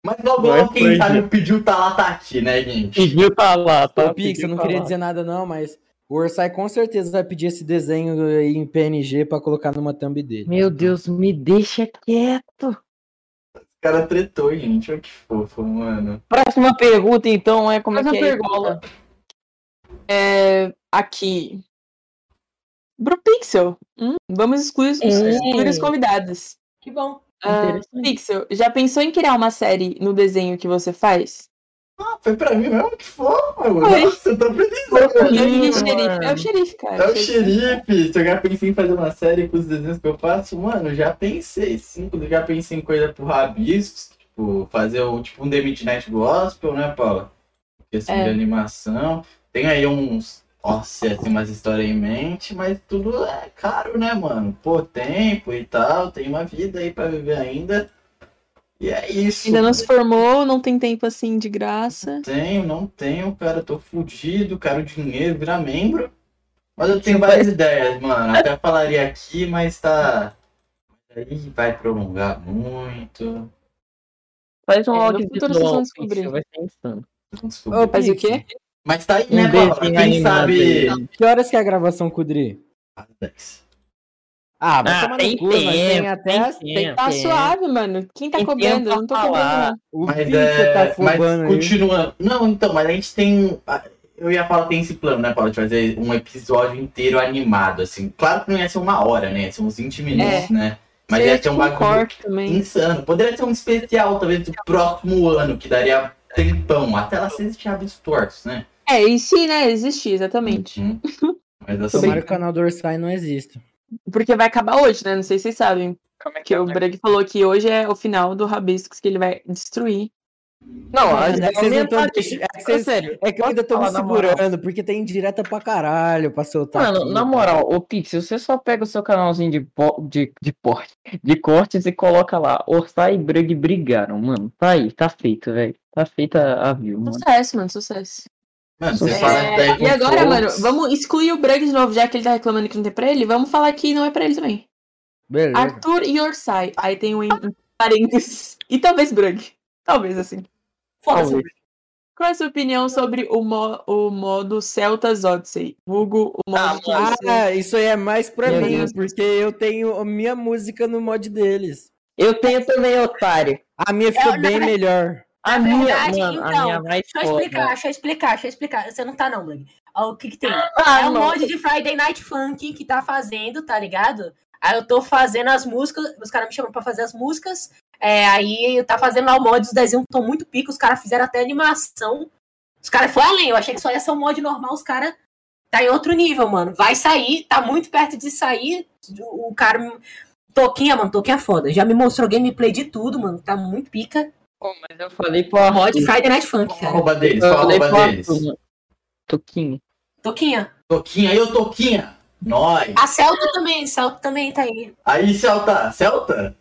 Speaker 2: Mas logo,
Speaker 5: Não é
Speaker 2: logo, quem
Speaker 5: foi,
Speaker 2: sabe
Speaker 5: gente.
Speaker 2: o pediu tá lá, tá aqui, né, gente?
Speaker 5: Pediu tá lá, tá?
Speaker 3: Ô, Pix, eu
Speaker 5: Pediu
Speaker 3: não
Speaker 5: tá
Speaker 3: queria
Speaker 5: lá.
Speaker 3: dizer nada não, mas o Orsay com certeza vai pedir esse desenho aí em PNG pra colocar numa thumb dele.
Speaker 5: Meu Deus, me deixa quieto.
Speaker 2: O cara tretou, gente. Olha que fofo, mano.
Speaker 5: Próxima pergunta, então, é como é que
Speaker 1: Próxima
Speaker 5: é
Speaker 1: pergunta.
Speaker 5: escola?
Speaker 1: É, aqui. Pro Pixel. Hum, vamos excluir, os- excluir os convidados.
Speaker 4: Que bom.
Speaker 1: Ah,
Speaker 5: Interessante.
Speaker 1: Pixel, já pensou em criar uma série no desenho que você faz?
Speaker 2: Ah, foi pra mim mesmo? Que fofo, mano.
Speaker 1: Foi.
Speaker 2: Nossa, eu tô
Speaker 1: É
Speaker 2: precisando.
Speaker 1: o
Speaker 5: Ih,
Speaker 1: xerife, é o
Speaker 5: mano.
Speaker 1: xerife, cara.
Speaker 2: É o xerife. Se eu já pensei em fazer uma série com os desenhos que eu faço, mano, eu já pensei. Sim, eu já pensei em coisa pro Rabiscos, tipo, fazer um, tipo um The Midnight Gospel, né, Paula? Questão
Speaker 1: É.
Speaker 2: de animação. Tem aí uns. Nossa, tem umas histórias em mente, mas tudo é caro, né, mano? Pô, tempo e tal, tem uma vida aí pra viver ainda. E é isso.
Speaker 1: Ainda não se formou, não tem tempo assim de graça.
Speaker 2: Tenho, não tenho, cara, tô fudido, quero dinheiro, virar membro. Mas eu tenho várias ideias, mano. Até falaria aqui, mas tá. Aí vai prolongar muito.
Speaker 5: Faz um
Speaker 1: É, no
Speaker 5: áudio
Speaker 1: futuro vocês vão descobrir.
Speaker 5: Vai ser insano.
Speaker 2: Não descobri.
Speaker 3: Ô,
Speaker 1: Faz o
Speaker 3: Pix,
Speaker 1: quê?
Speaker 2: Mas tá aí,
Speaker 5: Um
Speaker 2: né, Paula?
Speaker 5: desenho
Speaker 2: Quem
Speaker 5: animado
Speaker 2: sabe.
Speaker 5: aí.
Speaker 3: Que horas que é a gravação com o Dri? Ah, vai
Speaker 5: Ah,
Speaker 3: tomar
Speaker 5: tem
Speaker 3: no cu, mas tem
Speaker 5: tempo,
Speaker 3: até...
Speaker 5: tem
Speaker 3: as-
Speaker 5: tempo.
Speaker 1: Tá
Speaker 5: Tem.
Speaker 1: suave, mano. Quem tá
Speaker 5: Tem
Speaker 1: cobrando?
Speaker 5: tempo
Speaker 1: Eu não tô
Speaker 5: pra
Speaker 1: cobrando,
Speaker 5: falar.
Speaker 1: não.
Speaker 3: O
Speaker 2: Mas,
Speaker 3: Pix
Speaker 2: é,
Speaker 3: tá
Speaker 2: mas
Speaker 3: fubando aí.
Speaker 2: continuando. Não, então, mas a gente tem. Eu ia falar, tem esse plano, né, Paula? De fazer um episódio inteiro animado, assim. Claro que não ia ser uma hora, né? Ia ser uns 20
Speaker 3: É.
Speaker 2: minutos, né? Mas
Speaker 1: Seria
Speaker 2: ia ser um
Speaker 1: tipo
Speaker 2: bagulho
Speaker 1: corte também.
Speaker 2: Insano. Poderia ser um especial, talvez, do próximo ano, que daria tempão. Até lá vocês tinham visto tortos, né?
Speaker 1: É, e se, né, existir, exatamente.
Speaker 2: Uhum. Mas assim,
Speaker 3: Tomara que o canal do Orsay não exista.
Speaker 1: porque vai acabar hoje, né? Não sei se vocês sabem.
Speaker 5: Como é
Speaker 1: Que o Breg falou que hoje é o final do Rabiscos que ele vai destruir.
Speaker 5: Não, a
Speaker 3: Mano, é
Speaker 5: gente
Speaker 3: que vocês não tão
Speaker 5: tá
Speaker 3: deixando- é que
Speaker 5: Sério,
Speaker 3: vocês- É que eu ainda tô me
Speaker 5: Posso falar na moral?
Speaker 3: segurando, porque tem indireta pra caralho pra soltar.
Speaker 5: Mano,
Speaker 3: aqui,
Speaker 5: na
Speaker 3: tá?
Speaker 5: moral, ô Pixel, você só pega o seu canalzinho de, po- de, de porte, de cortes e coloca lá. Orsay e Brug brigaram, mano. Tá aí, tá feito, velho. Tá feita a view, mano.
Speaker 1: Sucesso, mano, sucesso.
Speaker 2: Mano, você
Speaker 1: É,
Speaker 2: fala isso daí
Speaker 1: e
Speaker 2: com
Speaker 1: agora,
Speaker 2: força.
Speaker 1: mano, vamos excluir o Brug de novo, já que ele tá reclamando que não tem pra ele. Vamos falar que não é pra ele também.
Speaker 3: Beleza.
Speaker 5: Ah,
Speaker 1: Arthur e Orsay. Aí tem um em em parênteses. E talvez Brug. Talvez assim.
Speaker 7: Foda-se.
Speaker 1: Qual é a sua opinião sobre o, mo- o modo Celtas Odyssey? Vulgo, o modo
Speaker 5: Ah,
Speaker 1: que você-
Speaker 3: Ah, isso aí é mais pra
Speaker 5: Meu
Speaker 3: mim,
Speaker 5: Deus.
Speaker 3: porque eu tenho a minha música no mod deles.
Speaker 5: Eu tenho também, otário.
Speaker 3: A minha ficou
Speaker 4: na
Speaker 3: bem melhor.
Speaker 5: A
Speaker 4: Na
Speaker 5: minha,
Speaker 4: verdade,
Speaker 5: mano, a
Speaker 4: então,
Speaker 5: minha mais
Speaker 4: Deixa eu
Speaker 5: foda.
Speaker 4: explicar, deixa eu explicar, deixa eu explicar. Você não tá não, Blug. Ó, o que que tem?
Speaker 5: *laughs* Ah,
Speaker 4: é um
Speaker 5: não.
Speaker 4: mod de Friday Night Funk que tá fazendo, tá ligado? Aí eu tô fazendo as músicas, os caras me chamam pra fazer as músicas. É, aí tá fazendo lá o mod, os desenhos estão muito pica, os caras fizeram até animação. Os caras foram além, eu achei que só ia ser um mod normal, os caras tá em outro nível, mano. Vai sair, tá muito perto de sair. O o cara. me- Toquinha, mano, Toquinha é foda. Já me mostrou gameplay de tudo, mano. Tá muito pica.
Speaker 5: Pô, mas eu falei pro Arthur.
Speaker 4: Mod Friday Night Funk,
Speaker 2: Qual a
Speaker 4: cara.
Speaker 2: roupa deles?
Speaker 5: Eu
Speaker 2: Qual a
Speaker 5: falei
Speaker 2: roupa
Speaker 5: pro
Speaker 2: deles?
Speaker 5: Arthur, mano. Toquinho.
Speaker 4: Toquinha.
Speaker 2: Toquinha, eu Toquinha. Nós.
Speaker 4: A Celta também, Celta também tá aí.
Speaker 2: Aí, Celta. Celta?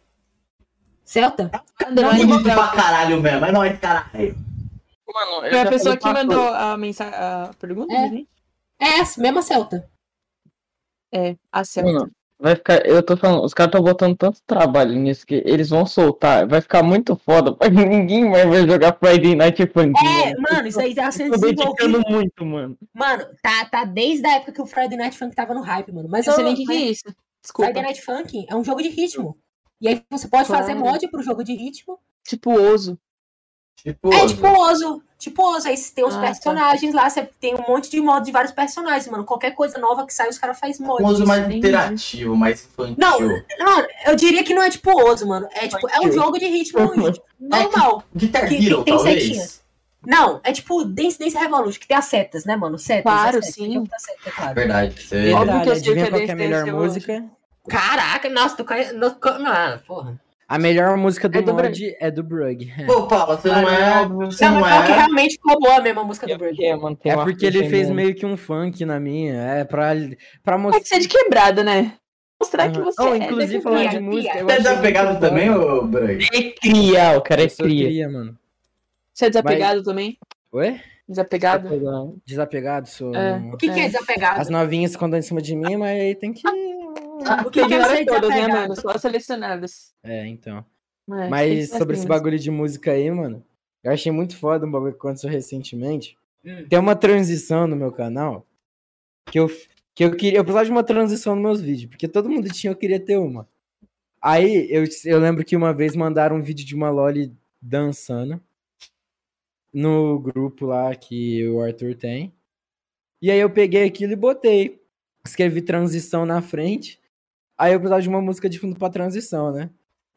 Speaker 4: Celta?
Speaker 5: Ah,
Speaker 2: Bonito pra caralho mesmo. É nóis, caralho.
Speaker 5: Mano, eu
Speaker 1: Foi a
Speaker 5: já
Speaker 1: pessoa
Speaker 5: falei
Speaker 1: que
Speaker 5: pro Arthur.
Speaker 1: mandou a mensagem, a pergunta,
Speaker 4: É.
Speaker 1: né?
Speaker 4: É, mesma Celta.
Speaker 1: É, a Celta.
Speaker 5: Mano, vai ficar. Eu tô falando, os caras estão botando tanto trabalho nisso que eles vão soltar. Vai ficar muito foda, *laughs* mas ninguém mais vai jogar Friday Night Funk.
Speaker 4: É, mano, isso aí tá sendo
Speaker 5: Tô dedicando
Speaker 4: desenvolvido.
Speaker 5: muito, mano.
Speaker 4: Mano, tá, tá desde a época que o Friday Night Funk tava no hype, mano. Mas
Speaker 1: Eu não sei
Speaker 4: eu-
Speaker 1: nem o que, que é isso. Desculpa.
Speaker 4: Friday Night Funk é um jogo de ritmo. E aí você pode
Speaker 1: Claro.
Speaker 4: fazer mod pro jogo de ritmo.
Speaker 1: Tipo oso.
Speaker 2: Tipo,
Speaker 4: É tipo Ozo. Tipo Ozo. Aí você tem os
Speaker 1: Ah, tá.
Speaker 4: personagens lá, você tem um monte de mod de vários personagens, mano. Qualquer coisa nova que sai, os caras fazem mod.
Speaker 2: um uso mais
Speaker 1: entendi.
Speaker 2: interativo, mais infantil.
Speaker 4: Não. Mano, eu diria que não é tipo Ozo, mano. É tipo, é um jogo de ritmo normal.
Speaker 2: Guitar
Speaker 4: Que-
Speaker 2: Hero,
Speaker 4: que tem
Speaker 2: talvez.
Speaker 4: setinha. Não, é tipo Dance Dance Revolution, que tem as setas, né, mano? Setas.
Speaker 1: Claro,
Speaker 4: as setas,
Speaker 1: sim.
Speaker 4: o jogo da seta, é claro.
Speaker 2: Verdade. Você...
Speaker 1: Óbvio
Speaker 3: Caralho,
Speaker 1: que eu sei
Speaker 3: adivinha
Speaker 1: que é
Speaker 3: qual que é a
Speaker 1: desse
Speaker 3: melhor
Speaker 1: hoje.
Speaker 3: música?
Speaker 4: Caraca, nossa, tu conhe- no- co- Não, ah, porra.
Speaker 3: A melhor música do,
Speaker 1: É do
Speaker 3: mod
Speaker 1: Brug.
Speaker 3: é do Brug.
Speaker 2: Pô, Paulo, você não é... Você
Speaker 4: Não,
Speaker 2: não
Speaker 4: mas pior que
Speaker 2: é...
Speaker 4: realmente ficou boa mesmo a música do Bird.
Speaker 5: É, mano, tem
Speaker 3: É
Speaker 5: um
Speaker 3: porque
Speaker 5: artista
Speaker 3: ele fez
Speaker 5: mesmo.
Speaker 3: meio que um funk na minha. É pra, pra
Speaker 1: Tem que
Speaker 3: mostrar.
Speaker 1: ser de quebrada, né? Mostrar que você
Speaker 3: Oh,
Speaker 1: é
Speaker 3: inclusive,
Speaker 1: da
Speaker 3: falando de
Speaker 1: quebrada.
Speaker 3: música. eu
Speaker 2: Você é
Speaker 3: achei muito
Speaker 2: desapegado
Speaker 3: foda.
Speaker 2: também, ô, Branco?
Speaker 5: É cria, o cara é
Speaker 3: Eu sou
Speaker 5: cria.
Speaker 3: cria, mano.
Speaker 1: Você é desapegado também?
Speaker 3: Oi?
Speaker 1: Desapegado?
Speaker 3: Desapegado, sou.
Speaker 1: É.
Speaker 3: mano.
Speaker 4: O que, que é desapegado?
Speaker 3: As novinhas ficam andando em cima de mim, mas aí tem *laughs* que.
Speaker 1: Ah,
Speaker 4: O que que é
Speaker 1: ignora
Speaker 4: ser
Speaker 1: todas, né,
Speaker 4: desapegado?
Speaker 1: mano? Só selecionadas.
Speaker 3: É, então.
Speaker 1: É,
Speaker 3: Mas
Speaker 1: tem que ser
Speaker 3: sobre
Speaker 1: assim mesmo.
Speaker 3: esse bagulho de música aí, mano, eu achei muito foda um bagulho que aconteceu recentemente.
Speaker 4: Hum.
Speaker 3: Tem uma transição no meu canal que eu, que eu queria. Eu precisava de uma transição nos meus vídeos, porque todo mundo tinha, eu queria ter uma. Aí eu, eu lembro que uma vez mandaram um vídeo de uma Loli dançando no grupo lá que o Arthur tem. E aí eu peguei aquilo e botei. Escrevi transição na frente. Aí eu precisava de uma música de fundo pra transição, né?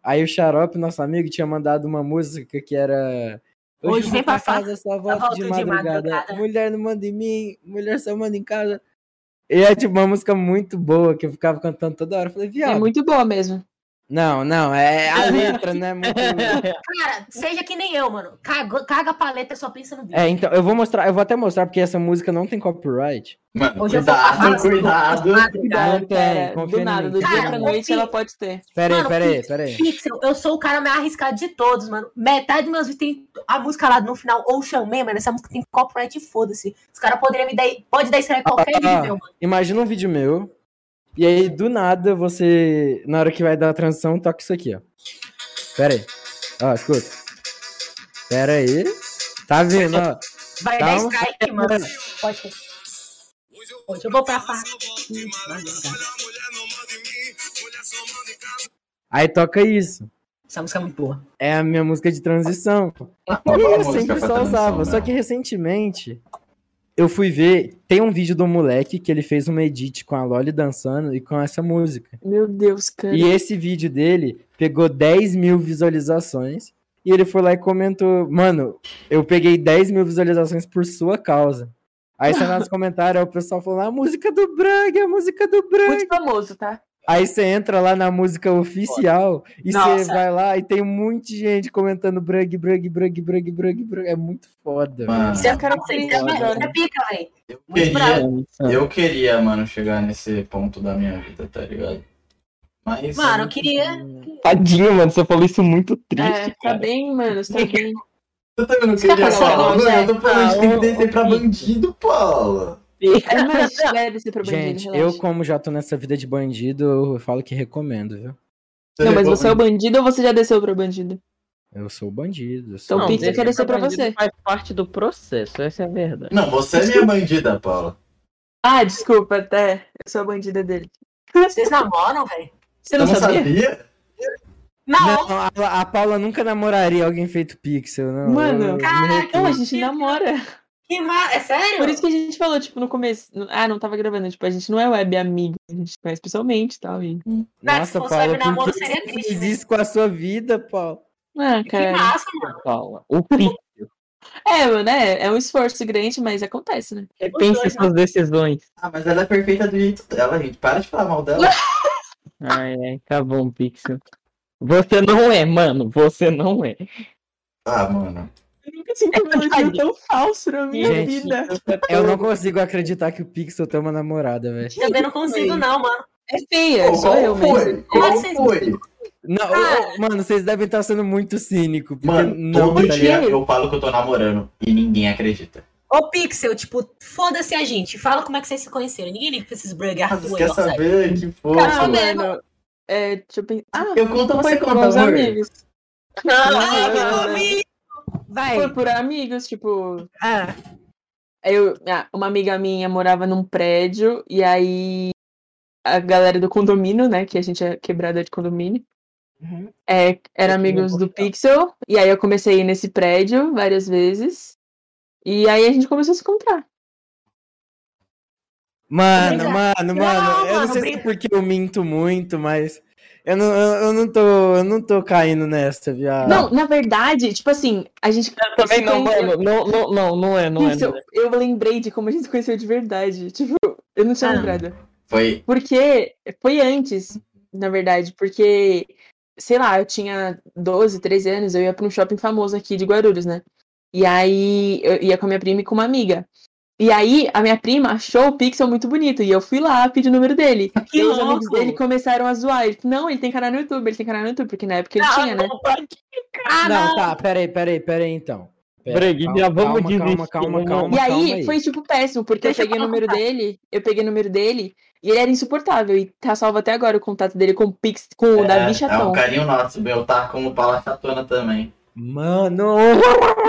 Speaker 3: Aí o Xarope, nosso amigo, tinha mandado uma música que era.
Speaker 4: Hoje
Speaker 3: eu
Speaker 4: vem
Speaker 3: vou
Speaker 4: pra fa-
Speaker 3: casa, só volto
Speaker 4: volto
Speaker 3: de
Speaker 4: de
Speaker 3: madrugada.
Speaker 4: madrugada.
Speaker 3: Mulher não manda em mim, mulher só manda em casa. E é tipo uma música muito boa que eu ficava cantando toda hora. Eu falei,
Speaker 1: É
Speaker 3: viado.
Speaker 1: muito boa mesmo.
Speaker 3: Não, não, é
Speaker 4: *laughs*
Speaker 3: a letra, né? Muito...
Speaker 4: Cara, seja que nem eu, mano. Caga, caga a paleta e só pensa no vídeo.
Speaker 3: É, então, eu vou mostrar, eu vou até mostrar, porque essa música não tem copyright.
Speaker 2: Mano,
Speaker 4: Hoje eu vou
Speaker 2: cuidado,
Speaker 4: pra fase,
Speaker 2: cuidado.
Speaker 4: eu vou pra fase, cara.
Speaker 3: Não tem,
Speaker 1: Cara,
Speaker 3: confia
Speaker 1: do
Speaker 3: em
Speaker 1: nada,
Speaker 3: mim.
Speaker 1: do dia
Speaker 4: Cara,
Speaker 1: pra noite
Speaker 4: confia.
Speaker 1: ela pode ter.
Speaker 3: Pera aí,
Speaker 4: Mano,
Speaker 3: pera aí,
Speaker 4: Pix-
Speaker 3: pera aí.
Speaker 4: Pixel, eu sou o cara mais arriscado de todos, mano. Metade dos meus vídeos tem a música lá no final, Ocean Man, mano. Essa música tem copyright e foda-se. Os caras poderiam me dar. Pode dar strike em qualquer
Speaker 3: Ah, ah,
Speaker 4: nível, mano.
Speaker 3: Imagina um vídeo meu, e aí do nada você, na hora que vai dar a transição, toca isso aqui, ó. Pera aí. Ó, escuta. Pera aí. Tá vendo, ó.
Speaker 4: Vai dar
Speaker 3: calma.
Speaker 4: strike, mano. Pode ser. Hoje eu vou pra farra. Hum, madrugada.
Speaker 3: Aí toca isso.
Speaker 4: Essa música é muito boa.
Speaker 3: É a minha música de transição.
Speaker 2: Qual
Speaker 3: E
Speaker 2: a
Speaker 3: eu
Speaker 2: música
Speaker 3: sempre
Speaker 2: pra
Speaker 3: só
Speaker 2: transição,
Speaker 3: usava.
Speaker 2: né?
Speaker 3: Só que recentemente eu fui ver. Tem um vídeo do moleque que ele fez uma edit com a Loli dançando e com essa música.
Speaker 1: Meu Deus, cara.
Speaker 3: E esse vídeo dele pegou 10 mil visualizações. E ele foi lá e comentou: Mano, eu peguei 10 mil visualizações por sua causa.
Speaker 1: *laughs*
Speaker 3: Aí você lá nos comentários, aí o pessoal falou: A música do Brag, a música do Brag.
Speaker 1: Muito famoso, tá?
Speaker 3: Aí você entra lá na música oficial e você
Speaker 4: Nossa.
Speaker 3: vai lá e tem muita gente comentando brug, brug, brug, brug, brug, brug. É muito foda.
Speaker 2: Mano.
Speaker 3: velho.
Speaker 4: Isso é
Speaker 1: cara
Speaker 4: foda,
Speaker 1: que-
Speaker 4: isso é foda, isso é pica, velho.
Speaker 2: Eu
Speaker 4: Muito
Speaker 2: queria,
Speaker 5: Mano,
Speaker 2: eu queria, mano, chegar nesse ponto da minha vida, tá ligado? Mas.
Speaker 6: Mano, eu queria.
Speaker 5: Tadinho, mano, você falou isso muito triste,
Speaker 1: É, tá
Speaker 5: cara.
Speaker 1: bem, mano, você tá *laughs* bem.
Speaker 2: Eu também não
Speaker 1: Você tá
Speaker 2: queria
Speaker 1: passando
Speaker 2: falar.
Speaker 1: mal,
Speaker 2: Mano, eu tô
Speaker 1: Zé?
Speaker 2: falando que tem que
Speaker 5: Ah,
Speaker 2: descer
Speaker 5: ô,
Speaker 2: pra
Speaker 5: ô,
Speaker 2: bandido, Paula.
Speaker 1: É mais leve ser pra bandido,
Speaker 3: Gente,
Speaker 1: relaxa.
Speaker 3: eu como já tô nessa vida de bandido, eu falo que recomendo, viu?
Speaker 1: Não, mas você é o bandido ou você já desceu pra bandido?
Speaker 3: Eu sou bandido. eu
Speaker 1: Então,
Speaker 3: Sou
Speaker 1: Não, Pix,
Speaker 5: descer
Speaker 1: eu quero ser pra
Speaker 5: bandido
Speaker 1: você.
Speaker 5: Faz parte do processo, essa é a verdade.
Speaker 2: Não, você é minha bandida, Paula.
Speaker 1: Ah, desculpa, até. Eu sou a bandida dele.
Speaker 6: Vocês namoram, velho?
Speaker 1: Você não
Speaker 2: Eu
Speaker 1: sabia?
Speaker 6: Não,
Speaker 3: Não, a, a Paula nunca namoraria alguém feito pixel, não.
Speaker 1: Mano,
Speaker 3: eu- eu me
Speaker 6: caraca,
Speaker 1: Não, a
Speaker 3: recuso.
Speaker 1: gente namora.
Speaker 6: que ma... É sério?
Speaker 1: Por isso que a gente falou, tipo, no começo. Ah, não tava gravando. Tipo, a gente não é web amigo. A gente se conhece pessoalmente e tal. E...
Speaker 6: Mas
Speaker 3: Nossa,
Speaker 6: se fosse
Speaker 3: Paula,
Speaker 6: web namoro,
Speaker 3: por que
Speaker 6: seria
Speaker 3: você
Speaker 6: triste,
Speaker 3: fez
Speaker 6: né?
Speaker 3: isso com a sua vida, Paula?
Speaker 1: Ah,
Speaker 6: É Que
Speaker 1: cara.
Speaker 6: massa, mano.
Speaker 5: Paula. O Pix
Speaker 1: É, mano, é, é um esforço grande, mas acontece, né?
Speaker 5: repensa
Speaker 6: dois,
Speaker 5: suas decisões.
Speaker 2: Ah, mas ela é perfeita do jeito dela, gente. Para de falar mal dela.
Speaker 5: Ai, ai, tá bom, Pixel. Você não é, mano. Você não é.
Speaker 2: Ah, mano.
Speaker 1: Eu nunca senti um elogio tão falso na minha
Speaker 3: Gente,
Speaker 1: vida.
Speaker 5: tá
Speaker 3: Eu não consigo acreditar que o Pixel tem uma namorada, velho.
Speaker 6: Também não consigo, não, mano.
Speaker 1: É feia,
Speaker 6: Oh,
Speaker 1: sou eu mesmo.
Speaker 2: foi? Qual
Speaker 6: Mas
Speaker 2: foi?
Speaker 6: vocês-
Speaker 3: Não, ô, ô, mano, vocês devem estar sendo muito cínico. porque
Speaker 2: Mano,
Speaker 3: não,
Speaker 2: todo
Speaker 3: tá
Speaker 2: dia
Speaker 1: ligado?
Speaker 2: eu falo que eu tô namorando e ninguém acredita.
Speaker 6: Ô, Pixel, tipo, foda-se a gente. Fala como é que vocês se conheceram. Ninguém liga pra esses
Speaker 2: Ah,
Speaker 6: bregar
Speaker 2: você
Speaker 6: doidos,
Speaker 2: quer
Speaker 6: sabe?
Speaker 2: saber? Que fofo.
Speaker 1: Ah,
Speaker 6: Não, né?
Speaker 1: mano. É, deixa eu pensar. Ah,
Speaker 2: Eu conto ou você
Speaker 1: foi
Speaker 2: conta,
Speaker 1: com os
Speaker 2: amor?
Speaker 1: amigos.
Speaker 6: Ah, Ai, que
Speaker 1: não, não.
Speaker 6: comigo!
Speaker 1: Foi
Speaker 5: É.
Speaker 6: Vai.
Speaker 1: por amigos, tipo.
Speaker 6: Ah,
Speaker 1: Eu, ah, uma amiga minha morava num prédio, e aí a galera do condomínio, né? Que a gente é quebrada de condomínio.
Speaker 6: Uhum.
Speaker 1: É, era
Speaker 5: Eu um
Speaker 1: amigos
Speaker 5: vou
Speaker 1: do
Speaker 5: puxar.
Speaker 1: Pixel. E aí eu comecei a ir nesse prédio várias vezes. E aí a gente começou a se encontrar.
Speaker 3: Mano,
Speaker 6: Obrigada.
Speaker 3: mano,
Speaker 6: Não,
Speaker 3: mano, eu não
Speaker 6: mano,
Speaker 3: sei se é
Speaker 6: obrigada.
Speaker 3: porque eu minto muito, mas eu não, eu, eu não tô, eu não tô caindo nessa,
Speaker 5: Ah.
Speaker 3: viado.
Speaker 1: Não, na verdade, tipo assim, a gente.
Speaker 5: Também
Speaker 1: se
Speaker 5: não,
Speaker 1: conheceu-
Speaker 5: mano. Não, não, não, não é, não é.
Speaker 1: Pixel,
Speaker 5: não é.
Speaker 1: eu lembrei de como a gente se conheceu de verdade. Tipo, eu não tinha
Speaker 6: Ah.
Speaker 1: lembrado.
Speaker 2: Foi.
Speaker 1: Porque foi antes, na verdade, porque, sei lá, eu tinha 12, 13 anos, eu ia pra um shopping famoso aqui de Guarulhos, né? E aí eu ia com a minha prima e com uma amiga. E aí a minha prima achou o Pixel muito bonito e eu fui lá pedir o número dele.
Speaker 6: Que
Speaker 1: e os amigos
Speaker 6: louco!
Speaker 1: dele começaram a zoar. Ele, não, ele tem canal no YouTube, ele tem canal no YouTube, porque na época ele
Speaker 6: Ah,
Speaker 1: tinha, né?
Speaker 6: Ah,
Speaker 3: não,
Speaker 6: não.
Speaker 3: tá, peraí, peraí, peraí então. Pera,
Speaker 5: Breg,
Speaker 3: calma,
Speaker 5: já vamos
Speaker 3: calma, calma,
Speaker 5: desistir,
Speaker 3: calma,
Speaker 5: né?
Speaker 3: calma,
Speaker 1: E
Speaker 3: calma
Speaker 1: aí, foi tipo péssimo, porque
Speaker 6: Deixa
Speaker 1: eu
Speaker 6: eu
Speaker 1: peguei o
Speaker 6: falar
Speaker 1: número dele, eu peguei o número dele e ele era insuportável. E tá salvo até agora o contato dele com o Pix, com o Davi
Speaker 2: é, é
Speaker 1: Chapão.
Speaker 2: um carinho nosso. Meu tá como Paula Chatona também.
Speaker 3: Mano,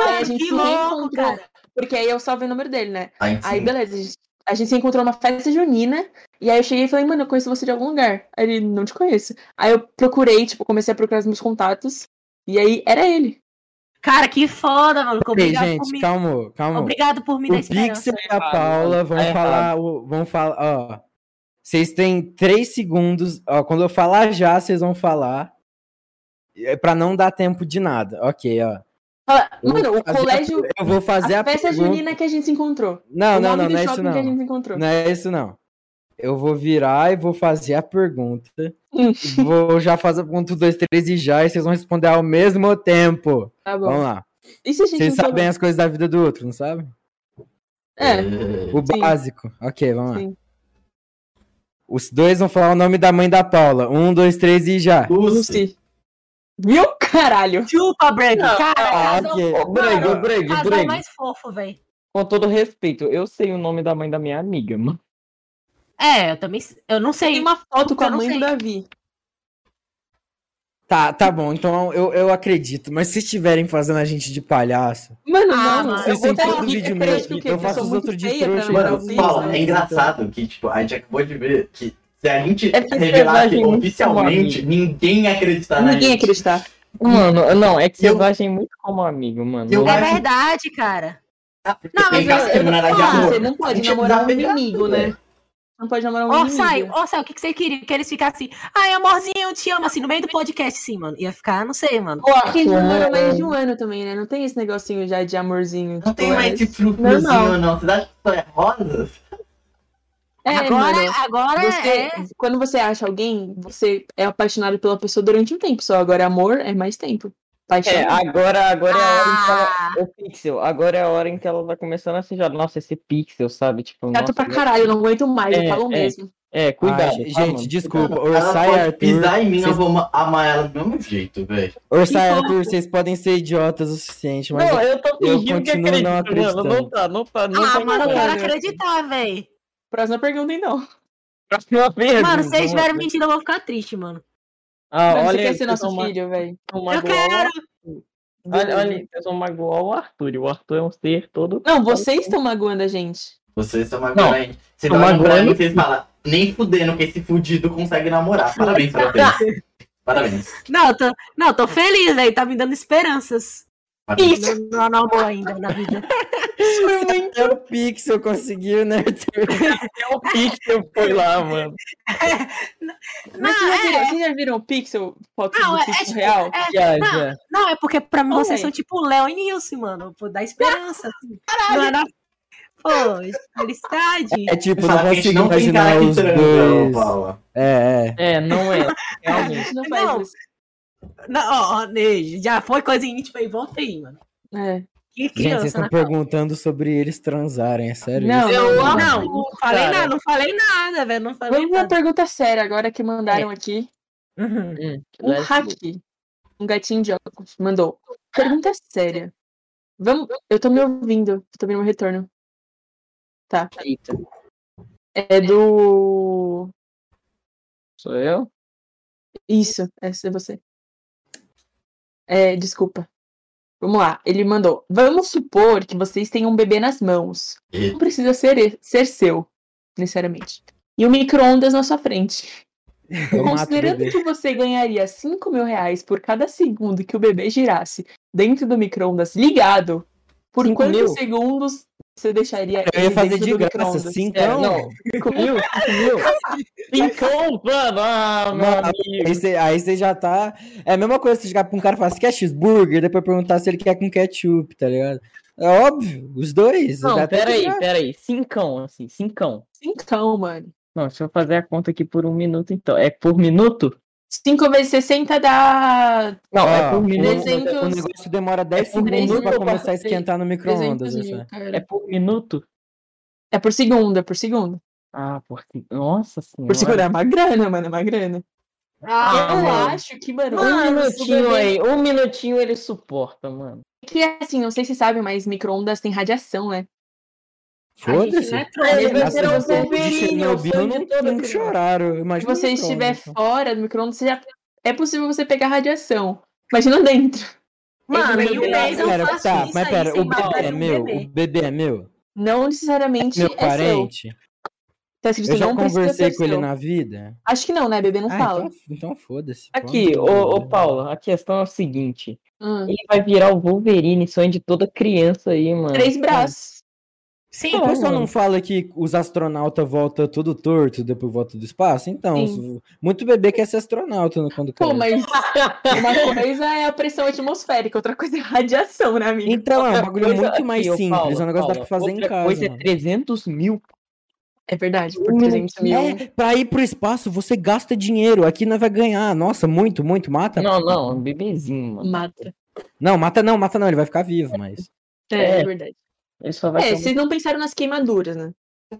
Speaker 1: Aí a gente
Speaker 6: que
Speaker 1: se
Speaker 6: louco,
Speaker 1: reencontrou. Porque aí eu salvei o número dele, né?
Speaker 2: Aí, sim.
Speaker 1: Aí, beleza, a gente, a gente se encontrou numa festa junina. E aí eu cheguei e falei, mano, eu conheço você de algum lugar. Aí ele, não te conheço. Aí eu procurei, tipo, comecei a procurar os meus contatos. E aí era ele.
Speaker 6: Cara, que foda, mano.
Speaker 3: peraí,
Speaker 6: Obrigado por
Speaker 3: gente,
Speaker 6: me.
Speaker 3: calma, calma.
Speaker 6: Obrigado por me dar
Speaker 3: O
Speaker 6: esperança.
Speaker 1: né?
Speaker 3: Pixel e a
Speaker 5: errado,
Speaker 3: Paula vão
Speaker 5: tá errado.
Speaker 3: falar, o- vão falar, ó. Vocês têm três segundos, ó, quando eu falar já, vocês vão falar. É pra não dar tempo de nada. OK, ó.
Speaker 1: Fala,
Speaker 3: Eu vou
Speaker 1: mano, o
Speaker 3: fazer a-
Speaker 1: colégio,
Speaker 3: Eu vou fazer a,
Speaker 1: a festa
Speaker 3: pergunta.
Speaker 1: junina que a gente se encontrou.
Speaker 3: Não,
Speaker 1: o
Speaker 3: não,
Speaker 1: nome
Speaker 3: não,
Speaker 1: do
Speaker 3: não é
Speaker 1: shopping
Speaker 3: isso
Speaker 1: que a
Speaker 3: não.
Speaker 1: gente se encontrou.
Speaker 3: Não é isso não. Eu vou virar e vou fazer a pergunta.
Speaker 1: Hum.
Speaker 3: vou já fazer a pergunta 1, 2, 3 e já, e vocês vão responder ao mesmo tempo.
Speaker 1: Tá bom.
Speaker 3: Vamos lá.
Speaker 1: E se a gente
Speaker 3: Vocês
Speaker 1: não
Speaker 3: sabem as coisas da vida do outro, não sabem?
Speaker 1: É,
Speaker 3: O
Speaker 1: Sim.
Speaker 3: básico. Ok, vamos lá.
Speaker 1: Sim.
Speaker 3: Os dois vão falar o nome da mãe da Paula. Um, dois, três e já.
Speaker 2: Lucy.
Speaker 1: Lucy. Viu, *laughs* caralho?
Speaker 6: Chupa, é, Breg.
Speaker 5: Não,
Speaker 6: Cara,
Speaker 3: Ah,
Speaker 6: casal,
Speaker 3: ok.
Speaker 5: é. Ô, Breg, ô, Breg, ô,
Speaker 6: casal
Speaker 5: Breg.
Speaker 6: mais fofo, velho.
Speaker 5: Com todo respeito, eu sei o nome da mãe da minha amiga, mano.
Speaker 6: É, eu também. Eu não
Speaker 1: Tem
Speaker 6: sei. É
Speaker 1: uma foto com a
Speaker 6: Eu não
Speaker 1: mãe do
Speaker 6: sei.
Speaker 1: Davi.
Speaker 3: Tá, tá bom. Então eu, eu acredito. Mas se estiverem fazendo a gente de palhaço.
Speaker 1: Mano,
Speaker 6: Ah, mano,
Speaker 1: não, eu
Speaker 3: Vocês têm
Speaker 1: vou
Speaker 3: todo
Speaker 1: todo
Speaker 3: o vídeo
Speaker 1: meu.
Speaker 3: meu. Eu faço os outros de trouxa.
Speaker 2: Mano,
Speaker 3: Sim,
Speaker 2: Paulo, é
Speaker 3: sim.
Speaker 2: engraçado que, tipo, a gente acabou de ver que se a gente
Speaker 5: É porque
Speaker 2: revelar
Speaker 5: vocês
Speaker 2: aqui
Speaker 5: agem muito
Speaker 2: oficialmente, ninguém ia acreditar na
Speaker 1: um Ninguém
Speaker 2: gente.
Speaker 1: acreditar.
Speaker 5: Mano, não, é que vocês
Speaker 2: Eu-
Speaker 5: agem muito como amigo, mano.
Speaker 2: Eu
Speaker 5: Não
Speaker 2: acho-
Speaker 5: é-
Speaker 6: É verdade, cara. Não,
Speaker 2: Tem
Speaker 6: mas eu-
Speaker 2: que
Speaker 6: eu-
Speaker 2: terminar de
Speaker 1: Ah,
Speaker 2: amor.
Speaker 1: você não
Speaker 2: A
Speaker 1: pode
Speaker 2: gente é
Speaker 1: namorar um
Speaker 2: desapegado,
Speaker 1: inimigo,
Speaker 2: velho.
Speaker 1: né? Não pode namorar um
Speaker 6: Ó,
Speaker 1: inimigo.
Speaker 6: sai, ó, sai, o que, que você queria? Que eles ficassem assim, ai, amorzinho, eu te amo, assim, no meio do podcast, assim, mano. Ia ficar, não sei, mano.
Speaker 1: Porque eles namoram mais de um ano também, né? Não tem esse negocinho já de amorzinho.
Speaker 2: é. Não
Speaker 1: tipo,
Speaker 2: tem mais
Speaker 1: é...
Speaker 2: esse frufruzinho,
Speaker 1: Normal.
Speaker 2: não. Você acha que só é rosas?
Speaker 1: É,
Speaker 6: agora,
Speaker 1: mano,
Speaker 6: agora
Speaker 1: você-
Speaker 6: é.
Speaker 1: Quando você acha alguém, você é apaixonado pela pessoa durante um tempo só. Agora amor é mais tempo. Paixão.
Speaker 5: É, agora, agora é a hora em que ela.
Speaker 6: Ah,
Speaker 5: O pixel, agora é a hora em que ela tá começando a sejar. Nossa, esse pixel, sabe? Tipo,
Speaker 1: Chato
Speaker 5: nossa,
Speaker 1: pra caralho, eu não aguento mais,
Speaker 5: É,
Speaker 1: eu falo
Speaker 5: é.
Speaker 1: mesmo.
Speaker 5: É,
Speaker 3: Cuidado.
Speaker 5: cuidado. tá,
Speaker 3: gente,
Speaker 5: mano?
Speaker 3: desculpa.
Speaker 2: ela
Speaker 3: Orsay
Speaker 2: pode
Speaker 3: Arthur.
Speaker 2: pisar em mim, eu
Speaker 3: vocês-
Speaker 2: vou ma- amar ela do mesmo jeito, velho.
Speaker 3: Orsay Arthur, vocês podem ser idiotas o suficiente, mas.
Speaker 2: é
Speaker 3: *laughs*
Speaker 5: Não, eu tô
Speaker 3: eu
Speaker 5: fingindo que
Speaker 3: continuo
Speaker 5: acredito, mano.
Speaker 3: não
Speaker 5: Não
Speaker 3: acreditando.
Speaker 5: tá, não tá, não tá.
Speaker 6: ah mano, eu quero
Speaker 5: enganando.
Speaker 6: acreditar, véi.
Speaker 1: Próxima pergunta, então.
Speaker 5: Próxima pergunta.
Speaker 6: Mano, se eles tiverem mentira, eu vou ficar triste, mano.
Speaker 5: Ah,
Speaker 1: Mano,
Speaker 5: olha,
Speaker 1: você quer ser
Speaker 5: eu
Speaker 1: nosso
Speaker 5: sou ma-
Speaker 1: filho, velho.
Speaker 5: sou
Speaker 6: Eu
Speaker 5: magoal.
Speaker 6: quero.
Speaker 5: Olha, olha, eu sou magoal ao Arthur. e O Arthur é um ser todo.
Speaker 1: Não, vocês estão magoando a gente.
Speaker 2: Vocês são magoantes. Vocês
Speaker 5: São
Speaker 2: olham pra mim e
Speaker 5: magoantes.
Speaker 2: vocês falam, nem fudendo que esse fudido consegue namorar. Parabéns pra
Speaker 6: Tá.
Speaker 2: vocês. Parabéns.
Speaker 6: Não, eu tô, não, eu tô feliz, velho. Tá me dando esperanças.
Speaker 2: Parabéns.
Speaker 6: Não, não amor ainda na vida.
Speaker 3: Até o Pixel conseguiu, né,
Speaker 2: *laughs*
Speaker 3: Arthur?
Speaker 5: É o Pixel foi lá, mano.
Speaker 1: Mas vocês, já viram, vocês já viram o Pixel, foto
Speaker 6: Não,
Speaker 1: do
Speaker 6: é- é
Speaker 1: Pixel
Speaker 6: tipo-
Speaker 1: real?
Speaker 6: É,
Speaker 5: Já,
Speaker 6: não,
Speaker 5: já.
Speaker 6: não, é porque pra mim
Speaker 1: Ué.
Speaker 6: vocês são tipo Léo e Nilce, mano. Pô, dá esperança.
Speaker 3: *laughs*
Speaker 6: assim. Não é na- Pô, felicidade.
Speaker 3: É tipo, não
Speaker 2: Fala que a gente
Speaker 3: consigo
Speaker 2: não tem
Speaker 3: imaginar
Speaker 2: cara que
Speaker 3: os
Speaker 2: transa, ô,
Speaker 3: dois.
Speaker 2: Paula.
Speaker 3: É, é.
Speaker 5: É, não é.
Speaker 1: A *laughs*
Speaker 5: Realmente.
Speaker 1: gente não faz
Speaker 6: Não.
Speaker 1: isso.
Speaker 6: Não, ó, ó, Neide, já foi coisa íntima e volta aí, mano.
Speaker 1: É.
Speaker 6: Que
Speaker 3: Gente, vocês
Speaker 6: criança,
Speaker 3: estão
Speaker 6: né?
Speaker 3: perguntando sobre eles transarem, é sério?
Speaker 1: Não,
Speaker 3: isso?
Speaker 1: não,
Speaker 6: Eu
Speaker 1: não.
Speaker 6: não, não, falei
Speaker 5: cara.
Speaker 6: nada, não falei nada, velho. Não falei
Speaker 1: Vamos pra uma
Speaker 6: nada.
Speaker 1: pergunta séria agora que mandaram aqui.
Speaker 6: Uhum.
Speaker 1: Um
Speaker 5: né? Tipo,
Speaker 1: hack. Um gatinho de óculos mandou. Pergunta séria. Vamos... Eu tô me ouvindo. Tô vendo meu retorno. Tá.
Speaker 5: Eita,
Speaker 1: É do...
Speaker 5: Sou eu?
Speaker 1: Isso, essa é você. É, desculpa. Vamos lá. Ele mandou. Vamos supor que vocês tenham um bebê nas mãos.
Speaker 2: E-
Speaker 1: Não precisa ser, ser seu, necessariamente. E um micro-ondas na sua frente.
Speaker 2: *laughs*
Speaker 3: Eu mato o
Speaker 1: Considerando
Speaker 3: bebê.
Speaker 1: que você ganharia 5 mil reais por cada segundo que o bebê girasse dentro do micro-ondas ligado, por
Speaker 5: Cinco
Speaker 1: quantos
Speaker 5: mil?
Speaker 1: segundos você deixaria
Speaker 3: Eu ia
Speaker 1: ele
Speaker 3: fazer
Speaker 1: dentro
Speaker 3: de
Speaker 1: do
Speaker 3: graça, então?
Speaker 1: micro-ondas?
Speaker 3: cinco.
Speaker 5: É, não. Cinco mil? Cinco mil? Cinco, mano. Ah, meu
Speaker 3: Mano,
Speaker 5: amigo.
Speaker 3: Aí você aí você já tá. É a mesma coisa você chegar pra um cara e falar, você quer cheeseburger? Depois perguntar se ele quer com ketchup, tá ligado? É óbvio, os dois.
Speaker 5: Não,
Speaker 3: até
Speaker 5: peraí,
Speaker 3: que já- tá
Speaker 5: peraí. Cincão, assim, cincão.
Speaker 1: Cincão, Então, mano.
Speaker 5: Não, deixa eu fazer a conta aqui por um minuto, então. É por minuto?
Speaker 1: 5 vezes 60 dá
Speaker 5: Não,
Speaker 3: Ó,
Speaker 5: é por minuto.
Speaker 3: o- O
Speaker 1: 300
Speaker 3: Ah, um negócio demora 10
Speaker 5: É por
Speaker 3: segundos
Speaker 5: minuto
Speaker 3: pra
Speaker 5: ou
Speaker 3: começar a
Speaker 5: pra-
Speaker 3: esquentar no
Speaker 1: 300
Speaker 3: micro-ondas.
Speaker 1: mil,
Speaker 3: assim.
Speaker 1: cara.
Speaker 5: É por minuto?
Speaker 1: É por segundo, é por segundo.
Speaker 5: Ah, por ci- Nossa senhora.
Speaker 1: Por segundo é uma grana, mano, é uma grana.
Speaker 5: Ah,
Speaker 1: Eu
Speaker 5: mano.
Speaker 1: acho que, mano,
Speaker 5: Um
Speaker 1: o
Speaker 5: minutinho
Speaker 1: bebê-
Speaker 5: aí. Um minutinho ele suporta, mano.
Speaker 1: Que assim, não sei se sabem, mas micro-ondas tem radiação, né?
Speaker 3: Foda-se.
Speaker 6: A gente não é
Speaker 5: Aí
Speaker 3: As
Speaker 5: ele vai virar um
Speaker 3: pessoas de
Speaker 5: Wolverine,
Speaker 3: Chernobyl
Speaker 5: o
Speaker 3: não,
Speaker 5: sonho de toda
Speaker 3: não
Speaker 5: criança.
Speaker 3: choraram.
Speaker 1: Se
Speaker 3: Imagina
Speaker 1: você
Speaker 3: o
Speaker 1: estiver
Speaker 3: micro-ondas. então.
Speaker 1: fora do micro-ondas, você já... é possível você pegar radiação. Imagina dentro.
Speaker 6: Mano,
Speaker 5: Ele
Speaker 6: em um
Speaker 5: não-
Speaker 6: mês eu
Speaker 3: Pera,
Speaker 6: faço
Speaker 3: tá,
Speaker 6: isso
Speaker 3: mas
Speaker 6: aí
Speaker 3: pera,
Speaker 6: sem
Speaker 3: o bebê
Speaker 6: babar
Speaker 3: é
Speaker 6: um
Speaker 3: meu?
Speaker 6: bebê.
Speaker 3: O bebê é meu?
Speaker 1: Não necessariamente
Speaker 3: Meu
Speaker 1: é seu.
Speaker 3: parente?
Speaker 1: Tá escrito
Speaker 3: Eu já
Speaker 1: não precisa
Speaker 3: conversei
Speaker 1: ser
Speaker 3: com ele
Speaker 1: seu.
Speaker 3: na vida.
Speaker 1: Acho que não, né? Bebê não
Speaker 3: Ah,
Speaker 1: fala.
Speaker 3: então, então foda-se.
Speaker 5: Aqui,
Speaker 3: pronto.
Speaker 5: ô, ô Paula, a questão é o seguinte.
Speaker 3: tá.
Speaker 1: Hum.
Speaker 3: Então,
Speaker 5: Ele vai virar o Wolverine, sonho de toda criança aí, mano.
Speaker 1: Três
Speaker 3: tá.
Speaker 1: braços.
Speaker 6: Sim,
Speaker 3: O pessoal
Speaker 5: mano.
Speaker 3: não fala que os astronautas voltam tudo torto depois volta do espaço? Então,
Speaker 1: Sim.
Speaker 3: muito bebê quer ser astronauta no- quando
Speaker 1: Pô,
Speaker 3: cresce.
Speaker 1: mas uma coisa é a pressão atmosférica, outra coisa é a radiação, né, amigo?
Speaker 3: Então, é um
Speaker 5: Outra
Speaker 3: bagulho
Speaker 5: coisa-
Speaker 3: muito mais
Speaker 5: aqui, ô,
Speaker 3: simples.
Speaker 5: Paula,
Speaker 3: é um negócio que dá
Speaker 5: Paula,
Speaker 3: pra fazer em
Speaker 5: outra
Speaker 3: casa.
Speaker 5: coisa é
Speaker 3: mano.
Speaker 5: 300 mil.
Speaker 1: É verdade, por
Speaker 5: Um
Speaker 1: 300 mil.
Speaker 3: É, pra ir pro espaço você gasta dinheiro. Aqui nós vai ganhar. Nossa, muito, muito. Mata? Não.
Speaker 5: Não, não, um bebezinho, mano.
Speaker 1: Mata.
Speaker 3: mata não, mata não. Ele vai ficar vivo, mas.
Speaker 1: É,
Speaker 5: É.
Speaker 1: é verdade.
Speaker 5: Ele só vai
Speaker 1: É,
Speaker 5: ter um-
Speaker 1: vocês não pensaram nas queimaduras,
Speaker 3: Hum.
Speaker 1: né?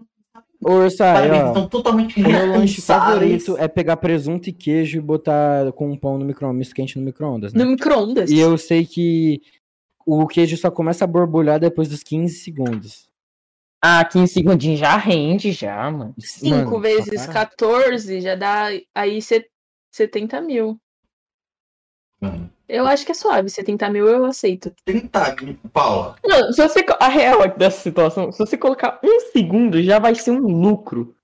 Speaker 3: Ô, Ursai,
Speaker 2: Parabéns,
Speaker 3: ó.
Speaker 2: são totalmente
Speaker 3: O meu lanche
Speaker 2: responsáveis.
Speaker 3: favorito é pegar presunto e queijo e botar com um pão no micro-ondas, misto quente no micro-ondas. né?
Speaker 1: No micro-ondas.
Speaker 3: E eu sei que o queijo só começa a borbulhar depois dos 15 segundos.
Speaker 5: Ah, 15 segundinhos já rende, já, mano.
Speaker 1: 5 vezes 14 já dá aí set- 70 mil.
Speaker 2: Mano,
Speaker 1: Eu acho que é suave, 70 mil eu aceito.
Speaker 2: Tenta, Paula.
Speaker 5: Não, se você. co- A real aqui dessa situação, se você colocar um segundo, já vai ser um lucro.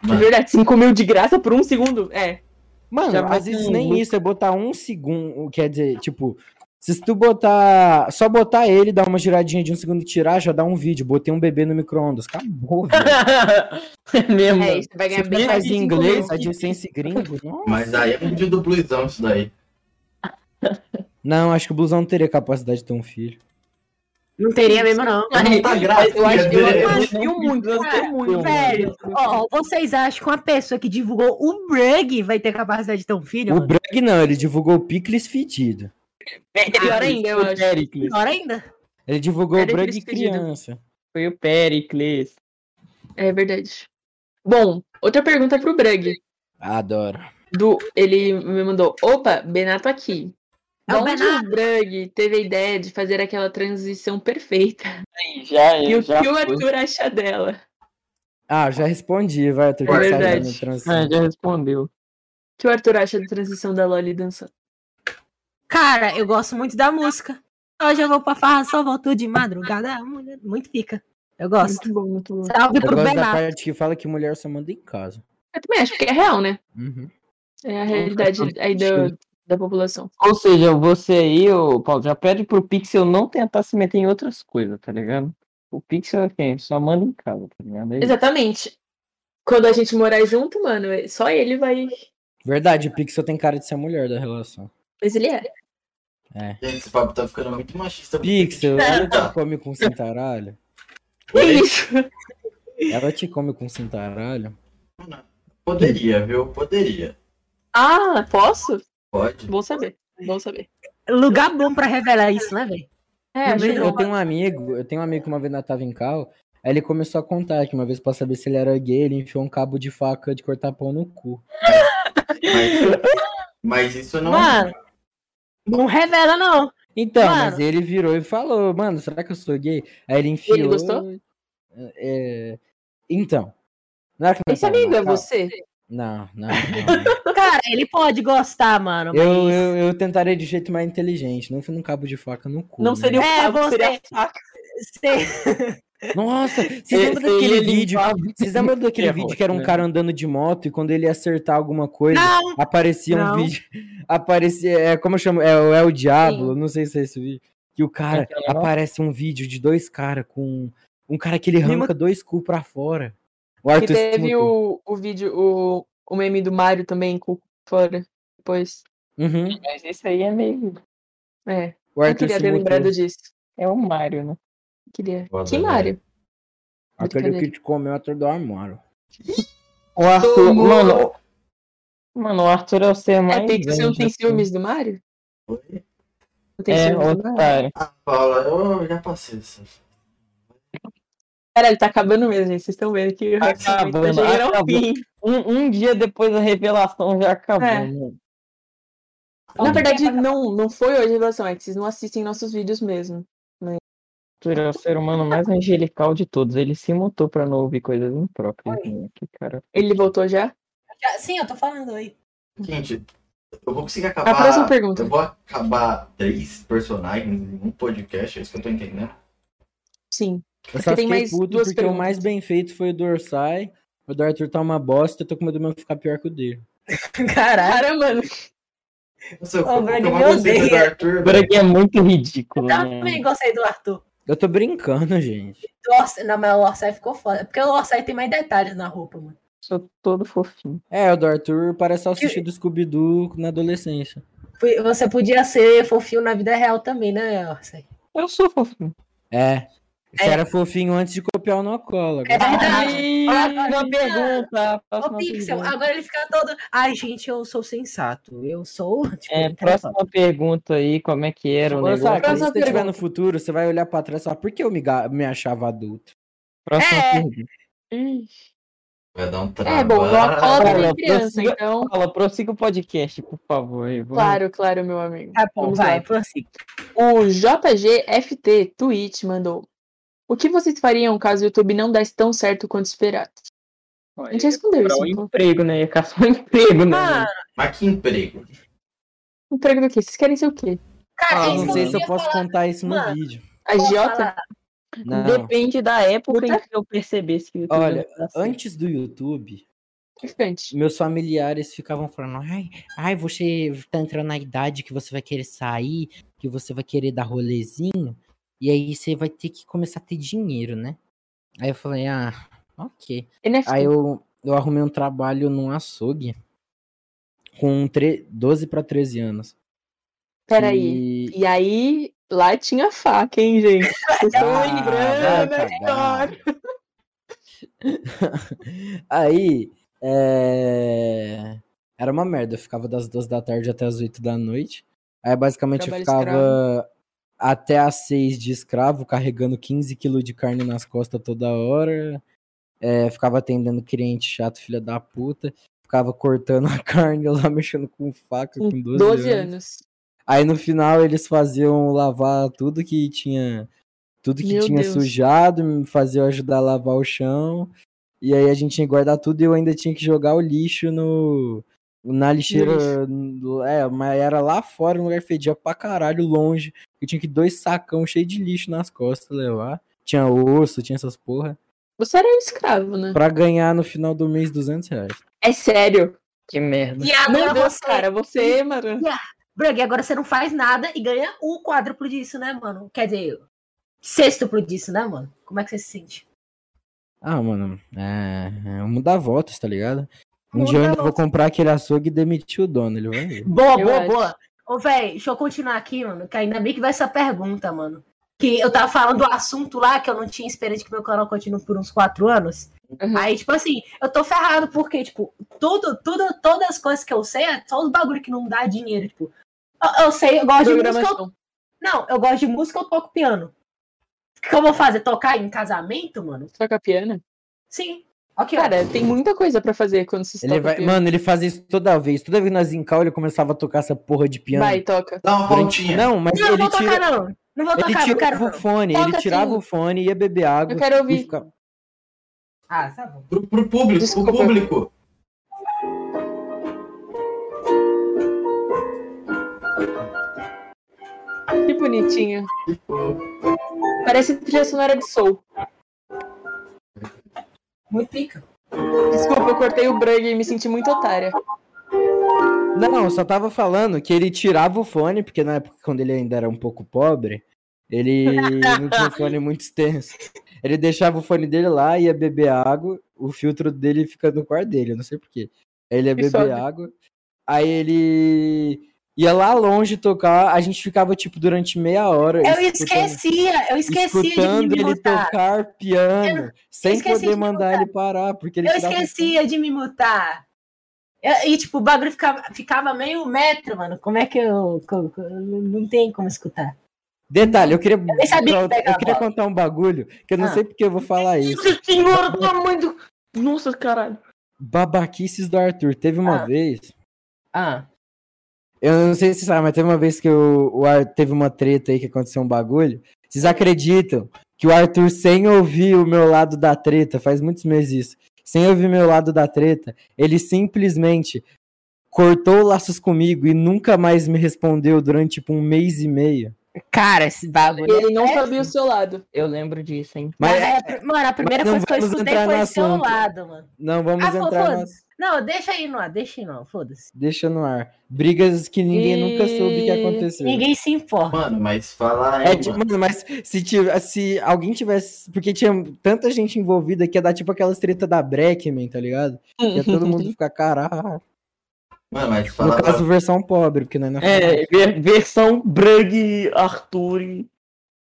Speaker 3: Ah.
Speaker 1: De verdade, 5 mil de graça por um segundo. É.
Speaker 3: Mano,
Speaker 5: Já
Speaker 3: às
Speaker 5: bota
Speaker 3: vezes
Speaker 5: um
Speaker 3: nem
Speaker 5: lucro.
Speaker 3: isso, é botar um segundo, quer dizer, tipo, se tu botar, só botar ele, dar uma giradinha de um segundo e tirar, já dá um vídeo, botei um bebê no micro-ondas,
Speaker 1: *laughs*
Speaker 3: acabou, velho.
Speaker 5: *laughs* é mesmo.
Speaker 1: É
Speaker 5: mano.
Speaker 1: isso, vai
Speaker 3: Se
Speaker 1: ganhar bem
Speaker 3: faz
Speaker 1: mais
Speaker 3: em inglês,
Speaker 5: é
Speaker 3: adjacência gringo,
Speaker 1: *laughs*
Speaker 3: nossa.
Speaker 2: Mas aí é pedido do bluesão isso daí.
Speaker 3: Não, acho que o blusão não teria capacidade de ter um filho.
Speaker 6: Não teria mesmo, não.
Speaker 2: Não tá gráfico,
Speaker 5: eu acho que eu,
Speaker 2: André.
Speaker 5: eu anuncio muito, eu anuncio muito.
Speaker 6: Velho, ó, vocês acham que uma pessoa que divulgou o Brug vai ter capacidade de ter um filho?
Speaker 3: O
Speaker 6: mano?
Speaker 3: Brug não, ele divulgou o Picles fedido.
Speaker 1: É Ah,
Speaker 5: Pior ainda, eu acho. Pericles.
Speaker 6: Pior ainda.
Speaker 3: Ele divulgou
Speaker 1: Era
Speaker 3: o Brug
Speaker 1: Picles fedido.
Speaker 3: criança.
Speaker 5: Foi o Pericles.
Speaker 1: É verdade. Bom, outra pergunta pro Brug.
Speaker 3: Adoro.
Speaker 1: Do, ele me mandou, opa, Benato aqui.
Speaker 6: É
Speaker 1: Da
Speaker 6: o
Speaker 1: onde o Brug teve a ideia de fazer aquela transição perfeita?
Speaker 5: Já, é,
Speaker 1: E o que
Speaker 5: já
Speaker 1: o
Speaker 5: foi.
Speaker 1: Arthur acha dela?
Speaker 3: Ah, já respondi, vai, Arthur.
Speaker 2: Vai,
Speaker 3: que sabe da
Speaker 1: verdade.
Speaker 3: minha transição.
Speaker 5: Ah, já respondeu.
Speaker 1: O que o Arthur acha da transição da Loli dançando?
Speaker 6: Cara, eu gosto muito da música. Hoje eu vou pra farra, só volto de madrugada. Ah, mulher, Muito fica. Eu gosto.
Speaker 1: Muito bom, muito bom.
Speaker 6: Salve
Speaker 3: Eu
Speaker 6: pro
Speaker 3: gosto da
Speaker 6: Benato.
Speaker 3: parte que fala que mulher só manda em casa.
Speaker 1: Eu também acho, porque é real, né?
Speaker 3: Uhum.
Speaker 1: É a realidade aí da, da população.
Speaker 5: Ou seja, você aí, ô, Paulo, já pede pro Pixel não tentar se meter em outras coisas, tá ligado? O Pixel é quem? Só manda em casa, tá ligado? É isso.
Speaker 1: Exatamente. Quando a gente morar junto, mano, só ele vai.
Speaker 3: Verdade, o Pixel tem cara de ser a mulher da relação.
Speaker 1: Mas ele é.
Speaker 2: Gente, esse papo tá ficando muito machista.
Speaker 3: Pixel, ela te come com cintaralho?
Speaker 2: Poderia-
Speaker 1: Isso.
Speaker 3: Ela te come com cintaralho?
Speaker 2: Poderia, viu? Poderia.
Speaker 1: Ah, posso?
Speaker 2: Pode.
Speaker 1: Bom saber. Bom saber.
Speaker 6: Lugar bom pra revelar isso, né, velho?
Speaker 1: É,
Speaker 6: acho
Speaker 3: Eu tenho-
Speaker 6: melhor.
Speaker 3: eu tenho um amigo, eu tenho um amigo que uma vez nós tava em carro, aí ele começou a contar que uma vez pra saber se ele era gay, ele enfiou um cabo de faca de cortar pão no cu.
Speaker 2: Mas, mas isso não. é,
Speaker 6: Mano, não revela, não.
Speaker 3: Então,
Speaker 6: Mano.
Speaker 3: mas ele virou e falou, mano, será que eu sou gay? Aí ele enfiou.
Speaker 1: ele gostou?
Speaker 3: É, Então. Não tá? era que nós
Speaker 1: Esse
Speaker 3: tava
Speaker 1: amigo
Speaker 3: na
Speaker 1: é
Speaker 3: cal-
Speaker 1: você?
Speaker 3: Não,
Speaker 1: *laughs*
Speaker 3: não, não.
Speaker 6: Cara, ele pode gostar, mano.
Speaker 3: eu,
Speaker 6: mas-
Speaker 3: eu, eu tentaria de jeito mais inteligente, não fui num cabo de faca no cu.
Speaker 1: Não
Speaker 3: né?
Speaker 1: seria o
Speaker 6: É,
Speaker 1: cabo,
Speaker 6: você-
Speaker 1: seria a faca.
Speaker 6: Sei.
Speaker 3: *laughs* Nossa, vocês lembram
Speaker 5: Esse aí
Speaker 3: daquele
Speaker 5: ele
Speaker 3: vídeo?
Speaker 5: fala-
Speaker 3: Vocês lembram daquele
Speaker 5: Errou,
Speaker 3: vídeo que era um
Speaker 5: né?
Speaker 3: cara andando de moto e quando ele ia acertar alguma coisa,
Speaker 6: Não,
Speaker 3: aparecia
Speaker 6: Não.
Speaker 3: um vídeo. *laughs* Aparecia. É, como eu chamo? É, o- é o Diablo, não sei se é esse vídeo. Que o cara
Speaker 1: é
Speaker 5: Aquela lá?
Speaker 3: aparece um vídeo de dois caras com. Um cara que ele
Speaker 6: Me
Speaker 3: arranca dois cu pra fora. O
Speaker 1: Que
Speaker 3: Arthur se
Speaker 1: teve
Speaker 3: mutou.
Speaker 1: o, o vídeo, o, o meme do Mario também, com o cu fora. Depois.
Speaker 3: Uhum.
Speaker 5: Mas esse aí é meio.
Speaker 1: É.
Speaker 3: O
Speaker 1: Eu
Speaker 3: Arthur
Speaker 1: queria
Speaker 3: se
Speaker 1: ter
Speaker 3: mutou.
Speaker 1: lembrado disso.
Speaker 5: É o Mario, né?
Speaker 1: Queria.
Speaker 2: Boa
Speaker 1: que
Speaker 2: ideia.
Speaker 1: Mario?
Speaker 3: Aquele que te comeu atrás do armário.
Speaker 5: O Arthur.
Speaker 2: Tomou.
Speaker 5: Mano, o- mano, o Arthur é o ser mais. assim.
Speaker 1: É Pixel, você não tem ciúmes do Mario?
Speaker 2: Oi?
Speaker 1: Não tem
Speaker 5: É,
Speaker 1: ciúmes né? do Mario?
Speaker 5: otário.
Speaker 2: Ah, Paula, eu já passei isso.
Speaker 1: Caralho, tá acabando mesmo, gente. Vocês estão vendo que o
Speaker 5: Acabando,
Speaker 1: relacionamento tá chegando ao
Speaker 5: acabou.
Speaker 1: fim.
Speaker 5: Um, um dia depois da revelação já acabou, né?
Speaker 1: É.
Speaker 5: mano.
Speaker 1: Na verdade, não, não foi hoje a revelação, é que vocês não assistem nossos vídeos mesmo.
Speaker 5: Arthur é o ser humano mais angelical de todos. Ele se mutou pra não ouvir coisas impróprias. né? Que cara.
Speaker 1: Ele voltou já?
Speaker 4: Já- Sim, eu tô falando aí.
Speaker 2: Gente, eu vou conseguir
Speaker 5: Ah.
Speaker 2: acabar.
Speaker 1: próxima pergunta.
Speaker 2: Eu vou acabar três personagens em um podcast, é isso que eu tô entendendo.
Speaker 1: Sim.
Speaker 3: Eu só
Speaker 1: Tem
Speaker 3: fiquei
Speaker 1: mais
Speaker 3: puto
Speaker 1: duas
Speaker 3: porque o
Speaker 1: perguntas.
Speaker 3: mais bem feito foi o do Orsay. O do Arthur tá uma bosta, eu tô com medo do meu ficar pior que o dele.
Speaker 4: Caralho.
Speaker 1: Cara, mano,
Speaker 2: Nossa, eu
Speaker 4: Ô,
Speaker 2: vou
Speaker 4: Brad,
Speaker 2: acabar
Speaker 4: me
Speaker 2: com você do
Speaker 4: odeia.
Speaker 2: Arthur.
Speaker 5: Agora aqui é muito ridículo,
Speaker 3: Hum.
Speaker 4: Eu
Speaker 5: né?
Speaker 4: também gostei do Arthur.
Speaker 3: Eu tô brincando, *laughs* gente.
Speaker 4: Do Orsa- Não, mas o Orsay ficou
Speaker 6: É
Speaker 4: foda. Porque o Orsay tem mais detalhes na roupa, mano.
Speaker 5: Sou todo fofinho.
Speaker 3: É, o do Arthur parece salsicha do Scooby-Doo na adolescência.
Speaker 4: P- Você podia ser fofinho na vida real também, né, Orsay?
Speaker 5: Eu sou fofinho.
Speaker 3: É. Você
Speaker 4: É.
Speaker 3: era fofinho antes de copiar o Nocola.
Speaker 4: É verdade.
Speaker 5: Próxima pergunta.
Speaker 4: Ô,
Speaker 5: Próxima
Speaker 4: Pixel,
Speaker 5: pergunta.
Speaker 4: agora ele fica todo. Ai, gente, eu sou sensato. Eu sou. *laughs* Tipo,
Speaker 5: É, próxima pergunta aí, como é que era o
Speaker 3: Ô,
Speaker 5: negócio?
Speaker 3: Sá, quando
Speaker 1: Próxima
Speaker 3: você estiver
Speaker 1: pergunta.
Speaker 3: no futuro, você vai olhar pra trás e falar, por que eu me, ga- me achava adulto?
Speaker 5: Próxima
Speaker 4: É.
Speaker 5: pergunta.
Speaker 2: Vai dar um trabalho.
Speaker 1: é bom, ela cola
Speaker 5: Ah. Olha,
Speaker 1: também criança,
Speaker 5: prossiga-
Speaker 1: então.
Speaker 5: Fala, prossiga o podcast, por favor. aí, vamos-
Speaker 1: Claro, claro, meu amigo.
Speaker 4: Tá bom,
Speaker 1: Vamos lá.
Speaker 4: vai, prossiga.
Speaker 1: O JGFT Twitch mandou. O que vocês fariam caso o YouTube não desse tão certo quanto esperado? A gente respondeu
Speaker 5: Pra
Speaker 1: isso.
Speaker 5: um
Speaker 1: então.
Speaker 5: emprego, né? Ia caçar um *laughs* emprego, né?
Speaker 1: Ah,
Speaker 2: Mas que emprego.
Speaker 1: emprego do quê? Vocês querem ser o quê?
Speaker 4: Cara,
Speaker 5: Ah,
Speaker 4: é
Speaker 3: Eu
Speaker 4: isso
Speaker 3: não
Speaker 4: que
Speaker 3: sei
Speaker 4: eu
Speaker 3: se eu
Speaker 4: ia
Speaker 3: posso
Speaker 4: falar.
Speaker 3: contar isso no
Speaker 4: Mano,
Speaker 3: vídeo.
Speaker 1: A
Speaker 4: Vou
Speaker 1: Giota?
Speaker 4: falar.
Speaker 3: Não.
Speaker 5: Depende da época
Speaker 1: Puta-
Speaker 5: em que eu percebesse que o YouTube
Speaker 3: Olha,
Speaker 5: não tá certo.
Speaker 3: Antes do YouTube,
Speaker 1: Importante.
Speaker 3: meus familiares ficavam falando, ai, ai, você tá entrando na idade que você vai querer sair, que você vai querer dar rolezinho, e aí você vai ter que começar a ter dinheiro, né? Aí eu falei, ah, ok.
Speaker 1: NFT.
Speaker 3: Aí eu, eu arrumei um trabalho num açougue com tre- 12 para 13 anos.
Speaker 1: Peraí.
Speaker 3: E-
Speaker 1: E aí, Lá tinha faca, hein,
Speaker 3: *laughs*
Speaker 1: gente? Vocês estão
Speaker 3: Ah,
Speaker 4: É,
Speaker 1: lembrando
Speaker 3: vai
Speaker 1: da
Speaker 3: cagar.
Speaker 1: história.
Speaker 3: *laughs* Aí, é, era uma merda. Eu ficava das duas da tarde até as oito da noite. Aí, basicamente, eu
Speaker 1: Trabalho
Speaker 3: ficava até às seis de escravo, carregando 15 quilos de carne nas costas toda hora. É, ficava atendendo cliente chato, filha da puta. Ficava cortando a *laughs* carne lá, mexendo com faca com 12,
Speaker 1: 12
Speaker 3: anos.
Speaker 1: anos.
Speaker 3: Aí no final eles faziam lavar tudo que tinha tudo que
Speaker 1: Meu
Speaker 3: tinha
Speaker 1: Deus.
Speaker 3: sujado, me faziam ajudar a lavar o chão. E aí a gente tinha que guardar tudo e eu ainda tinha que jogar o lixo no na lixeira, no- é, mas era lá fora, um lugar que fedia pra caralho longe. Eu tinha que ir dois sacão cheio de lixo nas costas levar. Tinha osso, tinha essas porra.
Speaker 1: Você era um escravo, né?
Speaker 3: Pra ganhar no final do mês 200 reais.
Speaker 1: É sério.
Speaker 5: Que merda.
Speaker 4: E agora
Speaker 1: Meu Deus,
Speaker 4: você.
Speaker 1: cara, você, mano.
Speaker 4: Brug, agora você não faz nada e ganha o quádruplo disso, né, mano? Quer dizer, sextuplo disso, né, mano? Como é que você se sente?
Speaker 3: Ah, mano, é, é o mundo dá voltas, tá ligado? Um
Speaker 4: Mundo
Speaker 3: dia eu
Speaker 4: dá
Speaker 3: ainda vou comprar aquele açougue e demitir o dono, ele vai ver.
Speaker 4: Boa,
Speaker 1: Eu
Speaker 4: boa,
Speaker 1: acho.
Speaker 4: boa. Ô, véi, deixa eu continuar aqui, mano, que ainda bem que vai essa pergunta, mano. Que eu tava falando do assunto lá, que eu não tinha esperança que meu canal continue por uns quatro anos.
Speaker 1: Uhum.
Speaker 4: Aí, tipo assim, eu tô ferrado, porque, tipo, tudo, tudo, todas as coisas que eu sei é só os bagulho que não dá dinheiro, tipo. Eu, eu sei, eu gosto de música, eu
Speaker 1: Programação.
Speaker 4: Não, eu gosto de música, eu toco piano. O que eu vou fazer? Tocar em casamento, mano?
Speaker 1: Toca piano.
Speaker 4: Sim. Ok, ó.
Speaker 1: Cara, tem muita coisa pra fazer quando você
Speaker 3: Ele
Speaker 1: toca
Speaker 3: vai,
Speaker 1: piano.
Speaker 3: mano, ele fazia isso toda vez. Toda vez que nós encal, ele começava a tocar essa porra de piano.
Speaker 1: Vai, toca.
Speaker 2: Dá uma
Speaker 3: Durante-
Speaker 2: pontinha.
Speaker 3: Não, mas
Speaker 4: Não, não
Speaker 3: ele,
Speaker 4: vou
Speaker 3: tira,
Speaker 4: tocar, não. Não vou
Speaker 3: ele
Speaker 4: tocar, não quero.
Speaker 3: tirava o
Speaker 4: não.
Speaker 3: fone,
Speaker 1: Toca
Speaker 3: ele tirava
Speaker 1: sim.
Speaker 3: o fone, ia beber água.
Speaker 1: Eu quero
Speaker 3: e
Speaker 1: ouvir.
Speaker 3: ficava-
Speaker 4: Ah, tá bom.
Speaker 2: Pro, pro público,
Speaker 1: Desculpa.
Speaker 2: pro público.
Speaker 1: Que bonitinho. Parece trilha sonora de soul.
Speaker 4: Muito pica.
Speaker 1: Desculpa, eu cortei o brug e me senti muito otária.
Speaker 3: Não, eu só tava falando que ele tirava o fone, porque na época, quando ele ainda era um pouco pobre, ele não tinha um fone muito extenso. Ele deixava o fone dele lá, ia beber água, o filtro dele fica no quarto dele, eu não sei porquê. Ele ia
Speaker 1: Que
Speaker 3: beber
Speaker 1: foda.
Speaker 3: água, aí ele ia lá longe tocar, a gente ficava, tipo, durante meia hora.
Speaker 4: Eu
Speaker 3: escutando-
Speaker 4: esquecia, eu esquecia de
Speaker 3: escutando
Speaker 4: me
Speaker 3: ele
Speaker 4: mutar.
Speaker 3: tocar piano, sem
Speaker 4: esqueci de
Speaker 3: poder mandar ele parar, porque ele um
Speaker 4: Eu
Speaker 3: tirava o
Speaker 4: esquecia de me mutar. Eu- E, tipo, o bagulho ficava, ficava meio metro, mano. Como é que eu. que eu- que eu- Não tem como escutar.
Speaker 3: Detalhe, eu queria,
Speaker 4: nem sabia que
Speaker 3: eu,
Speaker 4: pegava.
Speaker 3: queria contar um bagulho, que eu não
Speaker 4: Ah.
Speaker 3: sei porque eu vou falar isso.
Speaker 1: senhora, pelo amor do... Nossa, caralho.
Speaker 3: Babaquices do Arthur. Teve uma
Speaker 4: Ah.
Speaker 3: vez,
Speaker 4: Ah.
Speaker 3: eu não sei se vocês sabem, mas teve uma vez que o, o Ar- teve uma treta aí que aconteceu um bagulho. Vocês acreditam que o Arthur, sem ouvir o meu lado da treta, faz muitos meses isso, sem ouvir meu lado da treta, ele simplesmente cortou laços comigo e nunca mais me respondeu durante tipo um mês e meio.
Speaker 4: Cara, esse
Speaker 1: E
Speaker 4: bagulho.
Speaker 1: ele não sabia o seu lado.
Speaker 5: Eu lembro disso, hein?
Speaker 3: Mas
Speaker 4: Mas, é, mano, a primeira
Speaker 3: mas não
Speaker 4: coisa que eu
Speaker 3: vamos
Speaker 4: escutei
Speaker 3: entrar
Speaker 4: foi
Speaker 3: no
Speaker 4: do seu
Speaker 3: assunto.
Speaker 4: lado, mano.
Speaker 3: não vamos
Speaker 4: Ah,
Speaker 3: entrar no
Speaker 4: foda-se. Não, deixa aí no ar, deixa aí no ar, foda-se.
Speaker 3: Deixa no ar. Brigas que ninguém nunca soube que
Speaker 1: E-
Speaker 3: aconteceu.
Speaker 4: Ninguém se importa.
Speaker 2: Mano, mas falar
Speaker 3: É, tipo, mano, mas se, tive- se alguém tivesse. Porque tinha tanta gente envolvida que ia dar tipo aquelas treta da Breckman, tá ligado? Ia todo
Speaker 1: *laughs*
Speaker 3: mundo ficar caralho.
Speaker 2: Mano, mas
Speaker 3: No
Speaker 2: falar.
Speaker 3: caso, versão pobre, porque nós não
Speaker 5: É, ver- versão Brug, Arthur e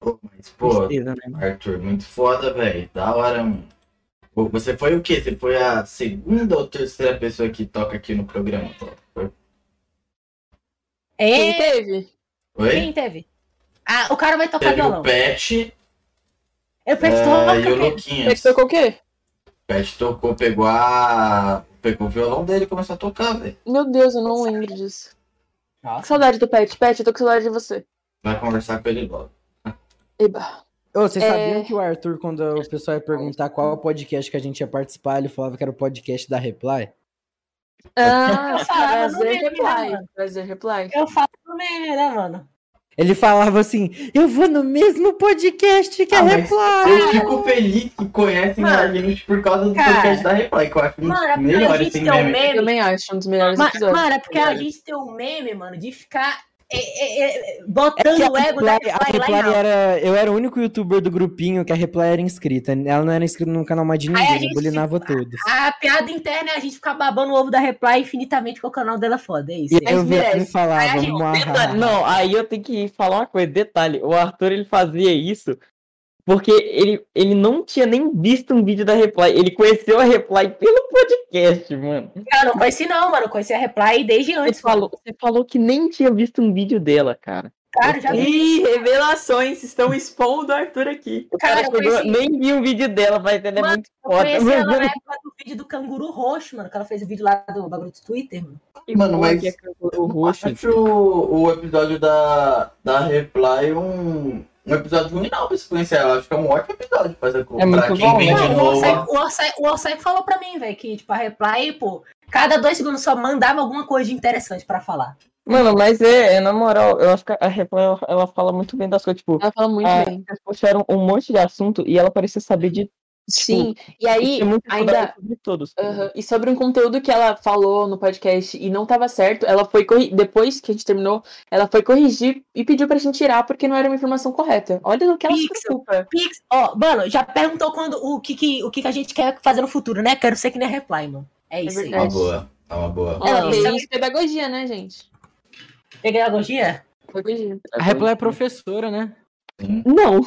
Speaker 2: Pô, mas, pô,
Speaker 5: tristeza, né?
Speaker 2: Arthur, muito foda, velho. Da hora, mano. Pô, Você foi o quê? Você foi a segunda ou terceira pessoa que toca aqui no programa?
Speaker 1: Quem
Speaker 4: É,
Speaker 1: teve?
Speaker 2: Oi?
Speaker 4: quem teve? Ah, o cara vai tocar
Speaker 2: Teve o
Speaker 4: violão.
Speaker 2: Pet
Speaker 4: Eu
Speaker 2: eh,
Speaker 4: penso, toca,
Speaker 2: e o
Speaker 4: cara.
Speaker 1: Ele
Speaker 2: Luquinhas.
Speaker 1: tocou o quê?
Speaker 2: O Pet tocou, pegou a. Pegou o violão dele e começou a tocar, velho.
Speaker 1: Meu Deus, eu não lembro disso.
Speaker 4: Nossa.
Speaker 1: Saudade do Pet. Pet, eu tô com saudade de você.
Speaker 2: Vai conversar com ele logo.
Speaker 1: Eba.
Speaker 3: Ô, vocês
Speaker 1: É.
Speaker 3: sabiam que o Arthur, quando o pessoal ia perguntar qual podcast que a gente ia participar, ele falava que era o podcast da Reply?
Speaker 1: Ah,
Speaker 4: Eu falava no
Speaker 1: prazer
Speaker 4: meme, né,
Speaker 1: reply.
Speaker 4: mano?
Speaker 1: Prazer reply.
Speaker 4: Eu falo no meme, né, mano?
Speaker 3: Ele falava assim: Eu vou no mesmo podcast que
Speaker 2: Ah,
Speaker 3: a
Speaker 2: mas
Speaker 3: Reply.
Speaker 2: Eu fico feliz que conhecem a
Speaker 4: Mano,
Speaker 2: gente por causa do
Speaker 4: cara.
Speaker 2: podcast da Reply, que eu acho
Speaker 4: Mano,
Speaker 2: muito
Speaker 4: é porque
Speaker 2: melhor
Speaker 4: a gente
Speaker 2: esse
Speaker 4: tem um
Speaker 2: meme.
Speaker 1: Eu
Speaker 4: meme.
Speaker 1: também acho um dos melhores
Speaker 4: Ma-
Speaker 1: episódios.
Speaker 4: Mano, é porque a gente tem um meme, mano, de ficar é, é, é, botando
Speaker 3: que
Speaker 4: o ego da
Speaker 3: Replay-
Speaker 4: Reply
Speaker 3: a
Speaker 4: lá em
Speaker 3: Replay é-
Speaker 4: alto.
Speaker 3: era. Eu era o único youtuber do grupinho que a Replay era inscrita. Ela não era inscrita no canal mais de
Speaker 4: Aí a
Speaker 3: ninguém, eu
Speaker 4: gente-
Speaker 3: bulinava todos.
Speaker 4: A piada interna é a gente ficar babando o ovo da Reply infinitamente com o canal dela é foda, é isso.
Speaker 3: E
Speaker 4: é.
Speaker 3: eu via ela e
Speaker 5: merece.
Speaker 4: Aí a
Speaker 3: falava,
Speaker 4: gente-
Speaker 3: "Muahaha".
Speaker 5: Não, aí eu tenho que falar uma coisa, detalhe, o Arthur ele fazia isso porque ele, ele não tinha nem visto um vídeo da Reply, ele conheceu a Reply pelo podcast, mano.
Speaker 4: Eu não conheci não, mano, conheci a Reply desde
Speaker 5: Você
Speaker 4: antes, mano.
Speaker 5: falou, você falou que nem tinha visto um vídeo dela, cara.
Speaker 4: Cara, já vi.
Speaker 1: Ih, revelações, estão expondo o Arthur aqui.
Speaker 5: O cara,
Speaker 4: Cara, eu
Speaker 5: chegou,
Speaker 4: conheci-
Speaker 5: nem viu um vídeo dela, mas ela é
Speaker 4: Mano,
Speaker 5: muito
Speaker 4: Eu
Speaker 5: foda.
Speaker 4: conheci
Speaker 3: *laughs*
Speaker 4: ela né? na
Speaker 5: Mano,
Speaker 4: época do vídeo do canguru roxo, mano, que ela fez o vídeo lá do bagulho do Twitter, mano.
Speaker 2: Mano,
Speaker 5: porra
Speaker 2: mas-
Speaker 5: que é
Speaker 2: Eu
Speaker 5: canguru
Speaker 2: não
Speaker 5: roxo.
Speaker 2: acho o, o episódio da, da Reply um, um episódio ruim, não, pra se conhecer ela. Acho que é um ótimo episódio pra, essa- pra
Speaker 5: muito
Speaker 2: quem
Speaker 5: bom,
Speaker 2: vem
Speaker 5: né?
Speaker 2: de
Speaker 4: Não, o
Speaker 2: novo.
Speaker 4: Orsay- o Orsay- o Orsay falou pra mim, velho, que, tipo, a Reply, pô, cada dois segundos só mandava alguma coisa de interessante pra falar.
Speaker 5: Mano, mas é, é, na moral, eu acho que a Reply ela, ela fala muito bem das coisas, tipo,
Speaker 1: Ela fala muito
Speaker 3: É,
Speaker 5: Ah,
Speaker 1: bem.
Speaker 5: elas puxaram um monte de assunto e ela parecia saber de
Speaker 1: Sim. E aí,
Speaker 5: tem muito
Speaker 1: ainda.
Speaker 5: sobre todos.
Speaker 1: Aham. E sobre um conteúdo que ela falou no podcast e não tava certo, ela foi corri... depois que a gente terminou, ela foi corrigir e pediu pra gente tirar porque não era uma informação correta. Olha no que ela se
Speaker 4: Pixel.
Speaker 1: preocupa.
Speaker 4: Pix, ó, mano, já perguntou quando, o que que, o que que a gente quer fazer no futuro, né? Quero ser que nem a Reply, mano. É isso aí.
Speaker 2: É uma boa, é uma boa.
Speaker 1: Olha,
Speaker 4: Ela-
Speaker 1: tem isso, pedagogia, né, gente?
Speaker 4: Peguei a logia?
Speaker 1: Pedagogia.
Speaker 3: A Replay é professora, né?
Speaker 5: Não.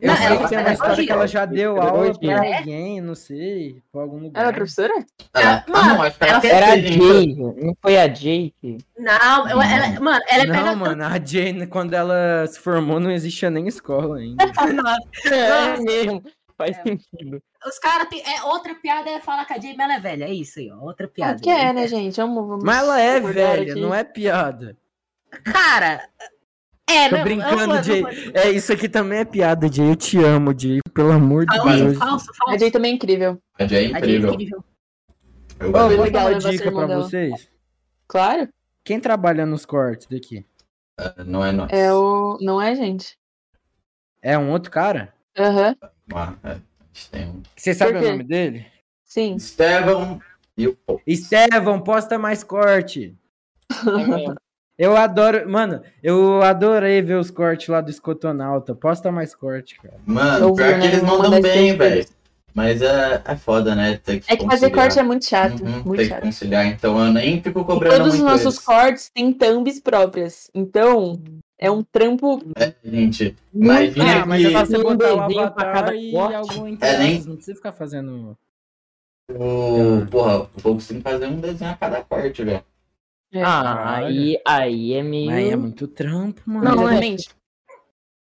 Speaker 3: Eu
Speaker 4: Não,
Speaker 3: sei
Speaker 4: ela é
Speaker 3: que tem
Speaker 4: faz
Speaker 3: uma história
Speaker 4: pedagogia.
Speaker 3: que ela já deu aula pra
Speaker 4: é.
Speaker 5: Pedagogia.
Speaker 3: alguém, não sei, pra algum
Speaker 1: Ela é
Speaker 3: lugar.
Speaker 1: professora?
Speaker 2: Ela- ah, não, acho que ela
Speaker 4: ela
Speaker 2: até
Speaker 5: Era a
Speaker 2: fez, hein?
Speaker 5: Jake. Não foi a Jake.
Speaker 4: Não, eu- ela, mano, ela é
Speaker 3: Não, mano, a Jane, quando ela se formou, não existia nem escola ainda.
Speaker 4: pedagogia.
Speaker 5: É mesmo. Faz
Speaker 4: É.
Speaker 5: sentido.
Speaker 4: Os caras tem. É, outra piada é falar que a Jamie ela é velha. É isso aí, ó. Outra
Speaker 1: Ah,
Speaker 4: piada.
Speaker 1: que é, né, gente? Vamos, vamos
Speaker 3: Mas ela é
Speaker 1: acordar
Speaker 3: velha,
Speaker 1: aqui.
Speaker 3: não é piada.
Speaker 4: Cara. É,
Speaker 3: Tô
Speaker 4: não, eu
Speaker 3: brincando,
Speaker 4: vou-
Speaker 3: Jay.
Speaker 4: eu vou-
Speaker 3: É, isso aqui também é piada, Jay. Eu te amo, Jay. Pelo amor de
Speaker 4: Falso,
Speaker 3: Deus.
Speaker 4: falso,
Speaker 1: A
Speaker 4: falso.
Speaker 1: Jay também é incrível.
Speaker 2: A Jay é
Speaker 4: A Jamie é
Speaker 2: incrível.
Speaker 4: incrível.
Speaker 2: Eu
Speaker 3: Ó,
Speaker 2: gostei
Speaker 3: vou
Speaker 1: legal
Speaker 3: dar uma
Speaker 1: levar seu
Speaker 3: dica
Speaker 1: irmão
Speaker 3: pra
Speaker 1: dela.
Speaker 3: vocês.
Speaker 1: Claro.
Speaker 3: Quem trabalha nos cortes daqui?
Speaker 2: dela. Não é nós.
Speaker 1: É o... Não é, gente?
Speaker 3: É um outro cara?
Speaker 1: Aham.
Speaker 2: Ah, é. A gente tem um-
Speaker 3: Você sabe
Speaker 1: Por
Speaker 3: o
Speaker 1: quê?
Speaker 3: nome dele?
Speaker 1: Sim.
Speaker 2: Estevão e o
Speaker 1: *laughs*
Speaker 2: Paul.
Speaker 3: Estevão, posta mais corte.
Speaker 5: É mesmo.
Speaker 3: Eu adoro, mano, eu adorei ver os cortes lá do Escotonauta. Posta mais corte, cara.
Speaker 2: Mano,
Speaker 1: Eu vi,
Speaker 2: pior
Speaker 1: né?
Speaker 2: que eles
Speaker 1: Uma
Speaker 2: mandam
Speaker 1: das
Speaker 2: bem,
Speaker 1: três
Speaker 2: velho. Mas é, é foda, né? Tem que
Speaker 1: É que fazer
Speaker 2: conciliar.
Speaker 1: corte é muito chato.
Speaker 2: Uhum,
Speaker 1: muito
Speaker 2: tem que
Speaker 1: chato.
Speaker 2: conciliar, então eu nem fico cobrando
Speaker 1: Todos os
Speaker 2: muito
Speaker 1: nossos
Speaker 2: eles.
Speaker 1: cortes têm thumbs próprias. Então, é um trampo.
Speaker 2: É, gente, imagina
Speaker 3: Ah, mas é
Speaker 2: que
Speaker 3: fácil
Speaker 5: Um
Speaker 3: botar o
Speaker 5: desenho pra
Speaker 3: avatar
Speaker 5: cada
Speaker 3: e
Speaker 5: corte. É, né?
Speaker 3: algum
Speaker 2: nem-
Speaker 3: interesse. Não precisa ficar fazendo.
Speaker 2: o... Porra, o Focus tem que fazer um desenho a cada corte, velho.
Speaker 1: É.
Speaker 5: Ah, aí, aí é meio.
Speaker 3: Mas é muito trampo, mano.
Speaker 5: Não, é.
Speaker 1: Exatamente.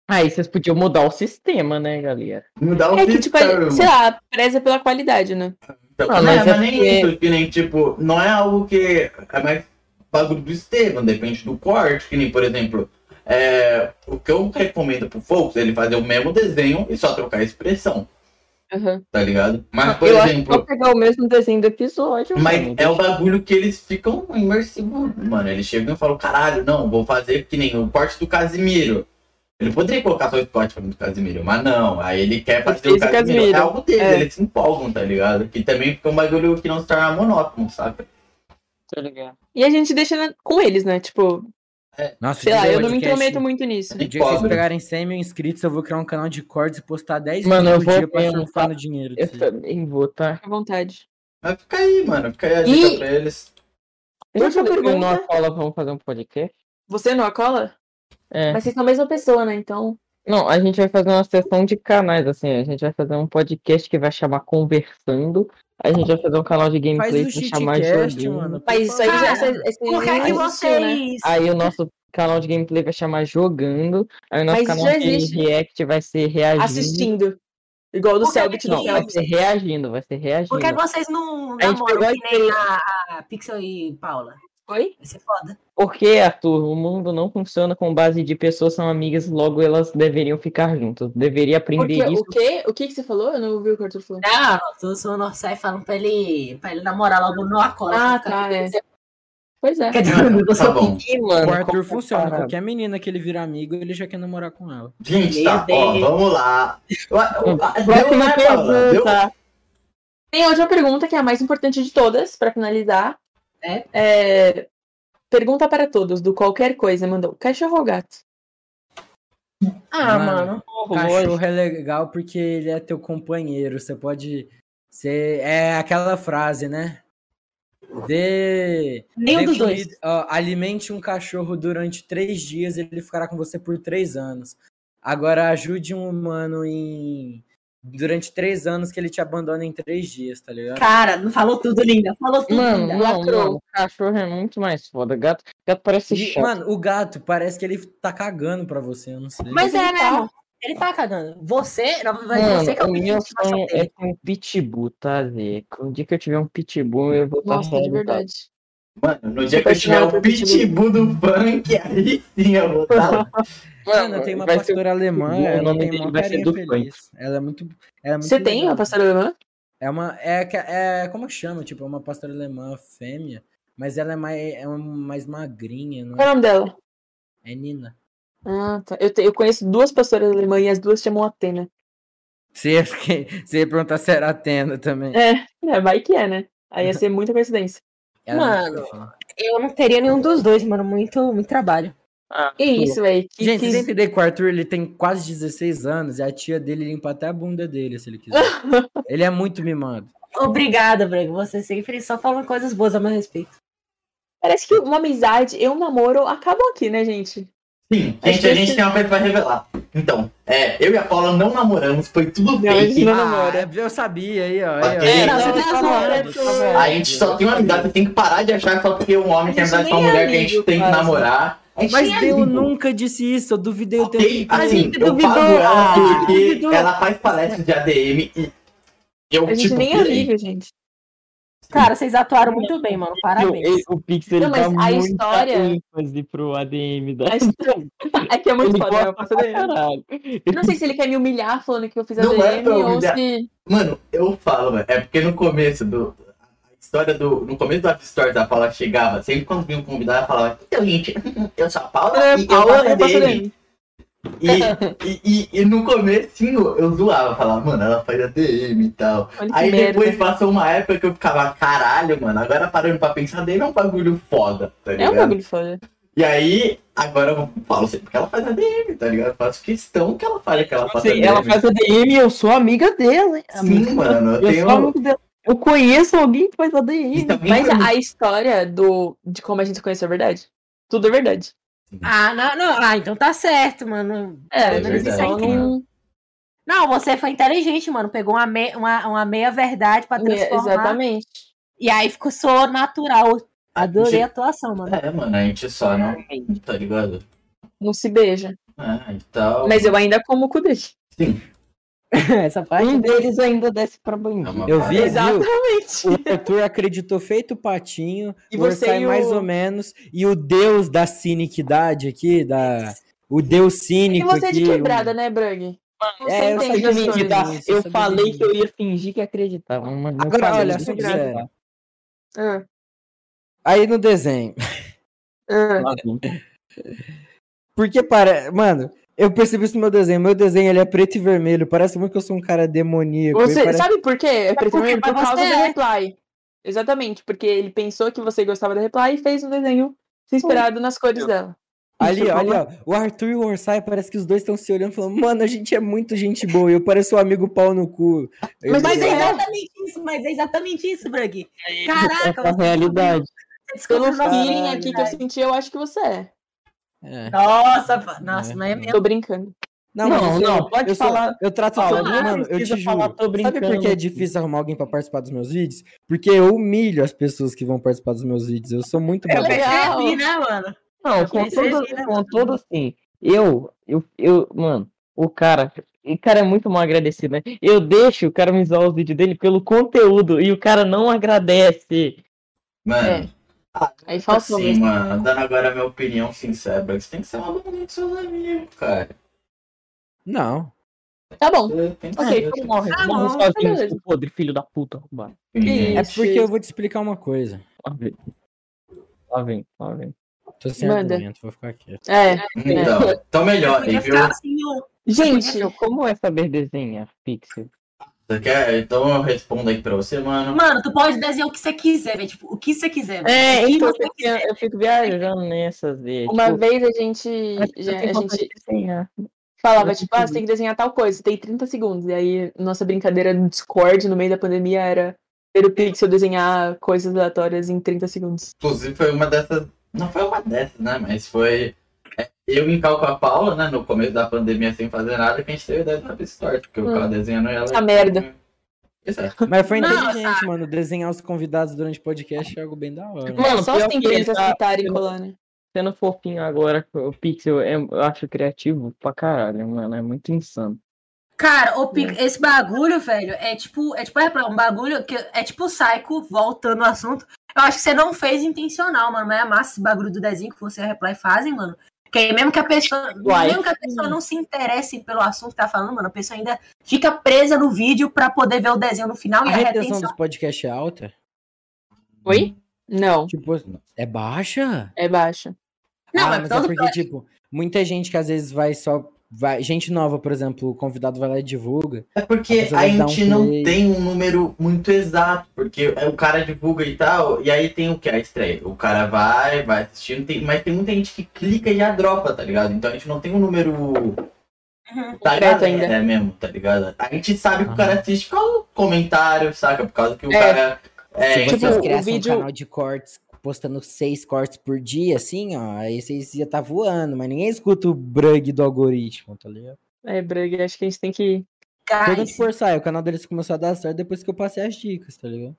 Speaker 5: Aí vocês podiam mudar o sistema, né, galera?
Speaker 2: Mudar o
Speaker 1: É que, tipo,
Speaker 2: sistema.
Speaker 1: sei lá, preza pela qualidade, né?
Speaker 2: Então,
Speaker 5: Ah,
Speaker 2: não,
Speaker 5: mas
Speaker 2: mas,
Speaker 5: é porque-
Speaker 2: nem isso, que nem, tipo, não é algo que é mais bagulho do Estevam, depende do corte, que nem, por exemplo, é, o que eu recomendo pro Focus é ele fazer o mesmo desenho e só trocar a expressão,
Speaker 1: Aham.
Speaker 2: tá ligado? Mas, por
Speaker 5: eu acho que
Speaker 1: é
Speaker 2: exemplo,
Speaker 5: vou pegar o mesmo desenho do episódio.
Speaker 1: um
Speaker 2: mas
Speaker 5: mano.
Speaker 2: é o bagulho que eles ficam imersivos, mano. Eles chegam e falam, caralho, não, vou fazer que nem o corte do Casimiro. Ele poderia colocar só o corte do Casimiro, mas não. Aí ele quer
Speaker 1: Ele
Speaker 2: fazer o
Speaker 1: fez o
Speaker 2: Casimiro. É
Speaker 1: Casimiro.
Speaker 2: algo dele,
Speaker 1: É.
Speaker 2: eles se empolgam, tá ligado? Que também fica um bagulho que não se torna monótono, sabe?
Speaker 5: Tá ligado?
Speaker 1: E a gente deixa na- com eles, né? Tipo,
Speaker 3: Nossa,
Speaker 1: sei
Speaker 3: o
Speaker 1: lá,
Speaker 3: dia
Speaker 1: eu
Speaker 3: do
Speaker 1: não me
Speaker 3: podcast-
Speaker 1: intrometo muito nisso.
Speaker 3: O dia que vocês pegarem 100 mil inscritos, eu vou criar um canal de cortes e postar 10
Speaker 5: Mano,
Speaker 3: vídeos
Speaker 5: eu
Speaker 3: por
Speaker 5: vou
Speaker 3: dia pra
Speaker 5: mesmo,
Speaker 3: surfar
Speaker 5: tá?
Speaker 3: no dinheiro. de
Speaker 5: Eu
Speaker 3: vocês.
Speaker 5: também vou, tá?
Speaker 1: Fica à vontade.
Speaker 2: Mas fica aí, mano. Fica aí a
Speaker 1: E-
Speaker 2: dica
Speaker 1: *laughs*
Speaker 2: pra eles.
Speaker 1: Outra
Speaker 5: Eu e o
Speaker 1: pergunta.
Speaker 5: Nocola vamos fazer um podcast?
Speaker 1: Você não cola?
Speaker 5: É.
Speaker 1: Mas vocês são a mesma pessoa, né? Então.
Speaker 5: Não, a gente vai fazer uma sessão de canais, assim. A gente vai fazer um podcast que vai chamar Conversando. A gente vai fazer um canal de
Speaker 3: Faz
Speaker 5: gameplay
Speaker 3: o
Speaker 5: que vai chamar
Speaker 3: cheatcast,
Speaker 5: Jogando.
Speaker 3: mano.
Speaker 1: Mas isso aí
Speaker 4: Cara,
Speaker 1: já. é Essa, essa
Speaker 4: Por que,
Speaker 1: não
Speaker 4: que
Speaker 1: existiu, né?
Speaker 4: vocês.
Speaker 5: Aí o nosso canal de gameplay vai chamar Jogando. Aí o nosso
Speaker 1: Mas
Speaker 5: canal
Speaker 1: já
Speaker 5: de
Speaker 1: existe.
Speaker 5: react vai ser reagindo.
Speaker 1: Assistindo. Igual do
Speaker 4: Por que
Speaker 1: Selbit
Speaker 4: que
Speaker 1: do
Speaker 5: Não, vai
Speaker 1: Selbit.
Speaker 5: ser reagindo, vai ser reagindo.
Speaker 4: Por que vocês não
Speaker 5: A gente
Speaker 4: namoram
Speaker 5: pegou
Speaker 4: que nem a, a Pixel e Paula?
Speaker 1: Oi?
Speaker 4: Vai ser foda.
Speaker 5: Porque, Arthur, o mundo não funciona com base de pessoas são amigas, logo elas deveriam ficar juntas. Deveria aprender
Speaker 1: Porque o
Speaker 5: isso.
Speaker 1: quê? O que, que você falou? Eu não ouvi o que o Arthur falou.
Speaker 4: Não, tô zoando o Orsay falando pra ele, pra ele namorar logo no Acola.
Speaker 1: Ah, tá, é. Pois é.
Speaker 4: Quer dizer,
Speaker 2: Mano,
Speaker 4: você
Speaker 2: tá bom.
Speaker 5: Ih, mano, é
Speaker 3: O Arthur
Speaker 5: como
Speaker 3: funciona.
Speaker 5: parar?
Speaker 3: Qualquer menina que ele vira amigo, ele já quer namorar com ela.
Speaker 2: Gente,
Speaker 4: Meu
Speaker 2: tá, ó,
Speaker 4: Deus.
Speaker 2: vamos lá. Ué, ué, Deu,
Speaker 5: Próxima
Speaker 2: né, Paula? Deu?
Speaker 5: pergunta.
Speaker 1: Tem a última pergunta, que é a mais importante de todas, pra finalizar.
Speaker 4: É?
Speaker 1: É, Pergunta para todos, do qualquer coisa, mandou. Cachorro ou gato?
Speaker 6: Ah,
Speaker 3: Mano.
Speaker 6: mano.
Speaker 5: Ovo, lógico.
Speaker 3: Cachorro é legal porque ele é teu companheiro. Você pode. Você... É aquela frase, né? Dê.
Speaker 6: Nenhum
Speaker 3: dê
Speaker 6: dos dois.
Speaker 3: comida- ó, alimente um cachorro durante três dias, ele ficará com você por três anos. Agora ajude um humano em. Durante três anos que ele te abandona em três dias, tá ligado?
Speaker 4: Cara, não falou tudo, linda. Falou tudo,
Speaker 5: Mano,
Speaker 4: linda.
Speaker 5: não,
Speaker 1: Lacrou.
Speaker 5: não, cachorro é muito mais foda. Gato, gato parece
Speaker 3: E,
Speaker 5: chato.
Speaker 3: mano, o gato parece que ele tá cagando pra você, eu não sei.
Speaker 6: Mas é
Speaker 1: né,
Speaker 4: Ele tá-
Speaker 6: mesmo. Ele tá cagando. Você, na verdade,
Speaker 5: Mano,
Speaker 6: você que é
Speaker 5: o
Speaker 6: o
Speaker 5: meu
Speaker 6: bicho de
Speaker 5: sonho
Speaker 6: estimação
Speaker 5: é
Speaker 6: dele.
Speaker 5: ter um pitbull, tá, Zé? O dia que eu tiver um pitbull, eu vou tá? estar
Speaker 1: Nossa, de verdade.
Speaker 2: Mano, no dia que eu tiver o pitbull do funk, aí sim eu vou
Speaker 1: *laughs*
Speaker 2: estar lá.
Speaker 3: Mano, tem uma
Speaker 5: vai ser-
Speaker 3: pastora alemã,
Speaker 5: o
Speaker 3: ela
Speaker 5: nome
Speaker 3: tem
Speaker 5: dele
Speaker 3: uma
Speaker 5: vai ser
Speaker 3: carinha
Speaker 5: do
Speaker 3: feliz. Ela é muito, ela é muito
Speaker 1: Você tem
Speaker 3: legal.
Speaker 1: uma pastora alemã?
Speaker 3: É uma. É, que- é, como que chama? Tipo, é uma pastora alemã fêmea, mas ela é mais, é uma mais magrinha, não
Speaker 1: Qual é
Speaker 3: é?
Speaker 1: o nome dela?
Speaker 3: É Nina.
Speaker 1: Ah, tá. Eu, te- eu conheço duas pastoras alemãs e as duas chamam Atena.
Speaker 3: Você ia, ficar- você ia perguntar se era Atena também.
Speaker 1: É, é, vai que é, né? Aí ia ser muita coincidência.
Speaker 3: Ela é muito
Speaker 6: Mano.
Speaker 3: fofinha.
Speaker 6: Eu não teria nenhum dos dois, mano. Muito, muito trabalho.
Speaker 1: Que isso, velho. Que,
Speaker 3: Gente,
Speaker 1: que-
Speaker 3: vocês entenderam que o Arthur ele tem quase 16 anos e a tia dele limpa até a bunda dele, se ele quiser. ele é muito mimado.
Speaker 6: Obrigada, Brego. Você sempre só fala coisas boas a meu respeito.
Speaker 1: Parece que uma amizade e um namoro acabam aqui, né, gente?
Speaker 2: Sim,
Speaker 1: Acho
Speaker 2: gente,
Speaker 1: que
Speaker 2: a
Speaker 1: esse-
Speaker 2: gente tem uma coisa pra revelar. Então, é, eu e a Paula não namoramos, foi tudo
Speaker 1: Não, a gente
Speaker 2: bem.
Speaker 1: não namora.
Speaker 3: Ah, eu sabia aí, ó.
Speaker 2: aí, ó.
Speaker 3: Aí,
Speaker 2: É, não,
Speaker 1: você tá namorando,
Speaker 2: A gente só tem uma amizade, tem que parar de achar que só porque um homem tem
Speaker 1: A gente
Speaker 2: amizade com uma
Speaker 1: nem é
Speaker 2: mulher que a gente
Speaker 1: amigo,
Speaker 2: tem que
Speaker 1: cara.
Speaker 2: namorar. A gente nem é
Speaker 3: Mas eu
Speaker 2: amigo.
Speaker 3: nunca disse isso, eu duvidei o tempo
Speaker 2: Ok,
Speaker 3: inteiro.
Speaker 2: assim,
Speaker 1: gente
Speaker 2: eu
Speaker 1: duvidou, Ah,
Speaker 2: pago ela
Speaker 1: a gente
Speaker 2: porque
Speaker 1: duvidou.
Speaker 2: ela faz palestra de ADM e eu,
Speaker 1: A gente
Speaker 2: tipo,
Speaker 1: nem é
Speaker 2: pirei.
Speaker 1: amigo, gente.
Speaker 6: Cara, vocês atuaram muito bem, mano. Parabéns.
Speaker 5: o Pix ele
Speaker 1: Não, mas
Speaker 5: dá
Speaker 1: a
Speaker 5: muita
Speaker 1: história-
Speaker 5: ênfase pro ADM da
Speaker 1: A história- *laughs* É que é muito
Speaker 5: Ele
Speaker 1: foda, né?
Speaker 5: gosta
Speaker 1: Eu faço ADM.
Speaker 5: pra caralho.
Speaker 1: Eu não sei se ele quer me humilhar falando que eu fiz a
Speaker 2: Não é
Speaker 1: DM
Speaker 2: pra
Speaker 1: ou
Speaker 2: humilhar.
Speaker 1: se.
Speaker 2: Mano, eu falo, velho, é porque no começo do. A história do. No começo da história da Paula chegava, sempre quando vinha um convidado, ela falava, então, gente, *laughs* eu sou a Paula
Speaker 1: É,
Speaker 2: e eu faço ADM. E, e, e, e no comecinho eu zoava, falava, mano, ela faz ADM e tal.
Speaker 1: Olha que
Speaker 2: Aí
Speaker 1: merda.
Speaker 2: depois passou uma época que eu ficava, caralho, mano, agora parando pra pensar, dele é um bagulho foda, tá
Speaker 1: É
Speaker 2: ligado?
Speaker 1: um bagulho foda.
Speaker 2: E aí, agora eu falo sempre que assim, ela faz ADM, tá ligado? Eu faço questão que ela fale que ela faz
Speaker 5: Assim,
Speaker 2: ADM.
Speaker 5: ela faz ADM e eu sou amiga dela, hein?
Speaker 2: Sim, mano, eu
Speaker 5: Eu sou
Speaker 2: tenho.
Speaker 5: amiga dela. Eu conheço alguém que faz ADM.
Speaker 2: Isso é bem
Speaker 1: Mas
Speaker 2: pra mim.
Speaker 1: a, a história do, de como a gente se conheceu é verdade. Tudo é verdade.
Speaker 6: Ah, não, não. Ah, então tá certo, mano.
Speaker 1: É,
Speaker 2: É
Speaker 1: mas
Speaker 2: verdade,
Speaker 1: só não.
Speaker 6: Não, você foi inteligente, mano. Pegou uma, me- uma, uma meia verdade pra
Speaker 1: É,
Speaker 6: transformar.
Speaker 1: exatamente.
Speaker 6: E aí ficou só natural. Adorei a atuação, mano.
Speaker 2: É, mano, a gente só não. Tá ligado?
Speaker 1: Não se beija.
Speaker 2: É, e tal.
Speaker 1: Mas eu ainda como o cu dele.
Speaker 6: *laughs* Essa parte. é
Speaker 5: Um deles ainda desce pra
Speaker 2: É
Speaker 5: bandido.
Speaker 2: uma
Speaker 3: Eu
Speaker 2: parada.
Speaker 3: vi, viu?
Speaker 1: Exatamente.
Speaker 3: O Arthur acreditou feito o patinho.
Speaker 1: E
Speaker 3: E
Speaker 1: você
Speaker 3: você
Speaker 1: e o-
Speaker 3: mais ou menos. E o deus da ciniquidade aqui, da... O deus
Speaker 1: E
Speaker 3: cínico
Speaker 1: você é de
Speaker 3: aqui, o-
Speaker 1: quebrada, né, Brug? Você
Speaker 3: é, eu
Speaker 1: entende
Speaker 3: sabia
Speaker 1: as
Speaker 3: disso,
Speaker 1: coisas.
Speaker 3: tá?
Speaker 5: Eu,
Speaker 3: Isso,
Speaker 5: falei
Speaker 3: isso.
Speaker 5: que eu ia fingir que acreditava. Mas não
Speaker 3: Agora,
Speaker 5: falei,
Speaker 3: olha,
Speaker 5: não
Speaker 3: assunto
Speaker 5: acreditava.
Speaker 3: sério.
Speaker 1: Ah,
Speaker 3: Aí no desenho. *laughs* é
Speaker 1: ah.
Speaker 5: Lá dentro.
Speaker 3: Porque para... Mano... Eu percebi isso no meu desenho. Meu desenho ele é preto e vermelho. Parece muito que eu sou um cara demoníaco.
Speaker 1: Você,
Speaker 3: e parece-
Speaker 1: Sabe por quê? É preto e
Speaker 6: porque
Speaker 1: vermelho
Speaker 6: pra
Speaker 1: por causa
Speaker 6: você
Speaker 1: da
Speaker 6: é.
Speaker 1: Reply. Exatamente, porque ele pensou que você gostava da Reply e fez um desenho inspirado nas cores dela.
Speaker 3: Ali,
Speaker 1: Isso,
Speaker 3: ó, ali, ó. O Arthur e o Orsay parece que os dois estão se olhando e falando, mano, a gente é muito gente boa. e Eu pareço um amigo pau no cu.
Speaker 1: Mas-
Speaker 6: Mas
Speaker 3: Eu-
Speaker 6: é exatamente isso, mas é exatamente isso, Brug. Caraca,
Speaker 5: Essa é a realidade.
Speaker 6: você descobriu
Speaker 1: Pelo
Speaker 6: o nosso
Speaker 1: feeling
Speaker 6: signo
Speaker 1: aqui que eu senti, eu acho que você é.
Speaker 3: É.
Speaker 6: Nossa, pa- nossa,
Speaker 3: É.
Speaker 6: não é mesmo?
Speaker 1: Tô brincando.
Speaker 3: Não,
Speaker 5: Não,
Speaker 3: mas eu-
Speaker 5: não, pode
Speaker 3: eu sou-
Speaker 5: falar.
Speaker 3: eu trato
Speaker 5: Fala,
Speaker 3: todo
Speaker 5: não
Speaker 3: mano, eu te
Speaker 5: precisa
Speaker 3: juro.
Speaker 5: falar, tô
Speaker 3: Sabe por
Speaker 5: brincando.
Speaker 3: que é difícil arrumar alguém pra participar dos meus vídeos? Porque eu humilho as pessoas que vão participar dos meus vídeos. Eu sou muito
Speaker 6: Eu
Speaker 3: babaca.
Speaker 1: legal.
Speaker 6: percebi, né, mano?
Speaker 5: Não,
Speaker 6: Eu
Speaker 5: com
Speaker 6: pensei
Speaker 5: todo,
Speaker 6: assim, né,
Speaker 5: com
Speaker 6: mano?
Speaker 5: todo assim. Eu, eu, eu, mano, o cara, o cara é muito mal agradecido, né? Eu deixo o cara me zoar os vídeos dele pelo conteúdo e o cara não agradece.
Speaker 1: É.
Speaker 2: Mano, tipo
Speaker 1: Aí faltou
Speaker 2: assim,
Speaker 1: mesmo.
Speaker 2: mano, dando agora a minha opinião sincera, você tem que ser uma bunda dos seus amigos, cara.
Speaker 3: Não.
Speaker 1: Tá bom.
Speaker 2: Você tem que
Speaker 1: Ok,
Speaker 2: ser.
Speaker 1: então morre.
Speaker 6: Ah,
Speaker 5: Morre
Speaker 6: não,
Speaker 5: sozinho,
Speaker 1: beleza.
Speaker 5: seu podre, filho da puta. Vai.
Speaker 1: Que
Speaker 3: É
Speaker 1: Ixi.
Speaker 3: porque eu vou te explicar uma coisa.
Speaker 5: Lá vem, lá vem, lá vem.
Speaker 3: Tô sem
Speaker 1: Manda.
Speaker 3: argumento, vou ficar quieto.
Speaker 1: É.
Speaker 2: Então, então melhor aí,
Speaker 6: Podia
Speaker 2: viu?
Speaker 5: É, tipo,
Speaker 6: ficar assim, ó.
Speaker 1: Gente,
Speaker 5: Como é saber desenhar pixel?
Speaker 2: Você quer? Então eu respondo aqui pra você, mano.
Speaker 4: Mano, tu pode desenhar o que você quiser, velho. Tipo, o que você quiser. velho.
Speaker 5: É,
Speaker 4: Quem
Speaker 5: então
Speaker 4: você
Speaker 5: eu fico, eu fico viajando nessas de.
Speaker 1: Uma
Speaker 5: tipo,
Speaker 1: vez a gente,
Speaker 5: mas eu
Speaker 1: já-
Speaker 5: tenho
Speaker 1: a
Speaker 5: vontade
Speaker 1: gente
Speaker 5: de desenhar.
Speaker 1: falava, tipo, ah, você tem que desenhar tal coisa, você tem 30 segundos. E aí, nossa brincadeira no Discord, no meio da pandemia, era ver o Pixel desenhar coisas aleatórias em 30 segundos.
Speaker 2: Inclusive foi uma dessas. Não foi uma dessas, né? Mas foi. é, Eu em cal com a Paula, né? No começo da pandemia sem fazer nada, que a gente teve ideia da Store, porque eu
Speaker 1: Hum.
Speaker 2: ficava desenhando ela.
Speaker 1: Essa merda.
Speaker 2: Isso é.
Speaker 3: Mas foi
Speaker 4: Não,
Speaker 3: inteligente,
Speaker 1: tá.
Speaker 3: mano. Desenhar os convidados durante podcast é algo bem da hora.
Speaker 5: Mano,
Speaker 1: Só os
Speaker 5: pior que ele
Speaker 1: templates
Speaker 5: tá
Speaker 1: aceitarem
Speaker 5: eu-
Speaker 1: colar, né?
Speaker 5: sendo fofinho agora, o Pixel é- eu acho criativo pra caralho, mano. É muito insano.
Speaker 4: Cara, o Pix- esse bagulho, velho, é tipo, é tipo, é pra- um bagulho que é tipo psycho, voltando ao assunto. Eu acho que você não fez intencional, mano, mas é massa esse bagulho do desenho que você e a Reply fazem, mano. Que aí mesmo que a pessoa,
Speaker 5: Uai.
Speaker 4: mesmo que a pessoa não se interesse pelo assunto que tá falando, mano, a pessoa ainda fica presa no vídeo pra poder ver o desenho no final
Speaker 3: A
Speaker 4: e a
Speaker 3: retenção
Speaker 4: retenção.
Speaker 3: dos podcasts é alta?
Speaker 1: Oi? Não,
Speaker 3: Tipo, é baixa?
Speaker 1: é baixa.
Speaker 4: Não,
Speaker 3: ah,
Speaker 4: é
Speaker 3: mas é
Speaker 4: todo
Speaker 3: porque, tipo, muita gente que às vezes vai só. Vai, gente nova, por exemplo, o convidado vai lá e divulga.
Speaker 2: É porque
Speaker 3: Mas
Speaker 2: a
Speaker 3: elas dão
Speaker 2: gente não
Speaker 3: play.
Speaker 2: tem um número muito exato, porque é, o cara divulga e tal, e aí tem o que? A estreia. O cara vai, vai assistindo, tem- mas tem muita gente que clica e já dropa, tá ligado? Então a gente não tem um número
Speaker 4: Uhum,
Speaker 2: tá da
Speaker 1: Concreto
Speaker 2: galera
Speaker 1: ainda.
Speaker 2: mesmo, tá ligado? A gente sabe que
Speaker 3: Aham.
Speaker 2: o cara assiste pelo comentário, saca? Por causa que o
Speaker 1: É.
Speaker 2: cara. É,
Speaker 3: Se
Speaker 1: tipo,
Speaker 3: vocês
Speaker 1: o
Speaker 3: criassem
Speaker 1: vídeo-
Speaker 3: um canal de cortes postando seis cortes por dia, assim, ó, aí vocês ia tá voando, mas ninguém escuta o brug do algoritmo, tá ligado?
Speaker 1: É, Brug, acho que a gente tem que.
Speaker 3: Tô
Speaker 4: Cara,
Speaker 3: tentando forçar, e o canal deles começou a dar certo depois que eu passei as dicas, tá ligado?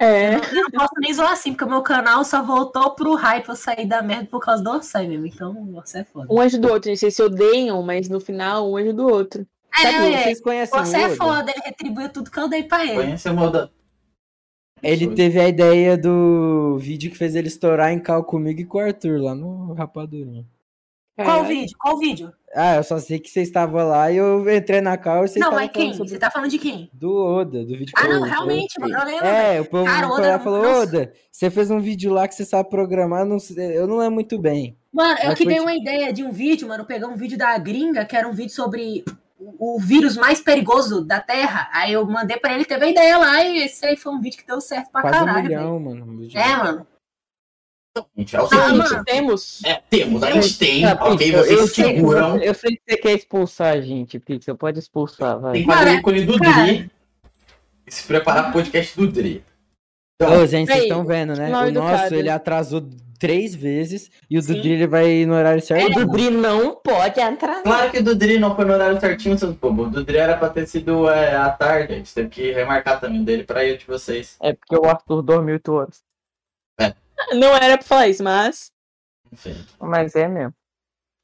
Speaker 1: É.
Speaker 4: eu não posso nem zoar assim, porque o meu canal só voltou pro hype eu sair da merda por causa do Orsay mesmo. Então, você é foda.
Speaker 1: Um ajuda o outro, gente. Vocês se odeiam, mas no final um ajuda o outro.
Speaker 3: Sabe,
Speaker 4: É,
Speaker 3: vocês conhecem
Speaker 4: você
Speaker 3: o
Speaker 4: é
Speaker 3: Oda?
Speaker 4: foda, ele retribuiu tudo que eu dei pra
Speaker 1: É.
Speaker 4: ele.
Speaker 2: Conhece o modo.
Speaker 3: Ele teve a ideia do vídeo que fez ele estourar em cal comigo e com o Arthur lá no Rapadurinha.
Speaker 4: Qual
Speaker 5: É,
Speaker 1: Caralho.
Speaker 4: vídeo? Qual vídeo?
Speaker 3: Ah, eu só sei que vocês estavam lá e eu entrei na cal e vocês
Speaker 4: não,
Speaker 3: estavam
Speaker 4: mas quem?
Speaker 3: falando sobre
Speaker 4: Você tá falando de quem?
Speaker 3: do Oda, do vídeo
Speaker 4: Ah,
Speaker 3: que eu
Speaker 4: não,
Speaker 3: falei.
Speaker 4: realmente, mano, eu lembro.
Speaker 3: É, o povo
Speaker 4: Cara, o
Speaker 3: foi
Speaker 4: Oda
Speaker 3: lá
Speaker 4: não-
Speaker 3: e falou,
Speaker 4: nossa.
Speaker 3: Oda, você fez um vídeo lá que você sabe programar, não sei- eu não lembro muito bem.
Speaker 4: Mano, eu
Speaker 3: Mas
Speaker 4: que
Speaker 3: foi tipo
Speaker 4: dei
Speaker 3: de-
Speaker 4: uma ideia de um vídeo, mano, pegar um vídeo da gringa, que era um vídeo sobre o o vírus mais perigoso da Terra. Aí eu mandei pra ele, teve a ideia lá, e esse aí foi um vídeo que deu certo pra
Speaker 3: Quase um
Speaker 4: caralho.
Speaker 3: milhão, mano. um vídeo.
Speaker 4: velho. É, mano.
Speaker 2: Gente, é o
Speaker 1: Ah,
Speaker 2: seguinte.
Speaker 1: mano, temos.
Speaker 2: é, temos, a gente tem,
Speaker 5: Ah,
Speaker 2: ok?
Speaker 5: Pixel, eu,
Speaker 2: Vocês
Speaker 5: sei,
Speaker 2: seguram.
Speaker 5: eu sei que você quer expulsar a gente, Pixel. Pode expulsar,
Speaker 2: Tem
Speaker 5: vai.
Speaker 2: que fazer o
Speaker 4: Cara,
Speaker 2: ícone do
Speaker 4: cara.
Speaker 2: Dri. E se preparar pro podcast do Dri.
Speaker 3: Ô, gente, vocês
Speaker 1: Ei,
Speaker 3: estão vendo, né?
Speaker 1: mal
Speaker 3: O nosso,
Speaker 1: educado.
Speaker 3: ele atrasou três vezes e o do
Speaker 4: Sim. É,
Speaker 3: Dri, ele vai no horário certo.
Speaker 5: Dubri não pode entrar.
Speaker 2: Claro que o do Dri não foi no horário é certinho, seus bobos. O do Dri era pra ter sido é, à tarde. A gente teve que remarcar também dele pra ir de vocês.
Speaker 5: É porque o Arthur dormiu oito horas.
Speaker 1: Não era pra falar isso, mas.
Speaker 2: Enfim.
Speaker 5: Mas é mesmo.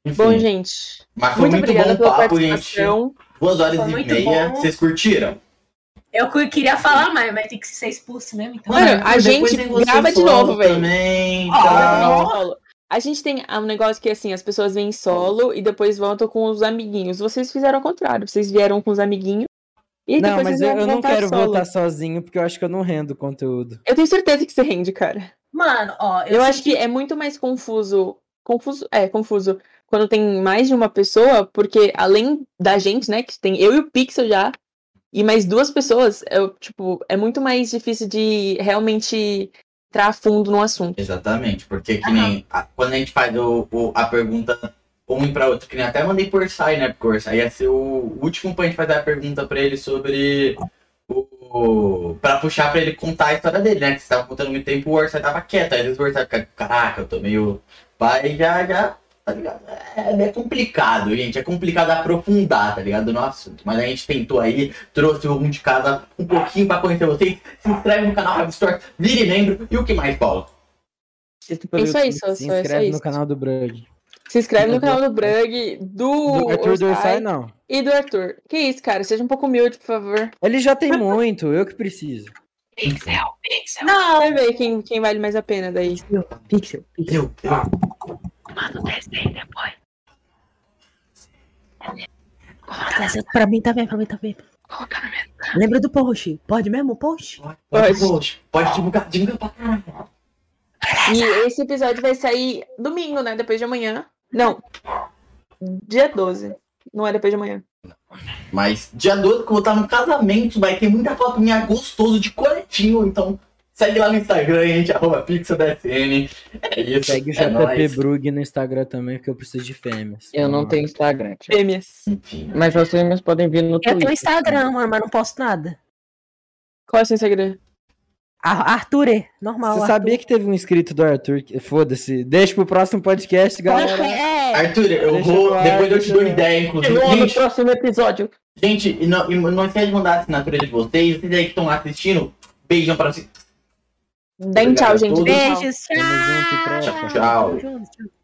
Speaker 2: Enfim.
Speaker 1: Bom, gente.
Speaker 2: Mas foi
Speaker 1: Muito,
Speaker 2: muito,
Speaker 1: obrigada
Speaker 2: bom o
Speaker 1: pela
Speaker 2: papo, gente.
Speaker 1: participação.
Speaker 2: Duas horas
Speaker 4: Foi
Speaker 2: e
Speaker 4: muito
Speaker 2: meia.
Speaker 4: bom.
Speaker 2: Vocês curtiram?
Speaker 4: Eu cu- queria falar mais, mas tem que ser expulso mesmo, então.
Speaker 1: Mano, a
Speaker 2: depois
Speaker 1: gente
Speaker 2: tem você
Speaker 1: grava de
Speaker 2: solo
Speaker 1: novo, velho.
Speaker 2: Também. tá?
Speaker 4: Ó,
Speaker 2: tal.
Speaker 4: Ó.
Speaker 1: Solo. A gente tem ah, um negócio que assim, as pessoas vêm solo e depois voltam com os amiguinhos. Vocês fizeram o contrário, vocês vieram com os amiguinhos e
Speaker 3: Não,
Speaker 1: depois
Speaker 3: mas eu,
Speaker 1: vocês
Speaker 3: eu não quero
Speaker 1: solo.
Speaker 3: voltar sozinho, porque eu acho que eu não rendo o conteúdo.
Speaker 1: Eu tenho certeza que você rende, cara.
Speaker 4: Mano, ó,
Speaker 1: Eu, acho que é muito mais confuso. Confuso, é, confuso. Quando tem mais de uma pessoa, porque além da gente, né, que tem eu e o Pixel já, e mais duas pessoas, eu, tipo, é muito mais difícil de realmente entrar a fundo no assunto.
Speaker 2: Exatamente, porque que nem a- quando a gente faz o, o- a pergunta um pra outro, que nem até mandei por Sai, né? Porque o Orsay ia ser o último pra gente fazer a pergunta pra ele sobre o. pra puxar pra ele contar a história dele, né? Que você tava contando muito tempo, o Orsay tava quieto, aí às vezes o Orsay fica, caraca, eu tô meio. Vai já, já. Tá ligado? É, é complicado, gente. É complicado aprofundar, tá ligado? No assunto. Mas a gente tentou aí, trouxe um de casa um pouquinho pra conhecer vocês. Se inscreve no canal Rabbit Store, vire membro. E o que mais, Paulo?
Speaker 1: É isso aí, só,
Speaker 3: Se
Speaker 1: só, é só
Speaker 3: inscreve no
Speaker 1: isso.
Speaker 3: canal do Brug.
Speaker 1: Se inscreve no
Speaker 3: Do
Speaker 1: canal do Brug, do,
Speaker 3: Do Arthur Dorsai,
Speaker 1: Orsay
Speaker 3: não.
Speaker 1: e do Arthur. Que isso, cara? Seja um pouco humilde, por favor.
Speaker 3: Ele já tem muito, eu que preciso.
Speaker 4: Pixel, pixel.
Speaker 1: Não! Vai ver quem, quem vale mais a pena daí.
Speaker 5: Pixel,
Speaker 2: Eu, Ah, eu.
Speaker 4: Manda o desenho depois. Manda pra mim também, pra mim também. Lembra do post? Pode mesmo o post?
Speaker 2: Pode,
Speaker 1: Pode.
Speaker 2: pode, pode, divulgar, divulga pra caralho.
Speaker 1: E esse episódio vai sair domingo, né? Depois de amanhã. Não. Dia 12. Não é depois de amanhã.
Speaker 2: Mas dia 12 que eu vou estar no casamento, vai ter muita foto minha gostoso de coletinho, então segue lá no Instagram, gente, arroba pixabsn. É isso,
Speaker 3: Segue o
Speaker 2: é nóis.
Speaker 3: JP Brug no Instagram também, porque eu preciso de fêmeas.
Speaker 5: Eu
Speaker 2: Hum.
Speaker 5: não tenho Instagram, tia.
Speaker 1: Fêmeas.
Speaker 2: Enfim,
Speaker 5: Mas as fêmeas podem vir no
Speaker 4: Eu tenho
Speaker 5: Twitter.
Speaker 4: Instagram, mano, mas não posto nada.
Speaker 1: Qual é o seu segredo?
Speaker 4: A- Arthur, é normal.
Speaker 3: Você
Speaker 4: Arthur.
Speaker 3: sabia que teve um inscrito do Arthur? que- Foda-se. Deixa pro próximo podcast, galera.
Speaker 4: É,
Speaker 2: Arthur, eu
Speaker 3: Deixa
Speaker 2: vou.
Speaker 3: no ar,
Speaker 2: depois eu te
Speaker 3: deixa
Speaker 2: dou
Speaker 3: no ar.
Speaker 2: ideia, inclusive.
Speaker 5: Continua no
Speaker 2: Gente,
Speaker 5: próximo episódio.
Speaker 2: gente, e não, e não esquece de mandar a assinatura de vocês. Vocês aí que estão assistindo, beijão pra vocês.
Speaker 1: Dê um tchau, gente.
Speaker 2: Obrigado a todos.
Speaker 1: Dê um tchau.
Speaker 4: beijos.
Speaker 3: Tamo junto, tropa.
Speaker 4: Tchau.
Speaker 2: Tchau.
Speaker 4: Tamo junto.